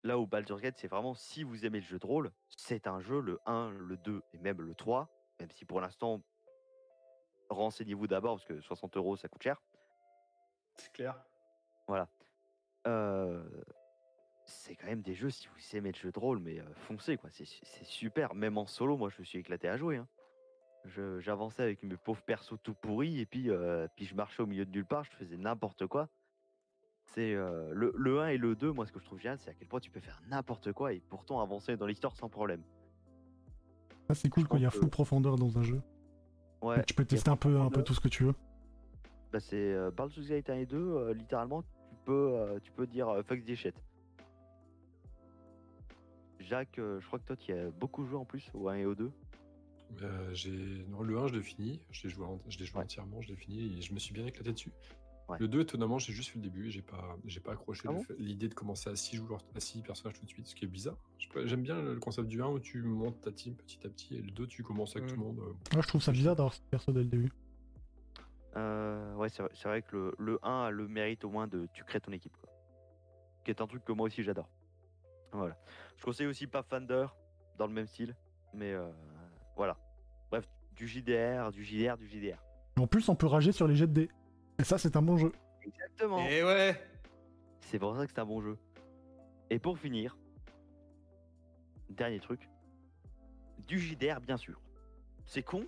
S3: Là où Baldur's Gate, c'est vraiment si vous aimez le jeu de rôle, c'est un jeu, le 1, le 2 et même le 3, même si pour l'instant, renseignez-vous d'abord parce que 60 euros ça coûte cher.
S2: C'est clair.
S3: Euh, c'est quand même des jeux, si vous aimez le jeu de rôle, mais euh, foncez, quoi. C'est su- c'est super. Même en solo, moi, je me suis éclaté à jouer. hein. Je- J'avançais avec mes pauvres persos tout pourris, et puis, euh, puis je marchais au milieu de nulle part, je faisais n'importe quoi. C'est euh, le, le 1 et le 2, moi, ce que je trouve génial, c'est à quel point tu peux faire n'importe quoi et pourtant avancer dans l'histoire sans problème.
S1: Ça, Ah, c'est cool
S3: je
S1: quand il y a
S3: pense que-
S1: full profondeur dans un jeu.
S3: Ouais,
S1: tu peux
S3: il y a
S1: tester un peu, un peu
S3: profondeur.
S1: tout ce que tu veux.
S3: bah, c'est euh, Baldur's Gate 1 et 2, euh, littéralement, tu peux, euh, tu peux dire euh, fuck this shit. Jacques, euh, je crois que toi, tu y as beaucoup joué en plus au 1 et au 2.
S4: Euh, j'ai- non, le 1, je l'ai fini, je l'ai joué, en- je l'ai joué
S3: Ouais.
S4: entièrement, je l'ai fini et je me suis bien éclaté dessus.
S3: Ouais.
S4: Le 2, étonnamment, j'ai juste fait le début et j'ai pas, j'ai pas accroché
S3: Ah
S4: le
S3: bon
S4: fait- l'idée de commencer à 6 joueurs, à six personnages tout de suite, ce qui est bizarre. Je sais pas, J'aime bien le concept du 1 où tu montes ta team petit à petit et le 2, tu commences avec
S2: Mm.
S4: tout le monde. euh,
S1: Moi, je trouve ça bizarre d'avoir ce perso dès le début.
S3: Euh, ouais, c'est vrai, c'est vrai que le, le 1 a le mérite au moins de tu crées ton équipe. Quoi. Qui est un truc que moi aussi j'adore. Voilà. Je conseille aussi Pathfinder dans le même style. Mais euh, voilà. Bref, du JDR, du JDR, du JDR.
S1: En plus, on peut rager sur les jets de dés. Et ça, c'est un bon jeu.
S3: Exactement.
S2: Et ouais
S3: C'est pour ça que c'est un bon jeu. Et pour finir, dernier truc, du JDR bien sûr. C'est con,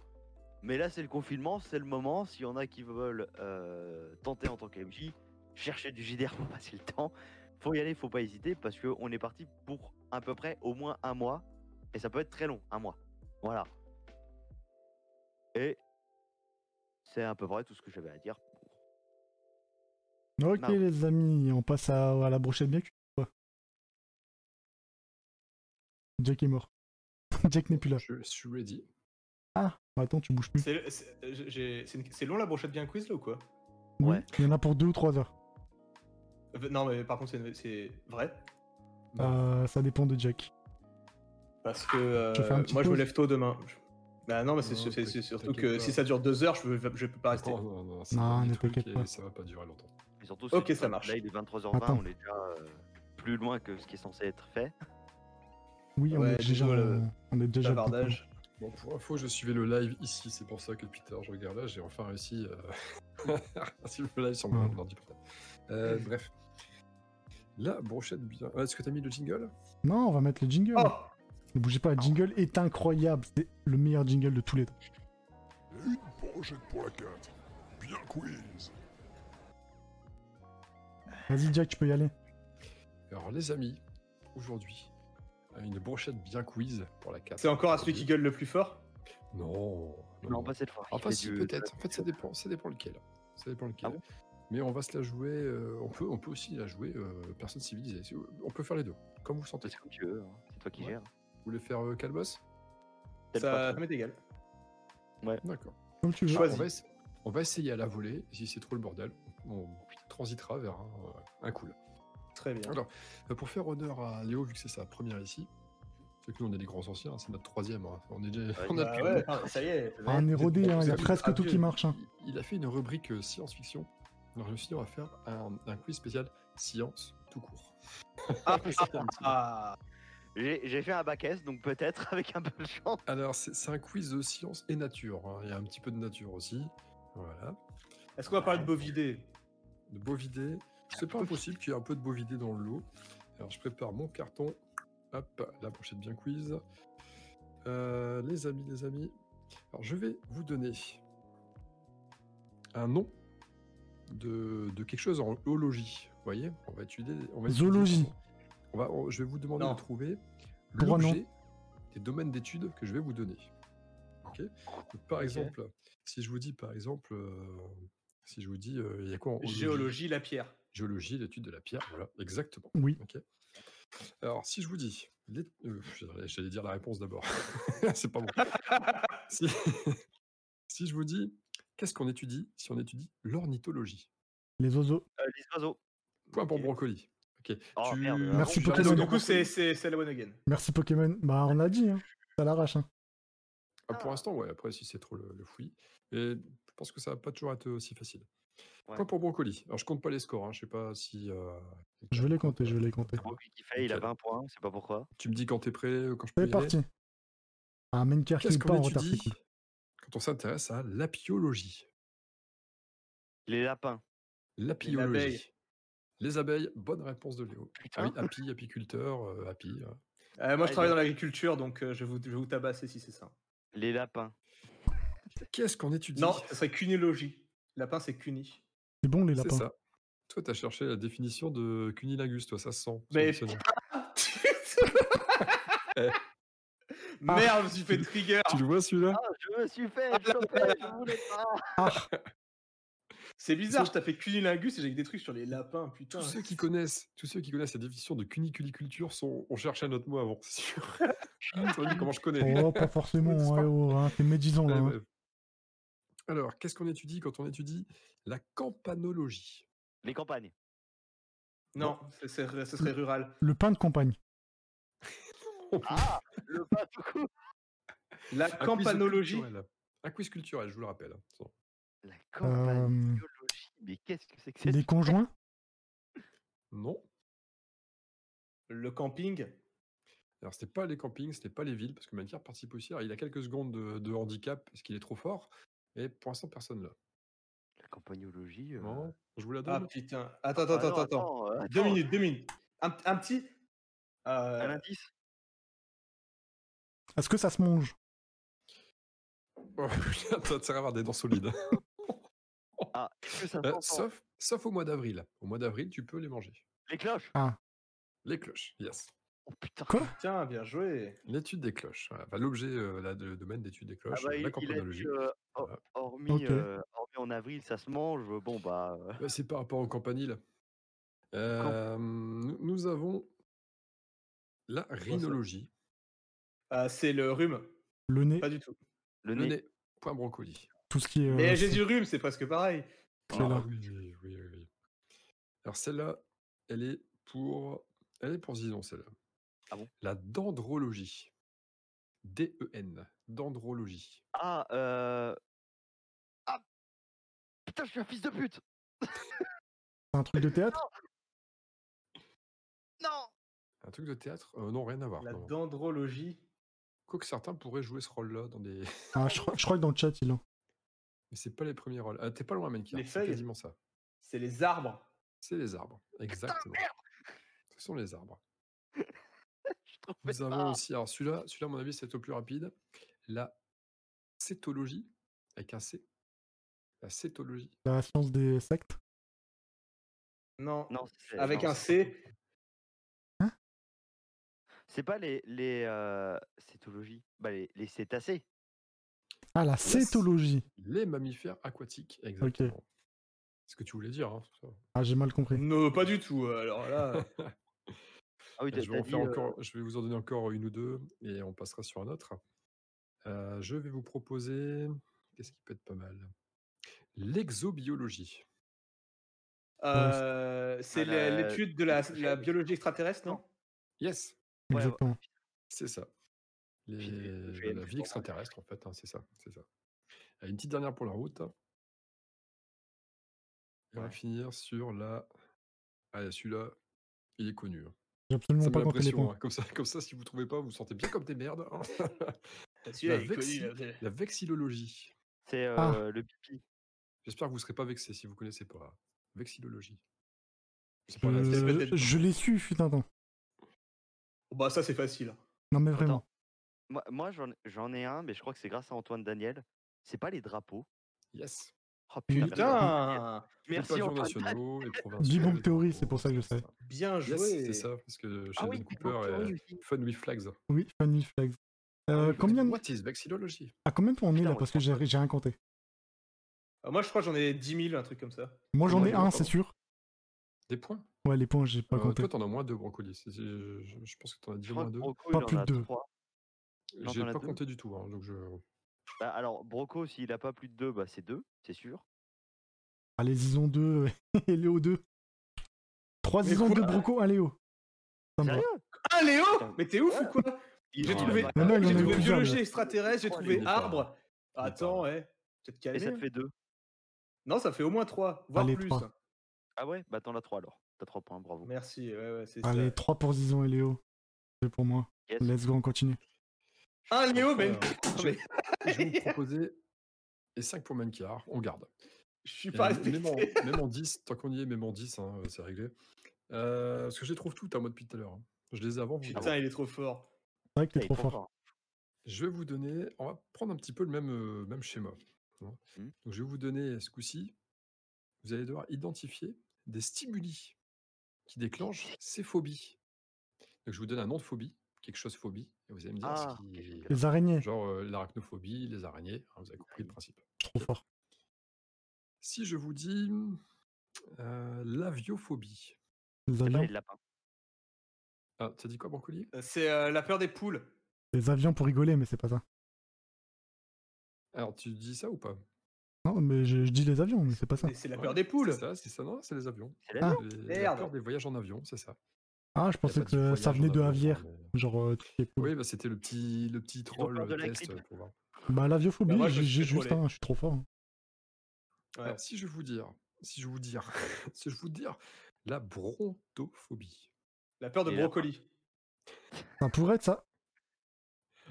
S3: mais là c'est le confinement, c'est le moment. S'il y en a qui veulent euh, tenter en tant qu'MJ, chercher du JDR pour passer le temps, faut y aller, faut pas hésiter parce qu'on est parti pour à peu près au moins un mois. Et ça peut être très long, un mois. Voilà. Et c'est à peu près tout ce que j'avais à dire.
S1: Ok,
S3: Marrant.
S1: les amis, on passe à, à la brochette bien cuite, quoi. Jack est mort. Jack n'est plus là.
S4: Je suis ready.
S1: Ah, attends, tu bouges plus.
S2: C'est le- c'est- euh, j'ai- c'est une- c'est long la brochette bien quiz là ou quoi
S1: Oui,
S3: Ouais.
S1: Il y en a pour deux ou trois heures.
S2: Euh, Non mais par contre c'est- c'est vrai.
S1: Euh, ça dépend de Jack.
S2: Parce que
S1: Tu fais un
S2: euh,
S1: petit
S2: moi je me
S1: pause.
S2: lève tôt demain. Je- Bah non mais c'est
S4: Non,
S2: c'est- c'est
S4: t'inquiète-
S2: surtout
S4: t'inquiète
S2: que
S4: pas.
S2: si ça dure deux heures je, veux- je peux pas rester.
S4: Non, non, non, c'est
S1: Non,
S4: un
S1: ne
S4: petit truc
S1: t'inquiète
S4: et
S1: pas.
S4: ça va pas durer longtemps.
S3: Mais surtout,
S2: Ok,
S3: c'est-
S2: ça marche.
S3: Là, il est 23h20,
S1: Attends.
S3: on est déjà euh, plus loin que ce qui est censé être fait.
S1: Oui, on
S2: Ouais,
S1: est déjà,
S2: désolé,
S1: euh, on est déjà.
S2: Bavardage.
S4: Bon, pour info, je suivais le live ici, c'est pour ça que depuis tard je regarde là, j'ai enfin réussi euh, à suivre le live sur mon
S1: Ouais.
S4: ordi portable. Euh, bref. La brochette bien. Ah, Est-ce que t'as mis le jingle
S1: Non, on va mettre le jingle.
S2: Oh
S1: Ne bougez pas, le jingle est incroyable. C'est le meilleur jingle de tous les temps.
S5: Une brochette pour la 4. Bien quiz.
S1: Vas-y, Jack, tu peux y aller.
S4: Alors, les amis, aujourd'hui, une brochette bien quiz pour la 4.
S2: C'est encore à celui qui gueule le plus fort
S4: Non.
S3: Non, pas cette fois. il
S4: Enfin,
S3: fait
S4: si,
S3: du-
S4: peut-être. En fait, ça dépend, ça dépend lequel. Ça dépend lequel.
S3: Ah bon
S4: Mais on va se la jouer. euh, on, peut, on peut aussi la jouer euh, personne civilisée. Si- On peut faire les deux, comme vous le sentez.
S3: C'est comme tu veux, hein. c'est toi qui
S4: Ouais.
S3: gères.
S4: Vous voulez faire euh, Calbos
S3: T'es le
S2: Ça,
S3: patron.
S2: m'est égal.
S4: D'accord.
S1: Comme tu veux.
S4: Ah,
S2: Choisis.
S4: on, va essa- on va essayer à la volée. Si c'est trop le bordel, on transitera vers un, un cool.
S2: Très bien.
S4: Alors, euh, pour faire honneur à Léo, vu que c'est sa première ici, c'est que nous on est des grands anciens, hein, c'est notre troisième. hein. On est déjà.
S3: Ouais,
S4: on a
S2: Bah
S4: depuis-
S2: ouais, ah, ça y est.
S1: Ah, on est rodé, hein, il y a
S4: Vous
S1: presque
S2: êtes
S1: tout qui
S2: rapides.
S1: marche. hein.
S4: Il a fait une rubrique euh, science-fiction. Alors, je me suis dit, on va faire un, un quiz spécial science tout court.
S2: Ah, ah, ah.
S3: J'ai j'ai fait un bac S, donc peut-être avec un peu de chance.
S4: Alors, c'est c'est un quiz de science et nature. hein. Il y a un petit peu de nature aussi. Voilà.
S2: Est-ce qu'on va parler de bovidé
S1: Ah,
S4: De bovidé. C'est pas impossible qu'il y ait un peu de bovidé dans le lot. Alors, je prépare mon carton. Hop, la pochette bien quiz. Euh, les amis, les amis. Alors, je vais vous donner un nom de, de quelque chose en zoologie. Vous voyez On va étudier. On va étudier-
S1: Zoologie.
S4: on va, on- je vais vous demander
S2: Non.
S4: de trouver
S1: Droit, non.
S4: l'objet des domaines d'études que je vais vous donner. Ok Donc, par
S2: Ok.
S4: exemple, si je vous dis, par exemple, euh, si je vous dis, euh, il y a quoi en
S2: Géologie, la pierre.
S4: géologie, l'étude de la pierre, voilà, exactement.
S1: Oui.
S4: Ok. Alors, si je vous dis, les- euh, j'allais- j'allais dire la réponse d'abord, c'est pas bon. si... si je vous dis, qu'est-ce qu'on étudie si on étudie l'ornithologie
S1: Les oiseaux.
S3: Euh, les oiseaux.
S4: Point pour
S2: Ok.
S4: brocoli. Ok. Ah,
S3: Oh, merde, euh,
S1: Merci,
S4: j'arrête
S1: Pokémon.
S4: de
S2: Du coup,
S4: brocoli.
S2: c'est c'est- c'est la one again.
S1: Merci Pokémon. Bah on a dit, hein. Ça l'arrache, hein.
S4: Ah, pour l'instant, ouais. Après, si c'est trop le, le fouillis. Et je pense que ça va pas toujours être aussi facile.
S3: Ouais.
S4: Point pour Brocoli. Alors, je compte pas les scores. Hein. Je sais pas si. euh,
S1: Je vais les compter, je vais les compter.
S3: Brooke qui fait, il a
S4: Ok.
S3: 20 points, on sait pas pourquoi.
S4: Tu me dis quand t'es prêt, euh, quand je peux
S1: C'est
S4: y aller.
S1: parti. Ah, Menker qui
S4: Qu'est-ce
S1: est pas en
S4: qu'on
S1: retard, c'est
S4: étudie
S1: cool.
S4: quand on s'intéresse à l'apiologie
S3: Les lapins.
S2: abeilles.
S4: L'apiologie. Les abeilles, bonne réponse de Léo. Ah oui,
S3: Putain.
S4: api, apiculteur, euh, api. euh.
S2: Euh, moi,
S3: Ah,
S2: je travaille
S3: il-
S2: dans l'agriculture, donc euh, je, vais vous, je vais vous tabasser si c'est ça.
S3: Les lapins.
S4: Qu'est-ce qu'on étudie
S2: Non, ce serait cunilogie. Lapin, c'est cuni.
S1: C'est bon les
S4: c'est
S1: lapins.
S4: ça. Toi, t'as cherché la définition de cunilingus, toi, ça se sent. sur
S2: Mais
S4: le sonnet. Eh.
S2: Merde, je me suis fait trigger.
S4: Tu le vois celui-là
S3: Ah, je me suis fait choper, je voulais pas.
S2: C'est bizarre, je tapais cunilingus et j'ai eu des trucs sur les lapins, putain.
S4: tous ceux qui connaissent, tous ceux qui connaissent la définition de cuniculiculture sont, ont cherché un autre mot avant, c'est sûr. Putain, t'as vu comment je connais.
S1: Oh, pas forcément,
S4: Oui, c'est
S1: ouais,
S4: pas-
S1: oh, hein, t'es médisant là.
S4: Ouais,
S1: hein.
S4: ouais. Alors, qu'est-ce qu'on étudie quand on étudie la campanologie
S3: Les campagnes.
S2: Non, c'est- c'est- ce serait rural.
S1: Le pain de campagne.
S3: Ah, le pas tout court.
S2: La
S4: Un quiz
S2: campanologie.
S4: culturel. Un quiz culturel, je vous le rappelle. hein. Attends.
S3: La
S1: Euh,
S3: campagne. Mais qu'est-ce que c'est que c'est
S1: les conjoints
S4: Non.
S2: Le camping.
S4: Alors, c'était pas les campings, c'était pas les villes, parce que Mankier participe aussi. Alors, il a quelques secondes de, de handicap, parce qu'il est trop fort. Et pour l'instant, personne là.
S3: La campagnologie. euh,
S4: Non, Je vous la donne.
S2: Ah putain. Attends, attends,
S3: ah non,
S2: attends, attends.
S3: euh,
S2: Deux
S3: attends,
S2: minutes, deux minutes. Un, un petit. euh,
S3: Un indice
S1: Est-ce que ça se mange
S4: Oh, Ça sert à avoir des dents solides.
S3: Ah, est-ce que ça
S4: Euh,
S3: s'entend
S4: sauf, sauf au mois d'avril. Au mois d'avril, tu peux les manger.
S3: Les cloches
S4: Les cloches, yes.
S3: Oh putain.
S1: Quoi
S2: Tiens, bien joué.
S4: L'étude des cloches. voilà. Enfin, L'objet, euh, là, de- le domaine d'étude des
S3: Ah
S4: cloches,
S3: bah,
S4: euh,
S3: il,
S4: la
S3: il a
S4: campanologie.
S3: dit, euh, hor-
S4: Voilà.
S3: hormis,
S1: Ok.
S3: euh, hormis en avril, ça se mange. Bon, bah. euh,
S4: Bah, C'est par rapport aux campaniles. Euh, nous, nous avons la rhinologie,
S2: Euh, c'est le rhume.
S1: Le nez
S2: Pas du tout.
S3: le
S4: le
S3: nez.
S4: nez, point brocoli.
S1: Tout ce qui est.
S2: Mais
S1: euh,
S2: j'ai du rhume, c'est presque pareil.
S1: Celle-là.
S4: Ah oui, oui, oui, oui, oui. Alors celle-là, elle est pour, elle est pour Zidon celle-là.
S3: Ah bon
S4: la dendrologie, D-E-N, dendrologie.
S3: Ah, euh. Ah Putain, je suis un fils de pute
S1: c'est un truc de théâtre
S3: Non
S4: Un truc de théâtre, euh, non rien à voir.
S2: La
S4: non, non.
S2: dendrologie.
S4: Quoique certains pourraient jouer ce rôle-là dans des,
S1: Ah, je, crois- je crois que dans le chat il en.
S4: mais c'est pas les premiers rôles. Ah, T'es pas loin, Menki.
S2: Les
S4: C'est
S2: feuilles
S4: quasiment ça.
S2: C'est les arbres.
S4: C'est les arbres, exactement. Ce sont les arbres.
S3: Je trouve
S4: Nous avons
S3: pas.
S4: aussi, alors celui-là, celui-là, à mon avis, c'est au plus rapide, la cétologie, avec un C. La cétologie.
S1: La science des sectes.
S2: Non.
S3: Non, c'est-
S2: Avec
S3: non,
S2: un
S3: c'est-
S2: C.
S3: C'est pas les. les euh, cétologies. Bah, les, les cétacés.
S1: Ah, la
S4: c-
S1: cétologie.
S4: Les mammifères aquatiques, exactement. C'est ce que tu voulais dire. hein, ça.
S1: Ah, j'ai mal compris.
S2: Non, pas du tout. euh, Alors là.
S3: Ah oui, t'as
S4: Bah, je, vais en
S3: t'as dit.
S4: faire
S3: euh,
S4: encore- je vais vous en donner encore une ou deux et on passera sur un autre. Euh, je vais vous proposer, qu'est-ce qui peut être pas mal L'exobiologie.
S2: euh, c'est
S3: Ah,
S2: la-
S3: la-
S2: l'étude de la,
S3: la-
S2: la biologie extraterrestre, non
S4: Yes,
S3: ouais, ouais.
S1: Exactement.
S4: C'est ça. Les-
S3: Puis, euh, je vais
S4: la
S3: me
S4: vie
S3: former.
S4: extraterrestre, en fait, hein, c'est ça. c'est ça. Allez, une petite dernière pour la route. Et on va
S3: Ouais.
S4: ah, finir sur la. Allez, celui-là, il est connu. hein.
S1: J'ai absolument
S4: Ça
S1: pas
S4: met la
S1: compris les
S4: pression.
S1: points.
S4: hein. Comme, ça, comme ça, si vous trouvez pas, vous sentez bien comme des merdes. hein.
S2: Celui-là,
S4: La
S2: il est connu,
S4: vexi-
S2: là, c'est-
S4: La vexillologie.
S3: C'est euh,
S1: Ah.
S3: le pipi.
S4: J'espère que vous ne serez pas vexé si vous connaissez pas. Vexillologie. C'est pas la-
S2: c'est
S1: Euh,
S2: peut-être-
S1: Je, je l'ai su, putain, attends.
S2: Bah, ça, c'est facile.
S1: Non, mais vraiment.
S3: Attends. Moi, moi, j'en- j'en ai un, mais je crois que c'est grâce à Antoine Daniel. C'est pas les drapeaux.
S4: Yes.
S3: Oh, putain, merci Antoine Daniel.
S2: Putain
S3: Merci
S4: les pavillons
S3: Antoine Daniel.
S4: nationaux, les provinciaux,
S1: Big Bang
S4: les
S1: Theory,
S4: drapeaux,
S1: c'est pour ça que je
S4: c'est
S1: savais.
S2: Bien joué
S4: Yes, c'est ça, parce que
S3: Ah
S4: Sheldon
S3: oui, Big Bang
S4: Cooper
S3: Theory
S4: est
S3: aussi.
S4: Fun with Flags.
S1: Oui, Funny Flags. Euh, combien,
S4: What is vexillologie
S1: à combien de points on est
S3: Putain,
S1: là
S3: on
S1: Parce que j'ai
S3: comprend pas.
S1: j'ai rien compté.
S2: Ah, Moi, je crois que j'en ai 10 000, un truc comme ça.
S1: Moi j'en
S4: Moi,
S1: ai
S4: je
S1: un,
S4: vois
S1: c'est
S4: pas.
S1: sûr.
S4: Des points
S1: Ouais, les points, j'ai pas
S4: Euh,
S1: compté.
S4: Toi, t'en as moins deux, Brocoli. C'est- c'est- Je, je pense que t'en as
S3: Je
S4: déjà
S3: crois
S4: moins
S3: que
S4: deux.
S3: Broco,
S1: Pas
S3: il
S1: plus
S3: en a
S1: de deux.
S3: trois. Non,
S4: J'ai
S3: t'en as
S4: pas
S3: deux.
S4: compté du tout, hein, donc je.
S3: Bah, alors, Broco, s'il a pas plus de deux, bah, c'est deux, c'est sûr.
S1: Ah, les Ison 2 et Léo 2. 3
S2: Mais
S1: Ison
S2: quoi
S1: 2 Broco, un Léo. Ça me va.
S3: Sérieux
S2: Ah, Léo
S3: Putain.
S2: Mais t'es ouf ou quoi J'ai
S4: Non,
S2: trouvé,
S4: bah,
S1: Non, non, il
S2: j'ai
S1: en a eu
S2: trouvé
S1: plusieurs.
S2: biologie
S1: lui.
S2: extraterrestre, j'ai
S3: Oh,
S2: trouvé
S4: il est pas-
S2: arbre.
S4: pas-
S2: Attends, ouais. Tu vas te
S3: Et ça
S2: calmer.
S3: te fait deux.
S2: Non, ça fait au moins 3, voire
S1: Allez,
S2: plus. hein.
S1: trois.
S3: Ah ouais Bah, t'en as trois alors. T'as trois points, bravo.
S2: Merci, ouais, ouais, c'est ça.
S1: Allez, 3 pour Zizon et Léo. C'est pour moi.
S3: Yes.
S1: Let's go, on continue.
S3: Ah,
S2: Un Léo, mais
S4: Enfin, euh, Je vais vous proposer. Et 5 pour Mankiar, on garde.
S2: je suis
S4: Et
S2: pas
S4: même, en,
S2: respecté.
S4: même en 10, tant qu'on y est, même en 10, hein, c'est réglé. Euh, parce que je les trouve toutes à moi depuis tout à l'heure. hein. Je les ai avant. vous les avez
S2: Putain, il est trop fort.
S1: C'est vrai que
S3: Putain,
S1: t'es
S3: il est
S1: trop fort.
S4: Je vais vous donner, on va prendre un petit peu le même, euh, même schéma. hein.
S3: Mhm.
S4: Donc, je vais vous donner ce coup-ci, vous allez devoir identifier des stimuli qui déclenchent ces phobies. Donc, je vous donne un nom de phobie, quelque chose phobie, et vous allez me dire
S3: Ah,
S4: ce
S3: ok,
S4: qui
S3: j'ai
S1: Les araignées,
S4: Genre euh, l'arachnophobie, les araignées, hein, vous avez compris le principe.
S1: trop fort.
S4: Si je vous dis euh, l'aviophobie,
S1: Les
S3: C'est pas
S1: avions,
S3: les lapins.
S4: ah, t'as dit quoi, Brocoli
S2: Euh, C'est euh, la peur des poules.
S1: les avions pour rigoler, mais c'est pas ça.
S4: Alors, tu dis ça ou pas
S1: Non, mais je, je dis les avions, mais c'est pas ça.
S2: Mais C'est la
S4: Ouais,
S2: peur des poules. Ah,
S4: C'est ça, c'est ça, non, c'est les avions.
S3: C'est l'avion
S4: Les- la
S2: Merde.
S4: peur des voyages en avion, c'est ça.
S1: Ah, je
S4: Y a
S1: pensais
S4: pas dix
S1: que ça
S4: voyages
S1: venait
S4: en
S1: de
S4: avion,
S1: Avière.
S4: mais-
S1: Genre, euh, tout ce qui est cool.
S4: Oui, bah, c'était le petit, le petit
S3: ont peur
S4: troll
S3: de
S4: euh,
S3: la
S4: test
S3: grippe.
S4: pour voir.
S1: Bah, l'aviophobie,
S2: Bah, moi, je
S1: j'ai
S2: me suis
S1: j'ai
S2: fait
S1: juste
S2: troller.
S1: un, je suis trop fort.
S2: Ouais.
S4: Alors, si je vous dire, si je vous dire, si je vous dire la brontophobie.
S2: La peur de
S3: Et la-
S2: brocoli.
S1: Ça pourrait être ça.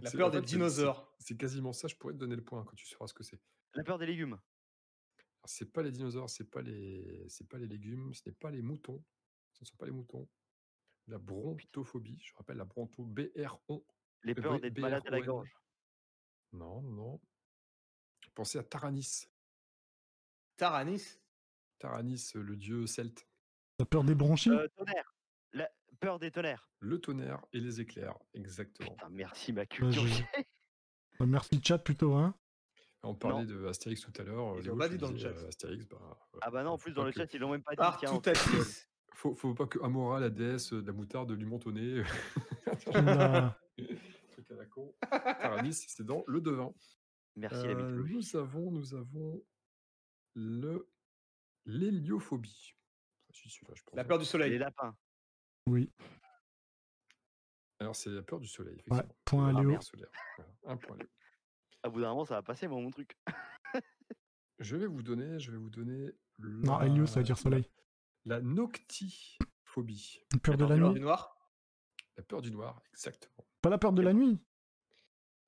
S2: La
S4: C'est-
S2: peur
S4: en
S2: des
S4: fait, c'est-
S2: dinosaures.
S4: C'est quasiment ça, je pourrais te donner le point quand tu sauras ce que c'est.
S3: La peur des légumes.
S4: Alors, C'est pas les dinosaures, c'est pas les, c'est pas les légumes, ce n'est pas les moutons, ce ne sont pas les moutons. La brontophobie, je rappelle la bronto B-R-O.
S3: Les
S4: Le
S3: peurs
S4: B-
S3: d'être malade à la
S4: BRON.
S3: gorge.
S4: Non, non. Pensez à Taranis.
S2: Taranis.
S4: Taranis, le dieu celte,
S1: La peur des branchies.
S3: Euh, tonnerre. La peur des tonnerres.
S4: le tonnerre et les éclairs, exactement.
S3: Putain, merci ma
S1: Bah,
S3: culture.
S1: je- Bah, merci, chat, plutôt, hein.
S4: On parlait de Astérix tout à l'heure.
S2: Ils
S4: Léo,
S2: l'ont pas
S4: je
S2: dit dans le
S4: disais,
S2: chat.
S4: euh, Astérix, bah, voilà.
S3: Ah bah non, en
S4: Faut
S3: plus
S4: pas
S3: dans le
S4: que-
S3: chat, ils l'ont même pas dit.
S2: Par
S3: tiens,
S2: Ah, tout à 10.
S4: Faut, faut pas que Amora, la déesse euh, de la moutarde, lui monte au nez.
S1: Bah,
S4: Truc à la con. Taranis, c'est dans le devin.
S3: Merci la
S4: Euh,
S3: mythologie.
S4: nous avons, nous avons le l'héliophobie. Ah, si, celui-là, je pense,
S2: La
S4: hein.
S2: peur du
S3: Les
S2: soleil.
S3: lapins.
S1: oui,
S4: Alors c'est Ah, la peur du soleil.
S1: ouais,
S4: effectivement.
S1: point à
S4: La
S1: Léo.
S4: lumière solaire. Voilà, Un point. Léo.
S3: À bout d'un moment, ça va passer moi, mon truc.
S4: Je vais vous donner, je vais vous donner.
S1: Non, Hélio, ça veut
S4: la-
S1: dire soleil.
S4: La noctiphobie,
S1: La peur de
S3: Attends,
S1: la
S3: tu
S2: Peur
S1: nuit.
S2: du noir.
S4: la peur du noir, exactement.
S1: Pas la peur de la nuit.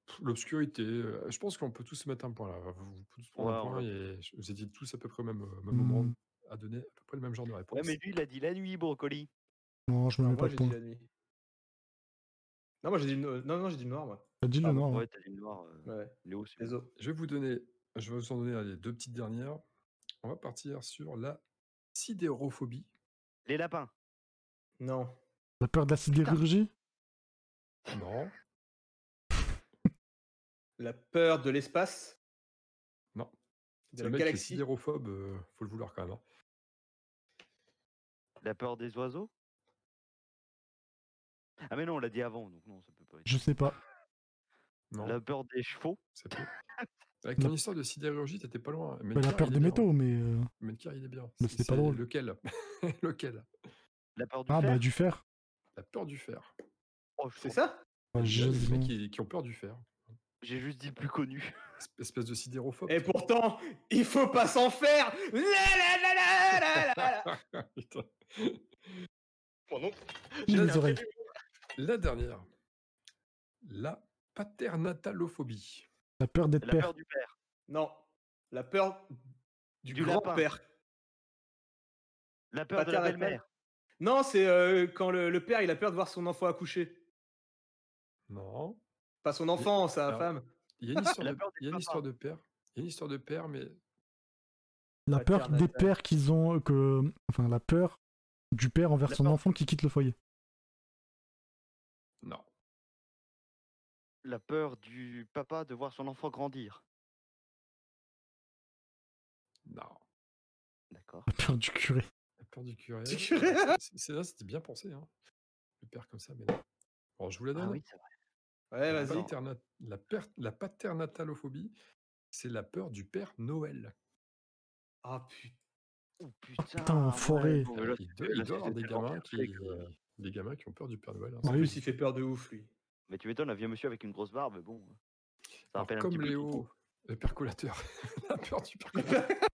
S4: Pff, L'obscurité, euh, je pense qu'on peut tous se mettre un point là. Vous, vous tous prendre
S3: Ouais,
S4: un
S3: on
S4: point
S3: l'a
S4: et je- vous étiez tous à peu près au même, au même moment
S1: Hmm.
S4: à donner à peu près le même genre de réponse.
S3: Ouais, mais lui, il a dit la nuit, brocoli.
S1: Non, je me mets
S2: Non,
S1: pas
S2: Moi,
S1: de
S2: j'ai dit
S1: point.
S2: la nuit. Non, moi, j'ai dit le no- non, non, j'ai dit le noir, moi.
S1: T'as dit le
S3: Ah,
S1: nord.
S3: ouais,
S1: ouais.
S3: t'as dit le noir. euh,
S2: Ouais, ouais.
S3: Léo, c'est bon.
S2: les os.
S4: Je vais vous donner, je vais vous en donner les deux petites dernières. On va partir sur la sidérophobie.
S3: Les lapins.
S2: Non.
S1: La peur de la sidérurgie.
S4: Non,
S2: La peur de l'espace.
S4: Non.
S2: De
S4: c'est le
S2: la
S4: mec qui est
S2: galaxie.
S4: sidérophobe, euh, faut le vouloir quand même. hein.
S3: La peur des oiseaux. Ah mais non, on l'a dit avant, donc non, ça peut pas être.
S1: Je sais pas.
S4: Non,
S3: La peur des chevaux.
S4: c'est peu. Avec ton histoire de sidérurgie, t'étais pas loin.
S1: Bah, la
S4: Melchior,
S1: peur
S4: il
S1: des
S4: est bien.
S1: métaux, mais. euh,
S4: Melchior, il est bien.
S1: Mais c'est pas drôle.
S4: Lequel Lequel
S3: La peur du
S1: Ah,
S3: fer.
S1: bah, du fer.
S4: La peur du fer.
S3: Oh, je
S2: C'est
S3: trouve-
S2: ça
S1: Bah,
S4: Il y a
S1: j'ai-
S4: des mecs qui, qui ont peur du fer.
S3: J'ai juste dit le plus connu.
S4: Esp- Espèce de sidérophobe.
S2: Et
S4: toi.
S2: pourtant, il faut pas s'en faire. La, la, la, la, la, la, la.
S4: Putain.
S6: Moi non plus.
S1: Ni
S6: J'ai
S1: les
S6: rien
S1: oreilles.
S6: prévu.
S4: La dernière. La paternatalophobie.
S1: La peur d'être
S3: La
S1: père.
S3: peur du père.
S2: Non. La peur du,
S3: Du lapin.
S2: grand-père.
S3: La peur de la
S2: Paternelle.
S3: belle-mère.
S2: Non, c'est euh, quand le, le père, il a peur de voir son enfant accoucher.
S4: Non.
S2: Pas son enfant, sa
S4: Alors,
S2: femme.
S4: Il y a une histoire,
S3: La
S4: de,
S3: peur des
S4: il y a une
S3: papas.
S4: histoire de père. Il y a une histoire de père, mais
S1: La peur
S2: paternelle.
S1: des pères qu'ils ont. Que... Enfin, la peur du père envers
S3: La
S1: son
S3: peur.
S1: enfant qui quitte le foyer.
S4: non.
S3: La peur du papa de voir son enfant grandir.
S4: Non.
S3: D'accord.
S1: La peur du curé.
S4: La peur du curé.
S2: Du curé.
S4: C'est- C'est là, c'était bien pensé. Hein. Le père comme ça, mais non. Bon, je vous la donne.
S3: Ah oui, Eh, c'est vrai.
S2: Ouais,
S4: La
S2: vas-y.
S3: Attends.
S4: paterna- La, per- la paternatalophobie, c'est la peur du père Noël.
S2: Ah putain.
S3: Oh, putain,
S1: Putain,
S3: ouais,
S1: enfoiré.
S3: bon,
S4: Ah ouais,
S3: Oh, là,
S4: il
S3: c'est-
S4: doit,
S3: là,
S4: il doit y
S3: c'est
S4: avoir des
S3: tellement
S4: gamins,
S3: bien
S4: qui, euh
S3: fait que-
S4: des gamins qui ont peur du Père Noël. hein.
S1: Ah
S2: En
S1: oui.
S2: plus, il fait peur de ouf, lui.
S3: Mais tu m'étonnes, un vieux monsieur avec une grosse barbe, bon. euh, Ça
S4: Alors,
S3: rappelle un petit
S4: comme
S3: peu le
S4: Léo,
S3: toufou.
S4: le percolateur. la peur du percolateur.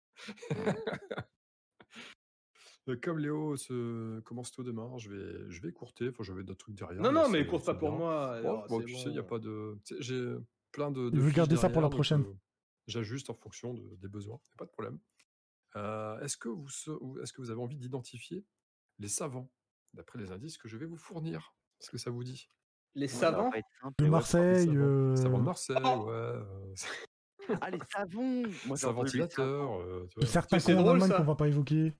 S4: Euh, comme Léo se... commence tôt demain, je vais, je vais courter. Enfin, j'avais d'autres trucs derrière.
S2: Non,
S4: mais
S2: non, mais
S4: Bah, c'est-
S2: cours
S4: c'est
S2: pas pour
S4: bien.
S2: moi.
S4: Ouais,
S2: alors,
S4: bon,
S2: c'est
S4: tu sais, il n'y a
S2: bon.
S4: pas de. tu sais, J'ai plein de. de
S1: Je vais
S4: fiches
S1: garder ça pour la
S4: derrière, donc,
S1: prochaine.
S4: euh, J'ajuste en fonction de- des besoins, y a pas de problème. Euh, est-ce, que vous, se- ou est-ce que vous avez envie d'identifier les savants, d'après les indices que je vais vous fournir Est-ce que ça vous dit
S3: Ouais,
S2: Les
S3: ça va
S2: savants
S3: pas être simple,
S1: De
S3: mais ouais.
S1: Marseille.
S4: savants.
S1: euh,
S4: Savants de Marseille,
S2: Ah
S4: ouais. euh,
S3: Ah, les savons
S4: savants
S3: Moi, j'ai entendu les savons.
S4: ventilateurs. euh, tu
S1: de
S4: vois.
S1: certains
S2: C'est
S1: cons en
S2: drôle,
S1: Allemagne
S2: ça.
S1: qu'on va pas évoquer.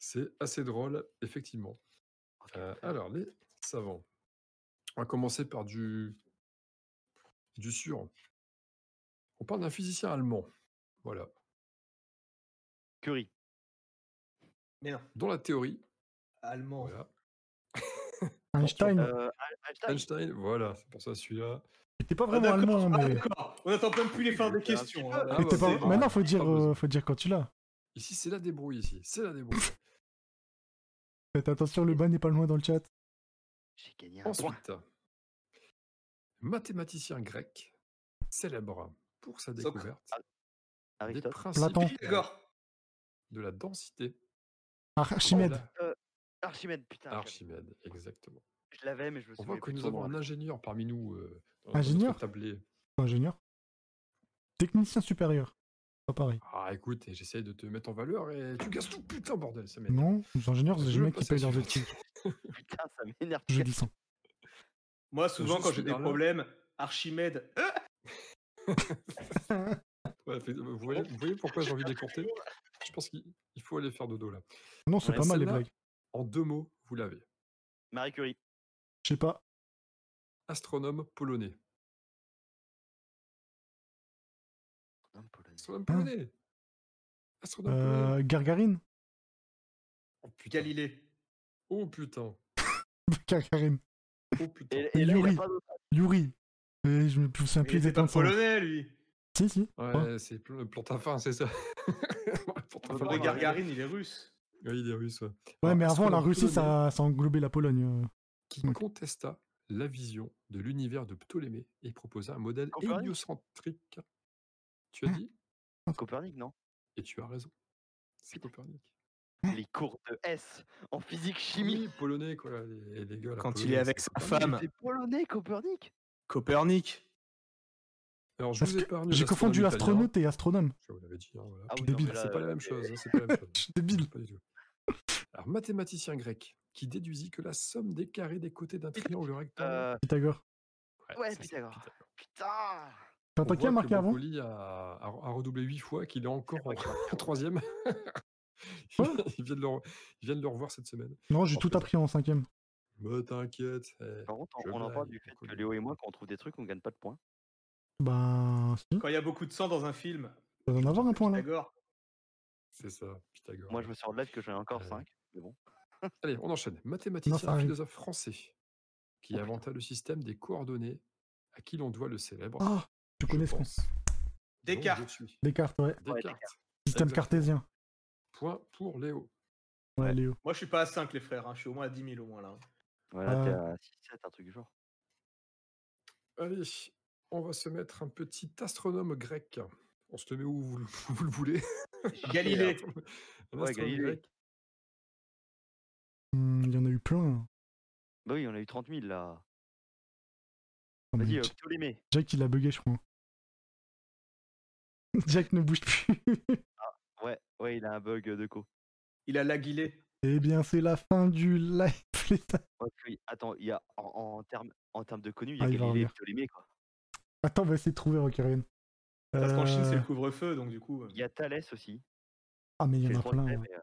S4: C'est assez drôle, effectivement.
S3: Ok,
S4: Euh,
S3: parfait.
S4: alors, les savants. On va commencer par du, du sûr. On parle d'un physicien allemand, voilà,
S3: Curie.
S2: Mais non,
S4: dont la théorie,
S2: allemand.
S4: voilà,
S1: Einstein.
S3: Euh, Einstein.
S4: Einstein, voilà, c'est pour ça celui-là.
S1: T'es pas
S2: Ah,
S1: vraiment allemand, hein,
S2: d'accord, ah,
S1: mais.
S2: d'accord. On n'attend même plus les fins des
S3: C'est un
S2: questions.
S3: petit peu-
S2: hein.
S4: Ah,
S1: mais t'es
S4: bah,
S1: pas-
S4: c'est-
S1: Maintenant, faut dire,
S4: pas besoin.
S1: euh, faut dire quand tu l'as.
S4: Ici, c'est la débrouille, ici, c'est la débrouille.
S1: Faites attention, le ban n'est pas loin dans le chat.
S3: J'ai gagné un point.
S4: Ensuite, mathématicien grec, célèbre pour sa
S2: Socrate.
S4: découverte des
S3: Aristote.
S4: principes
S1: Platon.
S2: D'accord.
S4: de la densité.
S1: Ah, Archimède.
S4: Voilà,
S3: Archimède, putain. je l'avais.
S4: Archimède, exactement.
S3: Je l'avais, mais je me
S4: On voit
S3: souviens
S4: que
S3: plus de
S4: nous
S3: son
S4: avons
S3: nom.
S4: un ingénieur parmi nous. euh, dans notre
S1: Ingénieur
S4: tablé.
S1: Ingénieur. Technicien supérieur. Pas pareil.
S4: Ah, écoute, j'essaye de te mettre en valeur et tu gasses tout, putain, bordel, ça m'énerve.
S1: Non, les ingénieurs, c'est
S4: Je
S1: les
S4: veux
S1: mecs qui
S4: passer à
S1: payent leurs
S4: la
S1: études.
S3: Putain, ça m'énerve.
S1: Je dis ça.
S2: Moi, souvent,
S4: juste
S2: quand j'ai des
S4: derrière.
S2: problèmes, Archimède. Euh,
S4: Ouais, fait- vous, voyez, vous voyez pourquoi j'ai envie de les courter Je pense qu'il il faut aller faire dodo là.
S1: Non, c'est
S3: Ouais,
S1: pas mal les
S4: celle-là.
S1: blagues.
S4: En deux mots, vous l'avez.
S3: Marie Curie.
S1: Je sais pas.
S4: Astronome polonais.
S3: Non, Pologne.
S4: Astronome
S1: Ah.
S4: polonais Astronome polonais
S1: Euh, Gargarine
S4: Oh putain.
S2: Galilée.
S4: Oh putain.
S1: Gargarine.
S4: Oh putain.
S3: Et, et là, il
S1: Yuri.
S3: a pas d'autre.
S1: Yuri. Et je me je me souviens
S2: Il
S1: plus
S2: était pas
S1: exactement de son nom.
S2: polonais, lui.
S1: Si, si.
S4: Ouais, c'est pl- Plantafin, c'est ça. Plantafin.
S2: André Gargarine, il est russe.
S4: Oui, il est russe. Ouais,
S1: Ouais,
S4: Alors,
S1: mais avant, la
S4: astronome
S1: Russie,
S4: polonais
S1: ça, ça englobait la Pologne. euh.
S4: Qui
S1: Ok.
S4: contesta la vision de l'univers de Ptolémée et proposa un modèle
S3: Copernic.
S4: héliocentrique. Tu as dit
S3: Copernic, non
S4: Et tu as raison. C'est Copernic.
S3: Les cours de S en physique chimie.
S4: Oui, polonais, quoi. Les, les gars, la
S2: Quand il
S4: Pologne,
S2: est avec
S4: c'est
S2: sa
S4: Copernic.
S2: femme.
S3: C'est polonais, Copernic
S2: Copernic.
S4: Alors, je
S1: Parce
S4: vous
S1: que
S4: épargne.
S1: J'ai confondu
S4: l'astronome italien.
S1: astronaute et astronome.
S4: Je vous l'avais dit. hein, voilà.
S3: Ah
S1: Je suis
S3: oui, non, mais
S1: débile.
S3: là,
S4: C'est pas la même
S3: c'est-
S4: chose. hein, c'est pas la même chose.
S1: Je suis débile.
S4: Pas du tout. Alors, mathématicien grec qui déduisit que la somme des carrés des côtés d'un triangle rectangle.
S3: Euh,
S1: Pythagore.
S3: ouais,
S4: c'est ça,
S3: Pythagore. putain
S1: Enfin,
S4: On
S1: t'as qui a
S4: voit que
S1: marqué avant
S4: Broccoli a, a- a redoublé 8 fois, qu'il est encore en,
S3: moi qui
S4: en troisième.
S1: Ouais.
S4: il, vient de le, re- il vient de le revoir cette semaine.
S1: Non, j'ai
S4: en
S1: tout
S4: faisant.
S1: appris en cinquième.
S4: Bah t'inquiète. eh.
S3: Par contre,
S4: Je
S3: on, on en
S4: blague,
S3: parle du fait
S4: Broccoli.
S3: que Léo et moi, quand on trouve des trucs, on gagne pas de points.
S1: Ben, si.
S2: Quand il y a beaucoup de sang dans un film.
S1: Ça doit en avoir un point là.
S2: Pythagore.
S4: C'est ça, Pythagore.
S3: Moi, je me sors de l'aide que j'ai encore
S4: Euh,
S3: 5. Mais bon.
S4: Allez, on enchaîne. Mathématicien,
S1: arrive.
S4: philosophe français,
S1: Oh,
S4: qui inventa le système des coordonnées, à qui l'on doit le célèbre.
S1: Ah, tu
S4: je
S1: connais ce con.
S4: pense, nom de
S2: Descartes.
S4: Dieu.
S1: Descartes, ouais.
S3: Ouais,
S4: Descartes.
S1: Système
S4: Exact.
S1: cartésien.
S4: Point pour Léo.
S1: Ouais, Léo.
S2: Moi, je suis pas à 5, les frères. hein. Je suis au moins à 10 000 au moins, là.
S3: Voilà, t'es
S1: Euh.
S3: à 6-7, un truc du genre.
S4: Allez, on va se mettre un petit astronome grec. On se le met où vous, le- vous le voulez.
S2: Galilée.
S4: Un
S3: Ouais,
S4: astronome
S3: Galilée.
S4: grec
S1: Hmm, Il y en a eu plein.
S3: Bah oui, on a eu 30 000 là.
S1: Ah, mais
S3: Vas-y, euh,
S1: Jack-
S3: Ptolémée.
S1: Jack, il a bugué, je crois. Jack ne bouge plus.
S3: Ouais, ouais, il a un bug euh, de co.
S2: Il a laguilé.
S1: Eh bien, c'est la fin du live, les gars.
S3: Ouais, oui, attends, il y a en, en termes en termes de connu, il y a
S1: Ah, il va
S3: Galilée et
S1: revenir.
S3: Ptolémée quoi.
S1: Attends, on va essayer de trouver Rokarian.
S2: Parce qu'en Chine, c'est le couvre-feu, donc du coup. euh,
S3: Il y a Thalès aussi.
S1: Ah, mais il
S3: c'est
S1: y en
S3: le
S1: a plein.
S3: troisième,
S1: ouais.
S3: et, euh,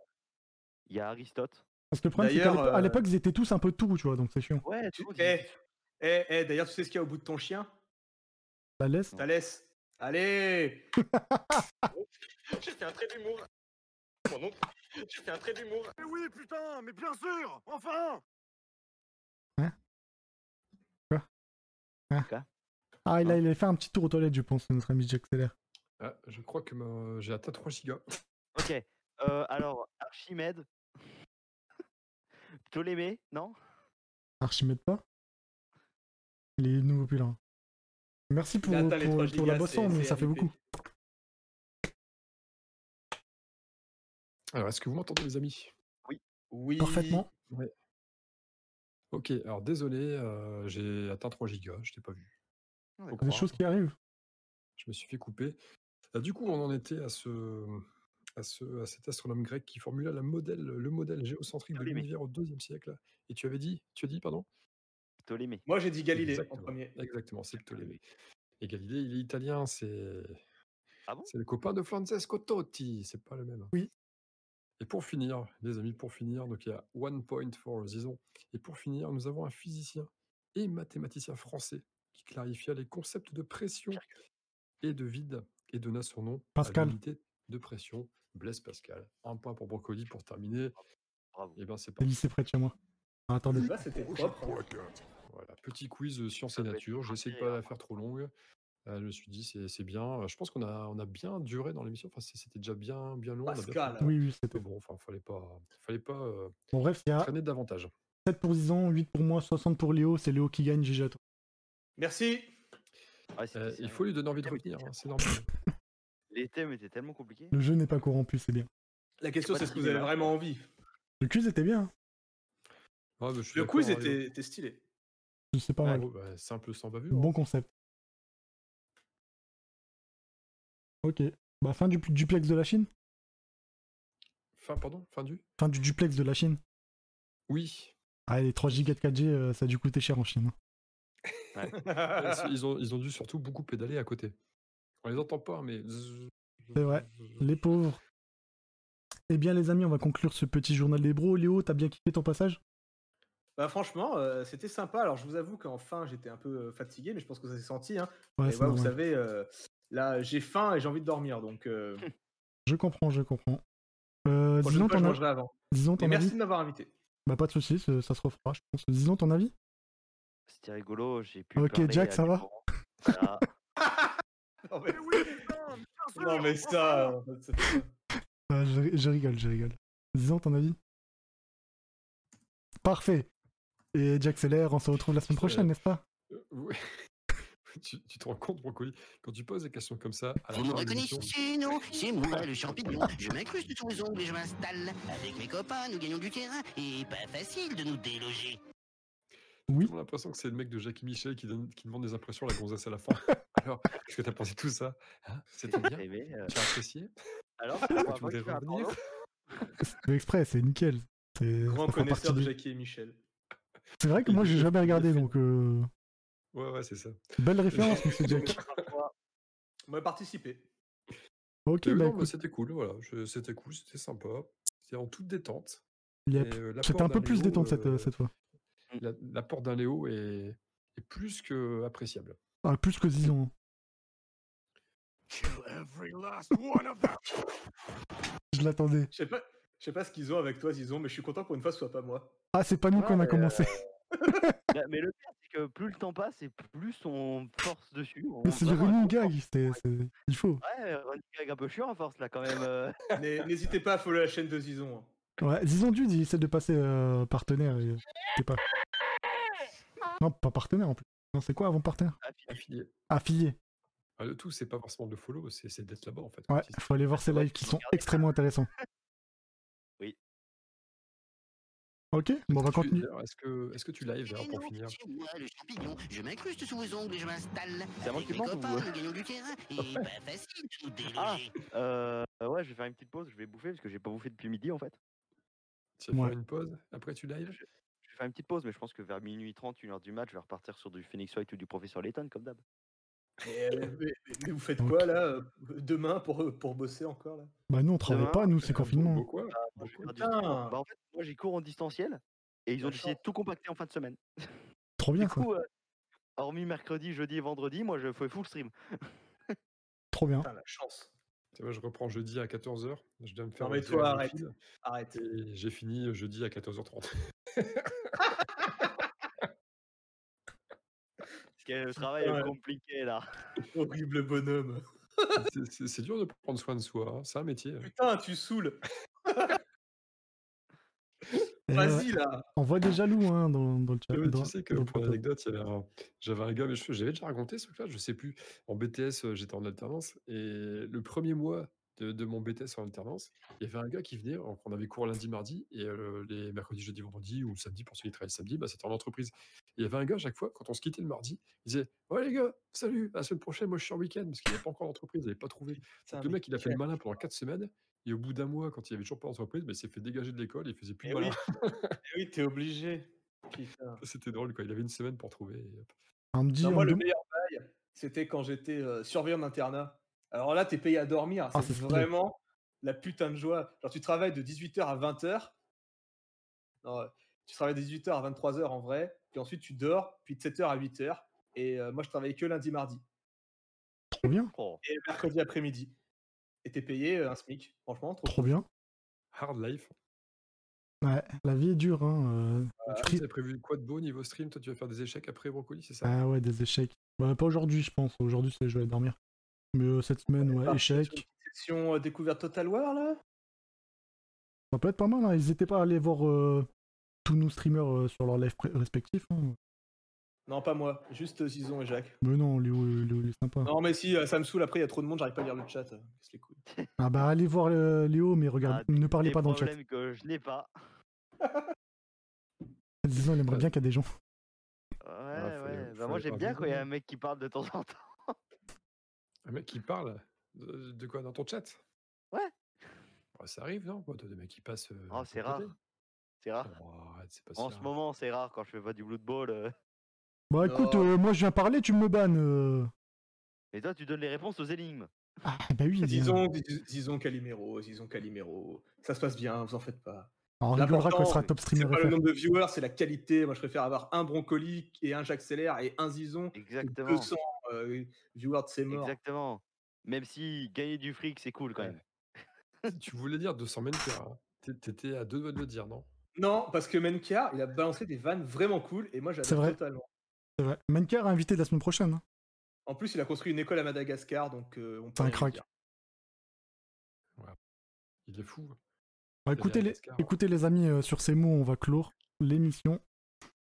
S3: Il y a Aristote.
S1: Parce que le problème, c'est qu'à
S2: D'ailleurs,
S1: l'épo- à
S2: euh,
S1: l'époque, ils étaient tous un peu tout, tu vois, donc c'est chiant.
S3: Ouais,
S2: Tu-
S3: tout le monde,
S2: eh,
S3: ils-
S2: eh, eh, d'ailleurs, tu sais ce qu'il y a au bout de ton chien
S1: La laisse.
S2: Thalès Allez
S6: J'ai fait un trait d'humour. Mon oncle, j'ai fait un trait d'humour. Mais oui, putain, mais bien sûr, enfin
S1: Ah, il a, il a fait un petit tour aux toilettes, je pense, notre ami Jack Seller.
S4: Ah, je crois que ma- j'ai atteint 3 gigas.
S3: Ok. euh, alors, Archimède. Ptolémée, non
S1: Archimède pas. Il est de nouveau plus là. Merci pour,
S2: Là, t'as les
S1: pour-
S2: trois
S1: pour
S2: gigas,
S1: la boisson,
S2: c'est-
S1: mais
S2: c'est
S1: ça fait
S2: RIP.
S1: beaucoup.
S4: Alors, est-ce que vous m'entendez, les amis
S2: Oui.
S1: Parfaitement.
S4: Ok, alors désolé, euh, j'ai atteint 3 gigas, je t'ai pas vu.
S3: Ouais,
S4: Faut
S1: Des
S4: croire.
S1: choses qui
S2: hein
S1: arrivent.
S4: Je me suis fait couper. Ah, du coup, on en était à ce, à ce, à cet astronome grec qui formula la modèle, le modèle géocentrique de
S3: Ptolémée.
S4: l'univers au deuxième siècle. Et tu avais dit, tu as dit, pardon
S3: Ptolémée.
S2: Moi, j'ai dit Galilée en
S4: Exactement.
S2: premier.
S4: Exactement, c'est Ptolémée. Et Galilée, il est italien, c'est.
S3: Ah bon
S4: C'est le copain de Francesco Totti, c'est pas le même.
S1: Oui.
S4: Et pour finir, les amis, pour finir, donc il y a One Point for Zizon. Et pour finir, nous avons un physicien et mathématicien français qui clarifia les concepts de pression et de vide et donna son nom
S1: Pascal.
S4: à l'unité de pression, Blaise Pascal. Un point pour Brocoli pour terminer.
S3: Bravo.
S4: Et bien c'est pas
S1: C'est lycée près de chez moi. Ah, attendez.
S2: Là, c'était
S5: Projet
S2: propre. hein.
S5: placard.
S4: Voilà, petit quiz euh, sciences et
S3: Ça peut être
S4: nature. J'essaie de
S3: parfait,
S4: pas la
S3: hein.
S4: faire trop longue. Euh, je me suis dit, c'est c'est bien. Euh, Je pense qu'on a, on a bien duré dans l'émission. Enfin, c'est- c'était déjà bien, bien long. on a bien fait
S2: Pascal,
S4: le
S2: hein.
S4: tour.
S1: Oui, oui,
S4: Mais
S1: c'était bon.
S4: bon, enfin, fallait pas, fallait pas euh,
S1: Bon, bref, il y a
S4: traîner davantage.
S1: 7 pour Zizan, 8 pour moi, 60 pour Léo. C'est Léo qui gagne, GG à toi.
S2: Merci.
S3: Ah Ouais, c'était
S4: Euh,
S3: serré.
S4: il faut lui donner envie de
S3: Ah oui,
S4: retenir.
S3: c'est
S4: hein, c'est normal.
S3: Les thèmes étaient tellement compliqués.
S1: Le jeu n'est pas corrompu, c'est bien.
S2: La question,
S3: pas
S2: c'est
S3: de
S2: ce que vous avez
S3: cinéma.
S2: vraiment envie.
S1: Le quiz était bien. hein.
S4: Ouais, mais je suis
S2: Le
S4: d'accord,
S2: quiz
S4: hein, Léo.
S1: euh,
S2: était, était stylé.
S1: C'est pas
S4: Ouais,
S1: mal.
S4: gros, bah, simple sans bavure.
S1: Bon concept. Ok. Bah, fin du du duplex de la Chine.
S4: Fin, pardon, fin du.
S1: Fin du duplex de la Chine.
S4: Oui.
S1: Ah, les 3 gigas de 4G, euh, ça a dû coûter cher en Chine. hein.
S4: Euh, c'est- ils ont, ils ont dû surtout beaucoup pédaler à côté. On les entend pas, mais. C'est
S1: vrai. Les pauvres. Eh bien, les amis, on va conclure ce petit journal des bros. Léo, t'as bien kiffé ton passage
S2: Bah, franchement, euh, c'était sympa. Alors, je vous avoue qu'en fin, j'étais un peu euh, fatigué, mais je pense que ça s'est senti. hein.
S1: Ouais,
S2: Et
S1: c'est
S2: voilà, vous
S1: normal.
S2: savez, euh, là, j'ai faim et j'ai envie de dormir. Donc, euh,
S1: Bah, Je comprends, je comprends. Euh,
S2: prochaine
S1: disons
S2: fois, je
S1: ton, a-
S2: mangerai avant.
S1: disons ton
S2: Et merci
S1: avis.
S2: de m'avoir invité.
S1: Bah, pas de soucis, ça ça se refera, je pense. Disons ton avis.
S3: C'était rigolo, j'ai pu.
S1: Ok,
S3: parler
S1: Jack,
S3: à
S1: ça
S3: des
S1: va
S3: moments. Voilà.
S2: Non, mais,
S6: oui, putain, mais bien sûr
S2: non, mais ça. euh, ça-
S1: Euh, je, je rigole, je rigole. Disons ton avis. Parfait. Et Jack Seller, on se retrouve la semaine prochaine, n'est-ce pas
S4: Euh, ouais. tu, tu te rends compte, Brocoli, quand tu poses des questions comme ça, à la
S7: Vous me
S4: fin de l'émission,
S7: reconnaissez, non C'est moi, le champignon. Je m'incruste sous les ongles et je m'installe. Avec mes copains, nous gagnons du terrain et pas facile de nous déloger.
S1: Oui.
S4: J'ai l'impression que c'est le mec de Jackie Michel qui, donne, qui demande des impressions à la gonzesse à la fin. Alors, qu'est-ce que t'as pensé de tout ça Hein C'était bien
S3: Eh ben, euh,
S4: Tu as apprécié
S3: alors,
S4: Ah,
S3: c'est la première fois
S4: voudrais
S3: que je fais un
S4: revenir
S3: porno.
S1: C'est fait exprès, c'est nickel. C'est
S2: Grand
S1: ça fait
S2: connaisseur
S1: partie
S2: de
S1: du-
S2: Jackie et Michel.
S1: C'est vrai que moi, j'ai jamais regardé, donc euh,
S4: Ouais, ouais, c'est ça.
S1: belle référence, monsieur Jack.
S2: On va participer.
S1: Ok,
S4: Euh,
S1: bah
S4: non, mais
S1: écoute,
S4: c'était cool, voilà. je- C'était cool, c'était sympa. C'était en toute détente.
S1: il y a-
S4: Et, euh, l'apport
S1: c'était un
S4: d'un
S1: peu plus
S4: Léo,
S1: détente cette,
S4: euh,
S1: cette fois.
S4: la- L'apport d'un Léo est, est plus que appréciable.
S1: Ah, plus que disons.
S5: Kill every last one of them.
S1: Je l'attendais.
S2: Je sais pas. Je sais pas ce qu'ils ont avec toi, Zizon, mais je suis content pour une fois, ce soit pas moi.
S1: Ah, c'est pas nous
S3: Ouais,
S1: qu'on a
S3: mais,
S1: commencé.
S3: Bah, Mais- Mais le pire, c'est que plus le temps passe et plus on force dessus. on-
S1: C'est le
S3: vraiment,
S1: running
S3: on force.
S1: gag. c'est- c'est- Il faut.
S3: Ouais, running gag un peu chiant à force là quand même. euh.
S2: N'hé- N'hésitez pas à follow la chaîne de Zizon. hein.
S1: Ouais, disons Dude, il essaie de passer euh, partenaire. Et... c'est pas. Non, pas partenaire en plus. Non, c'est quoi avant partenaire
S4: Affilié.
S1: Affilié.
S4: Ah, le tout, c'est pas forcément de le follow, c'est c'est d'être là-bas en fait.
S1: Ouais,
S4: Si-
S1: faut aller voir ces lives qui sont extrêmement intéressants. Ok, bon, bah, on va
S4: Tu-
S1: continuer.
S4: d'ailleurs, Est-ce que, est que tu live d'ailleurs, pour finir
S7: Chez moi, le champignon, je m'incruste sous vos ongles et je m'installe.
S3: C'est un
S7: Avec mes
S3: document ou,
S7: copains,
S3: euh
S7: nous gagnons du terrain. Et pas facile de nous déloger.
S3: Euh, ouais, je vais faire une petite pause, je vais bouffer parce que j'ai pas bouffé depuis midi en fait.
S4: Tu vas
S1: Ouais.
S4: faire une pause Après, tu live
S3: Je vais faire une petite pause, mais je pense que vers minuit 30, 1h du match, je vais repartir sur du Phoenix White ou du Professeur Layton comme d'hab.
S2: Mais, euh, mais- mais vous faites quoi là euh, demain pour, euh, pour bosser encore là
S1: Bah nous on travaille
S3: Demain,
S1: pas, nous c'est
S4: Beau-
S1: confinement.
S4: beau
S2: Ah,
S4: quoi
S3: Moi, je vais
S4: Pourquoi
S3: faire du-
S2: Putain
S3: Bah, en fait, moi j'ai cours en distanciel et ils ont
S2: La
S3: décidé de tout compacter en fin de semaine.
S1: Trop bien
S3: Du
S1: quoi.
S3: coup, euh, hormis mercredi, jeudi et vendredi, moi je fais full stream.
S1: Trop bien.
S2: Putain, la chance.
S4: Tu vois, je reprends jeudi à 14h. Je dois me faire.
S2: mais
S4: un petit
S2: toi,
S4: live
S2: arrête.
S4: feed,
S2: Arrête.
S4: Et j'ai fini jeudi à 14h30.
S3: Quel travail
S2: Ouais.
S3: compliqué là.
S2: Horrible bonhomme.
S4: C'est- c'est- C'est dur de prendre soin de soi. hein. C'est un métier.
S2: Putain, tu saoules.
S1: Eh,
S2: Vas-y là.
S1: on voit des jaloux hein, dans, dans le chat.
S4: Ouais,
S1: dans-
S4: tu sais que
S1: dans le
S4: pour
S1: chat.
S4: l'anecdote, il y avait un- j'avais un gars, mais je- j'avais déjà raconté ce truc-là, je sais plus. En BTS, euh, j'étais en alternance, et le premier mois de, de mon BTS en alternance, il y avait un gars qui venait, on on avait cours lundi, mardi, et euh, les mercredis, jeudi, vendredi, ou le samedi, pour ceux qui travaillent le samedi, bah, c'était en entreprise. Et il y avait un gars, chaque fois, quand on se quittait le mardi, il disait Ouais, les gars, salut, la semaine prochaine, moi je suis en week-end, parce qu'il n'avait pas encore d'entreprise, il n'avait pas trouvé.
S2: Putain,
S4: Donc, le
S2: mais
S4: mec, il a fait le
S2: quel-
S4: malin pendant 4 semaines, et au bout d'un mois, quand il avait toujours pas d'entreprise, bah, il s'est fait dégager de l'école, il faisait plus
S2: Eh
S4: de malin.
S2: oui, eh oui, t'es obligé. Putain.
S4: C'était drôle, quoi. Il avait une semaine pour trouver. et euh, hop.
S1: On me dit,
S2: Non,
S1: on
S2: moi,
S1: me
S2: le
S1: dem-
S2: meilleur bail, c'était quand j'étais euh, surveillant d'internat. Alors là, t'es payé à dormir. hein,
S1: Ah,
S2: c'est
S1: c'est stylé.
S2: vraiment la putain de joie. Genre, tu travailles de 18h à 20h. Non, euh, tu travailles de 18h à 23h en vrai. Puis ensuite, tu dors. Puis de 7h à 8h. Et euh, moi, je travaillais que lundi, mardi.
S1: trop bien,
S3: Oh,
S2: Et mercredi après-midi. Et t'es payé euh, un SMIC. Franchement, trop.
S1: trop bien.
S4: Hard life.
S1: Ouais, la vie est dure. Hein. euh, tu
S4: Tu
S1: cries-
S4: as prévu quoi de beau niveau stream Toi, tu vas faire des échecs après Brocoli, c'est ça
S1: Ah ouais, des échecs. Bah, pas aujourd'hui, je pense. Aujourd'hui, c'est je vais dormir. Mais euh, cette semaine, ouais,
S2: Ah, sur une
S1: échecs.
S2: petite Session euh, découverte Total War là
S1: Ça peut être pas mal. hein. Ils étaient pas allés voir euh, tous nos streamers euh, sur leur live pré- respectif. hein.
S2: Non, pas moi. Juste euh, Zizon et Jacques.
S1: Mais non, Léo, euh, Léo, il est sympa.
S2: Non, mais si, euh, ça me saoule. Après, il y a trop de monde. J'arrive pas à lire le chat. euh, casse les couilles.
S1: Ah bah, allez voir euh, Léo, mais regarde,
S3: Ah,
S1: ne parlez
S3: des
S1: pas dans le chat.
S3: problèmes que je n'ai pas.
S1: Disons, il aimerait bien qu'il y a des gens.
S3: Ouais,
S1: Ah,
S4: faut-
S3: ouais.
S4: faut
S3: bah, moi
S4: aller
S3: j'aime
S4: par
S3: bien
S4: Google,
S3: quand il y a
S4: hein.
S3: un mec qui parle de temps en temps.
S4: Un mec qui parle de, de quoi dans ton chat
S3: Ouais.
S4: Bah, ça arrive, non Bah, T'as des mecs qui passent. euh,
S3: Oh,
S4: à
S3: c'est
S4: ton
S3: rare.
S4: côté.
S3: C'est rare.
S4: Oh, arrête, c'est pas
S3: En
S4: si
S3: ce
S4: rare.
S3: moment, c'est rare quand je fais pas du Blood Bowl. euh.
S1: Bah écoute, euh, moi je viens parler, tu me bannes. euh.
S3: Et toi, tu donnes les réponses aux énigmes.
S1: Ah bah oui,
S2: Disons, dis- disons Calimero, disons Calimero. Ça se passe bien, vous en faites pas.
S1: Alors, on rigolera quand il
S2: L'important,
S1: sera top
S2: C'est
S1: streamer
S2: pas le
S1: FR.
S2: nombre de viewers, c'est la qualité. Moi, je préfère avoir un broncolique et un Jacques Seller et un Zizon. que
S3: Exactement.
S2: 200 euh, viewers, c'est mort.
S3: Exactement. Même si gagner du fric, c'est cool quand
S4: Ouais.
S3: même.
S4: tu voulais dire 200 mètres hein. T'é- T'étais à deux doigts de le dire, non
S2: Non, parce que Menka, il a balancé des vannes vraiment cool et moi,
S1: C'est
S2: j'adore
S1: vrai.
S2: totalement.
S1: C'est vrai. Mancar a invité la semaine prochaine. hein.
S2: En plus, il a construit une école à Madagascar, donc euh, on peut
S1: C'est un
S2: rien lui
S1: crack.
S2: dire.
S4: Il est fou.
S1: Bah, écoutez, les,
S4: Madagascar, ouais.
S1: écoutez les amis, euh, sur ces mots, on va clore l'émission.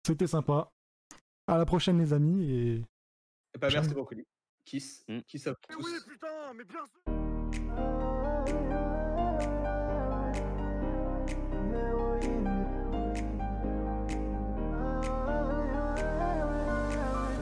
S1: C'était sympa. À la prochaine les amis et
S2: Eh ben, merci,
S1: J'aime.
S2: Broncoli. Kiss.
S3: Mm.
S2: Kiss à vous
S6: Mais
S2: tous.
S6: oui, putain, mais bien sûr
S1: Ciao.